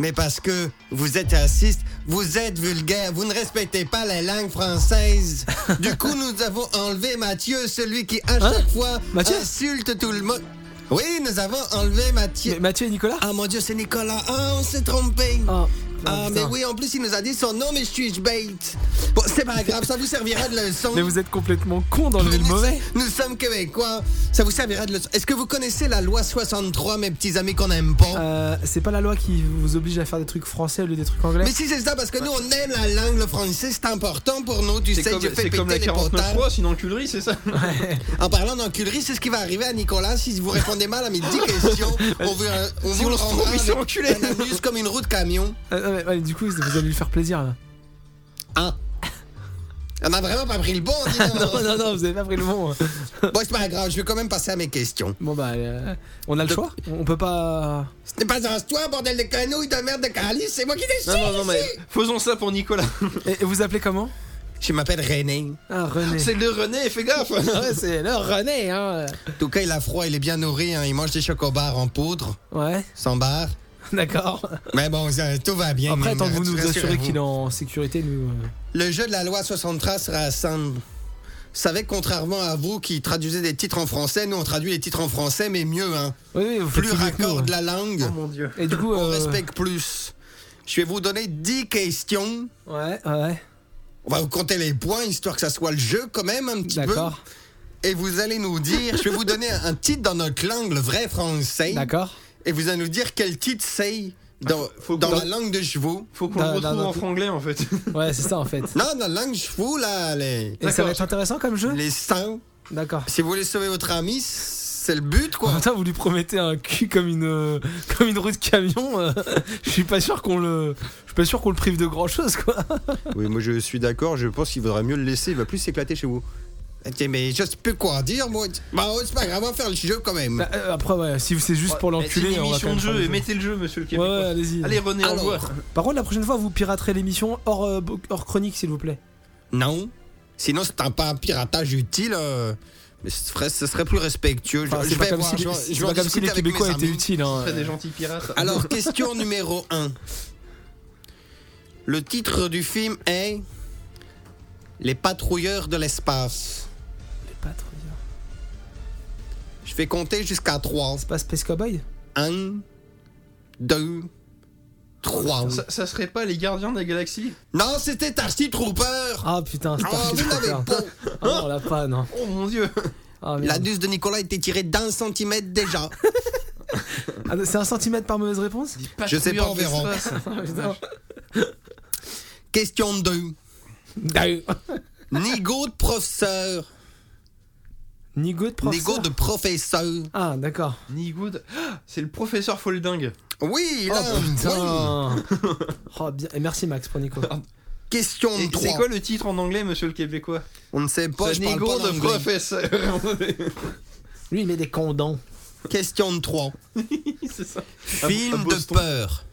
Speaker 3: Mais parce que vous êtes raciste, vous êtes vulgaire, vous ne respectez pas la langue française. Du coup, nous avons enlevé Mathieu, celui qui à
Speaker 2: Hein?
Speaker 3: chaque fois
Speaker 2: Mathieu
Speaker 3: insulte tout le monde. Oui, nous avons enlevé Mathieu.
Speaker 2: Mais Mathieu et Nicolas
Speaker 3: Ah mon Dieu, c'est Nicolas. Ah, on s'est trompé.
Speaker 2: Ah,
Speaker 3: Ah, mais
Speaker 2: putain.
Speaker 3: oui, en plus, il nous a dit son nom, mais je suis bête. Bon, c'est pas grave, ça vous servira de leçon.
Speaker 2: Mais vous êtes complètement con d'enlever le
Speaker 3: Nous-
Speaker 2: mauvais.
Speaker 3: Nous sommes québécois, ça vous servira de leçon. Est-ce que vous connaissez la loi 63, mes petits amis, qu'on aime pas
Speaker 2: Euh, c'est pas la loi qui vous oblige à faire des trucs français au lieu des trucs anglais
Speaker 3: Mais si c'est ça, parce que nous, on aime la langue, le français, c'est important pour nous. Tu sais,
Speaker 4: C'est comme,
Speaker 3: j'ai fait
Speaker 4: c'est comme la
Speaker 3: péter les
Speaker 4: 49
Speaker 3: potards.
Speaker 4: fois, sinon enculerie, c'est ça
Speaker 3: En parlant d'enculerie, c'est ce qui va arriver à Nicolas si vous répondez mal à mes 10 questions. On, vous- on vous le rendra
Speaker 4: il s'est
Speaker 3: avec
Speaker 4: enculé.
Speaker 3: un anus comme une roue de camion.
Speaker 2: Ah, non, mais- ouais, Du coup, vous allez lui faire plaisir là.
Speaker 3: Ah on n'a vraiment pas pris le bon, dis
Speaker 2: Non,
Speaker 3: donc.
Speaker 2: non, non, vous avez pas pris le bon.
Speaker 3: Bon, c'est pas grave, je vais quand même passer à mes questions.
Speaker 2: Bon bah, euh, on a le choix. On peut pas.
Speaker 3: Ce n'est pas un toi, bordel de canouille, de merde de calice, c'est moi qui décide
Speaker 4: Non, non, non, mais
Speaker 3: ici.
Speaker 4: faisons ça pour Nicolas.
Speaker 2: Et et vous appelez comment
Speaker 3: Je m'appelle René.
Speaker 2: Ah, René.
Speaker 4: C'est le René, fais gaffe
Speaker 2: Ouais, c'est le René, hein.
Speaker 3: En tout cas, il a froid, il est bien nourri, hein. il mange des chocobars en poudre,
Speaker 2: Ouais,
Speaker 3: sans barre.
Speaker 2: d'accord.
Speaker 3: Mais bon, ça- tout va bien.
Speaker 2: Après,
Speaker 3: mais-
Speaker 2: tant que vous nous assurez
Speaker 3: rassurez-vous.
Speaker 2: qu'il est en sécurité, nous. euh,
Speaker 3: Le jeu de la loi 63 sera à Sand. Savez, contrairement à vous qui traduisez des titres en français, nous on traduit les titres en français, mais mieux, hein.
Speaker 2: Oui, oui, vous faites tout
Speaker 3: Plus
Speaker 2: mieux que nous,
Speaker 3: raccord
Speaker 2: ouais.
Speaker 3: de la langue,
Speaker 4: mon dieu.
Speaker 2: Et du coup,
Speaker 3: on
Speaker 2: euh,
Speaker 3: respecte plus. Je vais vous donner 10 questions.
Speaker 2: Ouais, ouais,
Speaker 3: On va vous compter les points, histoire que ça soit le jeu quand même un petit peu.
Speaker 2: d'accord,
Speaker 3: Et vous allez nous dire, je vais vous donner un titre dans notre langue, le vrai français.
Speaker 2: d'accord.
Speaker 3: Et vous allez nous dire quel titre c'est dans,
Speaker 4: Faut-
Speaker 3: dans
Speaker 4: faut-
Speaker 3: la langue de chevaux.
Speaker 4: Faut qu'on
Speaker 2: Non,
Speaker 4: le retrouve
Speaker 2: non, non.
Speaker 4: en franglais en fait.
Speaker 2: Ouais, c'est ça en fait.
Speaker 3: Non, dans la langue de chevaux, là, les,
Speaker 2: Et ça
Speaker 4: D'accord.
Speaker 2: va être intéressant comme jeu
Speaker 3: les sangs.
Speaker 2: D'accord.
Speaker 3: Si vous voulez sauver votre ami, c'est le but,
Speaker 2: En
Speaker 3: quoi.
Speaker 2: même temps, vous lui promettez un cul comme une euh, comme une roue de camion. euh, je suis pas sûr qu'on le je suis pas sûr qu'on le prive de grand chose quoi.
Speaker 8: Oui, moi je suis d'accord, je pense qu'il vaudrait mieux le laisser, il va plus s'éclater chez vous.
Speaker 3: Ok, mais je sais plus quoi dire, moi. Bah, ouais, c'est pas grave, on va faire le jeu quand même.
Speaker 2: Bah, euh, après ouais, si c'est juste pour l'enculer,
Speaker 4: C'est une
Speaker 2: on va quand
Speaker 4: émission
Speaker 2: même
Speaker 4: de
Speaker 2: faire
Speaker 4: jeu
Speaker 2: le
Speaker 4: et mettez le jeu, monsieur le
Speaker 2: Ouais,
Speaker 4: Québécois.
Speaker 2: ouais, allez-y.
Speaker 4: Allez René,
Speaker 3: Alors.
Speaker 4: envoie.
Speaker 2: Par contre, la prochaine fois, vous piraterez l'émission hors euh, bo- hors chronique s'il vous plaît.
Speaker 3: Non. Sinon, c'est un pas un piratage utile. euh, Mais ce serait, ce serait plus respectueux.
Speaker 2: Enfin,
Speaker 3: je,
Speaker 2: c'est
Speaker 3: je
Speaker 2: pas
Speaker 3: vais
Speaker 2: comme
Speaker 3: voir,
Speaker 2: si
Speaker 3: je vais-
Speaker 2: les-
Speaker 3: je
Speaker 2: c'est
Speaker 3: vais en
Speaker 2: pas comme si
Speaker 3: discuter
Speaker 2: les
Speaker 3: avec
Speaker 2: Québécois
Speaker 3: mes
Speaker 2: étaient
Speaker 3: amis.
Speaker 2: utiles hein.
Speaker 4: Très des gentils pirates.
Speaker 3: Alors, question numéro 1. Le titre du film est Les patrouilleurs de l'espace.
Speaker 2: C'est pas trop bien.
Speaker 3: Je vais compter jusqu'à 3.
Speaker 2: C'est pas Space Cowboy
Speaker 3: 1, 2, 3.
Speaker 4: Ça, ça serait pas les gardiens de la galaxie
Speaker 3: Non, c'était Tarsi Trooper.
Speaker 2: Ah putain, c'est
Speaker 3: Ah,
Speaker 2: pas
Speaker 3: vous l'avez
Speaker 2: Space
Speaker 3: pas.
Speaker 2: Ah non, on l'a pas non.
Speaker 4: Oh mon dieu
Speaker 2: Ah, merde.
Speaker 3: L'anus de Nicolas était tiré d'un centimètre déjà.
Speaker 2: Ah, c'est un centimètre par mauvaise réponse
Speaker 3: Je sais pas, on verra.
Speaker 4: Patrouilleur d'espace. Oh,
Speaker 2: Putain.
Speaker 3: Question 2. Nigo de professeur.
Speaker 2: Nigo de professeur.
Speaker 3: Nigo de professeur.
Speaker 2: Ah, d'accord.
Speaker 4: Nigood. Ah, C'est le professeur Folding.
Speaker 3: Ah, Oui, il
Speaker 2: Oh,
Speaker 3: a un point.
Speaker 2: putain. Oh, bien. Et merci, Max, pour Nico.
Speaker 3: Ah. Question
Speaker 4: Et C'est
Speaker 3: 3.
Speaker 4: quoi le titre en anglais, monsieur le Québécois
Speaker 3: On ne sait pas,
Speaker 4: C'est
Speaker 3: je parle
Speaker 4: Nigo
Speaker 3: pas
Speaker 4: de
Speaker 3: d'anglais.
Speaker 4: professeur.
Speaker 2: Lui, il met des condons.
Speaker 3: Question 3.
Speaker 4: C'est ça. à
Speaker 3: Film de
Speaker 4: Boston.
Speaker 3: peur.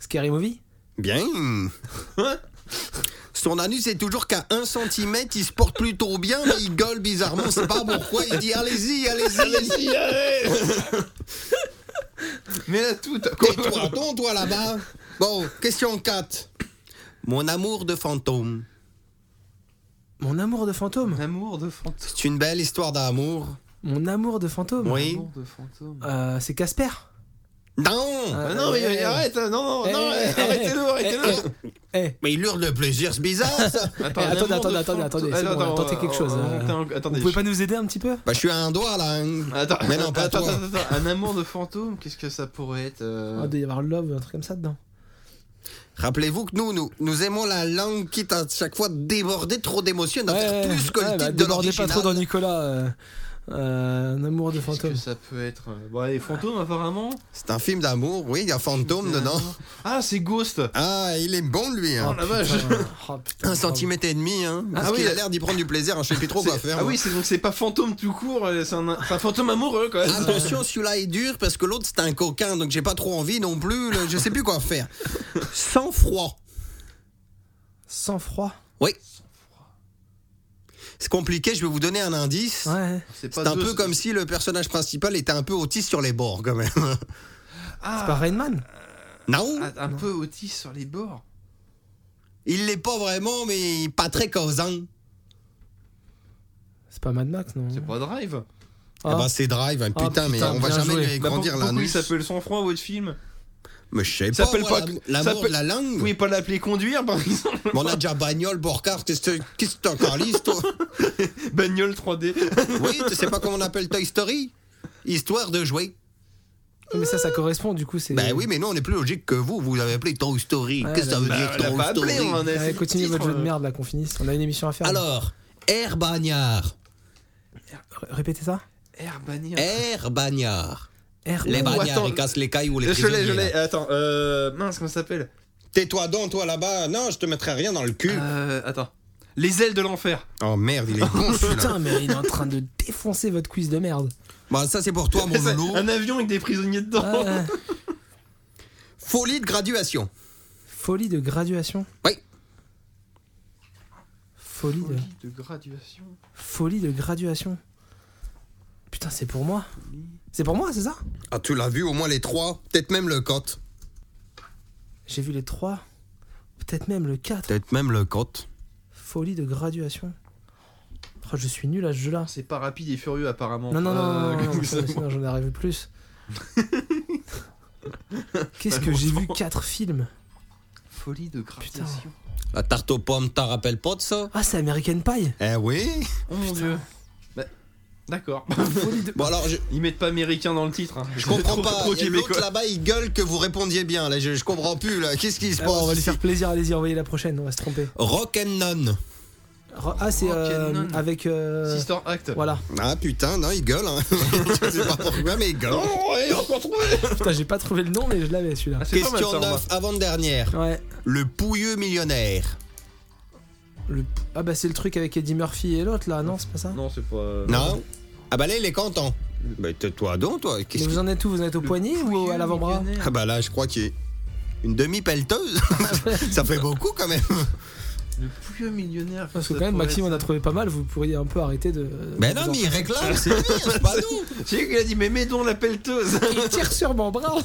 Speaker 2: Scary Movie
Speaker 3: Bien. Son anus est toujours qu'à 1 cm, il se porte plutôt bien, mais il gueule bizarrement, on sait pas pourquoi, il dit allez-y, allez-y, allez-y.
Speaker 4: Mais là tout.
Speaker 3: Tais-toi, ton toi là-bas. Bon, question 4. Mon amour de fantôme.
Speaker 2: Mon amour de fantôme
Speaker 4: Un amour de fantôme.
Speaker 3: C'est une belle histoire d'amour.
Speaker 2: Mon amour de fantôme
Speaker 3: Oui.
Speaker 4: Amour de fantôme.
Speaker 2: Euh, c'est Casper
Speaker 3: Non
Speaker 2: Ah,
Speaker 4: Ah non, mais
Speaker 2: ouais.
Speaker 4: arrête, non, non,
Speaker 2: Eh,
Speaker 4: non,
Speaker 2: eh,
Speaker 4: arrêtez-le, arrêtez-le.
Speaker 2: Eh,
Speaker 3: Mais il hurle de plaisir, c'est bizarre ça
Speaker 2: Eh, attendez,
Speaker 4: l'amour de
Speaker 2: attendez, attendez,
Speaker 4: fantôme.
Speaker 2: attendez,
Speaker 4: Ah,
Speaker 2: c'est bon, on va tenter quelque chose,
Speaker 4: on-
Speaker 2: euh.
Speaker 4: attends, attendez,
Speaker 2: vous pouvez pas nous aider un petit peu
Speaker 3: Bah je suis à un doigt là hein.
Speaker 4: Attends,
Speaker 3: Mais non, pas
Speaker 4: attends,
Speaker 3: toi.
Speaker 4: attends, attends, un amour de fantôme, qu'est-ce que ça pourrait
Speaker 2: Ah,
Speaker 4: être
Speaker 2: Il
Speaker 4: euh,
Speaker 2: doit y avoir Love, un truc comme ça dedans.
Speaker 3: Rappelez-vous que nous, nous, nous aimons la langue quitte à chaque fois déborder trop d'émotions, d'en faire plus que
Speaker 2: ouais,
Speaker 3: le
Speaker 2: bah,
Speaker 3: titre de
Speaker 2: débordez pas
Speaker 3: l'original.
Speaker 2: trop dans Nicolas. euh, euh, un amour de
Speaker 4: Qu'est-ce
Speaker 2: fantôme.
Speaker 4: que ça peut être euh, Bon, les fantômes, apparemment.
Speaker 3: C'est un film d'amour, oui, il y a fantôme dedans.
Speaker 4: Ah, c'est Ghost
Speaker 3: Ah, il est bon lui hein.
Speaker 4: Oh la vache
Speaker 2: Putain, oh, putain,
Speaker 3: Ah. Un
Speaker 2: bravo.
Speaker 3: centimètre et demi, hein. Parce
Speaker 4: oui,
Speaker 3: qu'il a
Speaker 4: la-
Speaker 3: l'air d'y prendre du plaisir, hein, je sais plus trop
Speaker 2: bah,
Speaker 4: C'est-
Speaker 3: quoi faire.
Speaker 4: Ah
Speaker 3: moi.
Speaker 4: oui, c'est donc c'est pas fantôme tout court, euh, c'est un, c'est un fantôme amoureux quoi.
Speaker 2: Ah,
Speaker 3: Attention, celui-là est dur parce que l'autre c'est un coquin, donc j'ai pas trop envie non plus. là, je sais plus quoi faire. Sans froid.
Speaker 2: Sans froid.
Speaker 3: Oui. C'est compliqué. Je vais vous donner un indice.
Speaker 2: Ouais.
Speaker 4: C'est
Speaker 3: C'est un
Speaker 4: deux,
Speaker 3: peu comme
Speaker 4: Ah.
Speaker 3: si le personnage principal était un peu autiste sur les bords, quand même.
Speaker 2: C'est pas Rainman
Speaker 3: Non,
Speaker 4: un, un peu autiste sur les bords.
Speaker 3: Ah. il l'est pas vraiment, mais pas très causant.
Speaker 2: C'est pas Mad Max, non
Speaker 4: C'est pas Eh ben, Drive.
Speaker 3: Ah,
Speaker 2: Ah.
Speaker 3: bah c'est Drive, hein,
Speaker 2: Ah,
Speaker 3: putain, mais
Speaker 2: putain,
Speaker 3: on va
Speaker 2: bien
Speaker 3: jamais
Speaker 2: joué.
Speaker 3: lui
Speaker 4: Bah, pour-
Speaker 3: grandir
Speaker 4: pourquoi il
Speaker 3: l'anus.
Speaker 4: s'appelle Sans Froid, votre film
Speaker 3: Mais je sais
Speaker 4: Il
Speaker 3: pas,
Speaker 4: s'appelle
Speaker 3: moi,
Speaker 4: pas-
Speaker 3: la-
Speaker 4: ça
Speaker 3: l'amour
Speaker 4: s'appelle-
Speaker 3: de la langue.
Speaker 4: Vous pouvez pas l'appeler Conduire, par exemple
Speaker 3: Mais on a déjà bagnole, Borcard, qu'est-ce que qu'est-ce que t'as encore lisse, toi
Speaker 4: Bagnole 3D.
Speaker 3: Oui, tu sais pas comment on appelle Toy Story Histoire de jouer.
Speaker 2: Mais ça, ça correspond, du coup, c'est.
Speaker 3: Ben oui, mais nous, on est plus logique que vous. Vous avez appelé Toy Story.
Speaker 2: Ouais,
Speaker 3: Qu'est-ce que ça
Speaker 2: là,
Speaker 3: veut
Speaker 4: Bah,
Speaker 3: dire,
Speaker 4: on l'a pas
Speaker 3: Toy
Speaker 4: appelé,
Speaker 3: Story
Speaker 4: on en a
Speaker 2: Allez,
Speaker 4: fait le
Speaker 2: continuez Bah, votre
Speaker 4: titre,
Speaker 2: jeu de
Speaker 4: euh.
Speaker 2: merde, là, qu'on finisse. On a une émission à faire.
Speaker 3: Alors, Air Bagnard.
Speaker 2: R- Répétez ça
Speaker 4: Air Bagnole.
Speaker 3: Air Bagnard.
Speaker 2: R.
Speaker 3: Les
Speaker 4: Ouh,
Speaker 3: bagnards,
Speaker 4: Ah. Oh, attends.
Speaker 3: ils cassent les cailles ou les
Speaker 4: Eh, Je l'ai, je
Speaker 3: prisonniers,
Speaker 4: l'ai.
Speaker 3: là.
Speaker 4: Attends, euh, mince, comment ça s'appelle
Speaker 3: Tais-toi donc, toi, là-bas. Non, je te mettrai rien dans le cul.
Speaker 4: Euh, attends. Les ailes de l'enfer.
Speaker 3: Oh merde, il est con, celui-là.
Speaker 2: Putain, mais il est en train de défoncer votre quiz de merde.
Speaker 3: Bon, Bah, ça, c'est pour toi, mon
Speaker 4: C'est
Speaker 3: loulou.
Speaker 4: Un avion avec des prisonniers dedans.
Speaker 2: Ah,
Speaker 3: Folie de graduation.
Speaker 2: folie de graduation
Speaker 3: Oui.
Speaker 2: Folie de,
Speaker 4: de graduation.
Speaker 2: folie de graduation. Putain, c'est pour moi. C'est pour moi, c'est ça
Speaker 3: Ah, tu l'as vu, au moins les trois. Peut-être même le cote.
Speaker 2: J'ai vu les trois. Peut-être même le 4.
Speaker 3: Peut-être même le cote.
Speaker 2: Folie de graduation. Oh, je suis nul à ce jeu-là.
Speaker 4: C'est pas rapide et furieux apparemment.
Speaker 2: Non, non, non, non,
Speaker 4: Euh,
Speaker 2: non, non,
Speaker 4: comme
Speaker 2: non,
Speaker 4: ça.
Speaker 2: sinon j'en arrive plus. Qu'est-ce que j'ai vu quatre films
Speaker 4: Folie de graduation.
Speaker 3: La tarte aux pommes, t'en rappelles pas de ça
Speaker 2: Ah, c'est American Pie
Speaker 3: Eh oui.
Speaker 4: Oh mon dieu. Bah, D'accord.
Speaker 3: Bon, alors, je,
Speaker 4: Ils mettent pas américain dans le titre. hein.
Speaker 3: Je comprends
Speaker 4: Trop-
Speaker 3: pas.
Speaker 4: trop
Speaker 3: Il y a L'autre
Speaker 4: québécois.
Speaker 3: là-bas, il gueule que vous répondiez bien. Là, je, je comprends plus. Là, qu'est-ce qui se
Speaker 2: Ah, On va
Speaker 3: passe
Speaker 2: lui
Speaker 3: ici
Speaker 2: faire plaisir, allez-y, envoyez la prochaine, on va se tromper.
Speaker 3: Rock and None.
Speaker 2: Ro- Ah, c'est
Speaker 4: Rock and
Speaker 2: euh,
Speaker 4: None.
Speaker 2: avec. euh,
Speaker 4: Sister Act.
Speaker 2: Voilà.
Speaker 3: Ah putain, non, il gueule. Hein. je sais pas pourquoi, mais il gueule.
Speaker 2: Putain, j'ai pas trouvé le nom, mais je l'avais celui-là.
Speaker 4: Ah, c'est pas mal, ça,
Speaker 3: Question
Speaker 4: on va.
Speaker 3: 9, avant-dernière.
Speaker 2: Ouais.
Speaker 3: Le pouilleux millionnaire.
Speaker 2: Le... Ah, bah c'est le truc avec Eddie Murphy et l'autre là, non, c'est pas ça
Speaker 4: Non, c'est pas. euh,
Speaker 3: Non Ah bah là, il est content. Mais tais-toi donc, toi.
Speaker 2: Mais
Speaker 3: Qu'est-ce
Speaker 2: vous
Speaker 3: qui-
Speaker 2: en êtes où Vous en êtes au
Speaker 4: Le
Speaker 2: poignet ou
Speaker 4: pouilleux
Speaker 2: à l'avant-bras
Speaker 4: millionnaire.
Speaker 3: Ah bah là, je crois qu'il est une demi-pelleteuse. Ça fait beaucoup quand même.
Speaker 4: Le pouilleux millionnaire.
Speaker 2: Parce que
Speaker 4: ça
Speaker 2: quand même,
Speaker 4: pourrait
Speaker 2: Maxime,
Speaker 4: être-
Speaker 2: on a trouvé pas mal, vous pourriez un peu arrêter de.
Speaker 3: Mais
Speaker 2: de
Speaker 3: Ben non,
Speaker 2: vous en-
Speaker 3: mais il réclame, c'est lui, hein, c'est pas nous.
Speaker 4: C'est lui qui a dit, mais mets donc la pelleteuse.
Speaker 2: Il tire sur mon bras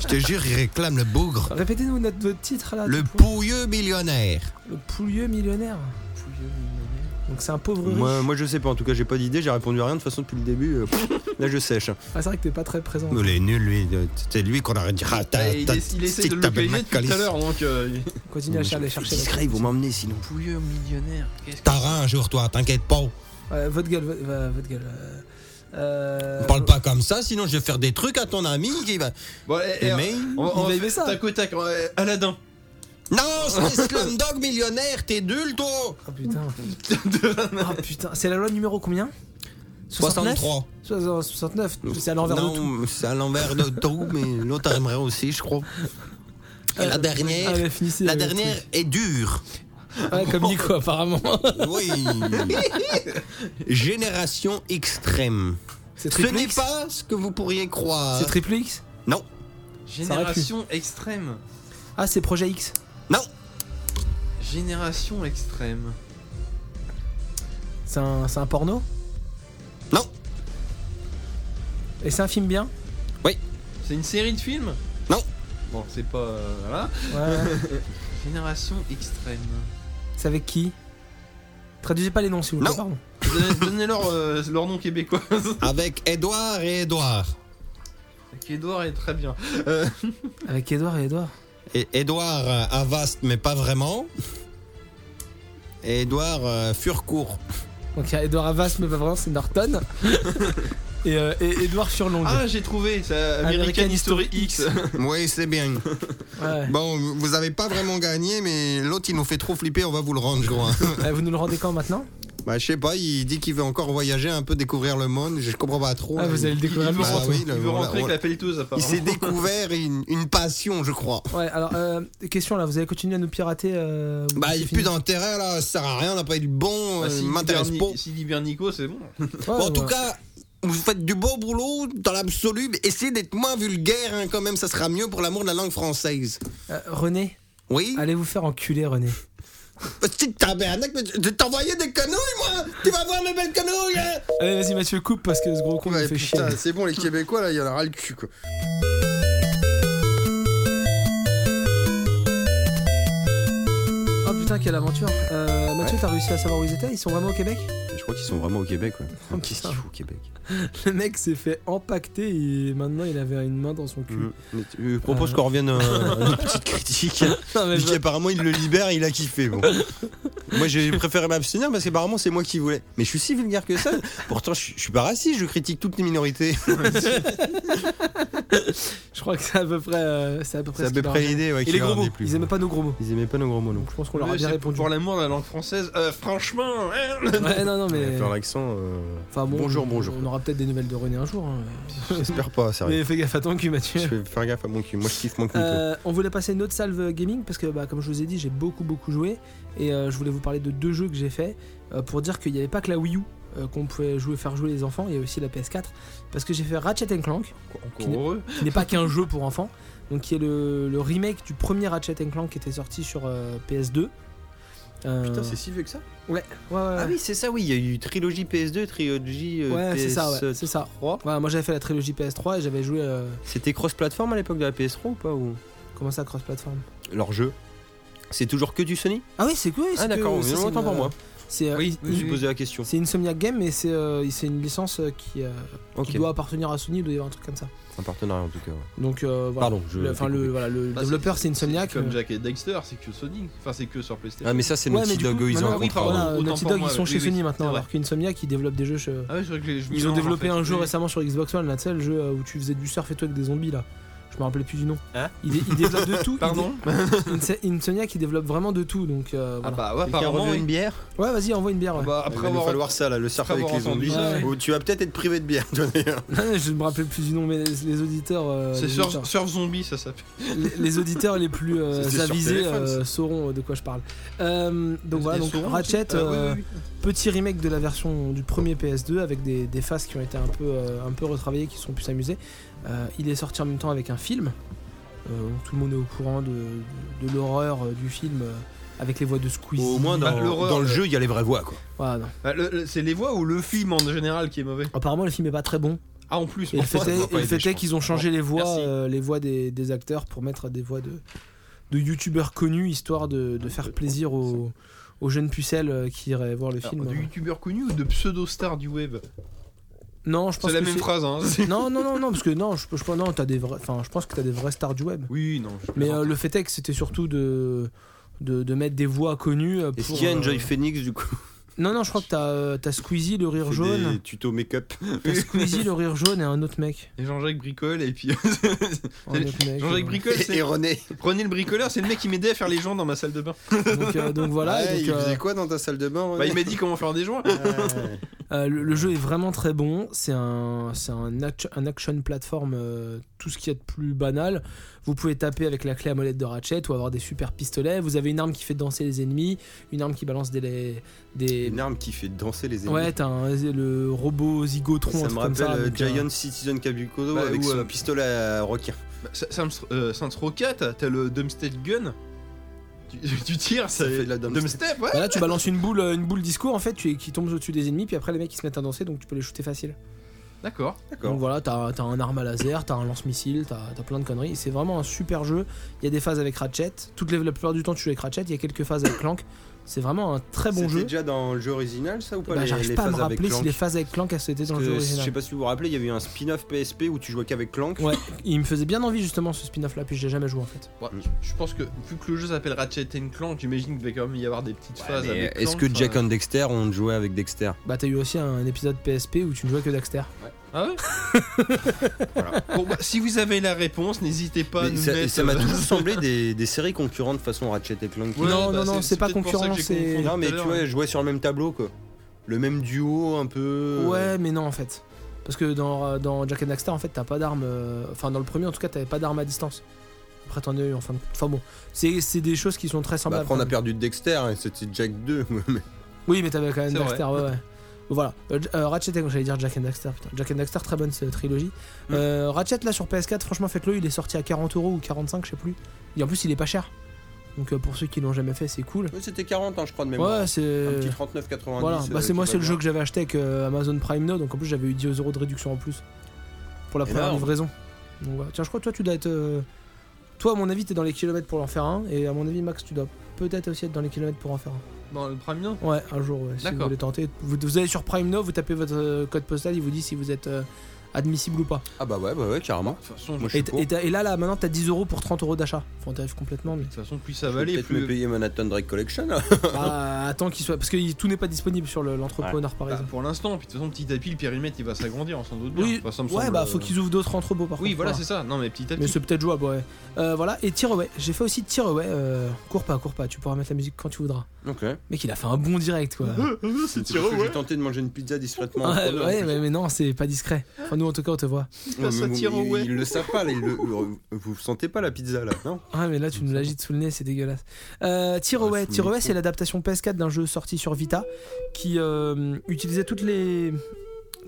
Speaker 3: Je te jure, il réclame le bougre.
Speaker 2: Répétez-nous notre, votre titre là.
Speaker 3: Le
Speaker 2: tout pour-
Speaker 3: pouilleux millionnaire.
Speaker 2: Le poulieux millionnaire. Donc c'est un pauvre riche.
Speaker 9: Moi, moi, je sais pas, en tout cas, j'ai pas d'idée, j'ai répondu à rien de toute façon depuis le début. euh, là, je sèche.
Speaker 2: Ah, c'est vrai que t'es pas très présent.
Speaker 3: Il est nul, lui. C'est lui qu'on aurait dit. Ah, t'as-
Speaker 4: Ouais, il,
Speaker 3: t'as-
Speaker 4: ess- il essaie
Speaker 3: stick
Speaker 4: de le
Speaker 3: ta belle
Speaker 4: localiser depuis tout à
Speaker 3: macalisse.
Speaker 4: l'heure, donc. euh,
Speaker 2: Continue à cher- aller chercher.
Speaker 9: Discret, ils vont m'emmener sinon.
Speaker 4: Pouilleux millionnaire. Qu'est-ce que.
Speaker 3: T'auras un jour, toi, t'inquiète pas.
Speaker 2: Euh, votre gueule, vo- euh, votre gueule. euh, euh,
Speaker 3: Parle pas comme ça, sinon je vais faire des trucs à ton ami qui va.
Speaker 4: Bon, eh, eh,
Speaker 3: Mais.
Speaker 4: on va-
Speaker 2: Il
Speaker 4: on va
Speaker 2: va
Speaker 4: faire
Speaker 2: aimer ça.
Speaker 4: Tac au tac. euh, Aladdin.
Speaker 3: Non, c'est Slumdog millionnaire, t'es nul, toi
Speaker 2: Oh putain. Ah putain. C'est la loi numéro combien
Speaker 3: 63.
Speaker 2: 69, 69. C'est à l'envers de tout.
Speaker 3: Non, c'est à l'envers de tout, mais l'autre aimerait aussi, je crois. Et la dernière.
Speaker 2: Ah, mais finissez,
Speaker 3: La
Speaker 2: euh,
Speaker 3: dernière est dure.
Speaker 2: truc. Ouais, comme Nico, apparemment.
Speaker 3: Oui. Génération extrême.
Speaker 2: C'est
Speaker 3: Ce n'est
Speaker 2: Triplix
Speaker 3: pas ce que vous pourriez croire.
Speaker 2: C'est Triplix
Speaker 3: Non.
Speaker 4: Génération extrême.
Speaker 2: Ah, c'est Projet X.
Speaker 3: Non.
Speaker 4: Génération extrême.
Speaker 2: C'est un, c'est un porno
Speaker 3: Non.
Speaker 2: Et c'est un film bien
Speaker 4: C'est une série de films
Speaker 3: Non.
Speaker 4: Bon, c'est pas. euh, voilà.
Speaker 2: Ouais.
Speaker 4: Génération extrême.
Speaker 2: c'est avec qui Traduisez pas les noms, s'il vous plaît,
Speaker 3: Non.
Speaker 2: pardon.
Speaker 4: Donnez- Donnez-leur euh, leur nom québécois.
Speaker 3: Avec Edouard et Edouard.
Speaker 4: Avec Edouard est très bien.
Speaker 2: Avec Edouard et Edouard.
Speaker 3: Et Édouard euh, Avast, mais pas vraiment. Et Édouard euh, Furcourt.
Speaker 2: Donc il y a Edouard Avas, mais pas vraiment, c'est Norton. et, euh, et Edouard Furlong.
Speaker 4: Ah, j'ai trouvé. C'est American,
Speaker 2: American
Speaker 4: History
Speaker 2: History
Speaker 4: X.
Speaker 3: oui, c'est bien.
Speaker 2: Ouais.
Speaker 3: Bon, vous avez pas vraiment gagné, mais l'autre, il nous fait trop flipper, on va vous le rendre, je crois.
Speaker 2: Euh, vous nous le rendez quand maintenant
Speaker 3: bah, je sais pas, il dit qu'il veut encore voyager, un peu découvrir le monde, je comprends pas trop.
Speaker 2: Ah, vous allez le
Speaker 4: Il, il
Speaker 2: découvrir
Speaker 4: veut
Speaker 3: Bah
Speaker 4: rentrer,
Speaker 3: oui, le-
Speaker 4: il veut
Speaker 3: on l'a-
Speaker 4: rentrer
Speaker 3: on
Speaker 4: avec
Speaker 3: l'a-
Speaker 4: la pelleteuse,
Speaker 3: Il
Speaker 4: apparemment.
Speaker 3: s'est découvert une, une passion, je crois.
Speaker 2: Ouais, alors, euh, question là, vous allez continuer à nous pirater euh, ou
Speaker 3: Bah,
Speaker 2: c'est
Speaker 3: il n'y a
Speaker 2: fini Bah,
Speaker 3: plus d'intérêt, là, ça sert à rien, on n'a pas eu le bon,
Speaker 4: Ah,
Speaker 3: euh,
Speaker 4: s'il
Speaker 3: il m'intéresse
Speaker 4: libère
Speaker 3: pas.
Speaker 4: Ni- S'il libère Nico, c'est bon.
Speaker 2: Ouais,
Speaker 3: Bon, en tout
Speaker 2: ouais.
Speaker 3: cas, vous faites du beau boulot dans l'absolu, mais essayez d'être moins vulgaire, hein, quand même, ça sera mieux pour l'amour de la langue française.
Speaker 2: Euh, René,
Speaker 3: Oui
Speaker 2: allez vous faire enculer, René.
Speaker 3: Petite tabernacle, mais je vais t'envoyer des canouilles, moi Tu vas voir mes belles canouilles hein
Speaker 2: Allez, vas-y, Mathieu, coupe parce que ce gros con il me fait chier.
Speaker 9: c'est bon, les Québécois, là, il y en aura le cul, quoi.
Speaker 2: Oh, putain, quelle aventure. Euh, Mathieu, t'as réussi à savoir où ils étaient Ils sont vraiment au Québec
Speaker 10: Je crois qu'ils sont vraiment au Québec, ouais.
Speaker 4: Ah,
Speaker 2: Oh,
Speaker 10: Qu'est-ce
Speaker 2: putain.
Speaker 10: qu'ils font au Québec
Speaker 2: Le mec s'est fait empacter et maintenant il avait une main dans son
Speaker 4: Mm.
Speaker 2: cul.
Speaker 10: Mais tu- Je propose
Speaker 4: Ah.
Speaker 10: qu'on revienne à à une petite critique.
Speaker 2: Non, mais
Speaker 10: Vu
Speaker 2: je-
Speaker 10: qu'apparemment il le libère, il a kiffé. Bon. moi j'ai préféré m'abstenir parce qu'apparemment c'est moi qui voulais. Mais je suis si vulgaire que ça. Pourtant je, je suis pas raciste, je critique toutes les minorités.
Speaker 2: je crois que c'est à peu près, euh, c'est à peu près,
Speaker 10: C'est à
Speaker 2: ce
Speaker 10: peu
Speaker 2: qu'il leur
Speaker 10: près
Speaker 2: a-
Speaker 10: l'idée. Ouais,
Speaker 2: Et
Speaker 10: qu'il
Speaker 2: les
Speaker 10: leur
Speaker 2: gros
Speaker 10: en
Speaker 2: mots,
Speaker 10: est plus,
Speaker 2: ils
Speaker 10: ouais.
Speaker 2: aimaient pas nos gros mots.
Speaker 10: Ils aimaient pas nos gros mots non
Speaker 2: Donc,
Speaker 10: plus.
Speaker 2: je pense qu'on leur a
Speaker 4: Ouais,
Speaker 2: bien
Speaker 4: c'est
Speaker 2: répondu.
Speaker 4: Pour l'amour de la langue française, euh, franchement, hein.
Speaker 2: Ouais, non, non, mais.
Speaker 10: Faire l'accent. euh,
Speaker 2: Enfin, bon,
Speaker 10: bonjour,
Speaker 2: on-
Speaker 10: bonjour.
Speaker 2: On aura peut-être des nouvelles de René un jour. hein.
Speaker 10: J'espère pas, sérieux.
Speaker 2: Mais fais gaffe à ton cul, Mathieu.
Speaker 10: Je vais faire gaffe à mon cul. Moi je kiffe mon cul.
Speaker 2: Euh, on voulait passer une autre salve gaming parce que, bah, comme je vous ai dit, j'ai beaucoup beaucoup joué et euh, je voulais vous parler de deux jeux que j'ai fait euh, pour dire qu'il n'y avait pas que la Wii U euh, qu'on pouvait jouer, faire jouer les enfants, il y a aussi la PS4 parce que j'ai fait Ratchet Clank,
Speaker 4: Encore heureux.
Speaker 2: qui n'est pas qu'un jeu pour enfants, donc qui est le, le remake du premier Ratchet Clank qui était sorti sur euh, PS2. Euh,
Speaker 4: Putain, c'est si vieux que ça.
Speaker 2: ouais, ouais, ouais.
Speaker 10: Ah oui, c'est ça, oui. Il y a eu trilogie PS2, trilogie euh,
Speaker 2: Ouais, c'est ça, ouais,
Speaker 10: PS3.
Speaker 2: c'est ça. Ouais, moi j'avais fait la trilogie PS3 et j'avais joué euh,
Speaker 10: C'était cross-platform à l'époque de la PS3 ou pas ou...
Speaker 2: comment ça cross platform.
Speaker 10: Leur jeu. C'est toujours que du Sony
Speaker 2: Ah oui, c'est quoi
Speaker 10: Ah d'accord,
Speaker 2: c'est
Speaker 10: autant pour
Speaker 2: une-
Speaker 10: moi.
Speaker 2: C'est euh,
Speaker 10: Oui, je me suis posé la question.
Speaker 2: C'est Insomniac Game, mais c'est euh, c'est une licence euh, qui, euh, qui
Speaker 10: Ok,
Speaker 2: doit appartenir à Sony, il doit y avoir un truc comme ça.
Speaker 10: un partenariat en tout cas. ouais.
Speaker 2: Donc euh, voilà.
Speaker 10: Pardon, je.
Speaker 2: Le- Enfin, le, voilà, le
Speaker 4: Bah,
Speaker 2: développeur, c'est Insomniac.
Speaker 4: Comme
Speaker 2: euh,
Speaker 4: Jack et Dexter, c'est que Sony. Enfin, c'est que sur PlayStation.
Speaker 10: Ah, mais ça, c'est
Speaker 2: Ouais,
Speaker 10: Naughty
Speaker 2: mais du
Speaker 10: Dog,
Speaker 2: coup,
Speaker 10: eux, ils
Speaker 2: maintenant,
Speaker 10: ont un
Speaker 2: oui,
Speaker 10: contrat.
Speaker 2: voilà,
Speaker 4: pardon, autant
Speaker 2: Naughty
Speaker 4: pour
Speaker 2: Dog,
Speaker 4: moi,
Speaker 2: ils sont
Speaker 4: oui,
Speaker 2: chez
Speaker 4: oui,
Speaker 2: Sony
Speaker 4: c'est
Speaker 2: maintenant,
Speaker 4: vrai.
Speaker 2: alors qu'Insomniac, ils développent des jeux. chez-
Speaker 4: Ah oui, c'est vrai que les- je
Speaker 2: Ils ont
Speaker 4: mélange, en
Speaker 2: développé
Speaker 4: fait.
Speaker 2: un jeu
Speaker 4: Oui.
Speaker 2: récemment sur Xbox One, là, tu sais, le jeu euh, où tu faisais du surf et tout avec des zombies, là. Je me rappelais plus du nom.
Speaker 4: Hein
Speaker 2: ils, dé- ils développent de tout. ils
Speaker 4: Pardon
Speaker 2: dé- Inse- Insomniac, ils développent vraiment de tout, donc euh,
Speaker 4: Ah
Speaker 2: voilà.
Speaker 4: bah ouais,
Speaker 10: Quelqu'un
Speaker 4: apparemment.
Speaker 10: reveut
Speaker 4: oui.
Speaker 10: une bière
Speaker 2: Ouais, vas-y, envoie une bière. ouais.
Speaker 4: Bah,
Speaker 10: Après
Speaker 4: après
Speaker 10: Il va nous
Speaker 4: avoir
Speaker 10: falloir ça, là, le surf
Speaker 4: après
Speaker 10: avec
Speaker 4: avoir
Speaker 10: les zombies.
Speaker 4: entendu
Speaker 2: ça, ouais.
Speaker 10: Ou tu vas peut-être être privé de bière, toi, d'ailleurs.
Speaker 2: je me rappelle plus du nom, mais les, les auditeurs. euh,
Speaker 4: bah. C'est
Speaker 2: les auditeurs-
Speaker 4: Surf, Surf Zombie, ça s'appelle.
Speaker 2: les, les auditeurs les plus euh,
Speaker 10: C'était sur
Speaker 2: avisés
Speaker 10: téléphone,
Speaker 2: euh, sauront de quoi je parle. Euh, donc voilà,
Speaker 4: Des
Speaker 2: donc
Speaker 4: saurantes,
Speaker 2: Ratchet,
Speaker 10: Ah
Speaker 4: euh, oui,
Speaker 2: euh,
Speaker 4: oui, oui.
Speaker 2: petit remake de la version du premier PS2 avec des, des faces qui ont été un peu, euh, un peu retravaillées, qui sont plus amusées. Euh, il est sorti en même temps avec un film. Euh, donc tout le monde est au courant de, de l'horreur euh, du film euh, avec les voix de Squeeze.
Speaker 10: Au moins,
Speaker 4: Bah,
Speaker 10: dans,
Speaker 4: l'horreur,
Speaker 10: dans le
Speaker 4: là.
Speaker 10: jeu, il y a les vraies voix, quoi.
Speaker 2: Voilà, non.
Speaker 4: Bah, le- le- C'est les voix ou le film en général qui est mauvais
Speaker 2: Apparemment, le film est pas très bon.
Speaker 4: Ah, en plus,
Speaker 2: Et le fait
Speaker 4: enfin, ça doit
Speaker 2: est, et
Speaker 4: pas
Speaker 2: le
Speaker 4: aider,
Speaker 2: fait
Speaker 4: je
Speaker 2: est
Speaker 4: pense.
Speaker 2: qu'ils ont changé les voix,
Speaker 4: Merci.
Speaker 2: euh, les voix des, des acteurs pour mettre des voix de, de youtubeurs connus, histoire de, de faire plaisir aux, aux jeunes pucelles euh, qui iraient voir le
Speaker 4: Alors,
Speaker 2: film. hein.
Speaker 4: de youtubeurs connus ou de pseudo-stars du web
Speaker 2: Non, je pense
Speaker 4: C'est la
Speaker 2: que
Speaker 4: même
Speaker 2: c'est-
Speaker 4: phrase, hein.
Speaker 2: Non, non, non, non, parce que non, je, je, non, t'as des vrais, enfin, je pense que t'as des vrais stars du web.
Speaker 4: Oui, non. je
Speaker 2: Mais
Speaker 4: plaisante.
Speaker 2: euh, le fait est que c'était surtout de, de, de mettre des voix connues. euh,
Speaker 10: Est-ce
Speaker 2: pour,
Speaker 10: qu'il y a
Speaker 2: euh,
Speaker 10: Enjoy Phoenix, du coup
Speaker 2: Non, non, je crois que t'as euh, t'as Squeezie, le rire
Speaker 10: Fait
Speaker 2: jaune.
Speaker 10: Des tutos make-up.
Speaker 2: T'as Squeezie, le rire jaune et un autre mec.
Speaker 4: Et Jean-Jacques Bricole, et puis.
Speaker 2: Un autre mec, euh,
Speaker 4: Jean-Jacques Bricole,
Speaker 10: Et
Speaker 4: c'est.
Speaker 10: René.
Speaker 4: René le bricoleur, c'est le mec qui m'aidait à faire les joints dans ma salle de bain.
Speaker 2: Donc, euh, donc voilà. et
Speaker 10: Ouais,
Speaker 2: donc,
Speaker 10: il
Speaker 2: euh,
Speaker 10: faisait quoi dans ta salle de bain, René
Speaker 4: Bah, il m'a dit comment faire des joints.
Speaker 10: Ouais.
Speaker 2: Euh, le, le jeu est vraiment très bon. C'est un, c'est un, act- un action platform, euh, tout ce qu'il y a de plus banal. Vous pouvez taper avec la clé à molette de Ratchet ou avoir des super pistolets. Vous avez une arme qui fait danser les ennemis, une arme qui balance des. les- des...
Speaker 10: Une arme qui fait danser les ennemis.
Speaker 2: Ouais, t'as un- le robot zygotron, un
Speaker 10: ça me
Speaker 2: truc comme
Speaker 10: rappelle
Speaker 2: ça.
Speaker 10: euh,
Speaker 2: donc, euh,
Speaker 10: Giant Citizen Kabukodo
Speaker 4: Bah,
Speaker 10: avec
Speaker 4: ou,
Speaker 10: son
Speaker 4: euh,
Speaker 10: pistolet à requin.
Speaker 4: Bah, Sa- Sam's- euh, Saints Row 4, t'as le Dumpstead Gun. Tu, tu tires, ça,
Speaker 10: Ça fait de la dumpstep.
Speaker 4: dumpstep, ouais.
Speaker 2: bah là, tu balances une boule, une boule disco en fait, tu, qui tombe au-dessus des ennemis, puis après les mecs ils se mettent à danser, donc tu peux les shooter facile.
Speaker 4: D'accord.
Speaker 2: Donc voilà, t'as t'as un arme à laser, t'as un lance-missile, t'as t'as plein de conneries. C'est vraiment un super jeu. Il y a des phases avec Ratchet. Toutes les, la plupart du temps, tu joues avec Ratchet. Il y a quelques phases avec Clank. C'est vraiment un très bon
Speaker 10: C'était
Speaker 2: jeu.
Speaker 10: déjà dans le jeu original, ça ou pas
Speaker 2: Bah,
Speaker 10: les-
Speaker 2: J'arrive
Speaker 10: les
Speaker 2: pas à me
Speaker 10: phases avec
Speaker 2: rappeler si
Speaker 10: Clank
Speaker 2: les phases avec Clank c'était dans le jeu
Speaker 10: Parce que, Je sais
Speaker 2: original.
Speaker 10: pas si vous vous rappelez, il y avait eu un spin-off PSP où tu jouais qu'avec Clank.
Speaker 2: Ouais, il me faisait bien envie justement ce spin-off là, puis je l'ai jamais joué en fait.
Speaker 4: Ouais, je pense que vu que le jeu s'appelle Ratchet Clank, j'imagine qu'il va quand même y avoir des petites phases.
Speaker 10: Mais
Speaker 4: avec
Speaker 10: Est-ce
Speaker 4: Clank, euh.
Speaker 10: que
Speaker 4: enfin-
Speaker 10: Jack and Dexter, on jouait avec Dexter
Speaker 2: Bah t'as eu aussi un épisode PSP où tu ne jouais que Daxter.
Speaker 4: Ah ouais Bon, bah, si vous avez la réponse, n'hésitez pas à
Speaker 10: Mais
Speaker 4: nous
Speaker 10: ça-
Speaker 4: mettre. euh,
Speaker 10: Ça m'a toujours semblé des, des séries concurrentes façon Ratchet et Clank.
Speaker 4: Ouais,
Speaker 2: non,
Speaker 4: bah,
Speaker 2: non, non, c'est pas
Speaker 4: peut-être pour ça
Speaker 2: concurrent,
Speaker 4: que j'ai
Speaker 2: c'est-
Speaker 4: confondu
Speaker 10: Non, mais
Speaker 4: tout
Speaker 10: tu
Speaker 4: à
Speaker 10: vois,
Speaker 2: hein.
Speaker 4: l'heure. hein.
Speaker 10: jouer sur le même tableau quoi. Le même duo un peu. euh, bah,
Speaker 2: Ouais, mais non en fait. Parce que dans, dans Jack and Daxter en fait t'as pas d'arme. euh, Enfin dans le premier en tout cas t'avais pas d'arme à distance. Après t'en as eu enfin. Enfin bon, c'est c'est des choses qui sont très
Speaker 10: Bah,
Speaker 2: semblables.
Speaker 10: après, on
Speaker 2: quand
Speaker 10: a
Speaker 2: même.
Speaker 10: perdu de Dexter hein, et c'était Jack 2. mais-
Speaker 2: Oui, mais t'avais quand même
Speaker 4: C'est
Speaker 2: Daxter, ouais, ouais. Voilà, Euh, J- euh, Ratchet, j'allais dire Jack and Daxter, putain. Jack and Daxter, très bonne cette trilogie.
Speaker 10: Mm.
Speaker 2: Euh, Ratchet, là, sur PS4, franchement, faites-le, il est sorti à 40 euros ou 45, je sais plus. Et en plus, il est pas cher. Donc, euh, pour ceux qui l'ont jamais fait, c'est cool.
Speaker 10: Ouais, c'était 40, hein, je crois, de mémoire.
Speaker 2: Ouais,
Speaker 10: Un
Speaker 2: c'est.
Speaker 10: petit 39,90.
Speaker 2: Voilà, bah,
Speaker 10: euh,
Speaker 2: c'est moi,
Speaker 10: qui
Speaker 2: c'est le
Speaker 10: va bien.
Speaker 2: jeu que j'avais acheté avec euh, Amazon Prime Now, donc en plus, j'avais eu 10 euros de réduction en plus. Pour la première
Speaker 10: Énorme.
Speaker 2: livraison. Donc, voilà. Tiens, je crois que toi, tu dois être. euh, Toi, à mon avis, t'es dans les kilomètres pour leur faire un, et à mon avis, Max, tu dois peut-être aussi être dans les kilomètres pour en faire un.
Speaker 4: Dans Bah, le Prime Now
Speaker 2: Ouais, un jour, ouais, si vous
Speaker 4: D'accord.
Speaker 2: voulez tenter. Vous, vous allez sur Prime Now, vous tapez votre euh, code postal, il vous dit si vous êtes euh, admissible ou pas.
Speaker 10: Ah bah ouais, bah ouais, carrément.
Speaker 4: De toute façon,
Speaker 10: Moi, je
Speaker 2: Et,
Speaker 10: suis pour.
Speaker 2: et t'as- et là, là, maintenant, t'as 10 euros pour 30 euros d'achat. Enfin, on t'arrive complètement, mais.
Speaker 4: de toute façon, plus ça
Speaker 10: Je vais
Speaker 4: valait,
Speaker 10: peut-être me
Speaker 4: plus.
Speaker 10: payer Manhattan Drake Collection. là.
Speaker 2: Ah, attends qu'il soit. Parce que il- tout n'est pas disponible sur le- l'entrepôt nord
Speaker 4: Bah,
Speaker 10: Ah.
Speaker 2: parisien.
Speaker 4: pour l'instant, puis de toute façon, petit à petit, le périmètre il va s'agrandir, sans doute. bien.
Speaker 2: Oui,
Speaker 4: Enfin, ça me
Speaker 2: ouais,
Speaker 4: semble,
Speaker 2: bah
Speaker 4: euh,
Speaker 2: faut qu'ils ouvrent d'autres entrepôts par
Speaker 4: Oui,
Speaker 2: contre,
Speaker 4: voilà, c'est ça. Non, mais petit à
Speaker 2: Mais
Speaker 4: petit.
Speaker 2: c'est peut-être jouable, ouais. Euh, voilà, et Tireaway. J'ai fait aussi Tireaway. Euh, cours pas, cours pas, tu pourras mettre la musique quand tu voudras.
Speaker 10: Ok.
Speaker 2: Mec, il a fait un bon direct, quoi. ouais,
Speaker 10: C'est parce que j'ai tenté de manger une pizza discrètement. en prenant, en
Speaker 2: ouais,
Speaker 10: fait.
Speaker 2: mais, mais non, c'est pas discret. Enfin, nous, en tout cas, on te voit.
Speaker 10: Ouais,
Speaker 4: Ça
Speaker 10: mais
Speaker 4: tire
Speaker 10: vous-
Speaker 4: au ouais.
Speaker 10: Ils le savent pas, là. ils le- euh, Vous sentez pas la pizza, là Non
Speaker 2: Ah, mais là, tu nous l'agites sous le nez, c'est dégueulasse. Euh,
Speaker 10: Ouais,
Speaker 2: Tireaway,
Speaker 10: sous le
Speaker 2: Tireaway,
Speaker 10: micro.
Speaker 2: c'est l'adaptation PS4 d'un jeu sorti sur Vita qui euh, utilisait toutes les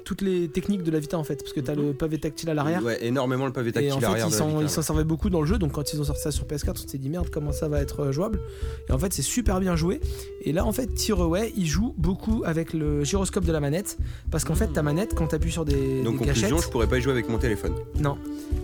Speaker 2: toutes les techniques de la Vita en fait, parce que t'as le pavé tactile à l'arrière.
Speaker 10: Mhm. Ouais, énormément le pavé
Speaker 2: Et
Speaker 10: tactile
Speaker 2: en fait,
Speaker 10: arrière
Speaker 2: ils
Speaker 10: de la
Speaker 2: s'en-
Speaker 10: Vita,
Speaker 2: ils s'en
Speaker 10: ouais.
Speaker 2: servaient beaucoup dans le jeu. Donc, quand ils ont sorti ça sur PS4, on s'est dit merde, comment ça va être euh, jouable Et en fait, c'est super bien joué. Et là, en fait, Tireaway, il joue beaucoup avec le gyroscope de la manette. Parce qu'en fait, ta manette, quand t'appuies sur des,
Speaker 10: Ah. Donc,
Speaker 2: des
Speaker 10: conclusion,
Speaker 2: gâchettes,
Speaker 10: je pourrais pas y jouer avec mon téléphone.
Speaker 2: non.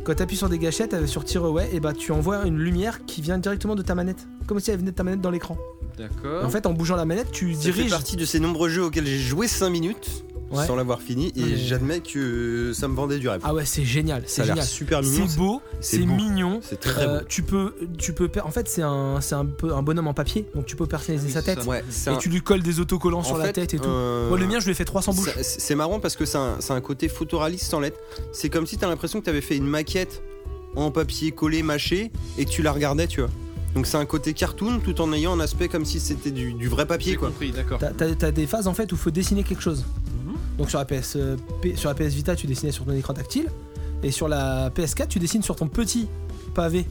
Speaker 2: Quand t'appuies sur des gâchettes euh, sur Tireaway, et bah tu envoies une lumière qui vient directement de ta manette. Comme si elle venait de ta manette dans l'écran.
Speaker 4: D'accord.
Speaker 2: En fait, en bougeant la manette, tu
Speaker 10: Ça fait
Speaker 2: diriges.
Speaker 10: partie de ces nombreux jeux auxquels j'ai joué 5 minutes
Speaker 2: Ouais.
Speaker 10: sans l'avoir fini et
Speaker 2: Ah, mais-
Speaker 10: j'admets que ça me vendait du rêve.
Speaker 2: Ah ouais, c'est génial,
Speaker 10: ça
Speaker 2: c'est
Speaker 10: a l'air
Speaker 2: génial.
Speaker 10: super mignon.
Speaker 2: C'est beau,
Speaker 10: c'est
Speaker 2: c'est
Speaker 10: beau.
Speaker 2: mignon.
Speaker 10: C'est très
Speaker 2: Euh,
Speaker 10: beau.
Speaker 2: tu peux, tu peux, per- en fait, c'est un, c'est un peu un bonhomme en papier, donc tu peux personnaliser
Speaker 4: Oui,
Speaker 2: sa
Speaker 4: c'est
Speaker 2: tête.
Speaker 4: ça.
Speaker 10: Ouais, Ah c'est
Speaker 2: Et
Speaker 10: un-
Speaker 2: tu lui colles des autocollants
Speaker 10: en
Speaker 2: sur la
Speaker 10: fait,
Speaker 2: tête et tout.
Speaker 10: euh,
Speaker 2: Moi, le mien, je lui ai fait 300 bouches.
Speaker 10: ça- C'est c'est marrant parce que c'est un, c'est un côté photoréaliste sans lettres. C'est comme si t'as l'impression que t'avais fait une maquette en papier collé, mâché, et que tu la regardais, tu vois. Donc c'est un côté cartoon tout en ayant un aspect comme si c'était du, du vrai papier,
Speaker 4: J'ai
Speaker 10: quoi.
Speaker 4: compris, d'accord.
Speaker 2: T'as- T'as t'as des phases en fait où faut dessiner quelque chose.
Speaker 4: Mhm.
Speaker 2: Donc sur la, PS, euh, P- sur la PS Vita, tu dessinais sur ton écran tactile. Et sur la PS4, tu dessines sur ton petit pavé.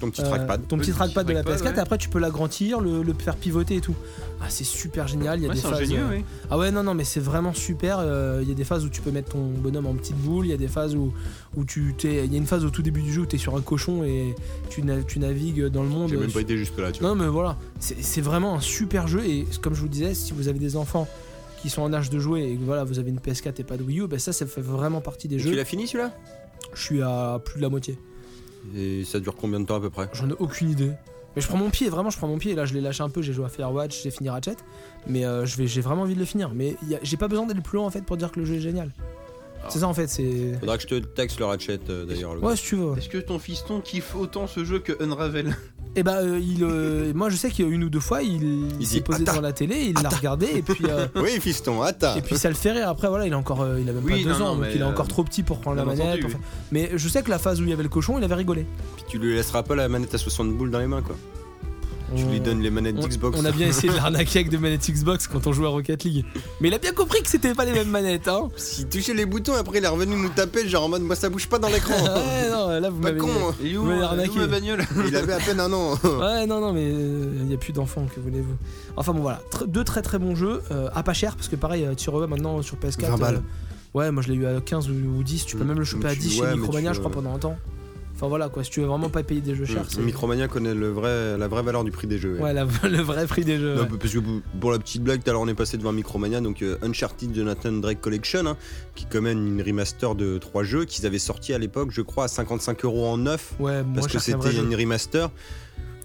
Speaker 10: Ton petit
Speaker 2: euh,
Speaker 10: trackpad.
Speaker 2: ton petit
Speaker 4: Le petit
Speaker 2: trackpad de la
Speaker 4: trackpad,
Speaker 2: PS4. Et
Speaker 4: ouais.
Speaker 2: après, tu peux l'agrandir, le, le faire pivoter et tout. Ah, c'est super génial. Il y a
Speaker 4: Ouais,
Speaker 2: des
Speaker 4: c'est
Speaker 2: phases.
Speaker 4: ingénieux,
Speaker 2: euh,
Speaker 4: oui.
Speaker 2: Ah ouais, non, non, mais c'est vraiment super. euh, Il y a des phases où tu peux mettre ton bonhomme en petite boule. Il y a des phases où, où tu t'es. Il y a une phase au tout début du jeu où t'es sur un cochon et tu, na- tu navigues dans le monde. euh, sur-
Speaker 10: été jusque là, tu
Speaker 2: non mais voilà, c'est c'est vraiment un super jeu et comme je vous disais, si vous avez des enfants qui sont en âge de jouer et que voilà, vous avez une PS4 et pas de Wii U, bah ça, ça fait vraiment partie des
Speaker 10: Et tu
Speaker 2: jeux.
Speaker 10: l'as fini celui-là
Speaker 2: Je suis à plus de la moitié.
Speaker 10: Et ça dure combien de temps à peu près
Speaker 2: J'en ai aucune idée. Mais je prends mon pied, vraiment, je prends mon pied. Là, je l'ai lâché un peu, j'ai joué à Firewatch, j'ai fini Ratchet. Mais euh, je vais- j'ai vraiment envie de le finir. Mais il y a- j'ai pas besoin d'aller plus loin en fait pour dire que le jeu est génial. C'est ça en fait, c'est.
Speaker 10: Faudra que je te taxe le ratchet euh, d'ailleurs. le gars.
Speaker 2: Ouais, si tu veux. ouais.
Speaker 4: Est-ce que ton fiston kiffe autant ce jeu que Unravel
Speaker 2: Et bah, euh, il, euh, moi, je sais qu'il y a une ou deux fois, il,
Speaker 10: Il
Speaker 2: s'est
Speaker 10: dit,
Speaker 2: posé
Speaker 10: Attends,
Speaker 2: devant la télé, il l'a regardé, et puis. euh,
Speaker 10: Oui, fiston, attends.
Speaker 2: Et puis ça le fait rire. Après, voilà, il a encore, euh, il a même
Speaker 4: Oui,
Speaker 2: pas deux
Speaker 4: non,
Speaker 2: ans,
Speaker 4: non,
Speaker 2: donc
Speaker 4: mais,
Speaker 2: il est
Speaker 4: euh,
Speaker 2: encore trop petit pour prendre la
Speaker 4: bien
Speaker 2: manette.
Speaker 4: entendu,
Speaker 2: pour
Speaker 4: oui.
Speaker 2: faire- Mais je sais que la phase où il y avait le cochon, il avait rigolé.
Speaker 10: Puis tu lui laisseras pas la manette à 60 boules dans les mains, quoi. Tu
Speaker 2: On-
Speaker 10: lui donnes les manettes
Speaker 2: on-
Speaker 10: d'Xbox.
Speaker 2: On a bien essayé de l'arnaquer avec des manettes Xbox quand on jouait à Rocket League. Mais il a bien compris que c'était pas les mêmes manettes, hein.
Speaker 10: S'il touchait les boutons, après il est revenu nous taper, genre en mode moi ça bouge pas dans l'écran.
Speaker 2: ouais, non, là vous
Speaker 10: pas
Speaker 2: m'avez.
Speaker 10: con, hein.
Speaker 4: Et
Speaker 2: Vous
Speaker 4: où
Speaker 2: m'avez
Speaker 4: elle est où
Speaker 2: arnaqué.
Speaker 4: ma bagnole
Speaker 10: il avait à peine un an.
Speaker 2: Ouais, non, non, mais euh, il n'y a plus d'enfants, que voulez-vous. Enfin bon, voilà. Tr- deux très très bons jeux, euh, à pas cher, parce que pareil, euh, Tiroba maintenant sur PS4.
Speaker 10: 20 balles.
Speaker 2: euh, ouais, moi je l'ai eu à 15 ou ou 10, tu peux
Speaker 10: Mm,
Speaker 2: même le choper
Speaker 10: mais
Speaker 2: à
Speaker 10: tu-
Speaker 2: 10
Speaker 10: ouais,
Speaker 2: chez
Speaker 10: mais
Speaker 2: Micromania,
Speaker 10: tu-
Speaker 2: je crois, pendant un temps. Enfin voilà, quoi, si tu veux vraiment pas payer des jeux chers, c'est.
Speaker 10: Euh, Micromania connaît le vrai, la vraie valeur du prix des jeux. ouais.
Speaker 2: Mm, Ouais, la- le vrai prix des jeux.
Speaker 10: Non,
Speaker 2: ouais.
Speaker 10: parce que pour- pour la petite blague, tout à l'heure on est passé devant Micromania, donc euh, Uncharted Jonathan Drake Collection, hein, qui est quand même une remaster de trois jeux qu'ils avaient sorti à l'époque, je crois, à 55 euros en neuf,
Speaker 2: Ouais,
Speaker 10: parce
Speaker 2: moi je
Speaker 10: que
Speaker 2: cherche un vrai
Speaker 10: c'était
Speaker 2: jeu.
Speaker 10: une remaster.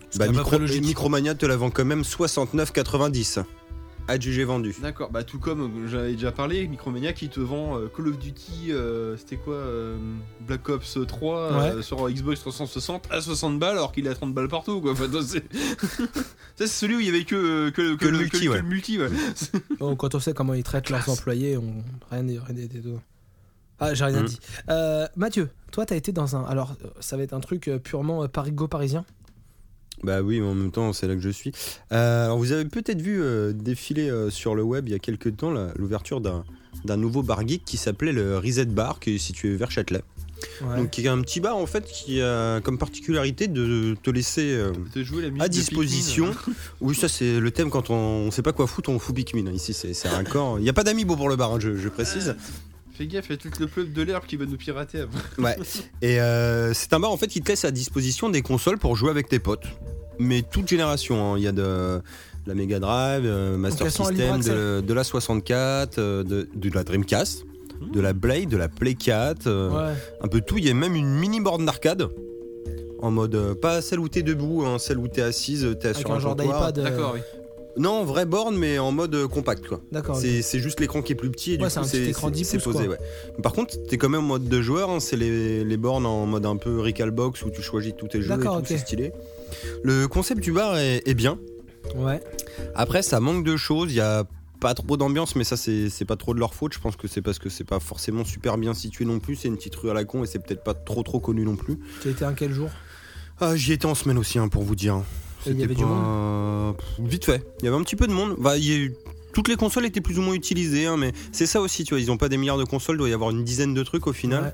Speaker 2: C'est
Speaker 10: Bah,
Speaker 2: à peu
Speaker 10: Micro-
Speaker 2: près logique.
Speaker 10: Micromania te la vend quand même 69,90. Adjugé vendu.
Speaker 4: D'accord, bah tout comme euh, j'avais déjà parlé, Micromania qui te vend euh, Call of Duty, euh, c'était quoi euh, Black Ops 3 euh, sur Xbox 360 à 60 balles alors qu'il est à 30 balles partout quoi. Enfin, donc, c'est- Ça c'est celui où il y avait que, euh, que,
Speaker 10: Que le multi, ouais.
Speaker 4: le multi, ouais.
Speaker 2: Oh, quand on sait comment ils traitent leurs employés, on... rien n'est rien n'est dedans. Ah, j'ai rien
Speaker 10: Mhm.
Speaker 2: dit. Euh, Mathieu, toi, t'as été dans un. Alors, euh, ça va être un truc euh, purement euh, parigo parisien.
Speaker 10: Bah oui, mais en même temps, c'est là que je suis. Euh, alors, vous avez peut-être vu euh, défiler euh, sur le web il y a quelques temps la- l'ouverture d'un d'un nouveau bar geek qui s'appelait le Reset Bar, qui est situé vers Châtelet.
Speaker 2: Ouais.
Speaker 10: Donc, qui est un petit bar en fait qui a comme particularité de te laisser euh,
Speaker 4: Te jouer la musique
Speaker 10: à
Speaker 4: de
Speaker 10: disposition.
Speaker 4: Pikmin, hein.
Speaker 10: Oui, ça c'est le thème quand on, on sait pas quoi foutre, on fout Pikmin. hein. Ici, c'est c'est un corps. Il n'y a pas d'amibo pour le bar, hein, je, je précise.
Speaker 4: euh. Fais gaffe, il y a tout le club de l'herbe qui va nous pirater après.
Speaker 10: Ouais. Et euh, c'est un bar en fait qui te laisse à disposition des consoles pour jouer avec tes potes. Mais toute génération, hein. il y a de la Mega Drive, euh, Master
Speaker 2: elles sont à libre
Speaker 10: System, de, de la 64, euh, de, de la Dreamcast, de la Blade, de la Play 4, euh,
Speaker 2: Mmh. Ouais.
Speaker 10: un peu tout. Il y a même une mini borne d'arcade En mode, euh, pas celle où t'es debout, hein, celle où t'es assise, t'es
Speaker 2: Avec
Speaker 10: sur un,
Speaker 2: un genre
Speaker 10: comptoir.
Speaker 2: d'iPad. euh,
Speaker 4: D'accord, oui.
Speaker 10: Non, vraie borne, mais en mode euh, compact, quoi.
Speaker 2: D'accord. ok.
Speaker 10: C'est c'est juste l'écran qui est plus petit et du
Speaker 2: Ouais,
Speaker 10: coup
Speaker 2: c'est un petit écran 10
Speaker 10: c'est
Speaker 2: pouces,
Speaker 10: posé.
Speaker 2: quoi.
Speaker 10: Ouais. Par contre, t'es quand même en mode de joueur, hein, c'est les, les bornes en mode un peu Recalbox où tu choisis tous tes jeux, et
Speaker 2: D'accord,
Speaker 10: tout,
Speaker 2: ok.
Speaker 10: c'est stylé. Le concept du bar est, est bien.
Speaker 2: Ouais.
Speaker 10: Après, ça manque de choses, il y a pas trop d'ambiance, mais ça c'est c'est pas trop de leur faute. Je pense que c'est parce que c'est pas forcément super bien situé non plus. C'est une petite rue à la con et c'est peut-être pas trop trop connu non plus.
Speaker 2: Tu as été un quel jour
Speaker 10: Ah, j'y étais en semaine aussi, hein, pour vous dire.
Speaker 2: Et il y
Speaker 10: C'était
Speaker 2: avait du
Speaker 10: pas-
Speaker 2: monde
Speaker 10: Pff, Vite fait. Il y avait un petit peu de monde. Bah, il y a eu- Toutes les consoles étaient plus ou moins utilisées, hein, mais c'est ça aussi, tu vois. Ils ont pas des milliards de consoles, doit y avoir une dizaine de trucs au final.
Speaker 2: Ouais.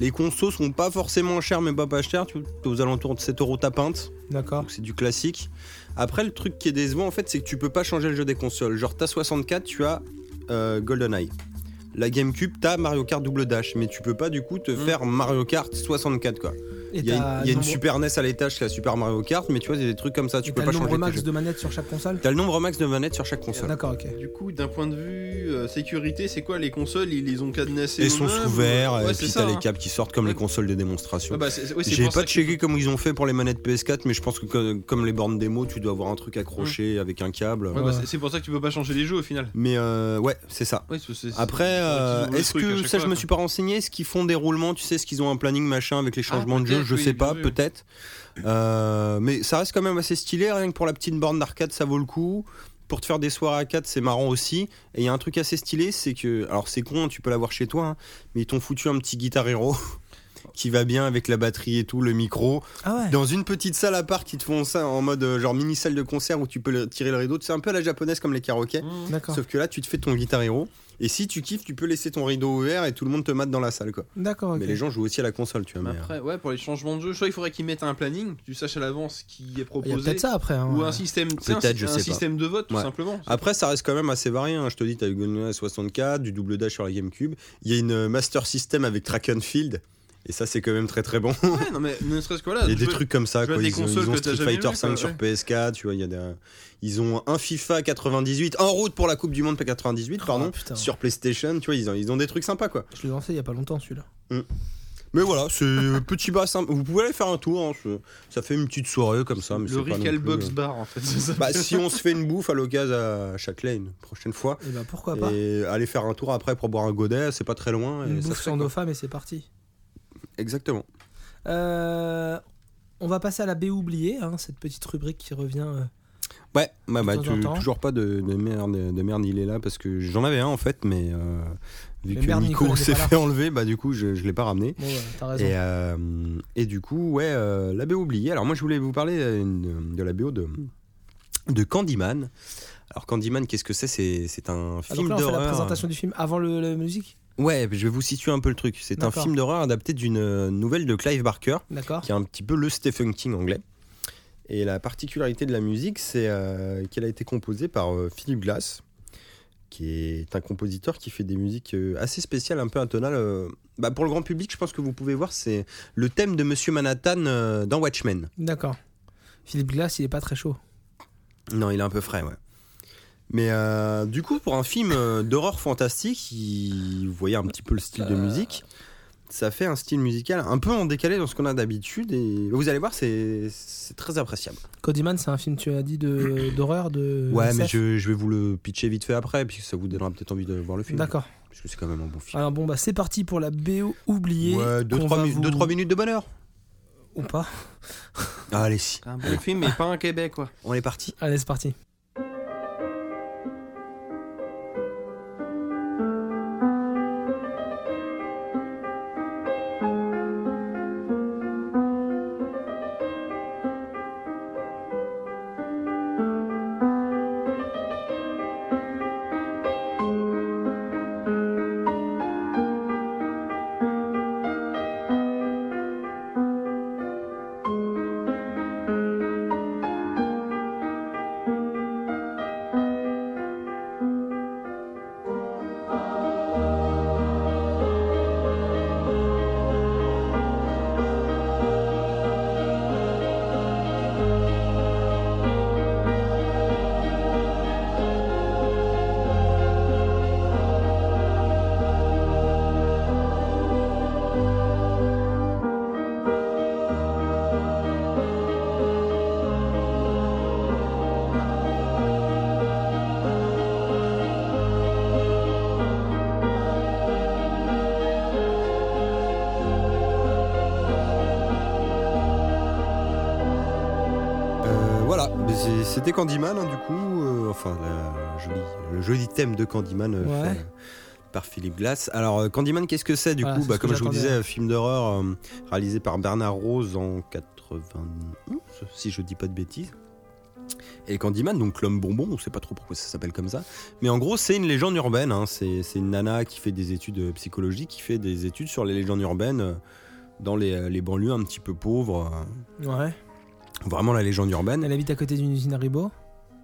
Speaker 10: Les consos sont pas forcément chers, mais pas pas chers. Tu vois, t'es aux alentours de 7 euros ta pinte,
Speaker 2: D'accord.
Speaker 10: donc c'est du classique. Après, le truc qui est décevant, en fait, c'est que tu peux pas changer le jeu des consoles. Genre, t'as 64, tu as euh, GoldenEye. La GameCube, t'as Mario Kart Double Dash, mais tu peux pas du coup
Speaker 2: Mm.
Speaker 10: te faire Mario Kart 64, quoi.
Speaker 2: Et
Speaker 10: Il y
Speaker 2: t'as
Speaker 10: a, une- il y a une
Speaker 2: nombre-
Speaker 10: Super NES à l'étage, c'est la Super Mario Kart, mais tu vois, il y a des trucs comme ça, tu
Speaker 2: et
Speaker 10: peux
Speaker 2: t'as
Speaker 10: pas
Speaker 2: le
Speaker 10: changer
Speaker 2: nombre
Speaker 10: tes
Speaker 2: max
Speaker 10: jeux.
Speaker 2: de manettes sur chaque console
Speaker 10: T'as le nombre max de manettes sur chaque console.
Speaker 2: D'accord, ok.
Speaker 4: Du coup, d'un point de vue euh, sécurité, c'est quoi les consoles Ils les ont cadenassées
Speaker 10: Et
Speaker 4: aux
Speaker 10: sont
Speaker 4: meubles
Speaker 10: sous verre,
Speaker 4: Ouais,
Speaker 10: et
Speaker 4: c'est
Speaker 10: puis
Speaker 4: ça,
Speaker 10: t'as les
Speaker 4: hein.
Speaker 10: câbles qui sortent comme
Speaker 4: Ouais.
Speaker 10: les consoles de démonstration.
Speaker 4: Ah bah, c'est- ouais, c'est
Speaker 10: J'ai
Speaker 4: pour
Speaker 10: pas
Speaker 4: ça que-
Speaker 10: checké comment ils ont fait pour les manettes PS4, mais je pense que co- comme les bornes démo, tu dois avoir un truc accroché avec un câble.
Speaker 4: Ouais, bah,
Speaker 2: Ouais.
Speaker 4: c'est- c'est pour ça que tu peux pas changer les jeux au final.
Speaker 10: Mais euh, ouais, c'est ça.
Speaker 4: Ouais, c'est- c'est- c'est-
Speaker 10: Après, euh,
Speaker 4: ils ouvrent le
Speaker 10: est-ce
Speaker 4: truc à
Speaker 10: que
Speaker 4: chaque
Speaker 10: ça,
Speaker 4: fois,
Speaker 10: je me
Speaker 4: quoi. Ah,
Speaker 10: suis pas renseigné Est-ce qu'ils font des roulements Tu sais, est-ce qu'ils ont un planning machin avec les changements de jeu
Speaker 4: peut-être,
Speaker 10: Je
Speaker 4: oui,
Speaker 10: sais
Speaker 4: bien
Speaker 10: pas,
Speaker 4: vu.
Speaker 10: peut-être. Euh, mais ça reste quand même assez stylé. Rien que pour la petite borne d'arcade, ça vaut le coup. Pour te faire des soirées à 4, c'est marrant aussi. Et il y a un truc assez stylé, c'est que. Alors, c'est con, hein, tu peux l'avoir chez toi, hein, mais ils t'ont foutu un petit Guitar Hero qui va bien avec la batterie et tout, le micro.
Speaker 2: Ah ouais.
Speaker 10: Dans une petite salle à part qui te font ça en mode euh, genre mini salle de concert où tu peux le- tirer le rideau. C'est un peu à la japonaise comme les karaokés.
Speaker 4: Mmh.
Speaker 2: D'accord.
Speaker 10: Sauf que là, tu te fais ton Guitar Hero. Et si tu kiffes, tu peux laisser ton rideau ouvert et tout le monde te mate dans la salle, quoi.
Speaker 2: D'accord, ok. Ah,
Speaker 10: Mais les gens jouent aussi à la console, tu vois. mais, euh,
Speaker 4: Après, ouais, pour les changements de jeu, soit il faudrait qu'ils mettent un planning, que tu saches à l'avance qui est
Speaker 2: Il y a
Speaker 4: proposé,
Speaker 2: peut-être ça après. hein.
Speaker 4: ou un système, tu sais, un,
Speaker 10: Peut-être, je
Speaker 4: un
Speaker 10: sais pas.
Speaker 4: système de vote tout
Speaker 10: Ouais.
Speaker 4: simplement.
Speaker 10: euh, Après, ça reste quand même assez varié. hein. Je te dis, t'as eu GoldenEye 64, du double dash sur la GameCube. Il y a une euh, Master System avec Track and Field. Et ça, c'est quand même très très bon.
Speaker 4: Ouais, non mais ne serait-ce que voilà,
Speaker 10: Il y a
Speaker 4: je
Speaker 10: des
Speaker 4: veux-
Speaker 10: trucs comme ça,
Speaker 4: je vois
Speaker 10: quoi.
Speaker 4: des
Speaker 10: Ils ont,
Speaker 4: consoles
Speaker 10: ils ont
Speaker 4: que t'as
Speaker 10: Street
Speaker 4: jamais
Speaker 10: Fighter
Speaker 4: vues,
Speaker 10: 5
Speaker 4: quoi,
Speaker 10: sur
Speaker 4: ouais.
Speaker 10: PS4, tu vois. Il y a des... Ils ont un FIFA 98, en route pour la Coupe du Monde 98,
Speaker 2: Oh,
Speaker 10: pardon,
Speaker 2: putain.
Speaker 10: sur PlayStation. Tu vois, ils ont, ils ont des trucs sympas, quoi.
Speaker 2: Je l'ai lancé il y a pas longtemps celui-là.
Speaker 10: Mais voilà, c'est euh, petit bas simple. Vous pouvez aller faire un tour, hein, c'est- ça fait une petite soirée comme ça. Mais
Speaker 4: le
Speaker 10: c'est pas non
Speaker 4: Recalbox
Speaker 10: plus, euh.
Speaker 4: Bar en fait, c'est ça.
Speaker 10: Bah, si on se fait une bouffe à l'occasion à Châtelet une prochaine fois,
Speaker 2: Et bah pourquoi pas.
Speaker 10: et aller faire un tour après pour boire un godet, c'est pas très loin.
Speaker 2: Une
Speaker 10: Et ça
Speaker 2: bouffe sans
Speaker 10: se fait, quoi.
Speaker 2: dauphin, mais c'est parti.
Speaker 10: Exactement.
Speaker 2: Euh, on va passer à la B oubliée, hein, cette petite rubrique qui revient. euh,
Speaker 10: Ouais, bah, bah,
Speaker 2: temps
Speaker 10: tu-
Speaker 2: en temps.
Speaker 10: toujours pas de, de merde, de merde, il est là parce que j'en avais un en fait, mais euh, vu
Speaker 2: Mais
Speaker 10: que
Speaker 2: merde,
Speaker 10: Nico
Speaker 2: Nicolas n'est
Speaker 10: s'est
Speaker 2: pas là.
Speaker 10: fait enlever, bah du coup je, je l'ai pas ramené.
Speaker 2: Bon, ouais, t'as raison.
Speaker 10: Et, euh, et du coup, ouais, euh, la BO oubliée. Alors moi, je voulais vous parler euh, une- de la BO de, de Candyman. Alors Candyman, qu'est-ce que c'est C'est c'est un
Speaker 2: Ah, donc
Speaker 10: film
Speaker 2: là, on fait la
Speaker 10: d'horreur.
Speaker 2: présentation du film avant le, la musique
Speaker 10: Ouais, je vais vous situer un peu le truc. C'est un
Speaker 2: D'accord.
Speaker 10: film d'horreur adapté d'une euh, nouvelle de Clive Barker,
Speaker 2: D'accord.
Speaker 10: qui est un petit peu le Stephen King anglais. Et la particularité de la musique, c'est euh, qu'elle a été composée par euh, Philip Glass, qui est un compositeur qui fait des musiques euh, assez spéciales, un peu atonales. euh. Bah, pour le grand public, je pense que vous pouvez voir, c'est le thème de Monsieur Manhattan euh, dans Watchmen.
Speaker 2: D'accord. Philippe Glass, il est pas très chaud.
Speaker 10: Non, il est un peu frais, ouais. Mais euh, du coup, pour un film euh, d'horreur fantastique, il- vous voyez un petit peu le style de musique. Ça fait un style musical un peu en décalé dans ce qu'on a d'habitude. Et vous allez voir, c'est c'est très appréciable.
Speaker 2: Codyman, c'est un film, tu as dit, de- d'horreur, de.
Speaker 10: Ouais, mais
Speaker 2: SF?
Speaker 10: je, je vais vous le pitcher vite fait après, puisque ça vous donnera peut-être envie de voir le film.
Speaker 2: D'accord.
Speaker 10: Parce que c'est quand même un bon film.
Speaker 2: Alors bon, bah c'est parti pour la BO oubliée.
Speaker 10: ouais, 2-3
Speaker 2: qu'on va vous-
Speaker 10: minutes de bonheur.
Speaker 2: Ou pas.
Speaker 10: allez, si.
Speaker 4: Un bon film mais pas un Québec quoi.
Speaker 10: On est parti.
Speaker 2: Allez, c'est parti.
Speaker 10: Euh, voilà, Mais c'est- c'était Candyman, hein, du coup. euh, enfin, la jolie- le joli thème de Candyman euh,
Speaker 2: Ouais.
Speaker 10: fait, euh, par Philippe Glass. Alors, euh, Candyman, qu'est-ce que c'est, du
Speaker 2: Voilà,
Speaker 10: coup
Speaker 2: c'est
Speaker 10: Bah,
Speaker 2: ce que
Speaker 10: Comme je vous
Speaker 2: j'attendais.
Speaker 10: disais, un film d'horreur euh, réalisé par Bernard Rose en 91, si je dis pas de bêtises. Et Candyman, donc l'homme bonbon, on sait pas trop pourquoi ça s'appelle comme ça. Mais en gros, c'est une légende urbaine. hein. C'est c'est une nana qui fait des études euh, psychologiques, qui fait des études sur les légendes urbaines euh, dans les, euh, les banlieues un petit peu pauvres. euh,
Speaker 2: Ouais.
Speaker 10: Vraiment la légende urbaine.
Speaker 2: Elle habite à côté d'une usine Haribo.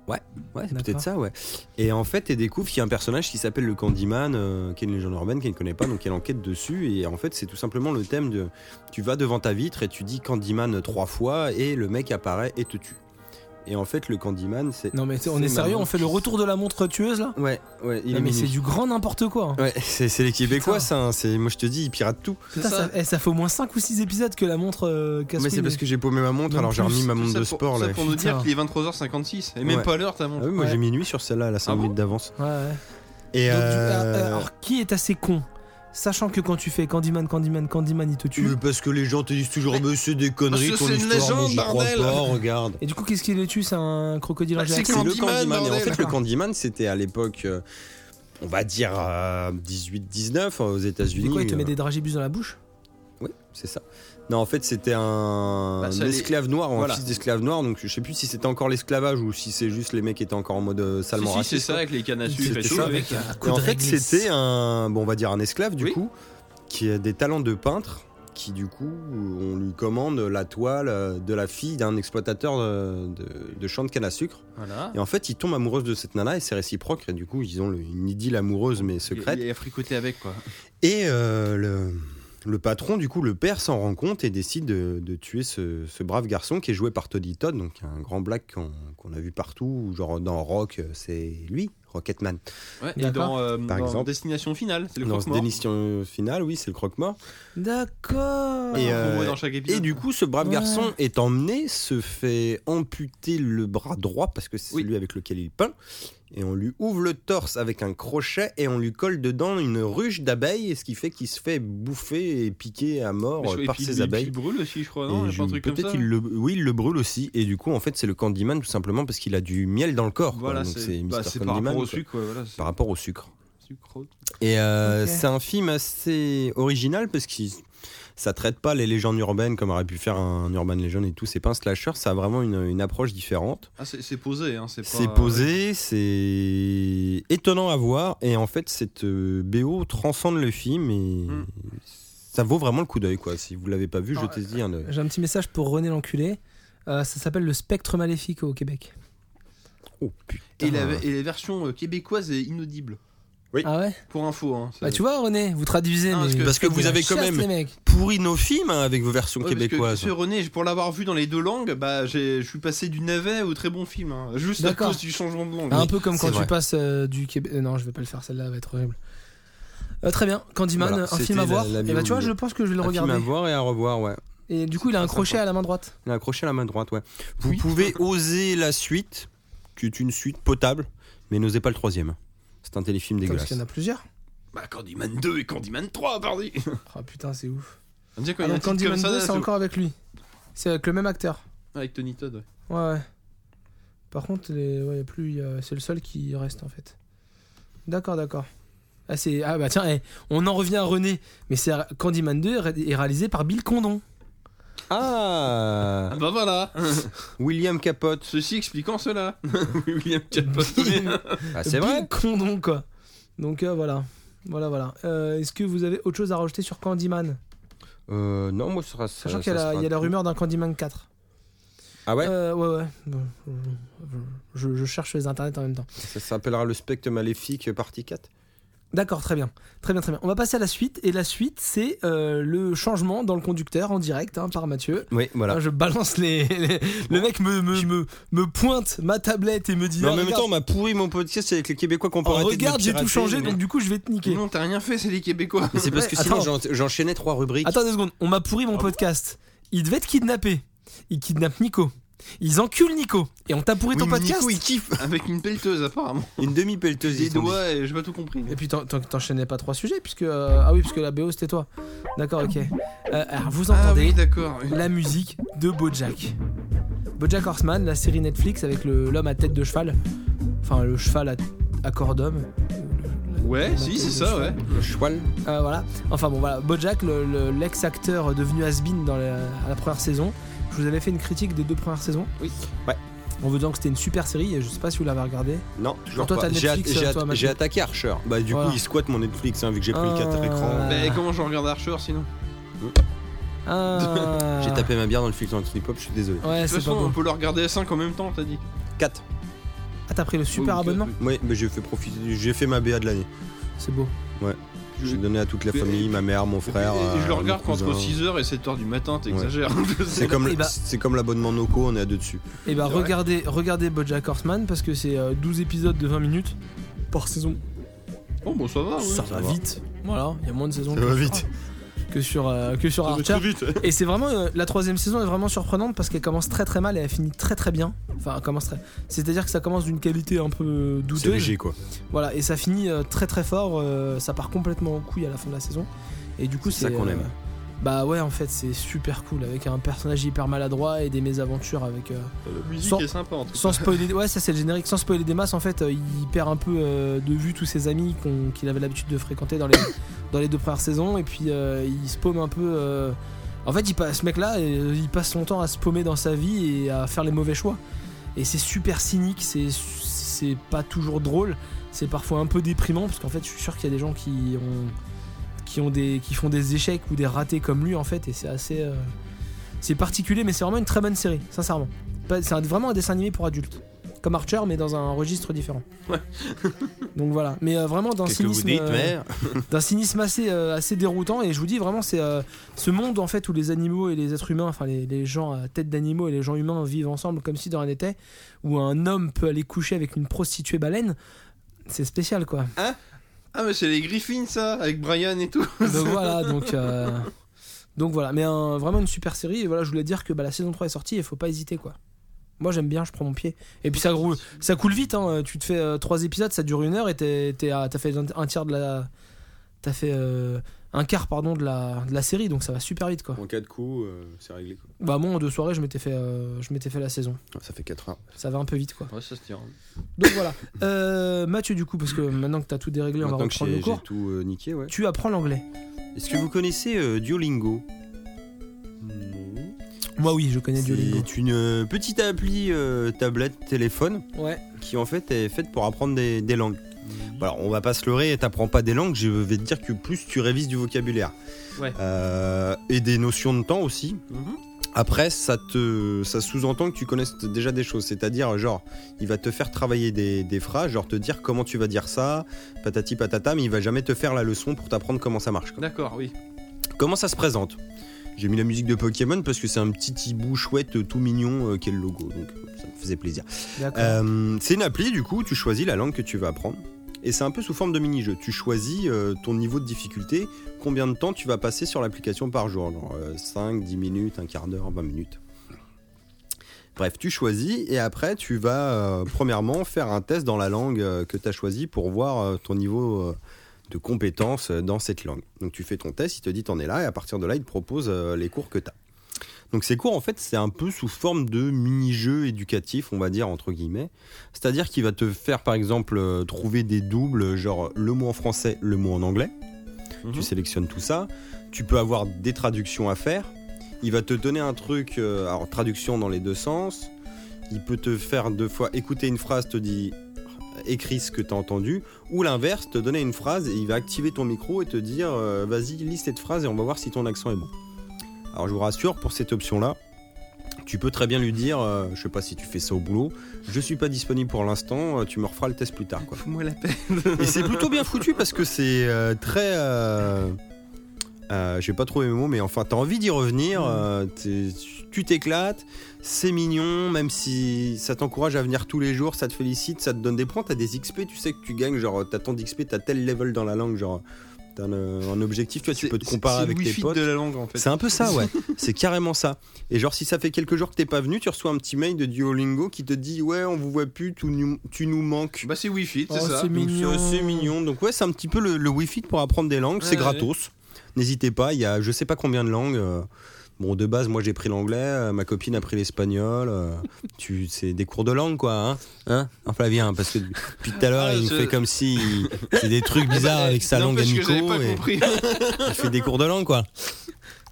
Speaker 10: Ouais, c'est
Speaker 2: D'accord.
Speaker 10: peut-être ça, ouais. Et en fait, elle découvre qu'il y a un personnage qui s'appelle le Candyman, euh, qui est une légende urbaine qu'elle ne connaît pas, donc elle enquête dessus. Et en fait, c'est tout simplement le thème de tu vas devant ta vitre et tu dis Candyman trois fois, et le mec apparaît et te tue. Et en fait, le Candyman, c'est.
Speaker 2: Non mais t- on
Speaker 10: C'est
Speaker 2: est sérieux,
Speaker 10: marrant.
Speaker 2: on fait le retour de la montre tueuse là
Speaker 10: Ouais, ouais, il
Speaker 2: Non,
Speaker 10: est
Speaker 2: mais
Speaker 10: minuit.
Speaker 2: c'est du grand n'importe quoi. hein.
Speaker 10: Ouais, c'est c'est les Québécois,
Speaker 2: Putain.
Speaker 10: ça. hein. C'est- Moi, je te dis, ils piratent tout.
Speaker 2: Putain, ça, eh, ça fait au moins 5 ou 6 épisodes que la montre euh, casse
Speaker 10: Mais c'est parce que j'ai paumé ma montre,
Speaker 2: Même
Speaker 10: alors j'ai
Speaker 2: plus,
Speaker 10: remis ma
Speaker 4: Tout
Speaker 10: montre
Speaker 4: ça
Speaker 10: de
Speaker 4: pour-
Speaker 10: sport,
Speaker 4: ça
Speaker 10: là.
Speaker 4: pour nous dire
Speaker 2: Putain.
Speaker 4: qu'il est 23h56 et même
Speaker 10: Ouais.
Speaker 4: pas l'heure t'as
Speaker 10: Ah
Speaker 4: montré.
Speaker 10: oui, moi,
Speaker 2: Ouais.
Speaker 10: j'ai minuit sur celle-là, elle a 5
Speaker 4: Ah bon
Speaker 10: minutes d'avance.
Speaker 2: Ouais, ouais.
Speaker 10: Et
Speaker 2: Donc, du-
Speaker 10: euh,
Speaker 2: ah, alors qui est assez con Sachant que quand tu fais Candyman, Candyman, Candyman, il te tue.
Speaker 10: Mais parce que les gens te disent toujours,
Speaker 4: Mais-
Speaker 10: mais c'est des conneries,
Speaker 4: Parce que
Speaker 10: ton
Speaker 4: c'est une
Speaker 10: histoire, moi,
Speaker 4: légende,
Speaker 10: j'y crois
Speaker 4: bordel.
Speaker 10: pas, regarde.
Speaker 2: Et du coup, qu'est-ce qui le tue C'est un crocodile
Speaker 4: Bah,
Speaker 2: injecté.
Speaker 4: c'est
Speaker 10: C'est le
Speaker 4: Candyman,
Speaker 10: Candyman. Et en
Speaker 4: bordel.
Speaker 10: fait, le Candyman, c'était à l'époque, euh, on va dire euh, 18-19 euh, aux
Speaker 2: Mais
Speaker 10: États-Unis.
Speaker 2: quoi, il te met
Speaker 10: euh,
Speaker 2: des dragibus dans la bouche
Speaker 10: Oui, c'est ça. Non, en fait, c'était un,
Speaker 4: Bah, ça
Speaker 10: un
Speaker 4: les-
Speaker 10: esclave noir, ou
Speaker 4: Voilà.
Speaker 10: un fils d'esclave noir. Donc, je sais plus si c'était encore l'esclavage ou si c'est juste les mecs étaient encore en mode euh,
Speaker 4: Si,
Speaker 10: salement
Speaker 4: si, c'est
Speaker 10: raciste.
Speaker 4: ça avec les cannes à
Speaker 10: C'était
Speaker 4: sucre et
Speaker 10: ça,
Speaker 4: tout.
Speaker 10: mec.
Speaker 4: avec-
Speaker 10: Et en fait, c'était un, bon, on va dire un esclave du
Speaker 4: Oui.
Speaker 10: coup, qui a des talents de peintre, qui du coup, on lui commande la toile euh, de la fille d'un exploitateur euh, de, de champ de canne à sucre.
Speaker 4: Voilà.
Speaker 10: Et en fait, il tombe amoureux de cette nana et c'est réciproque. Et du coup, ils ont le- une idylle amoureuse mais secrète.
Speaker 4: Il est fricoté avec quoi.
Speaker 10: Et euh, le, le patron, du coup, le père s'en rend compte et décide de, de tuer ce, ce brave garçon qui est joué par Toddy Todd, donc un grand black qu'on qu'on a vu partout. Genre dans Rock, euh, c'est lui, Rocketman.
Speaker 4: Ouais, et
Speaker 2: D'accord.
Speaker 4: dans, euh,
Speaker 10: Par
Speaker 4: dans
Speaker 10: exemple.
Speaker 4: Destination Finale, c'est le
Speaker 10: Dans ce
Speaker 4: croque-mort.
Speaker 10: dénition finale, oui, c'est le croque-mort.
Speaker 2: D'accord.
Speaker 10: Et,
Speaker 4: Qu'on
Speaker 10: euh,
Speaker 4: voit dans chaque épisode.
Speaker 10: Et du coup, ce brave
Speaker 2: Ouais.
Speaker 10: garçon est emmené, se fait amputer le bras droit parce que c'est
Speaker 4: Oui.
Speaker 10: celui avec lequel il peint. Et on lui ouvre le torse avec un crochet et on lui colle dedans une ruche d'abeilles, ce qui fait qu'il se fait bouffer et piquer à mort
Speaker 4: Mais je-
Speaker 10: euh,
Speaker 4: et
Speaker 10: par
Speaker 4: puis
Speaker 10: ses
Speaker 4: il-
Speaker 10: abeilles.
Speaker 4: Il brûle aussi, je crois,
Speaker 10: Et
Speaker 4: non Il y a
Speaker 10: je-
Speaker 4: pas un truc comme ça.
Speaker 10: Peut-être il le, oui, il le brûle aussi. Et du coup, en fait, c'est le Candyman tout simplement parce qu'il a du miel dans le corps. quoi.
Speaker 4: Voilà,
Speaker 10: Donc
Speaker 4: c'est
Speaker 10: c'est
Speaker 4: bah,
Speaker 10: Mr.
Speaker 4: c'est par
Speaker 10: Candyman,
Speaker 4: rapport au
Speaker 10: quoi.
Speaker 4: sucre. quoi, voilà, c'est
Speaker 10: Par rapport au sucre.
Speaker 4: sucre.
Speaker 10: Et euh,
Speaker 2: Ok.
Speaker 10: c'est un film assez original parce que ça traite pas les légendes urbaines comme aurait pu faire un Urban Legend et tout. C'est pas un slasher, ça a vraiment une, une approche différente.
Speaker 4: Ah, c'est c'est posé, hein, c'est pas.
Speaker 10: C'est posé, c'est étonnant à voir et en fait cette euh, BO transcende le film et
Speaker 4: Hmm. Ah,
Speaker 10: ça vaut vraiment le coup d'œil quoi. Si vous l'avez pas vu,
Speaker 2: Non,
Speaker 10: jetez-y un œil.
Speaker 2: J'ai un petit message pour René l'enculé. Euh, ça s'appelle le spectre maléfique au Québec.
Speaker 10: Oh putain.
Speaker 4: Et, la- et les versions euh, québécoises est inaudible.
Speaker 2: Ah ouais
Speaker 4: Pour info, hein. ça-
Speaker 2: Bah tu vois René, vous traduisez.
Speaker 4: Ah, parce
Speaker 2: mais-
Speaker 4: que-
Speaker 10: parce que vous
Speaker 2: la
Speaker 10: avez quand
Speaker 2: chasse,
Speaker 10: même-
Speaker 2: les mecs.
Speaker 10: Pourri nos films hein, avec vos versions
Speaker 4: Ouais, parce que
Speaker 10: québécoises.
Speaker 4: ce René, pour l'avoir vu dans les deux langues, bah j'ai- je suis passé du navet au très bon film, hein, juste à
Speaker 2: D'accord. Ah,
Speaker 4: cause du changement de langue.
Speaker 2: Un peu comme
Speaker 10: c'est
Speaker 2: quand
Speaker 10: vrai.
Speaker 2: tu passes euh, du Québec. euh, non, je vais pas le faire, celle-là elle va être horrible. Euh, très bien, Candyman,
Speaker 10: Voilà,
Speaker 2: un
Speaker 10: c'était
Speaker 2: film
Speaker 10: la-
Speaker 2: à voir.
Speaker 10: la
Speaker 2: et bah, tu vois,
Speaker 10: bio-
Speaker 2: je pense que je vais le
Speaker 10: Un film
Speaker 2: regarder.
Speaker 10: à voir et à revoir, ouais.
Speaker 2: Et du coup, il a un
Speaker 10: très
Speaker 2: crochet
Speaker 10: sympa.
Speaker 2: à la main droite.
Speaker 10: Il a accroché à la main droite, ouais. Vous
Speaker 4: Oui.
Speaker 10: pouvez oser la suite, qui est une suite potable, mais n'osez pas le troisième. C'est un téléfilm
Speaker 2: Putain, Parce
Speaker 10: dégueulasse.
Speaker 2: qu'il y en a plusieurs.
Speaker 4: Bah Candyman 2 et Candyman 3, pardon
Speaker 2: Oh putain, c'est ouf.
Speaker 4: On dirait quand
Speaker 2: Ah,
Speaker 4: il y a un
Speaker 2: donc
Speaker 4: titre comme
Speaker 2: Candyman
Speaker 4: ça,
Speaker 2: 2,
Speaker 4: là,
Speaker 2: c'est
Speaker 4: c'est-
Speaker 2: encore avec lui. C'est avec le même acteur.
Speaker 4: avec Tony Todd. ouais.
Speaker 2: Ouais, ouais. Par contre, les... ouais, y a plus, il y a- c'est le seul qui reste en fait. D'accord, d'accord. Ah, c'est... ah bah tiens, eh, on en revient à René. Mais c'est Candyman 2 ré- est réalisé par Bill Condon.
Speaker 10: Ah
Speaker 4: Ah bah voilà
Speaker 10: William Capote.
Speaker 4: Ceci expliquant cela William Capote.
Speaker 10: Ah, c'est vrai
Speaker 2: Bill Condon, quoi. Donc euh, voilà. Voilà, voilà. Euh, est-ce que vous avez autre chose à rajouter sur Candyman
Speaker 10: euh, Non, moi, ce sera ça.
Speaker 2: Sachant
Speaker 10: ça
Speaker 2: qu'il y a, la,
Speaker 10: sera
Speaker 2: il y a la
Speaker 10: tout.
Speaker 2: rumeur d'un Candyman 4.
Speaker 10: Ah ouais
Speaker 2: Euh, ouais, ouais. Bon, Je, je- je cherche sur les internets en même temps.
Speaker 10: Ça s'appellera le spectre maléfique euh, partie 4.
Speaker 2: D'accord, très bien. Très bien, très bien. On va passer à la suite. Et la suite, c'est euh, le changement dans le conducteur en direct hein, par Mathieu.
Speaker 10: Oui, voilà.
Speaker 2: Hein, Je balance les. les- Le mec me, me, me, me pointe ma tablette et me dit.
Speaker 10: Mais en
Speaker 2: ah,
Speaker 10: même temps, on
Speaker 2: regarde,
Speaker 10: m'a pourri mon podcast avec les Québécois qu'on peut
Speaker 2: oh,
Speaker 10: arrêter de
Speaker 2: regarde,
Speaker 10: nous
Speaker 2: j'ai tout
Speaker 10: pirater,
Speaker 2: changé,
Speaker 10: mais-
Speaker 2: donc du coup, je vais te niquer.
Speaker 4: Non, t'as rien fait, c'est les Québécois
Speaker 10: Mais c'est parce que
Speaker 2: Ouais,
Speaker 10: sinon
Speaker 2: attends.
Speaker 10: j'en- j'enchaînais trois rubriques.
Speaker 2: Attends deux secondes, on m'a pourri
Speaker 10: Ah
Speaker 2: mon podcast. Il devait être kidnappé. Il kidnappe Nico. Ils enculent Nico. Et on t'a pourri ton
Speaker 10: Oui, mais
Speaker 2: podcast.
Speaker 10: Nico, il kiffe
Speaker 4: Avec une pelleteuse apparemment.
Speaker 10: Une demi-pelleteuse.
Speaker 4: Des
Speaker 10: ils sont
Speaker 4: doigts et j'ai pas tout compris.
Speaker 2: Et puis t'en- t'en- t'enchaînais pas trois sujets, puisque. euh, ah oui, puisque la BO c'était toi. D'accord, ok. Euh, alors vous
Speaker 4: Ah oui
Speaker 2: entendez
Speaker 4: d'accord.
Speaker 2: la musique de Bojack. BoJack Horseman, la série Netflix avec le- l'homme à tête de cheval. Enfin, le cheval à, à corps d'homme.
Speaker 4: Ouais, si, c'est ça, ouais.
Speaker 10: Le cheval.
Speaker 2: Euh, voilà. Enfin bon, voilà. BoJack, le- le- l'ex-acteur devenu has-been dans la, à la première saison. Je vous avais fait une critique des deux premières saisons.
Speaker 10: Oui. Ouais.
Speaker 2: En vous disant que c'était une super série. et Je sais pas si vous l'avez regardé.
Speaker 10: Non, toujours
Speaker 2: Toi,
Speaker 10: pas.
Speaker 2: t'as
Speaker 10: J'ai at-
Speaker 2: Netflix,
Speaker 10: j'ai at-
Speaker 2: toi, maintenant.
Speaker 10: j'ai attaqué Archer. Bah, du
Speaker 2: Voilà.
Speaker 10: coup, il squatte mon Netflix hein, vu que j'ai pris
Speaker 2: Ah.
Speaker 10: le 4 écran.
Speaker 2: Ah.
Speaker 4: Mais comment je regarde Archer sinon
Speaker 2: Ah.
Speaker 10: J'ai tapé ma bière dans le filtre anti-pop, je suis désolé.
Speaker 2: Ouais,
Speaker 4: De toute
Speaker 2: c'est pas
Speaker 4: façon, on
Speaker 2: bon.
Speaker 4: peut le regarder à 5 en même temps, t'as dit.
Speaker 10: 4.
Speaker 2: Ah, t'as pris le super
Speaker 4: Oui,
Speaker 2: abonnement
Speaker 10: Oui, mais j'ai fait profiter, du- j'ai fait ma BA de l'année.
Speaker 2: C'est beau.
Speaker 10: J'ai donné à toute la
Speaker 4: Et-
Speaker 10: famille, ma mère, mon
Speaker 4: Et,
Speaker 10: frère.
Speaker 4: et je le
Speaker 10: euh,
Speaker 4: regarde
Speaker 10: mes
Speaker 4: qu'entre
Speaker 10: cousins.
Speaker 4: 6h et 7h du matin, t'exagères.
Speaker 10: C'est comme,
Speaker 2: Et bah-
Speaker 10: c'est comme l'abonnement Noco, on est à deux dessus.
Speaker 2: Et bah
Speaker 4: C'est vrai.
Speaker 2: regardez, regardez BoJack Horseman parce que c'est euh, 12 épisodes de 20 minutes par saison.
Speaker 4: Bon, bon, ça va, Ah ouais.
Speaker 2: ça, va
Speaker 10: va.
Speaker 2: vite. Voilà, il y a moins de saisons
Speaker 10: Ça
Speaker 2: que,
Speaker 10: va
Speaker 2: sur-
Speaker 10: vite.
Speaker 2: que sur euh, que sur
Speaker 4: Ça va
Speaker 2: Archer.
Speaker 4: trop vite.
Speaker 2: Et c'est vraiment euh, la troisième saison est vraiment surprenante parce qu'elle commence très très mal et elle finit très très bien. Enfin, elle commence très. C'est-à-dire que ça commence d'une qualité un peu
Speaker 10: C'est
Speaker 2: douteuse.
Speaker 10: léger quoi.
Speaker 2: Voilà, et ça finit euh, très très fort. euh, ça part complètement en couille à la fin de la saison. Et du coup,
Speaker 10: C'est
Speaker 2: c'est
Speaker 10: ça qu'on
Speaker 2: euh,
Speaker 10: aime.
Speaker 2: Bah ouais, en fait, c'est super cool avec un personnage hyper maladroit et des mésaventures avec. euh,
Speaker 4: La musique
Speaker 2: Sans-
Speaker 4: est sympa en tout cas.
Speaker 2: sans spoiler, ouais, ça c'est le générique. Sans spoiler des masses, en fait, euh, il perd un peu euh, de vue tous ses amis qu'on- qu'il avait l'habitude de fréquenter dans les, dans les deux premières saisons. Et puis euh, il se paume un peu. euh, En fait, il passe, ce mec-là, euh, il passe son temps à se paumer dans sa vie et à faire les mauvais choix. Et c'est super cynique, c'est c'est pas toujours drôle, c'est parfois un peu déprimant parce qu'en fait, je suis sûr qu'il y a des gens qui ont qui ont des qui font des échecs ou des ratés comme lui en fait et c'est assez euh, c'est particulier mais c'est vraiment une très bonne série sincèrement Pas- c'est un- vraiment un dessin animé pour adultes comme Archer mais dans un registre différent donc voilà mais euh, vraiment d'un
Speaker 10: Qu'est-ce que vous
Speaker 2: cynisme euh,
Speaker 10: dites, mère
Speaker 2: d'un cynisme assez euh, assez déroutant et je vous dis vraiment c'est euh, ce monde en fait où les animaux et les êtres humains enfin les, les gens à tête d'animaux et les gens humains vivent ensemble comme si de rien n'était où un homme peut aller coucher avec une prostituée baleine c'est spécial quoi
Speaker 4: Ah, mais c'est les Griffins ça, avec Brian et tout.
Speaker 2: donc voilà, donc, euh, donc voilà. Mais un- vraiment une super série. Et voilà, je voulais dire que bah, la saison 3 est sortie et faut pas hésiter quoi. Moi j'aime bien, je prends mon pied. Et puis ça, roule, ça coule vite, hein. tu te fais 3 épisodes, ça dure une heure et t'es- t'es à- t'as fait un un tiers de la. T'as fait euh, un quart pardon, de, la, de la série, donc ça va super vite quoi.
Speaker 10: En cas de coup, c'est réglé quoi.
Speaker 2: Bah moi en deux soirées je m'étais fait, euh, je m'étais fait la saison.
Speaker 10: Ah, Ça fait 4 heures.
Speaker 2: Ça va un peu vite quoi.
Speaker 4: Ouais, ça se tient.
Speaker 2: Donc voilà. Euh, Mathieu du coup, parce que maintenant que t'as tout déréglé, on va
Speaker 10: Maintenant que
Speaker 2: reprendre
Speaker 10: j'ai
Speaker 2: le
Speaker 10: j'ai
Speaker 2: cours.
Speaker 10: tout euh, niqué, ouais.
Speaker 2: Tu apprends l'anglais.
Speaker 10: Est-ce que vous connaissez euh, Duolingo Non.
Speaker 2: Moi oui, je connais Duolingo.
Speaker 10: C'est une euh, petite appli euh, tablette téléphone
Speaker 2: Ouais.
Speaker 10: qui en fait est faite pour apprendre des, des langues. Voilà, on va pas se leurrer, t'apprends pas des langues, je vais te dire que plus tu révises du vocabulaire.
Speaker 4: Ouais.
Speaker 10: Euh, et des notions de temps aussi. Après, ça te, ça sous-entend que tu connaisses déjà des choses. C'est-à-dire, genre, il va te faire travailler des, des phrases, genre te dire comment tu vas dire ça, patati patata, mais il va jamais te faire la leçon pour t'apprendre comment ça marche. quoi.
Speaker 4: D'accord, oui.
Speaker 10: Comment ça se présente J'ai mis la musique de Pokémon parce que c'est un petit hibou chouette euh, tout mignon euh, qui est le logo, donc euh, ça me faisait plaisir.
Speaker 2: D'accord.
Speaker 10: Euh, c'est une appli, du coup, tu choisis la langue que tu vas apprendre. Et c'est un peu sous forme de mini-jeu. Tu choisis euh, ton niveau de difficulté, combien de temps tu vas passer sur l'application par jour. Genre 5, 10 minutes, un quart d'heure, 20 minutes. Bref, tu choisis et après tu vas euh, premièrement faire un test dans la langue euh, que tu as choisi pour voir euh, ton niveau euh, de compétence euh, dans cette langue. Donc tu fais ton test, il te dit t'en es là et à partir de là il te propose euh, les cours que tu as. Donc ces cours en fait c'est un peu sous forme de mini-jeu éducatif on va dire entre guillemets. C'est-à-dire qu'il va te faire par exemple euh, trouver des doubles genre le mot en français, le mot en anglais. Tu
Speaker 4: Mhm.
Speaker 10: sélectionnes tout ça. Tu peux avoir des traductions à faire. Il va te donner un truc, euh, alors traduction dans les deux sens. Il peut te faire deux fois écouter une phrase, te dit écris ce que t'as entendu, ou l'inverse, te donner une phrase et il va activer ton micro et te dire euh, vas-y lis cette phrase et on va voir si ton accent est bon. Alors je vous rassure, pour cette option-là, tu peux très bien lui dire, euh, je sais pas si tu fais ça au boulot, je suis pas disponible pour l'instant, euh, tu me referas le test plus tard. Quoi.
Speaker 4: Fous-moi la paix.
Speaker 10: Et c'est plutôt bien foutu parce que c'est euh, très. Euh, euh, J'ai pas trouvé mes mots, mais enfin, t'as envie d'y
Speaker 4: Mm.
Speaker 10: revenir. euh, t'es- tu t'éclates, c'est mignon, même si ça t'encourage à venir tous les jours, ça te félicite, ça te donne des points, t'as des XP, tu sais que tu gagnes, genre t'as tant d'XP, t'as tel level dans la langue, genre t'as un, euh, un objectif, tu, vois, tu peux te comparer avec tes potes.
Speaker 4: de la langue en fait.
Speaker 10: C'est un peu ça, ouais. c'est carrément ça. Et genre, si ça fait quelques jours que t'es pas venu, tu reçois un petit mail de Duolingo qui te dit Ouais, on vous voit plus, tu nous, tu nous manques.
Speaker 4: Bah, c'est Wi-Fi, c'est
Speaker 2: Oh,
Speaker 4: ça.
Speaker 2: c'est
Speaker 10: Donc,
Speaker 2: mignon.
Speaker 10: C'est c'est mignon. Donc ouais, c'est un petit peu le, le Wi-Fi pour apprendre des langues.
Speaker 4: Ouais,
Speaker 10: c'est gratos. N'hésitez pas. Il y a je sais pas combien de langues. euh, Bon, de base, moi j'ai pris l'anglais, euh, ma copine a pris l'espagnol. euh, tu, c'est des cours de langue, quoi, hein Hein Hein, Flavien Parce que depuis tout à l'heure,
Speaker 4: Ah,
Speaker 10: il nous
Speaker 4: je-
Speaker 10: fait comme si. C'est des trucs bizarres avec sa langue à
Speaker 4: N'empêche que j'avais
Speaker 10: Nico.
Speaker 4: pas
Speaker 10: et
Speaker 4: compris.
Speaker 10: Il fait des cours de langue, quoi.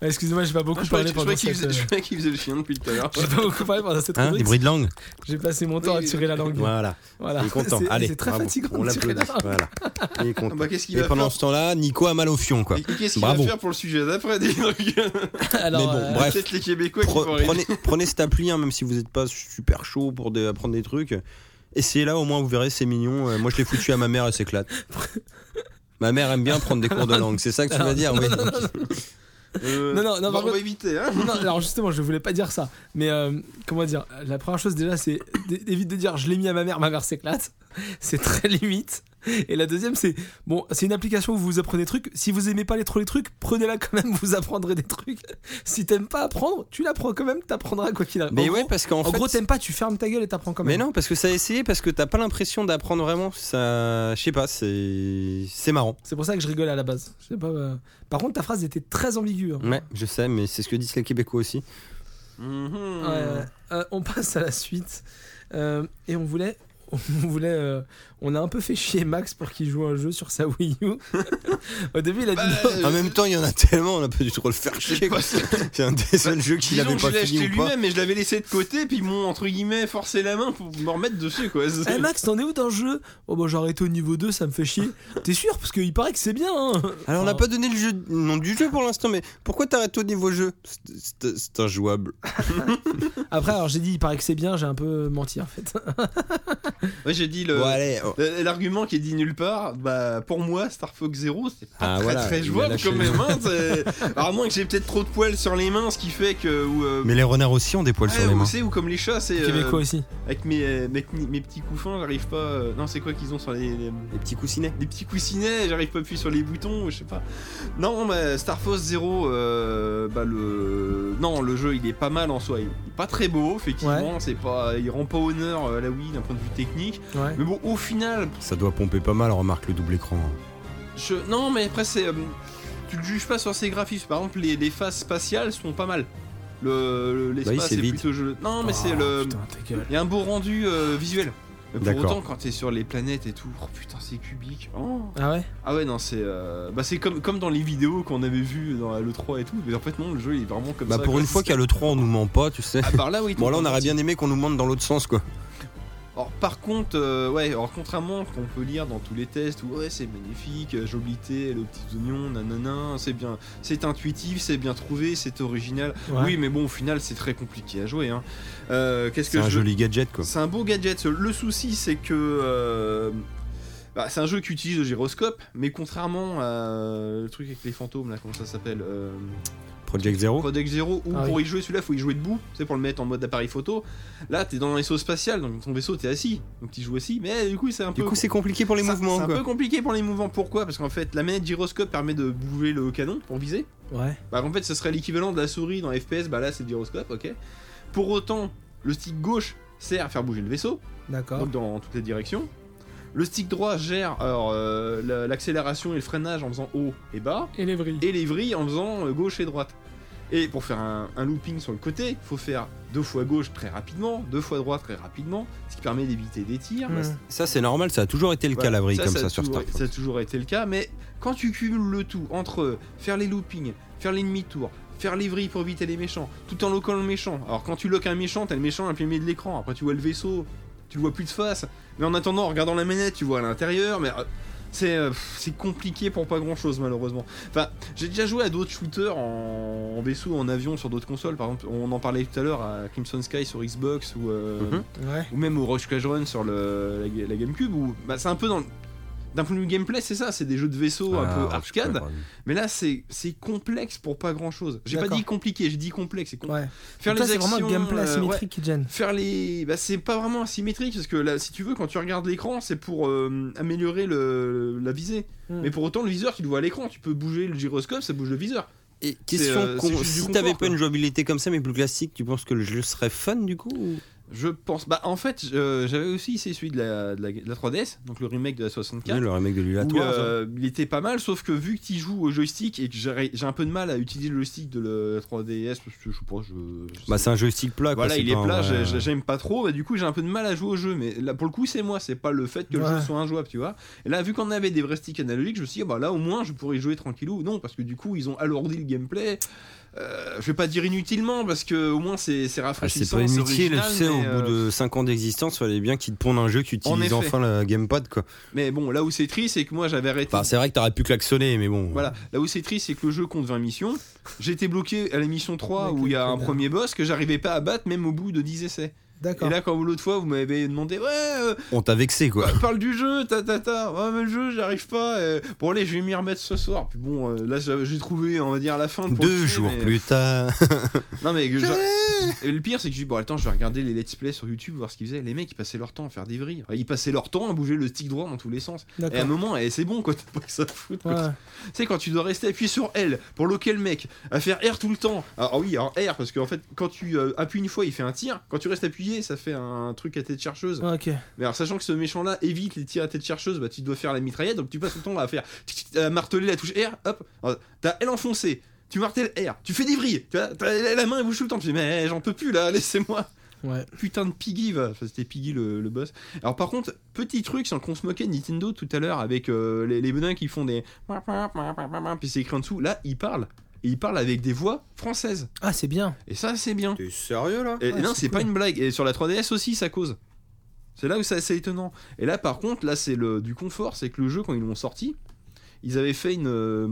Speaker 2: Ah, Excusez-moi, j'ai pas beaucoup
Speaker 4: Je
Speaker 2: parlé
Speaker 4: croyais- je
Speaker 2: pendant
Speaker 4: croyais qu'il
Speaker 2: cette. euh,
Speaker 4: faisait- je croyais qu'il faisait le chien depuis tout à l'heure.
Speaker 2: J'ai pas beaucoup parlé pendant cette
Speaker 10: Hein Des
Speaker 2: rubrique.
Speaker 10: bruits de langue
Speaker 2: J'ai passé mon temps à
Speaker 4: Oui.
Speaker 2: tirer la langue.
Speaker 10: Voilà.
Speaker 2: Voilà.
Speaker 10: Il est content.
Speaker 2: C'est-
Speaker 10: Allez.
Speaker 2: C'est très
Speaker 10: bravo.
Speaker 2: fatigant.
Speaker 10: On
Speaker 2: de tirer la
Speaker 10: l'applaudit.
Speaker 2: langue.
Speaker 10: Voilà. Il est content.
Speaker 4: Ah bah, Qu'est-ce qu'il
Speaker 10: Et
Speaker 4: va faire
Speaker 10: pendant ce temps-là, Nico a mal au fion, quoi.
Speaker 4: Et Qu'est-ce qu'il va
Speaker 10: Bravo.
Speaker 4: faire pour le sujet d'après des trucs
Speaker 2: Alors,
Speaker 10: Mais bon,
Speaker 2: euh,
Speaker 10: Bref.
Speaker 4: Peut-être les Québécois qui
Speaker 10: Pre-
Speaker 4: vont arriver.
Speaker 10: prenez, prenez cette appli, hein, même si vous n'êtes pas super chaud pour des- apprendre des trucs. Essayez-la, au moins vous verrez, c'est mignon. Euh, moi, je l'ai foutu à ma mère, elle s'éclate. ma mère aime bien prendre des cours de langue, c'est ça que tu vas dire, oui.
Speaker 4: Euh,
Speaker 2: Non, non, non,
Speaker 4: bon,
Speaker 2: par
Speaker 4: on
Speaker 2: contre-
Speaker 4: va éviter. Hein
Speaker 2: Non, alors justement, je voulais pas dire ça, mais euh, comment dire La première chose déjà, c'est d- évite de dire je l'ai mis à ma mère, ma mère s'éclate. C'est très limite. Et la deuxième, c'est bon, c'est une application où vous apprenez des trucs. Si vous aimez pas les trop les trucs, prenez-la quand même, vous apprendrez des trucs. Si t'aimes pas apprendre, tu l'apprends quand même, t'apprendras quoi qu'il arrive.
Speaker 10: Mais
Speaker 2: en
Speaker 10: ouais,
Speaker 2: gros,
Speaker 10: parce qu'en
Speaker 2: en
Speaker 10: fait.
Speaker 2: gros, t'aimes pas, tu fermes ta gueule et t'apprends quand
Speaker 10: mais
Speaker 2: même.
Speaker 10: non, parce que ça a essayé, parce que t'as pas l'impression d'apprendre vraiment. Ça, je sais pas, c'est, c'est marrant.
Speaker 2: C'est pour ça que je rigole à la base. Je sais pas, euh, Par contre, ta phrase était très ambiguë. hein.
Speaker 10: Ouais, je sais, mais c'est ce que disent les Québécois aussi.
Speaker 4: Mhm.
Speaker 2: Ouais, ouais. Euh, on passe à la suite. Euh, et on voulait. On voulait. euh, on a un peu fait chier Max pour qu'il joue un jeu sur sa Wii U. Au début, il a dit.
Speaker 4: Bah,
Speaker 2: non.
Speaker 4: euh,
Speaker 10: En même temps, il y en a tellement, on a pas du tout le faire
Speaker 4: je sais
Speaker 10: chier.
Speaker 4: pas
Speaker 10: ah, quoi.
Speaker 4: si-
Speaker 10: C'est un des seuls jeux qu'il
Speaker 4: Disons
Speaker 10: avait
Speaker 4: que je
Speaker 10: pas
Speaker 4: l'ai acheté
Speaker 10: fini ou pas.
Speaker 4: lui-même mais je l'avais laissé de côté puis ils m'ont entre guillemets forcé la main pour me remettre dessus quoi.
Speaker 2: Eh, Max, t'en es où d'un jeu Oh bah j'arrête au niveau 2, ça me fait chier. T'es sûr Parce qu'il paraît que c'est bien. hein.
Speaker 10: Alors, on n'a
Speaker 2: Enfin,
Speaker 10: pas donné le, jeu, le nom du jeu pour l'instant, mais pourquoi t'arrêtes au niveau jeu C'est- C'est c'est injouable.
Speaker 2: Après, alors j'ai dit, il paraît que c'est bien, j'ai un peu menti en fait.
Speaker 4: Ouais, j'ai dit le
Speaker 10: Bon, allez. oh.
Speaker 4: le- l'argument qui est dit nulle part. Bah pour moi Star Fox Zero c'est
Speaker 10: Ah,
Speaker 4: très
Speaker 10: voilà,
Speaker 4: très
Speaker 10: il a
Speaker 4: jouable
Speaker 10: lâché
Speaker 4: quand
Speaker 10: le-
Speaker 4: même. hein, c'est- Alors à moins que j'ai peut-être trop de poils sur les mains ce qui fait que ou euh,
Speaker 10: Mais les renards aussi ont des poils
Speaker 4: ouais,
Speaker 10: sur les
Speaker 4: ou
Speaker 10: mains.
Speaker 4: c'est ou comme les chats c'est euh,
Speaker 2: Québécois aussi.
Speaker 4: avec mes, euh, avec mes mes petits couffins j'arrive pas. euh, Non c'est quoi qu'ils ont sur les- les
Speaker 10: Les petits coussinets.
Speaker 4: des petits coussinets, j'arrive pas à appuyer sur les boutons, je sais pas. Non, mais Star Fox Zero, euh, bah le, non, le jeu il est pas mal en soi, il est pas très beau, effectivement, c'est pas, il rend pas honneur euh, à la Wii d'un point de vue technique.
Speaker 2: Ouais.
Speaker 4: Mais bon, au final,
Speaker 10: Ça doit pomper pas mal, remarque le double écran. hein.
Speaker 4: je, non, mais après c'est, euh, tu le juges pas sur ses graphismes. Par exemple, les, les phases spatiales sont pas mal. Le, le- l'espace
Speaker 10: Bah oui, c'est
Speaker 4: est
Speaker 10: vide.
Speaker 4: plutôt joli. Non, mais
Speaker 2: Oh,
Speaker 4: c'est le,
Speaker 2: Putain, ta gueule.
Speaker 4: il y a un beau rendu euh, visuel. Pour
Speaker 10: D'accord.
Speaker 4: autant, quand t'es sur les planètes et tout, oh, putain, c'est cubique. Oh.
Speaker 2: Ah ouais
Speaker 4: Ah ouais non c'est euh, bah c'est comme comme dans les vidéos qu'on avait vu dans le 3 et tout mais en fait non le jeu il est vraiment comme
Speaker 10: Bah
Speaker 4: ça
Speaker 10: pour
Speaker 4: quoi.
Speaker 10: une fois qu'à le 3 on nous ment pas, tu sais.
Speaker 4: à part là oui
Speaker 10: Bon là on aurait bien aimé qu'on nous mente dans l'autre sens quoi.
Speaker 4: Or par contre euh, ouais alors contrairement à ce qu'on peut lire dans tous les tests où ouais c'est magnifique euh, jolité le petit oignon nanana c'est bien c'est intuitif c'est bien trouvé c'est original
Speaker 2: Ouais.
Speaker 4: oui mais bon au final c'est très compliqué à jouer hein. Euh, qu'est-ce
Speaker 10: C'est
Speaker 4: que
Speaker 10: un
Speaker 4: je
Speaker 10: joli gadget quoi.
Speaker 4: C'est un beau gadget. Le souci, c'est que. euh, bah, c'est un jeu qui utilise le gyroscope, mais contrairement à euh, le truc avec les fantômes, là, comment ça s'appelle euh,
Speaker 10: Project Zero.
Speaker 4: Project Zero, où
Speaker 2: Ah
Speaker 4: pour y jouer celui-là, faut y jouer debout, c'est pour le mettre en mode appareil photo. Là, t'es dans un vaisseau spatial, donc ton vaisseau, t'es assis, donc tu joues assis, mais du coup, c'est un
Speaker 10: Du
Speaker 4: peu.
Speaker 10: coup c'est compliqué pour les
Speaker 4: ça-
Speaker 10: mouvements
Speaker 4: C'est un peu
Speaker 10: quoi.
Speaker 4: compliqué pour les mouvements. Pourquoi Parce qu'en fait, la manette gyroscope permet de bouger le canon pour viser.
Speaker 2: Ouais.
Speaker 4: Bah en fait ce serait l'équivalent de la souris dans FPS, bah là c'est le gyroscope, ok. Pour autant, le stick gauche sert à faire bouger le vaisseau,
Speaker 2: D'accord.
Speaker 4: donc dans toutes les directions. Le stick droit gère alors, euh, la- l'accélération et le freinage en faisant haut et bas,
Speaker 2: Et les vrilles.
Speaker 4: et les vrilles en faisant euh, gauche et droite. Et pour faire un, un looping sur le côté, il faut faire deux fois gauche très rapidement, deux fois droite très rapidement, ce qui permet d'éviter des tirs.
Speaker 2: Hmm.
Speaker 10: Ça c'est normal, ça a toujours été le cas la vrille
Speaker 4: Ça,
Speaker 10: comme
Speaker 4: ça a
Speaker 10: ça sur
Speaker 4: toujours-
Speaker 10: Star Fox.
Speaker 4: Ça a toujours été le cas, mais quand tu cumules le tout entre faire les loopings, faire les demi-tours, faire les vrilles pour éviter les méchants, tout en loquant le méchant. Alors quand tu loques un méchant, t'as le méchant à imprimé de l'écran, après tu vois le vaisseau, tu le vois plus de face, mais en attendant, en regardant la manette, tu vois à l'intérieur, mais. euh, C'est euh, pff, c'est compliqué pour pas grand chose malheureusement. Enfin, j'ai déjà joué à d'autres shooters en, en vaisseau, en avion sur d'autres consoles. Par exemple, on en parlait tout à l'heure à Crimson Sky sur Xbox ou euh,
Speaker 10: Mhm.
Speaker 2: Ouais.
Speaker 4: ou même au Rush Crash Run sur le, la, la GameCube où bah, c'est un peu dans le- d'un point de vue gameplay c'est ça c'est des jeux de vaisseau un peu
Speaker 10: Ah, je peux
Speaker 4: arcade
Speaker 10: comprendre.
Speaker 4: mais là c'est c'est complexe pour pas grand chose j'ai pas
Speaker 2: D'accord.
Speaker 4: dit compliqué j'ai dit complexe c'est com-
Speaker 2: Ouais.
Speaker 4: faire
Speaker 2: Donc là,
Speaker 4: les
Speaker 2: c'est
Speaker 4: actions
Speaker 2: vraiment le gameplay
Speaker 4: euh,
Speaker 2: asymétrique
Speaker 4: ouais.
Speaker 2: qui te gêne.
Speaker 4: faire les bah, c'est pas vraiment asymétrique parce que là si tu veux quand tu regardes l'écran c'est pour euh, améliorer le la visée
Speaker 2: Hmm.
Speaker 4: mais pour autant le viseur tu le vois à l'écran tu peux bouger le gyroscope ça bouge le viseur
Speaker 10: Et question
Speaker 4: euh,
Speaker 10: con,
Speaker 4: c'est juste du
Speaker 10: si
Speaker 4: confort,
Speaker 10: t'avais pas
Speaker 4: quoi.
Speaker 10: une jouabilité comme ça mais plus classique, tu penses que le jeu serait fun du coup ou-
Speaker 4: Je pense. Bah, en fait, euh, j'avais aussi essayé celui de la, de la- de la 3DS, donc le remake de la 64.
Speaker 3: le remake de l'île à
Speaker 4: où,
Speaker 3: toi.
Speaker 4: euh, il était pas mal, sauf que vu qu'il joue au joystick et que j'ai j'ai un peu de mal à utiliser le joystick de la 3DS, parce que je pense je. je-
Speaker 3: Bah, c'est un joystick plat, quoi.
Speaker 4: voilà,
Speaker 3: c'est
Speaker 4: il
Speaker 3: pas un
Speaker 4: est plat,
Speaker 3: vrai-
Speaker 4: j'ai- j'ai- j'aime pas trop, et du coup j'ai un peu de mal à jouer au jeu, mais là pour le coup c'est moi, c'est pas le fait que le
Speaker 2: Ouais.
Speaker 4: jeu soit injouable, tu vois. Et là, vu qu'on avait des vrais sticks analogiques, je me suis dit, ah, bah là au moins je pourrais y jouer tranquillou, non, parce que du coup ils ont alourdi le gameplay, Euh, je vais pas dire inutilement, parce que au moins c'est c'est
Speaker 3: Ah, c'est
Speaker 4: rafraîchissant.
Speaker 3: pas inutile,
Speaker 4: original,
Speaker 3: tu sais, au
Speaker 4: mais, euh,
Speaker 3: bout de 5 ans d'existence, fallait bien qu'ils te pondent un jeu qui
Speaker 4: En
Speaker 3: utilise
Speaker 4: effet.
Speaker 3: enfin la gamepad, quoi.
Speaker 4: Mais bon, là où c'est triste, c'est que moi j'avais arrêté.
Speaker 3: Enfin, c'est vrai que t'aurais pu klaxonner, mais bon.
Speaker 4: Voilà, là où c'est triste, c'est que le jeu compte 20 missions. J'étais bloqué à la mission 3
Speaker 2: Mais
Speaker 4: où il y a
Speaker 2: quel
Speaker 4: un
Speaker 2: connard.
Speaker 4: premier boss que j'arrivais pas à battre même au bout de 10 essais. Et
Speaker 2: D'accord.
Speaker 4: là, quand vous- l'autre fois, vous m'avez demandé Ouais, euh,
Speaker 3: On t'a vexé, quoi.
Speaker 4: parle du jeu, ta ta ta, ouais, mais le jeu, j'arrive pas. euh, Bon, allez, je vais m'y remettre ce soir. Puis bon, euh, là, j'ai j'ai trouvé, on va dire, la fin. pour le
Speaker 3: Deux
Speaker 4: tuer,
Speaker 3: jours
Speaker 4: mais- euh,
Speaker 3: plus tard.
Speaker 4: Non, mais que je- Et le pire, c'est que je dis Bon, attends, je vais regarder les let's play sur YouTube, voir ce qu'ils faisaient. Les mecs, ils passaient leur temps à faire des vrilles. Ils passaient leur temps à bouger le stick droit dans tous les sens. Et à un
Speaker 2: D'accord.
Speaker 4: moment, eh, c'est bon, quoi, t'as pas que ça à foutre, quoi.
Speaker 2: Ouais.
Speaker 4: Tu sais, quand tu dois rester appuyé sur L pour loquer le mec, à faire R tout le temps. Ah ah oui, alors R, parce qu'en fait, quand tu euh, appuies une fois, il fait un tir. Quand tu restes appuyé, ça fait un truc à tête chercheuse.
Speaker 2: Ok.
Speaker 4: Mais alors, sachant que ce méchant-là évite les tirs à tête chercheuse, bah tu dois faire la mitraillette, donc tu passes ton temps à faire. à marteler la touche R, hop. Alors, T'as L enfoncé, tu martèles R, tu fais des vrilles, tu vois, t'as la main elle bouge tout le temps. Tu fais, mais j'en peux plus là, laissez-moi
Speaker 2: Ouais.
Speaker 4: putain de Piggy, va. Enfin, c'était Piggy le, le boss. Alors par contre, petit truc, sans qu'on se moquait de Nintendo tout à l'heure avec euh, les, les bonins qui font des... Puis c'est écrit en dessous, là, ils parlent. Et ils parlent avec des voix françaises.
Speaker 2: Ah, c'est bien.
Speaker 4: Et ça, c'est bien.
Speaker 3: T'es sérieux, là
Speaker 4: Et,
Speaker 2: Ouais,
Speaker 4: non,
Speaker 2: Ah, c'est
Speaker 4: c'est pas
Speaker 2: cool.
Speaker 4: une blague. Et sur la 3DS aussi, ça cause. C'est là où c'est assez étonnant. Et là, par contre, là, c'est le du confort. C'est que le jeu, quand ils l'ont sorti, ils avaient fait une, euh,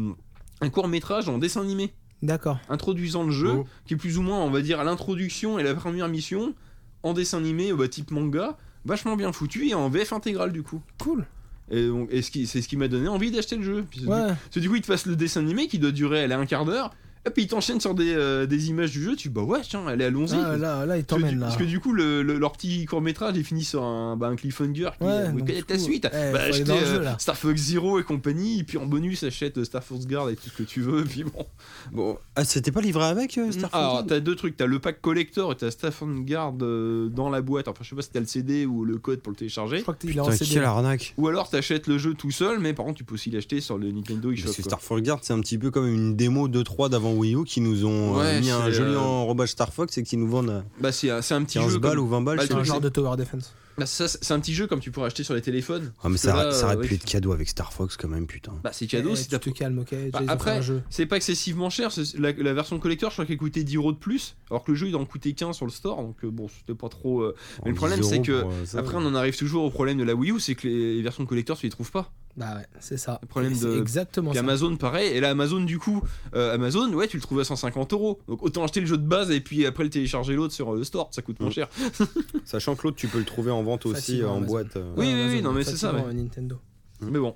Speaker 4: un court métrage en dessin animé
Speaker 2: D'accord.
Speaker 4: introduisant le jeu,
Speaker 3: Oh.
Speaker 4: qui est plus ou moins, on va dire, à l'introduction et la première mission, en dessin animé, bah, type manga, vachement bien foutu et en VF intégral du coup.
Speaker 2: Cool.
Speaker 4: Et, donc, et ce qui- c'est ce qui m'a donné envie d'acheter le jeu. Puis, c'est du-
Speaker 2: Ouais.
Speaker 4: Parce que du coup, il te passe le dessin animé qui doit durer, elle est un quart d'heure, et puis il t'enchaîne sur des, euh, des images du jeu, tu bah ouais, tiens, allez, allons-y.
Speaker 2: Ah, là, là, il
Speaker 4: Parce que du-
Speaker 2: t'emmène là.
Speaker 4: Parce que du coup, le, le- leur petit court-métrage est fini sur un, bah, un cliffhanger qui
Speaker 2: Ouais,
Speaker 4: est, vous
Speaker 2: donc,
Speaker 4: connaissez
Speaker 2: du
Speaker 4: la
Speaker 2: coup,
Speaker 4: suite.
Speaker 2: eh, faut
Speaker 4: bah,
Speaker 2: aller
Speaker 4: achetez
Speaker 2: dans le
Speaker 4: euh,
Speaker 2: jeu, là.
Speaker 4: Star Fox Zero et compagnie, et puis en bonus, achète euh, Star Force Guard et tout ce que tu veux, et puis bon.
Speaker 3: Bon, ah, c'était pas livré avec, euh, Star
Speaker 4: Mm. Ah, Alors,
Speaker 3: Fox
Speaker 4: t'as deux trucs. T'as le pack collector et t'as Staff and Guard euh, dans la boîte. Enfin, je sais pas si t'as le CD ou le code pour le
Speaker 2: Je
Speaker 4: télécharger.
Speaker 2: crois que t'es il est en
Speaker 3: Putain,
Speaker 2: CD.
Speaker 3: quelle arnaque.
Speaker 4: Ou alors t'achètes le jeu tout seul, mais par contre, tu peux aussi l'acheter sur le Nintendo eShop.
Speaker 3: Parce que
Speaker 4: quoi.
Speaker 3: Star Fox Guard, c'est un petit peu comme une démo 2-3 d'avant Wii U qui nous ont euh,
Speaker 4: Ouais,
Speaker 3: mis un
Speaker 4: c'est,
Speaker 3: joli
Speaker 4: euh,
Speaker 3: enrobage Star Fox et qui nous vendent à
Speaker 4: Bah, c'est un, c'est un petit
Speaker 3: 15
Speaker 4: jeu.
Speaker 3: balles
Speaker 4: comme-
Speaker 3: ou 20 balles.
Speaker 4: Bah,
Speaker 3: je sais
Speaker 2: C'est un
Speaker 4: truc,
Speaker 3: pas.
Speaker 2: genre de Tower Defense.
Speaker 4: bah, ça, c'est un petit jeu comme tu pourrais acheter sur les téléphones.
Speaker 3: Ah, mais
Speaker 4: Parce
Speaker 3: ça
Speaker 4: que là,
Speaker 3: arrête- ça
Speaker 4: euh,
Speaker 3: arrête
Speaker 4: ouais,
Speaker 3: plus de cadeaux avec Star Fox quand même, putain.
Speaker 4: Bah, c'est cadeau.
Speaker 2: Eh,
Speaker 4: si
Speaker 2: tu
Speaker 4: t'as-
Speaker 2: te calmes, ok.
Speaker 4: Bah,
Speaker 2: après,
Speaker 4: après-
Speaker 2: un jeu.
Speaker 4: C'est pas excessivement cher. c'est- La, la version collector, je crois qu'elle coûtait 10 euros de plus. Alors que le jeu, il en coûtait 15 sur le store. Donc, euh, bon, c'était pas trop. euh, Mais le problème, c'est que
Speaker 3: euh,
Speaker 4: Après, on en arrive toujours au problème de la Wii U c'est que les, les versions collector, tu les trouves pas.
Speaker 2: Bah ouais, c'est ça.
Speaker 4: Le problème
Speaker 2: Et c'est
Speaker 4: de-
Speaker 2: Exactement.
Speaker 4: Puis
Speaker 2: ça.
Speaker 4: Amazon, pareil. Et là, Amazon, du coup, euh, Amazon, ouais, tu le trouves à 150 euros. Donc autant acheter le jeu de base et puis après le télécharger l'autre sur euh, le store. Ça coûte moins
Speaker 3: Mm.
Speaker 4: cher.
Speaker 3: Sachant que l'autre, tu peux le trouver en vente aussi,
Speaker 2: Facilement,
Speaker 3: en
Speaker 2: Amazon.
Speaker 3: boîte. euh.
Speaker 4: Oui, oui,
Speaker 2: Amazon,
Speaker 4: oui, non, mais c'est ça,
Speaker 2: facilement, Nintendo.
Speaker 3: Mm.
Speaker 4: Mais bon.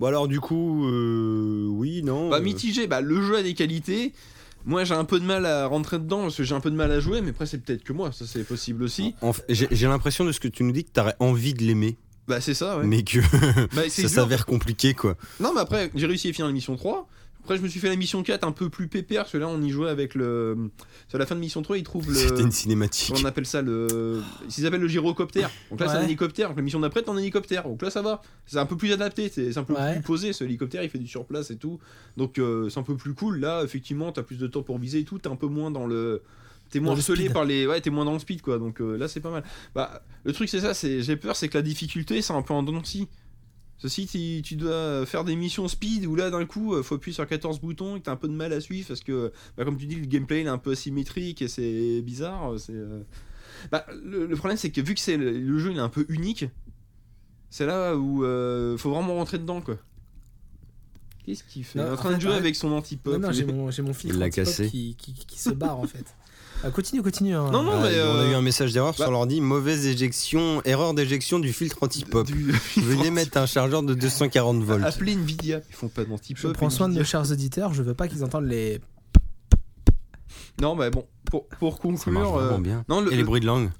Speaker 3: Bon, alors, du coup, euh, oui, non.
Speaker 4: Bah,
Speaker 3: euh,
Speaker 4: mitigé, bah, le jeu a des qualités. Moi, j'ai un peu de mal à rentrer dedans parce que j'ai un peu de mal à jouer. Mais après, c'est peut-être que moi. Ça, c'est possible aussi.
Speaker 3: en fait, J'ai j'ai l'impression de ce que tu nous dis que t'aurais envie de l'aimer,
Speaker 4: Bah, c'est ça, ouais.
Speaker 3: mais que
Speaker 4: Bah, c'est
Speaker 3: ça
Speaker 4: dur.
Speaker 3: s'avère compliqué, quoi.
Speaker 4: Non, mais après, j'ai réussi à finir la mission 3. Après, je me suis fait la mission 4 un peu plus pépère parce que là, on y jouait avec le. Sur la fin de mission 3, ils trouvent le.
Speaker 3: C'était une
Speaker 4: Comment
Speaker 3: cinématique.
Speaker 4: on appelle ça le. Ils appellent le gyrocoptère. Donc là, c'est
Speaker 2: Ouais.
Speaker 4: un hélicoptère. Donc la mission d'après, t'es en hélicoptère. Donc là, ça va. C'est un peu plus adapté. C'est c'est un peu
Speaker 2: Ouais.
Speaker 4: plus posé. Ce hélicoptère, il fait du surplace et tout. Donc euh, c'est un peu plus cool. Là, effectivement, t'as plus de temps pour viser et tout. T'es un peu moins dans le. T'es moins
Speaker 2: Dans le
Speaker 4: harcelé
Speaker 2: speed.
Speaker 4: par les. Ouais, t'es moins dans le speed, quoi. Donc euh, là, c'est pas mal. Bah, le truc, c'est ça. c'est J'ai peur, c'est que la difficulté, c'est un peu en dents de scie. Ceci, tu, tu dois faire des missions speed où là d'un coup euh, faut appuyer sur 14 boutons et que t'as un peu de mal à suivre parce que, bah, comme tu dis, le gameplay il est un peu asymétrique et c'est bizarre. C'est, euh, bah, le, le problème c'est que vu que c'est le, le jeu il est un peu unique, c'est là où euh, faut vraiment rentrer dedans quoi. Qu'est-ce qu'il fait Il est
Speaker 2: Non,
Speaker 4: en train de
Speaker 2: arrête,
Speaker 4: jouer
Speaker 2: arrête.
Speaker 4: avec son
Speaker 2: Non,
Speaker 4: anti-pop.
Speaker 2: non,
Speaker 4: il
Speaker 2: j'ai
Speaker 4: est-
Speaker 2: mon, j'ai mon filtre
Speaker 3: Il l'a
Speaker 2: anti-pop
Speaker 3: cassé.
Speaker 2: Qui, qui, qui se barre en fait. Ah, continue, continue. hein.
Speaker 4: Non, non,
Speaker 3: Ah,
Speaker 4: mais.
Speaker 3: On a
Speaker 4: euh,
Speaker 3: eu un message d'erreur
Speaker 4: bah-
Speaker 3: sur l'ordi mauvaise éjection, erreur d'éjection du filtre anti-pop.
Speaker 4: du- Ah,
Speaker 3: Veuillez mettre un chargeur de 240 volts.
Speaker 4: Appeler Nvidia. Ils font pas d'anti-pop.
Speaker 2: Je prends soin de
Speaker 4: Nvidia.
Speaker 2: nos chers auditeurs, je veux pas qu'ils entendent les.
Speaker 4: Non, mais bon, pour, pour
Speaker 3: Ça marche
Speaker 4: conclure. euh,
Speaker 3: vraiment bien.
Speaker 4: Non, le,
Speaker 3: Et les bruits de langue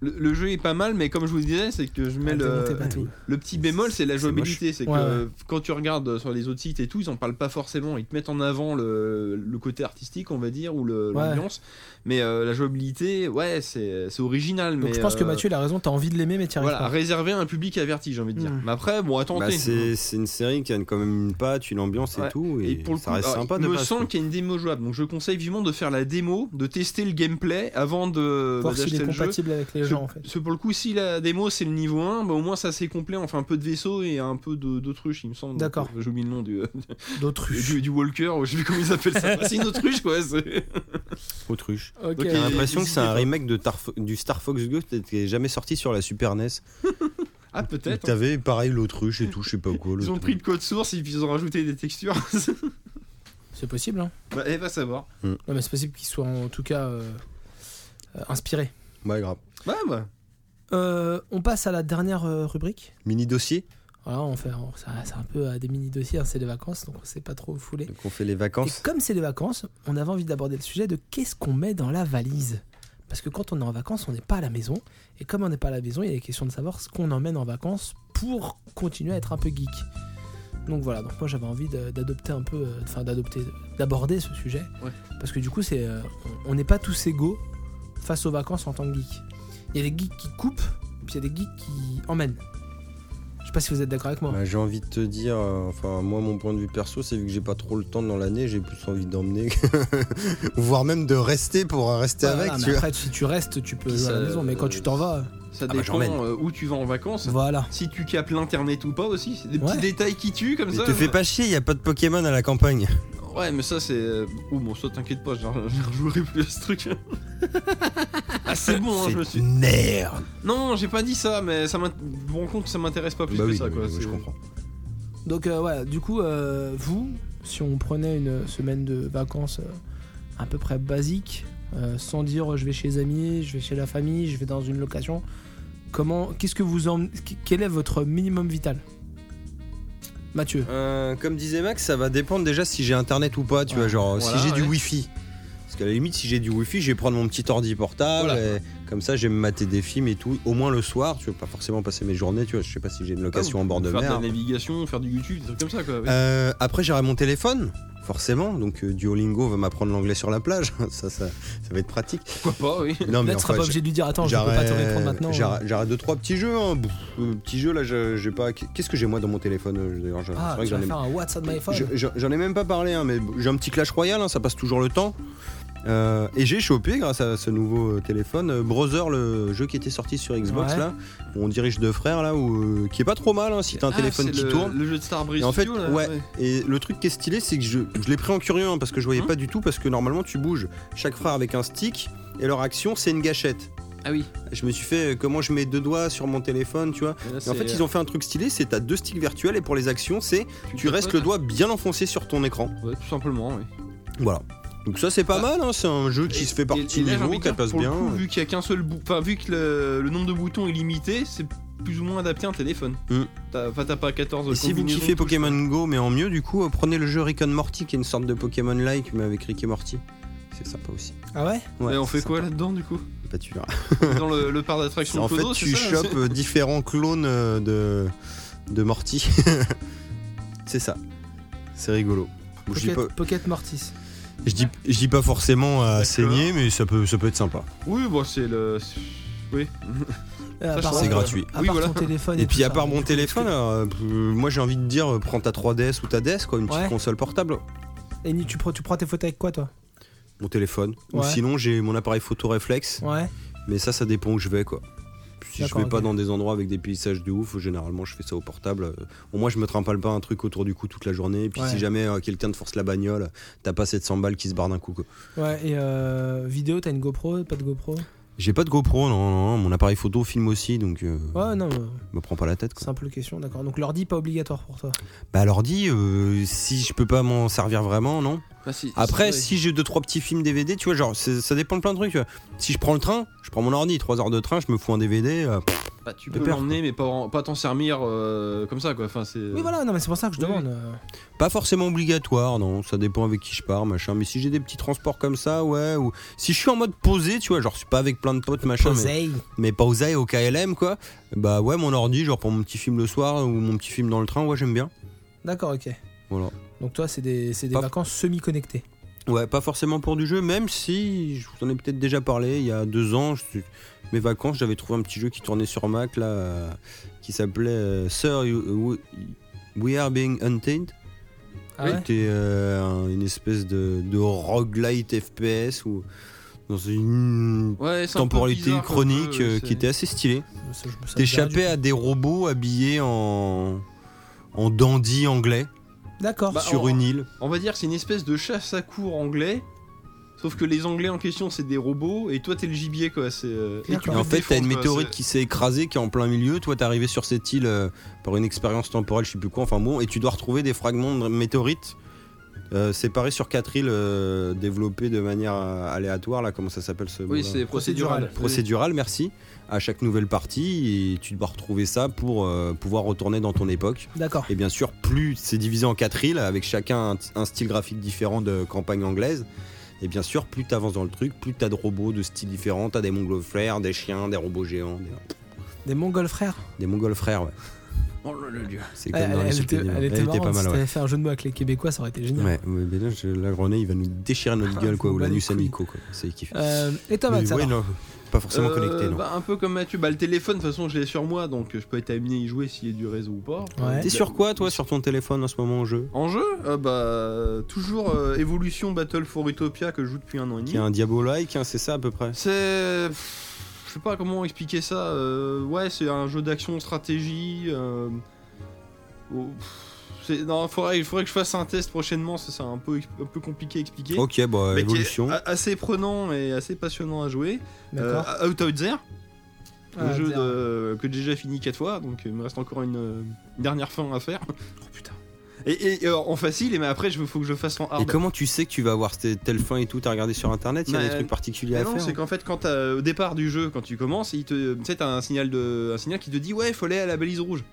Speaker 4: le, le jeu est pas mal, mais comme je vous disais, c'est que je mets
Speaker 2: Arrête de monter
Speaker 4: le,
Speaker 2: partout.
Speaker 4: le petit bémol, c'est la jouabilité. C'est que
Speaker 2: Ouais,
Speaker 4: euh, quand tu regardes sur les autres sites et tout, ils en parlent pas forcément. Ils te mettent en avant le, le côté artistique, on va dire, ou le-
Speaker 2: Ouais.
Speaker 4: l'ambiance. Mais euh, la jouabilité, ouais, c'est c'est original.
Speaker 2: Donc
Speaker 4: mais,
Speaker 2: je pense que
Speaker 4: euh,
Speaker 2: Mathieu, il a raison, t'as envie de l'aimer, mais t'y arrives
Speaker 4: Voilà,
Speaker 2: pas.
Speaker 4: réservé à un public averti, j'ai envie de dire.
Speaker 2: Mm.
Speaker 4: Mais après, bon, à tenter.
Speaker 10: Bah, c'est c'est une série qui a quand même une patte, une ambiance
Speaker 4: Ouais.
Speaker 10: et tout. Et,
Speaker 4: Et pour le
Speaker 10: ça
Speaker 4: coup,
Speaker 10: reste
Speaker 4: alors,
Speaker 10: sympa
Speaker 4: il
Speaker 10: de
Speaker 4: me
Speaker 10: base,
Speaker 4: semble
Speaker 10: quoi.
Speaker 4: qu'il y a une démo jouable, donc je conseille vivement de faire la démo, de tester le gameplay avant de
Speaker 2: Voir
Speaker 4: bah,
Speaker 2: s'il
Speaker 4: d'acheter
Speaker 2: est
Speaker 4: le jeu.
Speaker 2: compatible avec les
Speaker 4: Parce que-
Speaker 2: gens, en fait.
Speaker 4: parce que pour le coup, si la démo c'est le niveau 1, bah, au moins ça c'est complet. On fait un peu de vaisseau et un peu de- d'autruche, il me semble.
Speaker 2: D'accord.
Speaker 4: J'ai oublié le nom du, euh,
Speaker 2: D'autruche.
Speaker 4: du, du Walker, ou je sais plus comment ils appellent ça. c'est une autruche quoi. c'est-
Speaker 10: Autruche.
Speaker 2: Ok.
Speaker 4: Donc, il y
Speaker 10: J'ai
Speaker 4: a un-
Speaker 10: l'impression que c'est un
Speaker 4: hésitez pas.
Speaker 10: remake de Tarf- du Star Fox Go qui est jamais sorti sur la Super NES.
Speaker 4: Ah,
Speaker 10: Et
Speaker 4: peut-être.
Speaker 10: T'avais pareil l'autruche et tout, je sais pas quoi.
Speaker 4: Ils ont
Speaker 10: l'autruche.
Speaker 4: pris le code source et puis ils ont rajouté des textures.
Speaker 2: C'est possible, hein.
Speaker 4: bah, eh, va savoir.
Speaker 2: Non, mais c'est possible qu'il soit en tout cas euh, euh, inspiré.
Speaker 10: Ouais, grave.
Speaker 4: Ouais, bah.
Speaker 2: Euh, on passe à la dernière euh, rubrique.
Speaker 10: Mini dossier.
Speaker 2: Voilà, on fait, on- ça- c'est un peu euh, des mini dossiers, hein, c'est les vacances, donc on s'est pas trop foulé.
Speaker 10: Donc on fait les
Speaker 2: Et
Speaker 10: vacances.
Speaker 2: comme c'est les vacances, on avait envie d'aborder le sujet de qu'est-ce qu'on met dans la valise. Parce que quand on est en vacances, on n'est pas à la maison. Et comme on n'est pas à la maison, il est question de savoir ce qu'on emmène en vacances pour continuer à être un peu geek. Donc voilà, donc moi j'avais envie de- d'adopter un peu, euh, enfin d'adopter, d'aborder ce sujet.
Speaker 4: Ouais.
Speaker 2: Parce que du coup, c'est, euh, on on n'est pas tous égaux face aux vacances en tant que geek. Il y a des geeks qui coupent, puis il y a des geeks qui emmènent. Je sais pas si vous êtes d'accord avec moi.
Speaker 10: Bah, j'ai envie de te dire, euh, enfin moi mon point de vue perso c'est vu que j'ai pas trop le temps dans l'année, j'ai plus envie d'emmener, que- voire même de rester pour euh, rester
Speaker 2: Ouais,
Speaker 10: avec.
Speaker 2: voilà,
Speaker 10: tu
Speaker 2: mais
Speaker 10: vois.
Speaker 2: après, si tu restes, tu peux
Speaker 4: Puis
Speaker 2: jouer à la
Speaker 4: ça,
Speaker 2: maison. Mais quand
Speaker 4: euh,
Speaker 2: tu t'en vas,
Speaker 4: Ça
Speaker 10: bah,
Speaker 4: dépend
Speaker 10: j'emmène.
Speaker 4: euh, où tu vas en vacances.
Speaker 2: voilà.
Speaker 4: Si tu capes l'internet ou pas aussi, c'est des
Speaker 2: Ouais.
Speaker 4: petits détails qui tuent comme
Speaker 10: Mais
Speaker 4: ça.
Speaker 10: te fais pas chier, y a pas de Pokémon à la campagne.
Speaker 4: Ouais, mais ça c'est. Ou bon, ça t'inquiète pas, je je rejouerai plus à ce truc. ah, c'est bon, hein, je me suis.
Speaker 10: Merde.
Speaker 4: Non, j'ai pas dit ça, mais ça m'int- je me rends compte que ça m'intéresse pas plus
Speaker 10: Bah
Speaker 4: que
Speaker 10: oui,
Speaker 4: ça, quoi.
Speaker 10: oui, oui,
Speaker 4: c'est-
Speaker 10: je comprends.
Speaker 2: Donc euh, voilà, du coup, euh, vous, si on prenait une semaine de vacances euh, à peu près basique, euh, sans dire euh, je vais chez les amis, je vais chez la famille, je vais dans une location, comment, qu'est-ce que vous en, quel est votre minimum vital, Mathieu
Speaker 10: Euh, comme disait Max, ça va dépendre déjà si j'ai internet ou pas, tu vois, genre euh,
Speaker 4: Voilà,
Speaker 10: si j'ai du
Speaker 4: ouais.
Speaker 10: wifi. Parce qu'à la limite, si j'ai du wifi, je vais prendre mon petit ordi portable,
Speaker 4: Voilà.
Speaker 10: et comme ça je vais me mater des films et tout, au moins le soir, tu veux pas forcément passer mes journées, tu vois, je sais pas si j'ai une location en bord de
Speaker 4: Ah, faire
Speaker 10: mer.
Speaker 4: de la navigation, faire du YouTube, des trucs comme ça, quoi. ouais.
Speaker 10: Euh, après, j'aurai mon téléphone, forcément. Donc, euh, Duolingo va m'apprendre l'anglais sur la plage. ça, ça, ça va être pratique.
Speaker 4: Pourquoi pas, oui.
Speaker 10: Non,
Speaker 2: Là, tu seras
Speaker 10: enfin,
Speaker 2: pas obligé de lui dire attends, je peux
Speaker 10: j'arrête-
Speaker 2: pas te répondre maintenant.
Speaker 10: j'arrête- J'arrête deux, trois petits jeux. Hein. Pff, euh, petits jeux, là, je- j'ai pas. Qu'est-ce que j'ai moi dans mon téléphone euh, D'ailleurs, je-
Speaker 2: Ah,
Speaker 10: c'est vrai que
Speaker 2: tu
Speaker 10: j'en
Speaker 2: vas
Speaker 10: ai.
Speaker 2: faire un What's on my phone
Speaker 10: Je- je- J'en ai même pas parlé, hein, mais j'ai un petit Clash Royale, hein, ça passe toujours le temps. Euh, et j'ai chopé, grâce à ce nouveau euh, téléphone, euh, Brother, le jeu qui était sorti sur Xbox,
Speaker 2: Ouais.
Speaker 10: là, où on dirige deux frères, là, où, euh, qui est pas trop mal, hein, si t'as un
Speaker 4: Ah,
Speaker 10: téléphone
Speaker 4: c'est
Speaker 10: qui
Speaker 4: le-
Speaker 10: tourne.
Speaker 4: Le jeu de Starbreeze.
Speaker 10: Et en fait,
Speaker 4: Studio, là,
Speaker 10: ouais. Et le truc qui est stylé, c'est que je, je l'ai pris en curieux hein, parce que je voyais
Speaker 4: Hein
Speaker 10: pas du tout. Parce que normalement, tu bouges chaque frère avec un stick et leur action, c'est une gâchette.
Speaker 4: Ah oui.
Speaker 10: Je me suis fait euh, comment je mets deux doigts sur mon téléphone, tu vois. Et en fait,
Speaker 4: euh,
Speaker 10: ils ont fait un truc stylé c'est t'as deux sticks virtuels et pour les actions, c'est tu restes le doigt bien enfoncé sur ton écran.
Speaker 4: Ouais, tout simplement, oui.
Speaker 10: Voilà. Donc, ça, c'est pas mal. hein, c'est un jeu qui
Speaker 4: Bah, Et-
Speaker 10: se fait par
Speaker 4: et-
Speaker 10: petits
Speaker 4: et là, j'ai envie
Speaker 10: niveaux,
Speaker 4: de
Speaker 10: qui
Speaker 4: dire,
Speaker 10: passe
Speaker 4: pour le
Speaker 10: bien.
Speaker 4: coup, vu qu'il y a qu'un seul bouton, enfin vu que le, le nombre de boutons est limité, c'est plus ou moins adapté à un téléphone.
Speaker 10: Mm.
Speaker 4: T'as- Enfin, t'as pas 14
Speaker 10: Et si vous
Speaker 4: combinaisons
Speaker 10: kiffez
Speaker 4: de touches.
Speaker 10: Pokémon Go, mais en mieux, du coup, euh, prenez le jeu Rick and Morty qui est une sorte de Pokémon-like, mais avec Rick et Morty. C'est sympa aussi.
Speaker 2: Ah ouais
Speaker 10: Ouais,
Speaker 4: Et on fait
Speaker 10: c'est
Speaker 4: quoi là-dedans du coup
Speaker 10: sympa. Bah, tu verras.
Speaker 4: Dans le, le parc d'attractions
Speaker 10: En
Speaker 4: de
Speaker 10: fait,
Speaker 4: Clodo,
Speaker 10: tu
Speaker 4: c'est ça,
Speaker 10: chopes euh, différents clones euh, de, de Morty. c'est ça. C'est rigolo. Bon, Je dis,
Speaker 2: Pocket,
Speaker 10: pas,
Speaker 2: Pocket Mortis.
Speaker 10: je, dis, je dis pas forcément à
Speaker 4: D'accord.
Speaker 10: saigner, mais ça peut, ça peut être sympa.
Speaker 4: c'est- Oui, bon, c'est le. c'est- Oui.
Speaker 2: Euh, à
Speaker 4: Ça,
Speaker 2: part,
Speaker 4: je pense que
Speaker 10: c'est gratuit.
Speaker 2: À
Speaker 4: Oui,
Speaker 2: part
Speaker 4: voilà.
Speaker 2: ton téléphone.
Speaker 10: Et
Speaker 2: tout
Speaker 10: puis à
Speaker 2: ça,
Speaker 10: part
Speaker 2: donc,
Speaker 10: mon
Speaker 2: tu-
Speaker 10: téléphone, euh, p- moi j'ai envie de dire euh, prends ta 3DS ou ta DS, quoi, une petite
Speaker 2: Ouais.
Speaker 10: console portable.
Speaker 2: Et ni- tu prends, tu prends tes photos avec quoi toi
Speaker 10: Mon téléphone. Ou
Speaker 2: Ouais.
Speaker 10: sinon j'ai mon appareil photo réflexe,
Speaker 2: Ouais.
Speaker 10: mais ça, ça dépend où je vais, quoi. Si je
Speaker 2: D'accord,
Speaker 10: vais pas
Speaker 2: ok.
Speaker 10: dans des endroits avec des paysages de ouf, généralement je fais ça au portable. Euh, Au moins je me trimpale pas un truc autour du cou toute la journée. Et puis
Speaker 2: Ouais.
Speaker 10: si jamais euh, quelqu'un te force la bagnole, t'as pas 700 balles qui se barrent d'un coup. Quoi.
Speaker 2: Ouais, et euh, vidéo, t'as une GoPro, pas de GoPro
Speaker 10: J'ai pas de GoPro, non, non, non, mon appareil photo filme aussi, donc euh,
Speaker 2: Ouais, non, mais
Speaker 10: me prends pas la tête. Quoi.
Speaker 2: simple question, d'accord. Donc l'ordi, pas obligatoire pour toi.
Speaker 10: Bah l'ordi, euh, si je peux pas m'en servir vraiment, non.
Speaker 4: Ah, si,
Speaker 10: Après,
Speaker 4: c'est vrai.
Speaker 10: si j'ai deux trois petits films DVD, tu vois, genre c'est- ça dépend de plein de trucs. tu vois. Si je prends le train, je prends mon ordi, 3 heures de train, je me fous un DVD. euh, pff,
Speaker 4: Bah, tu
Speaker 2: De
Speaker 4: peux
Speaker 2: peur.
Speaker 4: l'emmener, mais pas, pas t'en servir euh, comme ça, quoi. Enfin, c'est.
Speaker 2: Oui, voilà, non, mais c'est pour ça que je
Speaker 4: Oui,
Speaker 2: demande. euh,
Speaker 10: Pas forcément obligatoire, non, ça dépend avec qui je pars, machin. Mais si j'ai des petits transports comme ça, ouais, ou si je suis en mode posé, tu vois, genre je suis pas avec plein de potes, machin, mais,
Speaker 2: Poseille.
Speaker 10: mais posé au KLM, quoi, bah ouais, mon ordi, genre pour mon petit film le soir ou mon petit film dans le train, ouais, j'aime bien.
Speaker 2: D'accord, ok.
Speaker 10: Voilà.
Speaker 2: Donc toi, c'est des, c'est des
Speaker 10: Pas-
Speaker 2: vacances semi-connectées.
Speaker 10: Ouais, pas forcément pour du jeu, même si je vous en ai peut-être déjà parlé il y a deux ans, je suis- mes vacances, j'avais trouvé un petit jeu qui tournait sur Mac là, euh, qui s'appelait euh, Sir, You- We Are Being Hunted.
Speaker 2: Ah ouais
Speaker 10: C'était euh, un- une espèce de, de roguelite FPS ou dans une
Speaker 4: Ouais, c'est un peu
Speaker 10: temporalité
Speaker 4: bizarre comme
Speaker 10: chronique
Speaker 4: jeu,
Speaker 10: euh,
Speaker 4: c'est-
Speaker 10: qui était assez stylée.
Speaker 2: Ça, je me- ça me dirait du
Speaker 10: T'échappais
Speaker 2: tout.
Speaker 10: à des robots habillés en en dandy anglais
Speaker 2: D'accord.
Speaker 4: Bah,
Speaker 10: sur
Speaker 4: en-
Speaker 10: une île.
Speaker 4: On va dire c'est une espèce de chasse à cours anglais. Sauf que les Anglais en question c'est des robots et toi t'es le gibier quoi. C'est. euh, et tu
Speaker 2: D'accord.
Speaker 10: Et
Speaker 4: peux
Speaker 10: en
Speaker 4: te
Speaker 10: fait, t'as une
Speaker 4: défendre, quoi,
Speaker 10: météorite qui s'est écrasée, qui est en plein milieu. Toi, t'es arrivé sur cette île euh, par une expérience temporelle, je sais plus quoi. Enfin bon, et tu dois retrouver des fragments de météorites euh, séparés sur quatre îles euh, développées de manière euh, aléatoire. Là, comment ça s'appelle ce
Speaker 4: c'est-
Speaker 10: mot-là
Speaker 4: Oui c'est procédural.
Speaker 10: procédural, merci, à chaque nouvelle partie, et tu dois retrouver ça pour euh, pouvoir retourner dans ton époque.
Speaker 2: D'accord.
Speaker 10: Et bien sûr, plus c'est divisé en quatre îles, avec chacun un, un style graphique différent de campagne anglaise, et bien sûr, plus t'avances dans le truc, plus t'as de robots de styles différents, t'as des mongolfrères, des chiens, des robots géants, des,
Speaker 2: Des Mongols frères.
Speaker 10: des mongolfrères, ouais.
Speaker 4: Oh là là, Dieu.
Speaker 10: C'est
Speaker 2: Elle,
Speaker 10: comme dans
Speaker 2: elle
Speaker 10: les
Speaker 2: était,
Speaker 10: Soviétiques.
Speaker 2: elle était
Speaker 10: Elle
Speaker 2: marrante.
Speaker 10: pas mal,
Speaker 2: si
Speaker 10: ouais.
Speaker 2: t'avais fait un jeu de mots avec les Québécois, ça aurait été génial.
Speaker 10: Ouais, mais bien sûr, la grenée, il va nous déchirer notre
Speaker 2: Ah,
Speaker 10: gueule, quoi,
Speaker 2: vous
Speaker 10: ou la
Speaker 2: bat les
Speaker 10: nuit à
Speaker 2: couilles.
Speaker 10: Nico, quoi. C'est kiff.
Speaker 2: Euh, et Thomas,
Speaker 10: Mais
Speaker 2: ça
Speaker 10: ouais,
Speaker 2: va
Speaker 10: non, pas forcément
Speaker 4: Euh,
Speaker 10: connecté, non.
Speaker 4: bah, un peu comme Mathieu. Bah le téléphone de toute façon je l'ai sur moi donc euh, je peux être amené à y jouer s'il y a du réseau ou pas.
Speaker 2: Ouais.
Speaker 10: T'es sur quoi, toi, sur ton téléphone en ce moment, en jeu
Speaker 4: En jeu, euh, bah toujours euh, Evolution Battle for Utopia que je joue depuis un an et demi.
Speaker 10: Qui est un Diablo-like, hein, c'est ça à peu près
Speaker 4: C'est. Je sais pas comment expliquer ça. euh, ouais, c'est un jeu d'action stratégie. euh, oh, pff, c'est- non, faudrait, il faudrait que je fasse un test prochainement. ça, C'est un peu, un peu compliqué à expliquer.
Speaker 10: Ok, bah,
Speaker 4: mais qui est
Speaker 10: évolution.
Speaker 4: a- assez prenant et assez passionnant à jouer. Euh,
Speaker 2: D'accord.
Speaker 4: Outouter,
Speaker 2: Ah,
Speaker 4: un Euh, jeu
Speaker 2: merde.
Speaker 4: de- que j'ai déjà fini 4 fois, donc il me reste encore une, euh, une dernière fin à faire. Oh putain. Et, et, euh, en facile, mais après, il faut que je fasse en hard.
Speaker 10: Et comment tu sais que tu vas avoir cette- telle fin et tout T'as regardé sur internet Il y a hein.
Speaker 4: Bah,
Speaker 10: des trucs particuliers
Speaker 4: Mais
Speaker 10: à
Speaker 4: non,
Speaker 10: faire
Speaker 4: c'est qu'en fait, quand t'as- au départ du jeu, quand tu commences, il te, tu sais, t'as un signal de, un signal qui te dit ouais, faut aller à la balise rouge.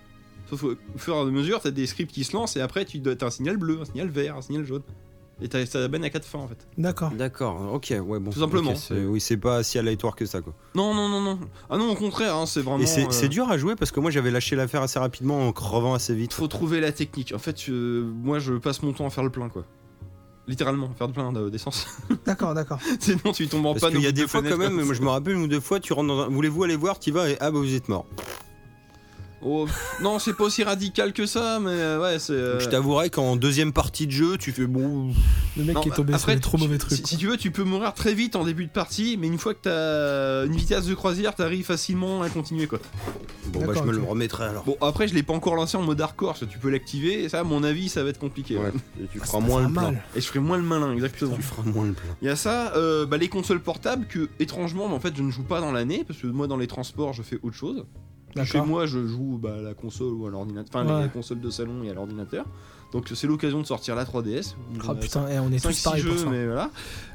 Speaker 4: Sauf au au fur et à mesure, t'as des scripts qui se lancent et après, tu dois- t'as un signal bleu, un signal vert, un signal jaune. Et t'as- ça t'amène à quatre fins en fait.
Speaker 2: D'accord.
Speaker 10: D'accord, ok, ouais, bon.
Speaker 4: Tout simplement.
Speaker 10: ok, c'est- oui, c'est pas si aléatoire que ça, quoi.
Speaker 4: Non, non, non, non. Ah non, au contraire, hein, c'est vraiment.
Speaker 10: et c'est
Speaker 4: euh,
Speaker 10: c'est dur à jouer parce que moi j'avais lâché l'affaire assez rapidement en crevant assez vite.
Speaker 4: Faut trouver la technique. En fait, je- moi, je passe mon temps à faire le plein, quoi. Littéralement, faire le plein de- d'essence.
Speaker 2: D'accord, d'accord.
Speaker 4: Sinon, tu tombes en
Speaker 10: Parce
Speaker 4: panne.
Speaker 10: qu'il
Speaker 4: au
Speaker 10: y
Speaker 4: bout
Speaker 10: a
Speaker 4: de
Speaker 10: des hein.
Speaker 4: deux
Speaker 10: fois quand
Speaker 4: fenêtres,
Speaker 10: même,
Speaker 4: quoi.
Speaker 10: moi, je me rappelle une ou deux fois, tu rentres dans un. Voulez-vous aller voir, t'y vas et ah bah vous êtes mort.
Speaker 4: Oh, non, c'est pas aussi radical que ça, mais euh, ouais, c'est. euh,
Speaker 10: Je t'avouerai qu'en deuxième partie de jeu, tu fais bon.
Speaker 2: Le mec
Speaker 4: Non,
Speaker 2: qui est
Speaker 4: bah,
Speaker 2: tombé sur
Speaker 4: après,
Speaker 2: des trop
Speaker 4: tu-
Speaker 2: mauvais
Speaker 4: si-
Speaker 2: trucs.
Speaker 4: Si, tu veux, tu peux mourir très vite en début de partie, mais une fois que t'as une vitesse de croisière, t'arrives facilement à continuer quoi.
Speaker 10: Bon bah je
Speaker 2: D'accord,
Speaker 10: me le
Speaker 2: ok.
Speaker 10: remettrai alors.
Speaker 4: Bon, après, je l'ai pas encore lancé en mode hardcore, parce que tu peux l'activer, et ça, à mon avis, ça va être compliqué.
Speaker 10: Ouais. Et tu
Speaker 2: Ah,
Speaker 10: feras
Speaker 2: ça
Speaker 10: moins
Speaker 2: fait
Speaker 10: le plein.
Speaker 2: mal.
Speaker 4: Et je ferai moins le malin, exactement.
Speaker 10: Tu feras moins le plein.
Speaker 4: Il y a ça, euh, bah, les consoles portables que, étrangement, mais en fait, je ne joue pas dans l'année, parce que moi, dans les transports, je fais autre chose. Chez
Speaker 2: D'accord.
Speaker 4: moi, je joue bah, à la console ou à l'ordinateur, enfin,
Speaker 2: Ouais.
Speaker 4: les consoles de salon et à l'ordinateur. Donc, c'est l'occasion de sortir la 3DS.
Speaker 2: Ah
Speaker 4: Euh,
Speaker 2: putain, eh, on est
Speaker 4: 5
Speaker 2: tous pareils pour
Speaker 4: jeux,
Speaker 2: ça.
Speaker 4: mais voilà.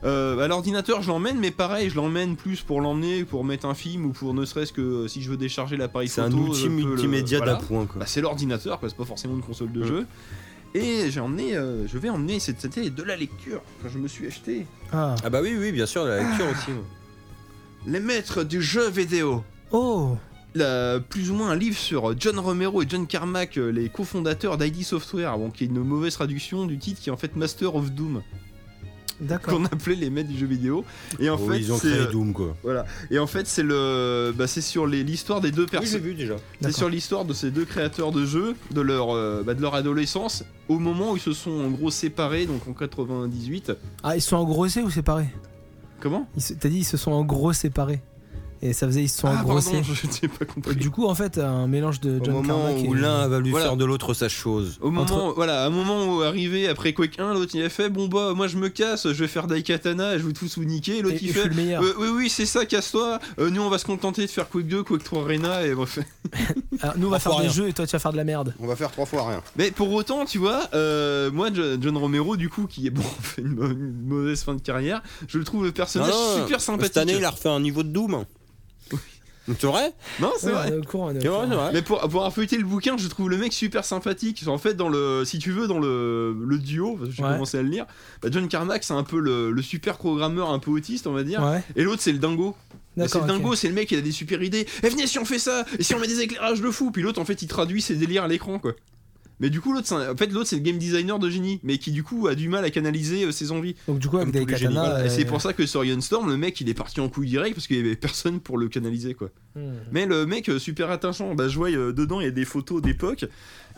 Speaker 4: Euh, à l'ordinateur, je l'emmène, mais pareil, je l'emmène plus pour l'emmener, pour mettre un film ou pour ne serait-ce que euh, si je veux décharger l'appareil
Speaker 10: C'est
Speaker 4: photo.
Speaker 10: un outil
Speaker 4: je peux euh, le-
Speaker 10: multimédia
Speaker 4: voilà.
Speaker 10: d'appoint quoi.
Speaker 4: Bah, c'est l'ordinateur, quoi, c'est pas forcément une console de
Speaker 10: Mm.
Speaker 4: jeu. Et j'ai emmené, euh, je vais emmener cette année de la lecture quand je me suis acheté
Speaker 2: Ah.
Speaker 10: Ah bah oui, oui, bien sûr, la lecture aussi. ouais.
Speaker 4: Les Maîtres du jeu vidéo.
Speaker 2: Oh
Speaker 4: La- plus ou moins un livre sur euh, John Romero et John Carmack, euh, les cofondateurs d'ID Software, bon, qui est une mauvaise traduction du titre qui est en fait Master of Doom,
Speaker 2: D'accord.
Speaker 4: qu'on appelait les maîtres du jeu vidéo. Et en
Speaker 10: Oh,
Speaker 4: fait,
Speaker 10: ils ont
Speaker 4: c'est,
Speaker 10: créé
Speaker 4: euh,
Speaker 10: Doom quoi.
Speaker 4: Et en fait, c'est le, bah, c'est sur les- l'histoire des deux personnes.
Speaker 10: vu déjà.
Speaker 4: c'est
Speaker 2: D'accord.
Speaker 4: sur l'histoire de ces deux créateurs de jeux, de leur, euh, bah, de leur adolescence, au moment où ils se sont en gros séparés, donc en 98.
Speaker 2: Ah, ils se sont engrossés ou séparés
Speaker 4: Comment
Speaker 2: Ils se- T'as dit ils se sont en gros séparés. Et ça faisait ils se sont
Speaker 4: Ah
Speaker 2: engrossés.
Speaker 4: pardon, je t'ai
Speaker 2: Et
Speaker 4: pas compris.
Speaker 2: du coup, en fait, un mélange de
Speaker 10: Au
Speaker 2: John
Speaker 10: moment
Speaker 2: Carmack
Speaker 10: où
Speaker 2: et- euh,
Speaker 10: l'un va lui
Speaker 4: Voilà.
Speaker 10: faire de l'autre sa chose.
Speaker 4: Au moment,
Speaker 2: Entre-
Speaker 4: voilà, à un moment où arrivé après Quake 1, l'autre il a fait bon bah moi je me casse, je vais faire Daikatana, je vais tous vous niquer. Et L'autre
Speaker 2: et- et
Speaker 4: il
Speaker 2: je suis
Speaker 4: fait
Speaker 2: le meilleur.
Speaker 4: euh, oui oui c'est ça, casse-toi. Euh, nous on va se contenter de faire Quake 2, Quake 3 Arena et bref.
Speaker 2: Alors, Ah, nous, on va
Speaker 10: Enfin,
Speaker 2: faire des
Speaker 10: rien.
Speaker 2: jeux et toi, tu vas faire de la merde.
Speaker 10: On va faire trois fois rien.
Speaker 4: Mais pour autant, tu vois, euh, moi, Jo- John Romero, du coup, qui est bon, fait une, mau- une mauvaise fin de carrière, je le trouve le personnage
Speaker 10: Non, non,
Speaker 4: super sympathique.
Speaker 10: Cette année, il a refait un niveau de Doom. C'est vrai
Speaker 4: Non, c'est
Speaker 2: Ouais,
Speaker 4: vrai.
Speaker 2: on est au euh, courant, on est au
Speaker 10: C'est vrai,
Speaker 2: courant.
Speaker 10: c'est vrai.
Speaker 4: Mais pour, pour avoir feuilleté le bouquin, je trouve le mec super sympathique. En fait, dans le, si tu veux, dans le, le duo, parce que j'ai
Speaker 2: Ouais.
Speaker 4: commencé à le lire, bah, John Carmack, c'est un peu le, le super programmeur un peu autiste, on va dire.
Speaker 2: Ouais,
Speaker 4: Et l'autre, c'est le dingo. Bah, C'est
Speaker 2: d'accord.
Speaker 4: le
Speaker 2: ok.
Speaker 4: dingo, c'est le mec, il a des super idées. Eh, venez, si on fait ça, et si on met des éclairages de fou. Puis l'autre, en fait, il traduit ses délires à l'écran, quoi. Mais du coup, l'autre, c'est un- en fait, l'autre, c'est le game designer de génie, mais qui du coup a du mal à canaliser euh, ses envies.
Speaker 2: Donc, du coup, avec
Speaker 10: Comme
Speaker 2: des
Speaker 10: tous les génies,
Speaker 2: katanas.
Speaker 4: Voilà, et c'est
Speaker 2: euh,
Speaker 4: pour ça que sur Ion Storm, le mec, il est parti en couille direct parce qu'il y avait personne pour le canaliser, quoi.
Speaker 2: hmm.
Speaker 4: Mais le mec, euh, super attachant, bah, je vois euh, dedans, il y a des photos d'époque.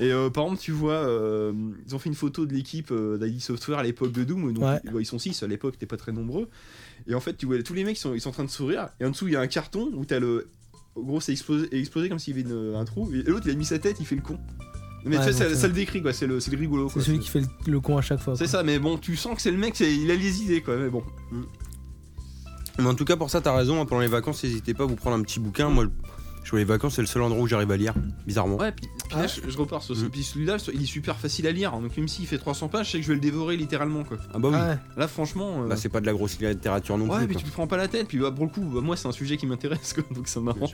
Speaker 4: Et euh, par exemple, tu vois, euh, ils ont fait une photo de l'équipe euh, d'ID Software à l'époque de Doom. Donc,
Speaker 2: Ouais.
Speaker 4: ils- ouais, ils sont 6, à l'époque, t'es pas très nombreux. Et en fait, tu vois, tous les mecs, ils sont, ils sont en train de sourire. Et en dessous, il y a un carton où t'as le. Au gros, c'est explosé, explosé comme s'il y avait une- un trou. Et l'autre, il a mis sa tête, il fait le con. Mais
Speaker 2: Ouais,
Speaker 4: tu sais, ça,
Speaker 2: donc,
Speaker 4: ça
Speaker 2: euh,
Speaker 4: le décrit, quoi. C'est le, c'est le rigolo,
Speaker 2: C'est
Speaker 4: quoi.
Speaker 2: celui qui fait le, le con à chaque fois.
Speaker 4: C'est
Speaker 2: quoi.
Speaker 4: ça, mais bon, tu sens que c'est le mec, c'est- il a les idées, quoi. Mais bon.
Speaker 10: Mais en tout cas, pour ça, t'as raison. hein, Pendant les vacances, n'hésitez pas à vous prendre un petit bouquin. Moi, je vois les vacances, c'est le seul endroit où j'arrive à lire, bizarrement.
Speaker 4: Ouais, puis,
Speaker 2: Ah
Speaker 4: puis là, je, je repars sur ce.
Speaker 10: Mm.
Speaker 4: Puis celui-là, il est super facile à lire. hein. Donc, même s'il fait 300 pages, je sais que je vais le dévorer littéralement, quoi.
Speaker 10: Ah bah oui.
Speaker 2: Ouais.
Speaker 4: Là, franchement. euh,
Speaker 10: Bah, c'est pas de la grosse littérature non
Speaker 4: ouais,
Speaker 10: plus.
Speaker 4: mais
Speaker 10: quoi.
Speaker 4: tu te prends pas la tête. Puis bah, pour le coup, bah, moi, c'est un sujet qui m'intéresse, quoi, donc ça m'arrange.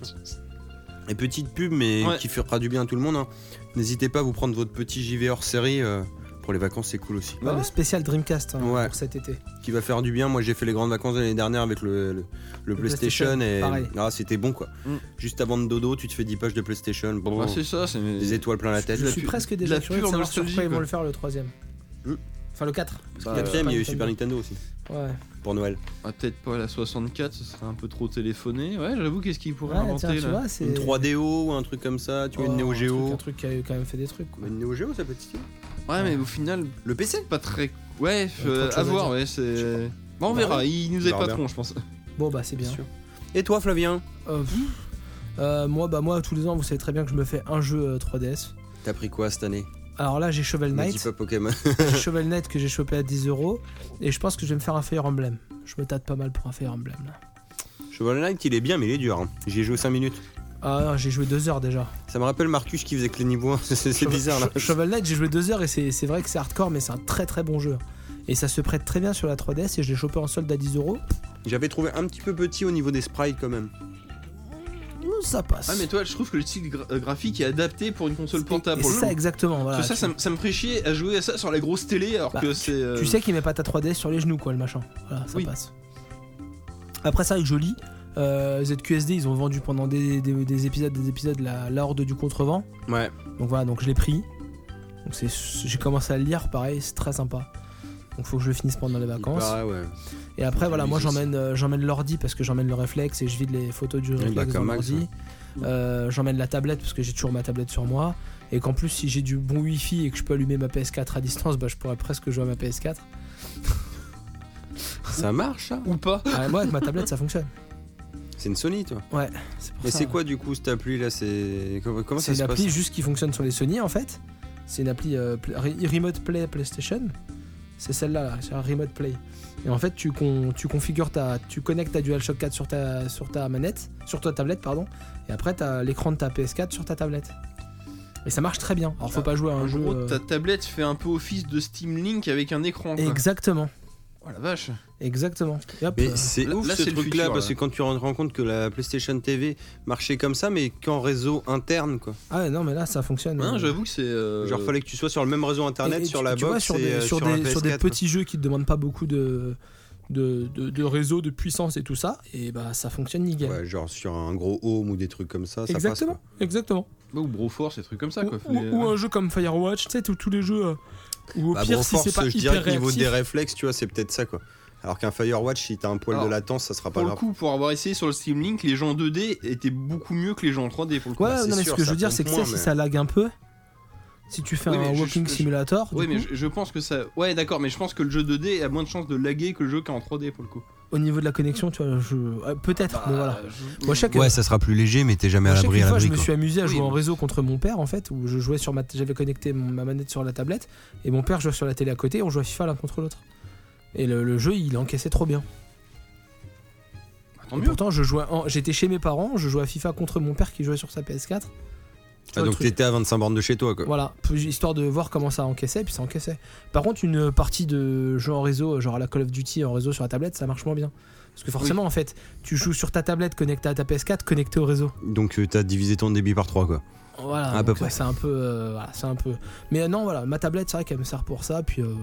Speaker 10: Et petite pub, mais
Speaker 4: Ouais.
Speaker 10: qui fera du bien à tout le monde. hein. N'hésitez pas à vous prendre votre petit JV hors série. euh, pour les vacances, c'est cool aussi.
Speaker 2: Ouais, Le spécial Dreamcast hein,
Speaker 10: Ouais.
Speaker 2: pour cet été.
Speaker 10: Qui va faire du bien. Moi, j'ai fait les grandes vacances de l'année dernière avec le, le- le PlayStation,
Speaker 2: PlayStation,
Speaker 10: et
Speaker 2: pareil.
Speaker 10: ah, c'était bon quoi.
Speaker 4: Mm.
Speaker 10: Juste avant de dodo, tu te fais 10 pages de PlayStation. Bon,
Speaker 4: Ah, c'est ça, c'est.
Speaker 10: des étoiles plein la tête.
Speaker 2: Je
Speaker 4: la
Speaker 2: suis
Speaker 4: pu-
Speaker 2: presque
Speaker 4: de
Speaker 2: déjà
Speaker 4: la
Speaker 2: curieux de
Speaker 4: pure
Speaker 2: savoir sur quoi
Speaker 4: nostalgie,
Speaker 2: ils vont
Speaker 4: quoi.
Speaker 2: le faire le troisième.
Speaker 10: Hmm.
Speaker 2: Enfin, le 4.
Speaker 4: Bah,
Speaker 10: Quatrième,
Speaker 2: euh,
Speaker 10: il y a eu
Speaker 2: Nintendo.
Speaker 10: Super Nintendo aussi
Speaker 2: Ouais.
Speaker 10: pour Noël.
Speaker 4: ah, peut-être pas la 64, ce serait un peu trop téléphoné. Ouais, j'avoue, qu'est-ce qu'il pourrait
Speaker 2: Ouais,
Speaker 4: inventer
Speaker 2: tiens, tu
Speaker 4: là
Speaker 2: vois, c'est.
Speaker 10: Une 3DO ou un truc comme ça, tu vois,
Speaker 2: Oh,
Speaker 10: une Neo
Speaker 2: un truc-
Speaker 10: Geo.
Speaker 2: Un truc qui a quand même fait des trucs. quoi.
Speaker 10: Bah, Une Neo Geo, ça peut être stylé.
Speaker 4: Ouais, mais au final,
Speaker 10: Le PC
Speaker 4: pas très.
Speaker 2: y
Speaker 4: Ouais,
Speaker 2: a trop de
Speaker 4: euh,
Speaker 2: choses
Speaker 4: à
Speaker 2: à
Speaker 4: voir,
Speaker 2: dire.
Speaker 4: ouais, c'est. Bah, on
Speaker 10: Bah,
Speaker 4: verra, il nous est
Speaker 10: Bah,
Speaker 4: pas
Speaker 10: on
Speaker 4: trop, je pense.
Speaker 2: Bon, bah, c'est bien.
Speaker 10: sûr. Et toi, Flavien
Speaker 2: Euh, pff, euh, moi, bah, moi, tous les ans, vous savez très bien que je me fais un jeu euh, 3DS.
Speaker 10: T'as pris quoi cette année
Speaker 2: Alors là, j'ai Shovel
Speaker 10: Ne dis
Speaker 2: Knight.
Speaker 10: pas Pokémon.
Speaker 2: J'ai Shovel Knight que j'ai chopé à 10 euros. Et je pense que je vais me faire un Fire Emblem. Je me tâte pas mal pour un Fire Emblem. Là.
Speaker 10: Shovel Knight, il est bien, mais il est dur. hein. J'y ai joué 5 minutes.
Speaker 2: Ah, non, j'ai joué 2 heures déjà.
Speaker 10: Ça me rappelle Marcus qui faisait que les niveaux. hein. C'est- C'est c'est
Speaker 2: Shovel-
Speaker 10: bizarre là.
Speaker 2: Sho- Shovel Knight, j'ai joué 2 heures et c'est c'est vrai que c'est hardcore, mais c'est un très très bon jeu. Et ça se prête très bien sur la 3DS et je l'ai chopé en solde à 10 euros.
Speaker 10: J'avais trouvé un petit peu petit au niveau des sprites quand même.
Speaker 2: Ça passe.
Speaker 4: Ah, mais toi, je trouve que le style gra- euh, graphique est adapté pour une console portable.
Speaker 2: Et
Speaker 4: pour
Speaker 2: c'est
Speaker 4: le
Speaker 2: ça
Speaker 4: moment.
Speaker 2: exactement. Voilà,
Speaker 4: Parce que ça,
Speaker 2: tu,
Speaker 4: ça, me- ça me ferait chier à jouer à ça sur la grosse télé alors
Speaker 2: Bah,
Speaker 4: que c'est. euh,
Speaker 2: tu sais qu'il met pas ta 3DS sur les genoux, quoi, le machin. Voilà, ça
Speaker 4: Oui.
Speaker 2: passe. Après ça, avec Jolie, euh, ZQSD, ils ont vendu pendant des, des- des épisodes, des épisodes la, la Horde du Contrevent.
Speaker 10: Ouais.
Speaker 2: Donc voilà, donc je l'ai pris. Donc c'est- j'ai commencé à le lire, pareil, c'est très sympa. Donc faut que je le finisse pendant les vacances.
Speaker 10: Ah ouais.
Speaker 2: Et après, voilà, moi
Speaker 10: Ils utilisent
Speaker 2: j'emmène euh, j'emmène l'ordi parce que j'emmène le réflexe et je vide les photos du réflexe
Speaker 10: bah,
Speaker 2: dans
Speaker 10: comme Max,
Speaker 2: l'ordi. Euh, j'emmène la tablette parce que j'ai toujours ma tablette sur moi. Et qu'en plus, si j'ai du bon wifi et que je peux allumer ma PS4 à distance, bah, je pourrais presque jouer à ma PS4.
Speaker 10: Ça marche ça
Speaker 4: Ou pas
Speaker 2: Ah, moi, avec ma tablette, ça fonctionne.
Speaker 10: C'est une Sony toi.
Speaker 2: C'est pour
Speaker 10: Mais
Speaker 2: ça.
Speaker 10: c'est quoi du coup cette appli là C'est. Comment comment
Speaker 2: C'est
Speaker 10: ça
Speaker 2: une
Speaker 10: se passe
Speaker 2: appli juste qui fonctionne sur les Sony en fait. C'est une appli euh, pla- re- Remote Play PlayStation. C'est celle-là, là, c'est un Remote Play. Et en fait, tu, con- tu configures ta, tu connectes ta DualShock 4 sur ta, sur ta manette, sur ta tablette, pardon. Et après, t'as l'écran de ta PS4 sur ta tablette. Et ça marche très bien. Alors,
Speaker 10: Ah,
Speaker 2: faut pas jouer à un
Speaker 4: En
Speaker 2: jeu.
Speaker 4: gros,
Speaker 2: euh,
Speaker 4: ta tablette fait un peu office de Steam Link avec un écran. Quoi.
Speaker 2: Exactement,
Speaker 4: Oh la vache.
Speaker 2: exactement. Et hop, euh,
Speaker 10: Mais c'est
Speaker 4: Là-
Speaker 10: ouf
Speaker 4: là,
Speaker 10: ce
Speaker 4: c'est le
Speaker 10: truc là
Speaker 4: futur,
Speaker 10: parce
Speaker 4: là.
Speaker 10: que quand tu te rends compte que la PlayStation TV marchait comme ça mais qu'en réseau interne quoi.
Speaker 2: Ah ouais, non, mais là, ça fonctionne.
Speaker 4: Hein,
Speaker 2: euh,
Speaker 4: j'avoue que c'est. euh,
Speaker 10: Genre fallait que tu sois sur le même réseau internet
Speaker 2: Et- et
Speaker 10: sur
Speaker 2: tu-
Speaker 10: la
Speaker 2: tu
Speaker 10: box
Speaker 2: vois, sur
Speaker 10: et,
Speaker 2: des,
Speaker 10: euh,
Speaker 2: sur
Speaker 10: la
Speaker 2: des, sur des
Speaker 10: PS4, quoi.
Speaker 2: petits jeux qui te demandent pas beaucoup de, de, de- de réseau, de puissance et tout ça, et bah ça fonctionne nickel.
Speaker 10: Ouais, genre sur un gros home ou des trucs comme ça,
Speaker 2: exactement,
Speaker 10: ça
Speaker 2: exactement.
Speaker 4: Ou Broforce, des trucs comme ça
Speaker 2: ou,
Speaker 4: quoi.
Speaker 2: ou-
Speaker 4: Fallait-
Speaker 2: ou un jeu comme Firewatch, tu sais, tous tous les jeux. euh, Ou au
Speaker 10: passe quoi. Bah,
Speaker 2: pire,
Speaker 10: bon,
Speaker 2: si
Speaker 10: force,
Speaker 2: c'est pas
Speaker 10: je dirais
Speaker 2: hyper
Speaker 10: que niveau
Speaker 2: réactif.
Speaker 10: des réflexes, tu vois, c'est peut-être ça quoi. Alors qu'un Firewatch, si t'as un poil
Speaker 4: Alors,
Speaker 10: de latence, ça sera pas
Speaker 4: Pour le
Speaker 10: grave.
Speaker 4: coup, pour avoir essayé sur le Steam Link, les gens en 2D étaient beaucoup mieux que les gens en 3D pour le coup.
Speaker 2: Ouais,
Speaker 10: bah, c'est
Speaker 2: non, mais
Speaker 10: sûr,
Speaker 2: ce que je
Speaker 10: ça
Speaker 2: veux dire, c'est que
Speaker 10: pompe
Speaker 2: tu sais,
Speaker 10: moins,
Speaker 2: si
Speaker 10: mais-
Speaker 2: ça lag un peu, si tu fais
Speaker 4: Oui, mais
Speaker 2: un
Speaker 4: je-
Speaker 2: walking
Speaker 4: je- je-
Speaker 2: simulator,
Speaker 4: Oui,
Speaker 2: du
Speaker 4: mais
Speaker 2: coup,
Speaker 4: je, je pense que ça. Ouais, d'accord, mais je pense que le jeu 2D a moins de chances de laguer que le jeu qui est en 3D pour le coup.
Speaker 2: au niveau de la connexion, tu vois, je... euh, peut-être,
Speaker 10: Bah,
Speaker 2: mais voilà.
Speaker 10: euh,
Speaker 2: Moi, chaque,
Speaker 10: ça sera plus léger, mais t'es jamais
Speaker 2: Moi, chaque fois, je me suis amusé à
Speaker 4: Oui,
Speaker 2: jouer en
Speaker 4: mais-
Speaker 2: réseau contre mon père en fait, où je jouais sur ma, j'avais connecté mon- ma manette sur la tablette et mon père jouait sur la télé à côté. On jouait à FIFA l'un contre l'autre. Et le, le jeu, il encaissait trop bien.
Speaker 4: Tant
Speaker 2: Et
Speaker 4: mieux.
Speaker 2: pourtant, je jouais, en- j'étais chez mes parents, je jouais à FIFA contre mon père qui jouait sur sa PS4. vois
Speaker 10: Ah,
Speaker 2: le
Speaker 10: donc
Speaker 2: truc.
Speaker 10: t'étais à 25 bornes de chez toi, quoi.
Speaker 2: Voilà, puis histoire de voir comment ça encaissait, puis ça encaissait. Par contre, une partie de jeu en réseau, genre à la Call of Duty en réseau sur la tablette, ça marche moins bien. Parce que forcément, en fait, tu joues sur ta tablette connectée à ta PS4, connectée au réseau.
Speaker 10: Donc euh, t'as divisé ton débit par 3, quoi.
Speaker 2: Voilà,
Speaker 10: À peu
Speaker 2: donc,
Speaker 10: près.
Speaker 2: euh, c'est un peu. euh, voilà, c'est un peu. Mais euh, non, voilà, ma tablette, c'est vrai qu'elle me sert pour ça. Puis euh,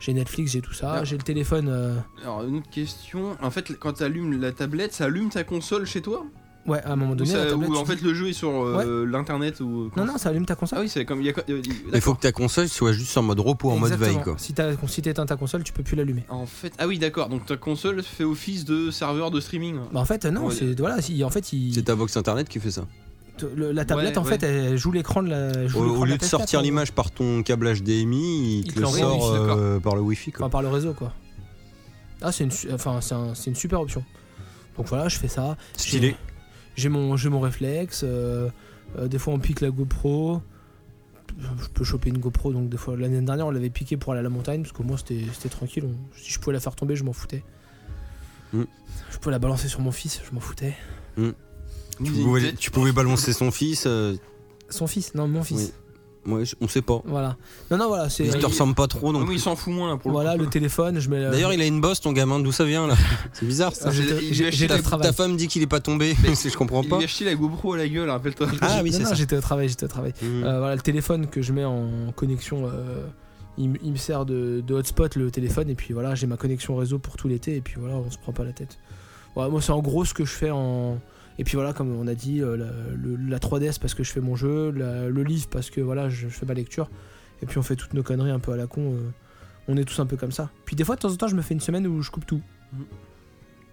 Speaker 2: j'ai Netflix, j'ai tout ça,
Speaker 4: Ah.
Speaker 2: j'ai le téléphone. euh,
Speaker 4: Alors, une autre question. En fait, quand t'allumes la tablette, ça allume ta console chez toi
Speaker 2: Ouais, à un moment
Speaker 4: Ou,
Speaker 2: donné,
Speaker 4: ça-
Speaker 2: la tablette.
Speaker 4: ou
Speaker 2: tu
Speaker 4: en fait,
Speaker 2: dis-
Speaker 4: le jeu est sur euh, l'internet ou.
Speaker 2: Non, non, ça allume ta console.
Speaker 4: Ah oui, c'est comme. il Y a... il y a-
Speaker 10: Il faut que ta console soit juste en mode repos, en mode veille,
Speaker 2: Exactement.
Speaker 10: quoi.
Speaker 2: Si t'as- si t'éteins ta console, tu peux plus l'allumer.
Speaker 4: En fait, ah oui, d'accord. Donc ta console fait office de serveur de streaming.
Speaker 2: Bah en fait, non,
Speaker 4: Ouais.
Speaker 2: c'est. Voilà, si- en fait, il.
Speaker 10: C'est ta box internet qui fait ça.
Speaker 2: Te- le- la tablette
Speaker 4: Ouais,
Speaker 2: en fait elle joue l'écran de la
Speaker 10: Au,
Speaker 2: joue l'écran
Speaker 10: au
Speaker 2: la
Speaker 10: lieu de
Speaker 2: PS4,
Speaker 10: sortir
Speaker 2: quoi.
Speaker 10: l'image par ton câble HDMI, il,
Speaker 2: Il
Speaker 10: te
Speaker 2: te
Speaker 10: le
Speaker 2: l'envoie,
Speaker 10: sort
Speaker 4: oui,
Speaker 10: euh, par le Wi-Fi, quoi.
Speaker 2: enfin par le réseau quoi ah c'est une su- enfin c'est un- c'est une super option donc voilà je fais ça
Speaker 10: Stylé.
Speaker 2: j'ai mon j'ai mon réflexe euh, euh, des fois on pique la GoPro je peux choper une GoPro donc des fois l'année dernière on l'avait piqué pour aller à la montagne parce qu'au moins c'était c'était tranquille on- si je pouvais la faire tomber je m'en foutais
Speaker 10: Mm.
Speaker 2: je pouvais la balancer sur mon fils je m'en foutais
Speaker 10: Tu
Speaker 4: Vous avez une
Speaker 10: pouvais,
Speaker 4: tête
Speaker 10: tu pouvais balancer son fils. euh,
Speaker 2: son fils non mon fils
Speaker 10: Oui. ouais, je- on sait pas.
Speaker 2: voilà non non voilà c'est
Speaker 10: Il te
Speaker 4: Oui.
Speaker 10: ressemble pas trop,
Speaker 4: Non,
Speaker 10: donc.
Speaker 4: mais il s'en fout moins là, pour
Speaker 2: voilà
Speaker 4: le
Speaker 2: le
Speaker 4: coup.
Speaker 2: téléphone je mets la-
Speaker 10: D'ailleurs, il a une bosse, ton gamin. D'où ça vient là C'est bizarre ça.
Speaker 2: Ah, j'ai-
Speaker 4: j'ai-
Speaker 2: j'ai-
Speaker 4: j'ai acheté
Speaker 2: j'étais au
Speaker 4: la-
Speaker 2: travail.
Speaker 10: Ta femme dit qu'il est pas tombé. je comprends
Speaker 4: Il
Speaker 10: pas.
Speaker 4: lui a acheté la GoPro à la gueule, hein, rappelle-toi.
Speaker 10: Ah oui,
Speaker 2: Non,
Speaker 10: c'est
Speaker 2: non,
Speaker 10: ça.
Speaker 2: j'étais au travail, j'étais au travail.
Speaker 10: Mhm.
Speaker 4: Mm.
Speaker 2: Euh, voilà, le téléphone que je mets en connexion, euh, il, me- il me sert de, de hotspot le téléphone, et puis voilà, j'ai ma connexion réseau pour tout l'été, et puis voilà, on se prend pas la tête. Voilà, moi, c'est en gros ce que je fais en. Et puis voilà, comme on a dit, euh, la, le- la 3DS parce que je fais mon jeu, la- le livre parce que voilà, je, je fais ma lecture, et puis on fait toutes nos conneries un peu à la con. euh, on est tous un peu comme ça. Puis des fois, de temps en temps, je me fais une semaine où je coupe tout.
Speaker 4: Mhm.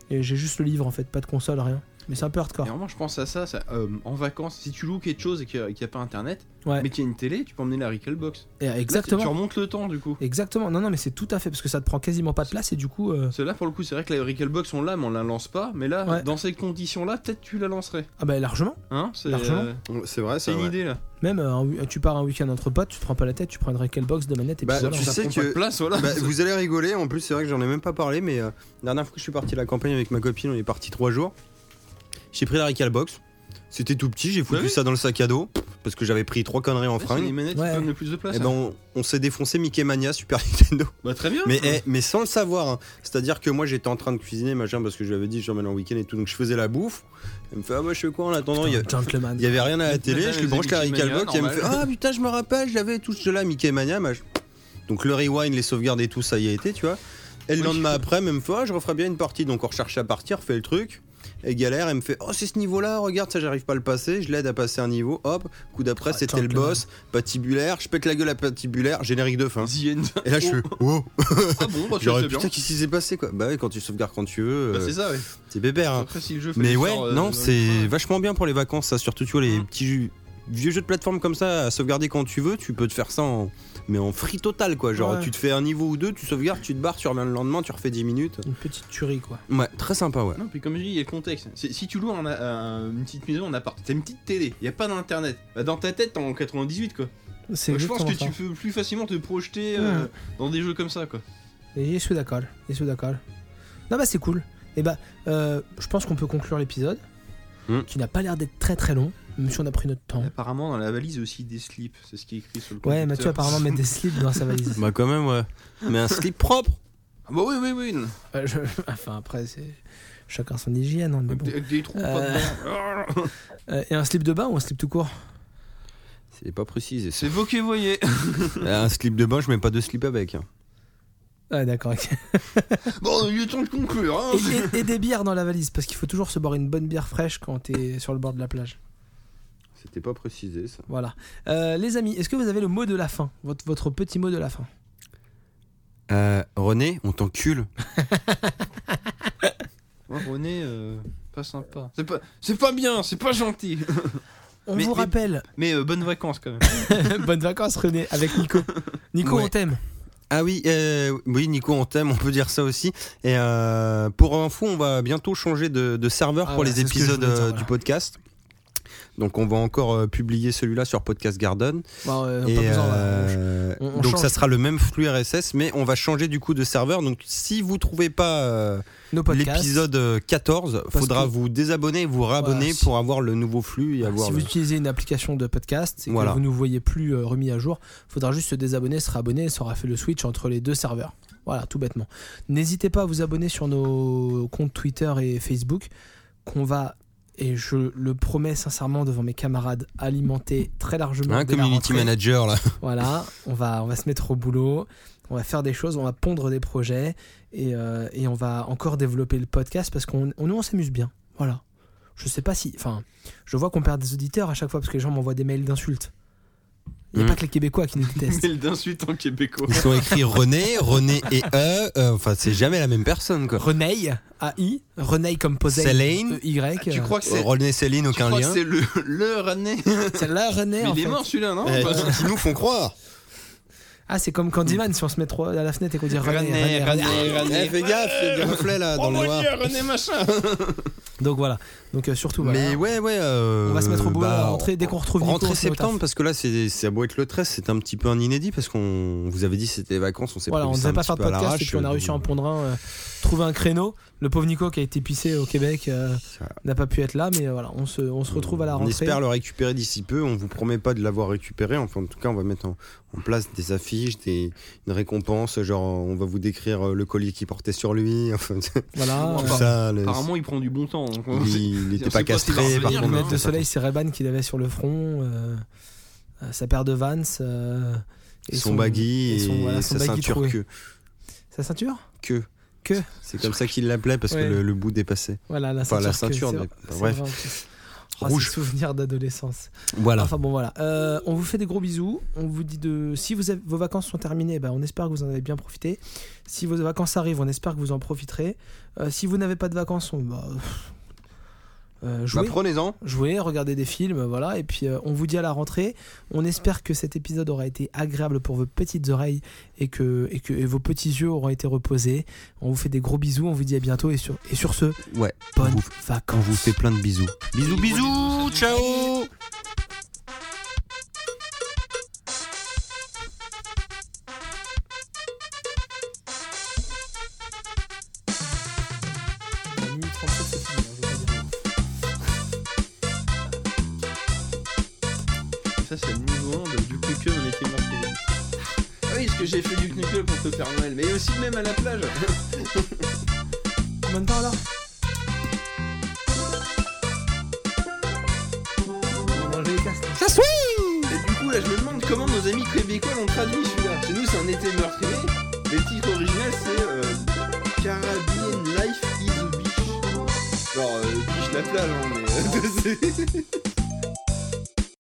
Speaker 2: Et j'ai juste le livre en fait, pas de console, rien. Mais c'est un peu hardcore.
Speaker 4: Et vraiment, je pense à ça, ça, euh, en vacances, si tu loues quelque chose et qu'il n'y a, qu'il y a pas internet,
Speaker 2: Ouais.
Speaker 4: mais qu'il y a une télé, tu peux emmener la Recalbox.
Speaker 2: Et, exactement.
Speaker 4: tu remontes le temps du coup.
Speaker 2: Exactement, non, non, mais c'est tout à fait parce que ça te prend quasiment pas de place et du coup, euh,
Speaker 4: Cela pour le coup, c'est vrai que la Recalbox on l'a, mais on la lance pas. Mais là,
Speaker 2: Ouais.
Speaker 4: dans ces conditions-là, peut-être tu la lancerais.
Speaker 2: ah bah largement.
Speaker 4: Hein C'est
Speaker 2: Largement.
Speaker 4: euh,
Speaker 10: C'est vrai,
Speaker 4: c'est une idée là.
Speaker 2: Même euh, un wi- tu pars un week-end entre potes, tu te prends pas la tête, tu prends une Recalbox de manette et
Speaker 10: Bah,
Speaker 2: puis voilà.
Speaker 10: tu
Speaker 4: Ça
Speaker 10: sais
Speaker 4: prend pas
Speaker 10: que-
Speaker 4: de place, voilà.
Speaker 10: Bah, vous allez rigoler, en plus c'est vrai que j'en ai même pas parlé, mais euh, la dernière fois que je suis parti à la campagne avec ma copine, on est parti trois jours. J'ai pris la Recalbox, c'était tout petit, j'ai foutu
Speaker 4: Bah oui.
Speaker 10: ça dans le sac à dos, parce que j'avais pris trois conneries en
Speaker 4: Ouais, c'est les
Speaker 10: fringue.
Speaker 4: manettes qui
Speaker 2: Ouais.
Speaker 4: prennent le plus de place.
Speaker 10: Et ben
Speaker 4: hein.
Speaker 10: on, on s'est défoncé Mickey Mania Super Nintendo.
Speaker 4: Bah, très bien.
Speaker 10: Mais, eh, mais sans le savoir, hein. c'est-à-dire que moi j'étais en train de cuisiner machin parce que je lui avais dit j'emmène en week-end et tout, donc je faisais la bouffe. Elle me fait ah bah je fais quoi en attendant il y a-
Speaker 2: Putain, Gentleman.
Speaker 10: il y avait rien à la télé, je lui branche la
Speaker 4: Mickey Mania,
Speaker 10: Recalbox et elle me fait
Speaker 4: normal.
Speaker 10: Ah putain, je me rappelle, j'avais tout cela, Mickey Mania. mach- Donc le rewind, les sauvegardes et tout, ça y a été, tu vois. Et le
Speaker 4: Oui.
Speaker 10: lendemain après, même fois, je referais bien une partie. Donc on recherche à partir, fait le truc. Et galère, elle me fait Oh, c'est ce niveau-là, regarde, ça j'arrive pas à le passer. Je l'aide à passer un niveau, hop, coup d'après,
Speaker 2: Ah,
Speaker 10: c'était le
Speaker 2: gentleman.
Speaker 10: boss, patibulaire, je pète la gueule à patibulaire, générique de fin.
Speaker 4: The end.
Speaker 10: Et là, je fais Oh,
Speaker 4: Ah bon, bah, tu
Speaker 10: J'aurais-
Speaker 4: sais bien.
Speaker 10: putain, qu'est-ce qui s'est passé quoi Bah ouais, quand tu sauvegardes quand tu veux,
Speaker 4: Bah,
Speaker 10: euh,
Speaker 4: c'est ça, ouais.
Speaker 10: c'est bébert. hein.
Speaker 4: Après, si le jeu fait
Speaker 10: Mais
Speaker 4: du
Speaker 10: ouais,
Speaker 4: sort, euh, dans
Speaker 10: non,
Speaker 4: le
Speaker 10: c'est
Speaker 4: coin,
Speaker 10: vachement bien pour les vacances, ça. Surtout, tu vois, les
Speaker 4: Mm.
Speaker 10: petits jeux- vieux jeux de plateforme comme ça à sauvegarder quand tu veux, tu peux te faire ça en. Mais en free total, quoi. Genre,
Speaker 2: Ouais.
Speaker 10: tu te fais un niveau ou deux, tu sauvegardes, tu te barres, tu reviens le lendemain, tu refais 10 minutes.
Speaker 2: Une petite tuerie quoi.
Speaker 10: Ouais, très sympa, ouais.
Speaker 4: Ah Non, puis comme je dis, il y a le contexte. C'est- Si tu loues un- un- une petite maison en appart, t'as une petite télé, il y a pas d'internet. Bah, dans ta tête, t'es en 98 quoi.
Speaker 2: C'est
Speaker 4: Donc, je pense
Speaker 2: exactement
Speaker 4: que
Speaker 2: ça.
Speaker 4: tu peux plus facilement te projeter euh,
Speaker 2: Ouais.
Speaker 4: dans des jeux comme ça quoi.
Speaker 2: Et je suis d'accord, je suis d'accord. Non bah c'est cool. Et bah euh, je pense qu'on peut conclure l'épisode
Speaker 10: Hmm.
Speaker 2: qui n'a pas l'air d'être très très long, même si on a pris notre temps.
Speaker 4: Apparemment, dans la valise aussi des slips, c'est ce qui est écrit sur le
Speaker 2: Ouais, Mathieu apparemment met des slips dans sa valise.
Speaker 10: Bah, quand même, ouais. Mais un slip propre
Speaker 4: Ah bah oui, oui, oui. non.
Speaker 2: Euh, je- Enfin après c'est chacun son hygiène. hein, mais
Speaker 4: Avec
Speaker 2: bon.
Speaker 4: des- avec des trous, pas dedans. Ah,
Speaker 2: Euh, et un slip de bain ou un slip tout court
Speaker 10: C'est pas précisé. Euh,
Speaker 4: C'est vous qui voyez.
Speaker 10: un slip de bain, je mets pas de slip avec. hein.
Speaker 2: Ah d'accord. ok.
Speaker 4: Bon, il est temps de conclure. hein.
Speaker 2: Et, et- et des bières dans la valise, parce qu'il faut toujours se boire une bonne bière fraîche quand t'es sur le bord de la plage.
Speaker 10: C'était pas précisé, ça.
Speaker 2: Voilà. Euh, les amis, est-ce que vous avez le mot de la fin votre, votre petit mot de la fin
Speaker 10: Euh, René, on t'encule.
Speaker 4: Ouais, René, euh, pas sympa. C'est pas, c'est pas bien, c'est pas gentil.
Speaker 2: On
Speaker 4: Mais-
Speaker 2: vous
Speaker 4: mais-
Speaker 2: rappelle,
Speaker 4: Mais euh, bonnes vacances quand même.
Speaker 2: bonnes vacances René, avec Nico. Nico,
Speaker 10: Ouais.
Speaker 2: on t'aime.
Speaker 10: Ah oui, euh, oui, Nico, on t'aime, on peut dire ça aussi. Et euh, pour info, on va bientôt changer de, de serveur
Speaker 2: Ah
Speaker 10: pour
Speaker 2: ouais,
Speaker 10: les
Speaker 2: c'est ce que je
Speaker 10: épisodes
Speaker 2: voulais dire,
Speaker 10: euh,
Speaker 2: voilà.
Speaker 10: du podcast. Donc on va encore euh, publier celui-là sur Podcast Garden.
Speaker 2: Bon, euh,
Speaker 10: Et,
Speaker 2: pas besoin, voilà, on-
Speaker 10: euh,
Speaker 2: on- on
Speaker 10: donc
Speaker 2: change.
Speaker 10: ça sera le même flux RSS, mais on va changer du coup de serveur. Donc si vous trouvez pas euh,
Speaker 2: nos podcasts.
Speaker 10: l'épisode euh, 14,
Speaker 2: Parce
Speaker 10: faudra
Speaker 2: que-
Speaker 10: vous désabonner et vous rabonner
Speaker 2: Voilà, si-
Speaker 10: pour avoir le nouveau flux et avoir.
Speaker 2: Si
Speaker 10: le-
Speaker 2: vous utilisez une application de podcast et
Speaker 10: Voilà.
Speaker 2: que vous ne voyez plus euh, remis à jour, faudra juste se désabonner, se réabonner, ça aura fait le switch entre les deux serveurs. Voilà, tout bêtement. N'hésitez pas à vous abonner sur nos comptes Twitter et Facebook, qu'on va, et je le promets sincèrement devant mes camarades, alimenter très largement.
Speaker 10: Hein,
Speaker 2: dès la
Speaker 10: community
Speaker 2: rentrée.
Speaker 10: manager là.
Speaker 2: Voilà, on va, on va se mettre au boulot, on va faire des choses, on va pondre des projets et, euh, et on va encore développer le podcast parce qu'on on, nous, on s'amuse bien. Voilà. Je sais pas si. Enfin, je vois qu'on perd des auditeurs à chaque fois parce que les gens m'envoient des mails d'insultes. Il n'y a
Speaker 10: Mhm.
Speaker 2: pas que les Québécois qui nous détestent.
Speaker 4: Mail d'insulte en québécois.
Speaker 10: Ils sont écrits René, René et E. euh, Enfin, c'est jamais la même personne quoi.
Speaker 2: Renei, A-I, Renei comme posé.
Speaker 10: Céline.
Speaker 2: Y.
Speaker 4: Tu crois que c'est
Speaker 10: René, Euh, Céline,
Speaker 4: tu
Speaker 10: aucun
Speaker 4: crois que
Speaker 10: lien.
Speaker 4: c'est le leur année
Speaker 2: C'est la René
Speaker 4: Mais
Speaker 2: en
Speaker 4: il est
Speaker 2: fait.
Speaker 4: mort celui-là, non
Speaker 10: Eh, Ils nous font croire.
Speaker 2: Ah, c'est comme Candyman si on se met trop à la fenêtre et qu'on dit René. René, René.
Speaker 10: Eh, fais gaffe, il y a des reflets là dans
Speaker 4: Oh
Speaker 10: le
Speaker 4: mon
Speaker 10: noir.
Speaker 4: dieu, René machin
Speaker 2: Donc voilà. Donc euh, surtout, voilà.
Speaker 10: Mais ouais, ouais. euh,
Speaker 2: on va se mettre au boulot à
Speaker 10: bah,
Speaker 2: la rentrée dès qu'on retrouve Nico,
Speaker 10: Rentrée
Speaker 2: on se met au taf.
Speaker 10: septembre, parce que là, c'est ça a beau être le 13, c'est un petit peu un inédit, parce qu'on vous avait dit c'était les vacances, on s'est
Speaker 2: Voilà, on
Speaker 10: prévu
Speaker 2: ne
Speaker 10: ça
Speaker 2: devait pas
Speaker 10: un petit
Speaker 2: faire de
Speaker 10: peu
Speaker 2: podcast
Speaker 10: à
Speaker 2: et
Speaker 10: l'arrache,
Speaker 2: puis on a
Speaker 10: euh,
Speaker 2: réussi à en prendre un, euh, trouver un créneau. Le pauvre Nico qui a été pissé au Québec euh,
Speaker 10: Ça.
Speaker 2: n'a pas pu être là, mais euh, voilà, on se, on se retrouve à la
Speaker 10: On
Speaker 2: rentrée.
Speaker 10: espère le récupérer d'ici peu. On vous promet pas de l'avoir récupéré. Enfin, en tout cas, on va mettre en, en place des affiches, des, une récompense. Genre, on va vous décrire euh, le collier qu'il portait sur lui. Enfin, tout
Speaker 2: Voilà, euh,
Speaker 4: Enfin,
Speaker 10: ça. le-
Speaker 4: Apparemment, il prend du bon temps. hein, donc on-
Speaker 10: il
Speaker 4: on
Speaker 10: n'était
Speaker 4: sait
Speaker 10: pas hein.
Speaker 4: pas s'il va
Speaker 10: castré.
Speaker 4: revenir,
Speaker 10: Par
Speaker 4: mais-
Speaker 2: le
Speaker 10: contre,
Speaker 2: lunettes de
Speaker 10: ça-
Speaker 2: soleil, ses Reban qu'il avait sur le front, euh, euh, sa paire de Vans, euh, et
Speaker 10: son baggy
Speaker 2: et
Speaker 10: et,
Speaker 2: son- voilà, son baggy
Speaker 10: sa ceinture
Speaker 2: troué.
Speaker 10: que.
Speaker 2: sa ceinture.
Speaker 10: que.
Speaker 2: Que.
Speaker 10: C'est comme ça qu'il l'appelait parce
Speaker 2: Ouais.
Speaker 10: que le, le bout dépassait.
Speaker 2: Voilà, la
Speaker 10: Enfin,
Speaker 2: ceinture.
Speaker 10: la
Speaker 2: que-
Speaker 10: ceinture,
Speaker 2: c'est-
Speaker 10: mais-
Speaker 2: c'est
Speaker 10: bref.
Speaker 2: vrai, en plus. Oh,
Speaker 10: Rouge.
Speaker 2: ces souvenirs d'adolescence.
Speaker 10: Voilà.
Speaker 2: Enfin bon voilà, Euh, on vous fait des gros bisous. On vous dit de si vous avez- vos vacances sont terminées, bah, on espère que vous en avez bien profité. Si vos vacances arrivent, on espère que vous en profiterez. Euh, si vous n'avez pas de vacances, on bah, pff, euh,
Speaker 10: Bah,
Speaker 2: jouez,
Speaker 10: Prenez-en.
Speaker 2: jouez, regardez des films, voilà. Et puis euh, on vous dit à la rentrée. On espère que cet épisode aura été agréable pour vos petites oreilles et que et que et vos petits yeux auront été reposés. On vous fait des gros bisous. On vous dit à bientôt et sur et sur ce,
Speaker 10: Ouais.
Speaker 2: bonnes
Speaker 10: Vous- On
Speaker 2: vacances.
Speaker 10: vous fait plein de bisous. Bisous, bisous. Ciao.
Speaker 2: Minuit 37, c'est fini, hein, je vais pas dire.
Speaker 4: Ça, c'est le mouvement de Duke Nukem, on était mortel. Ah oui, ce que j'ai fait Duke Nukem pour te faire Noël, mais aussi même à la plage.
Speaker 2: Combien de temps là
Speaker 4: Ça swing Et du coup, là, je me demande comment nos amis québécois l'ont traduit celui-là. Chez nous, c'est un été meurtrier. Le titre original, c'est euh, Caribbean Life is a Beach. Genre, euh, beach la plage, hein, mais. euh, c'est-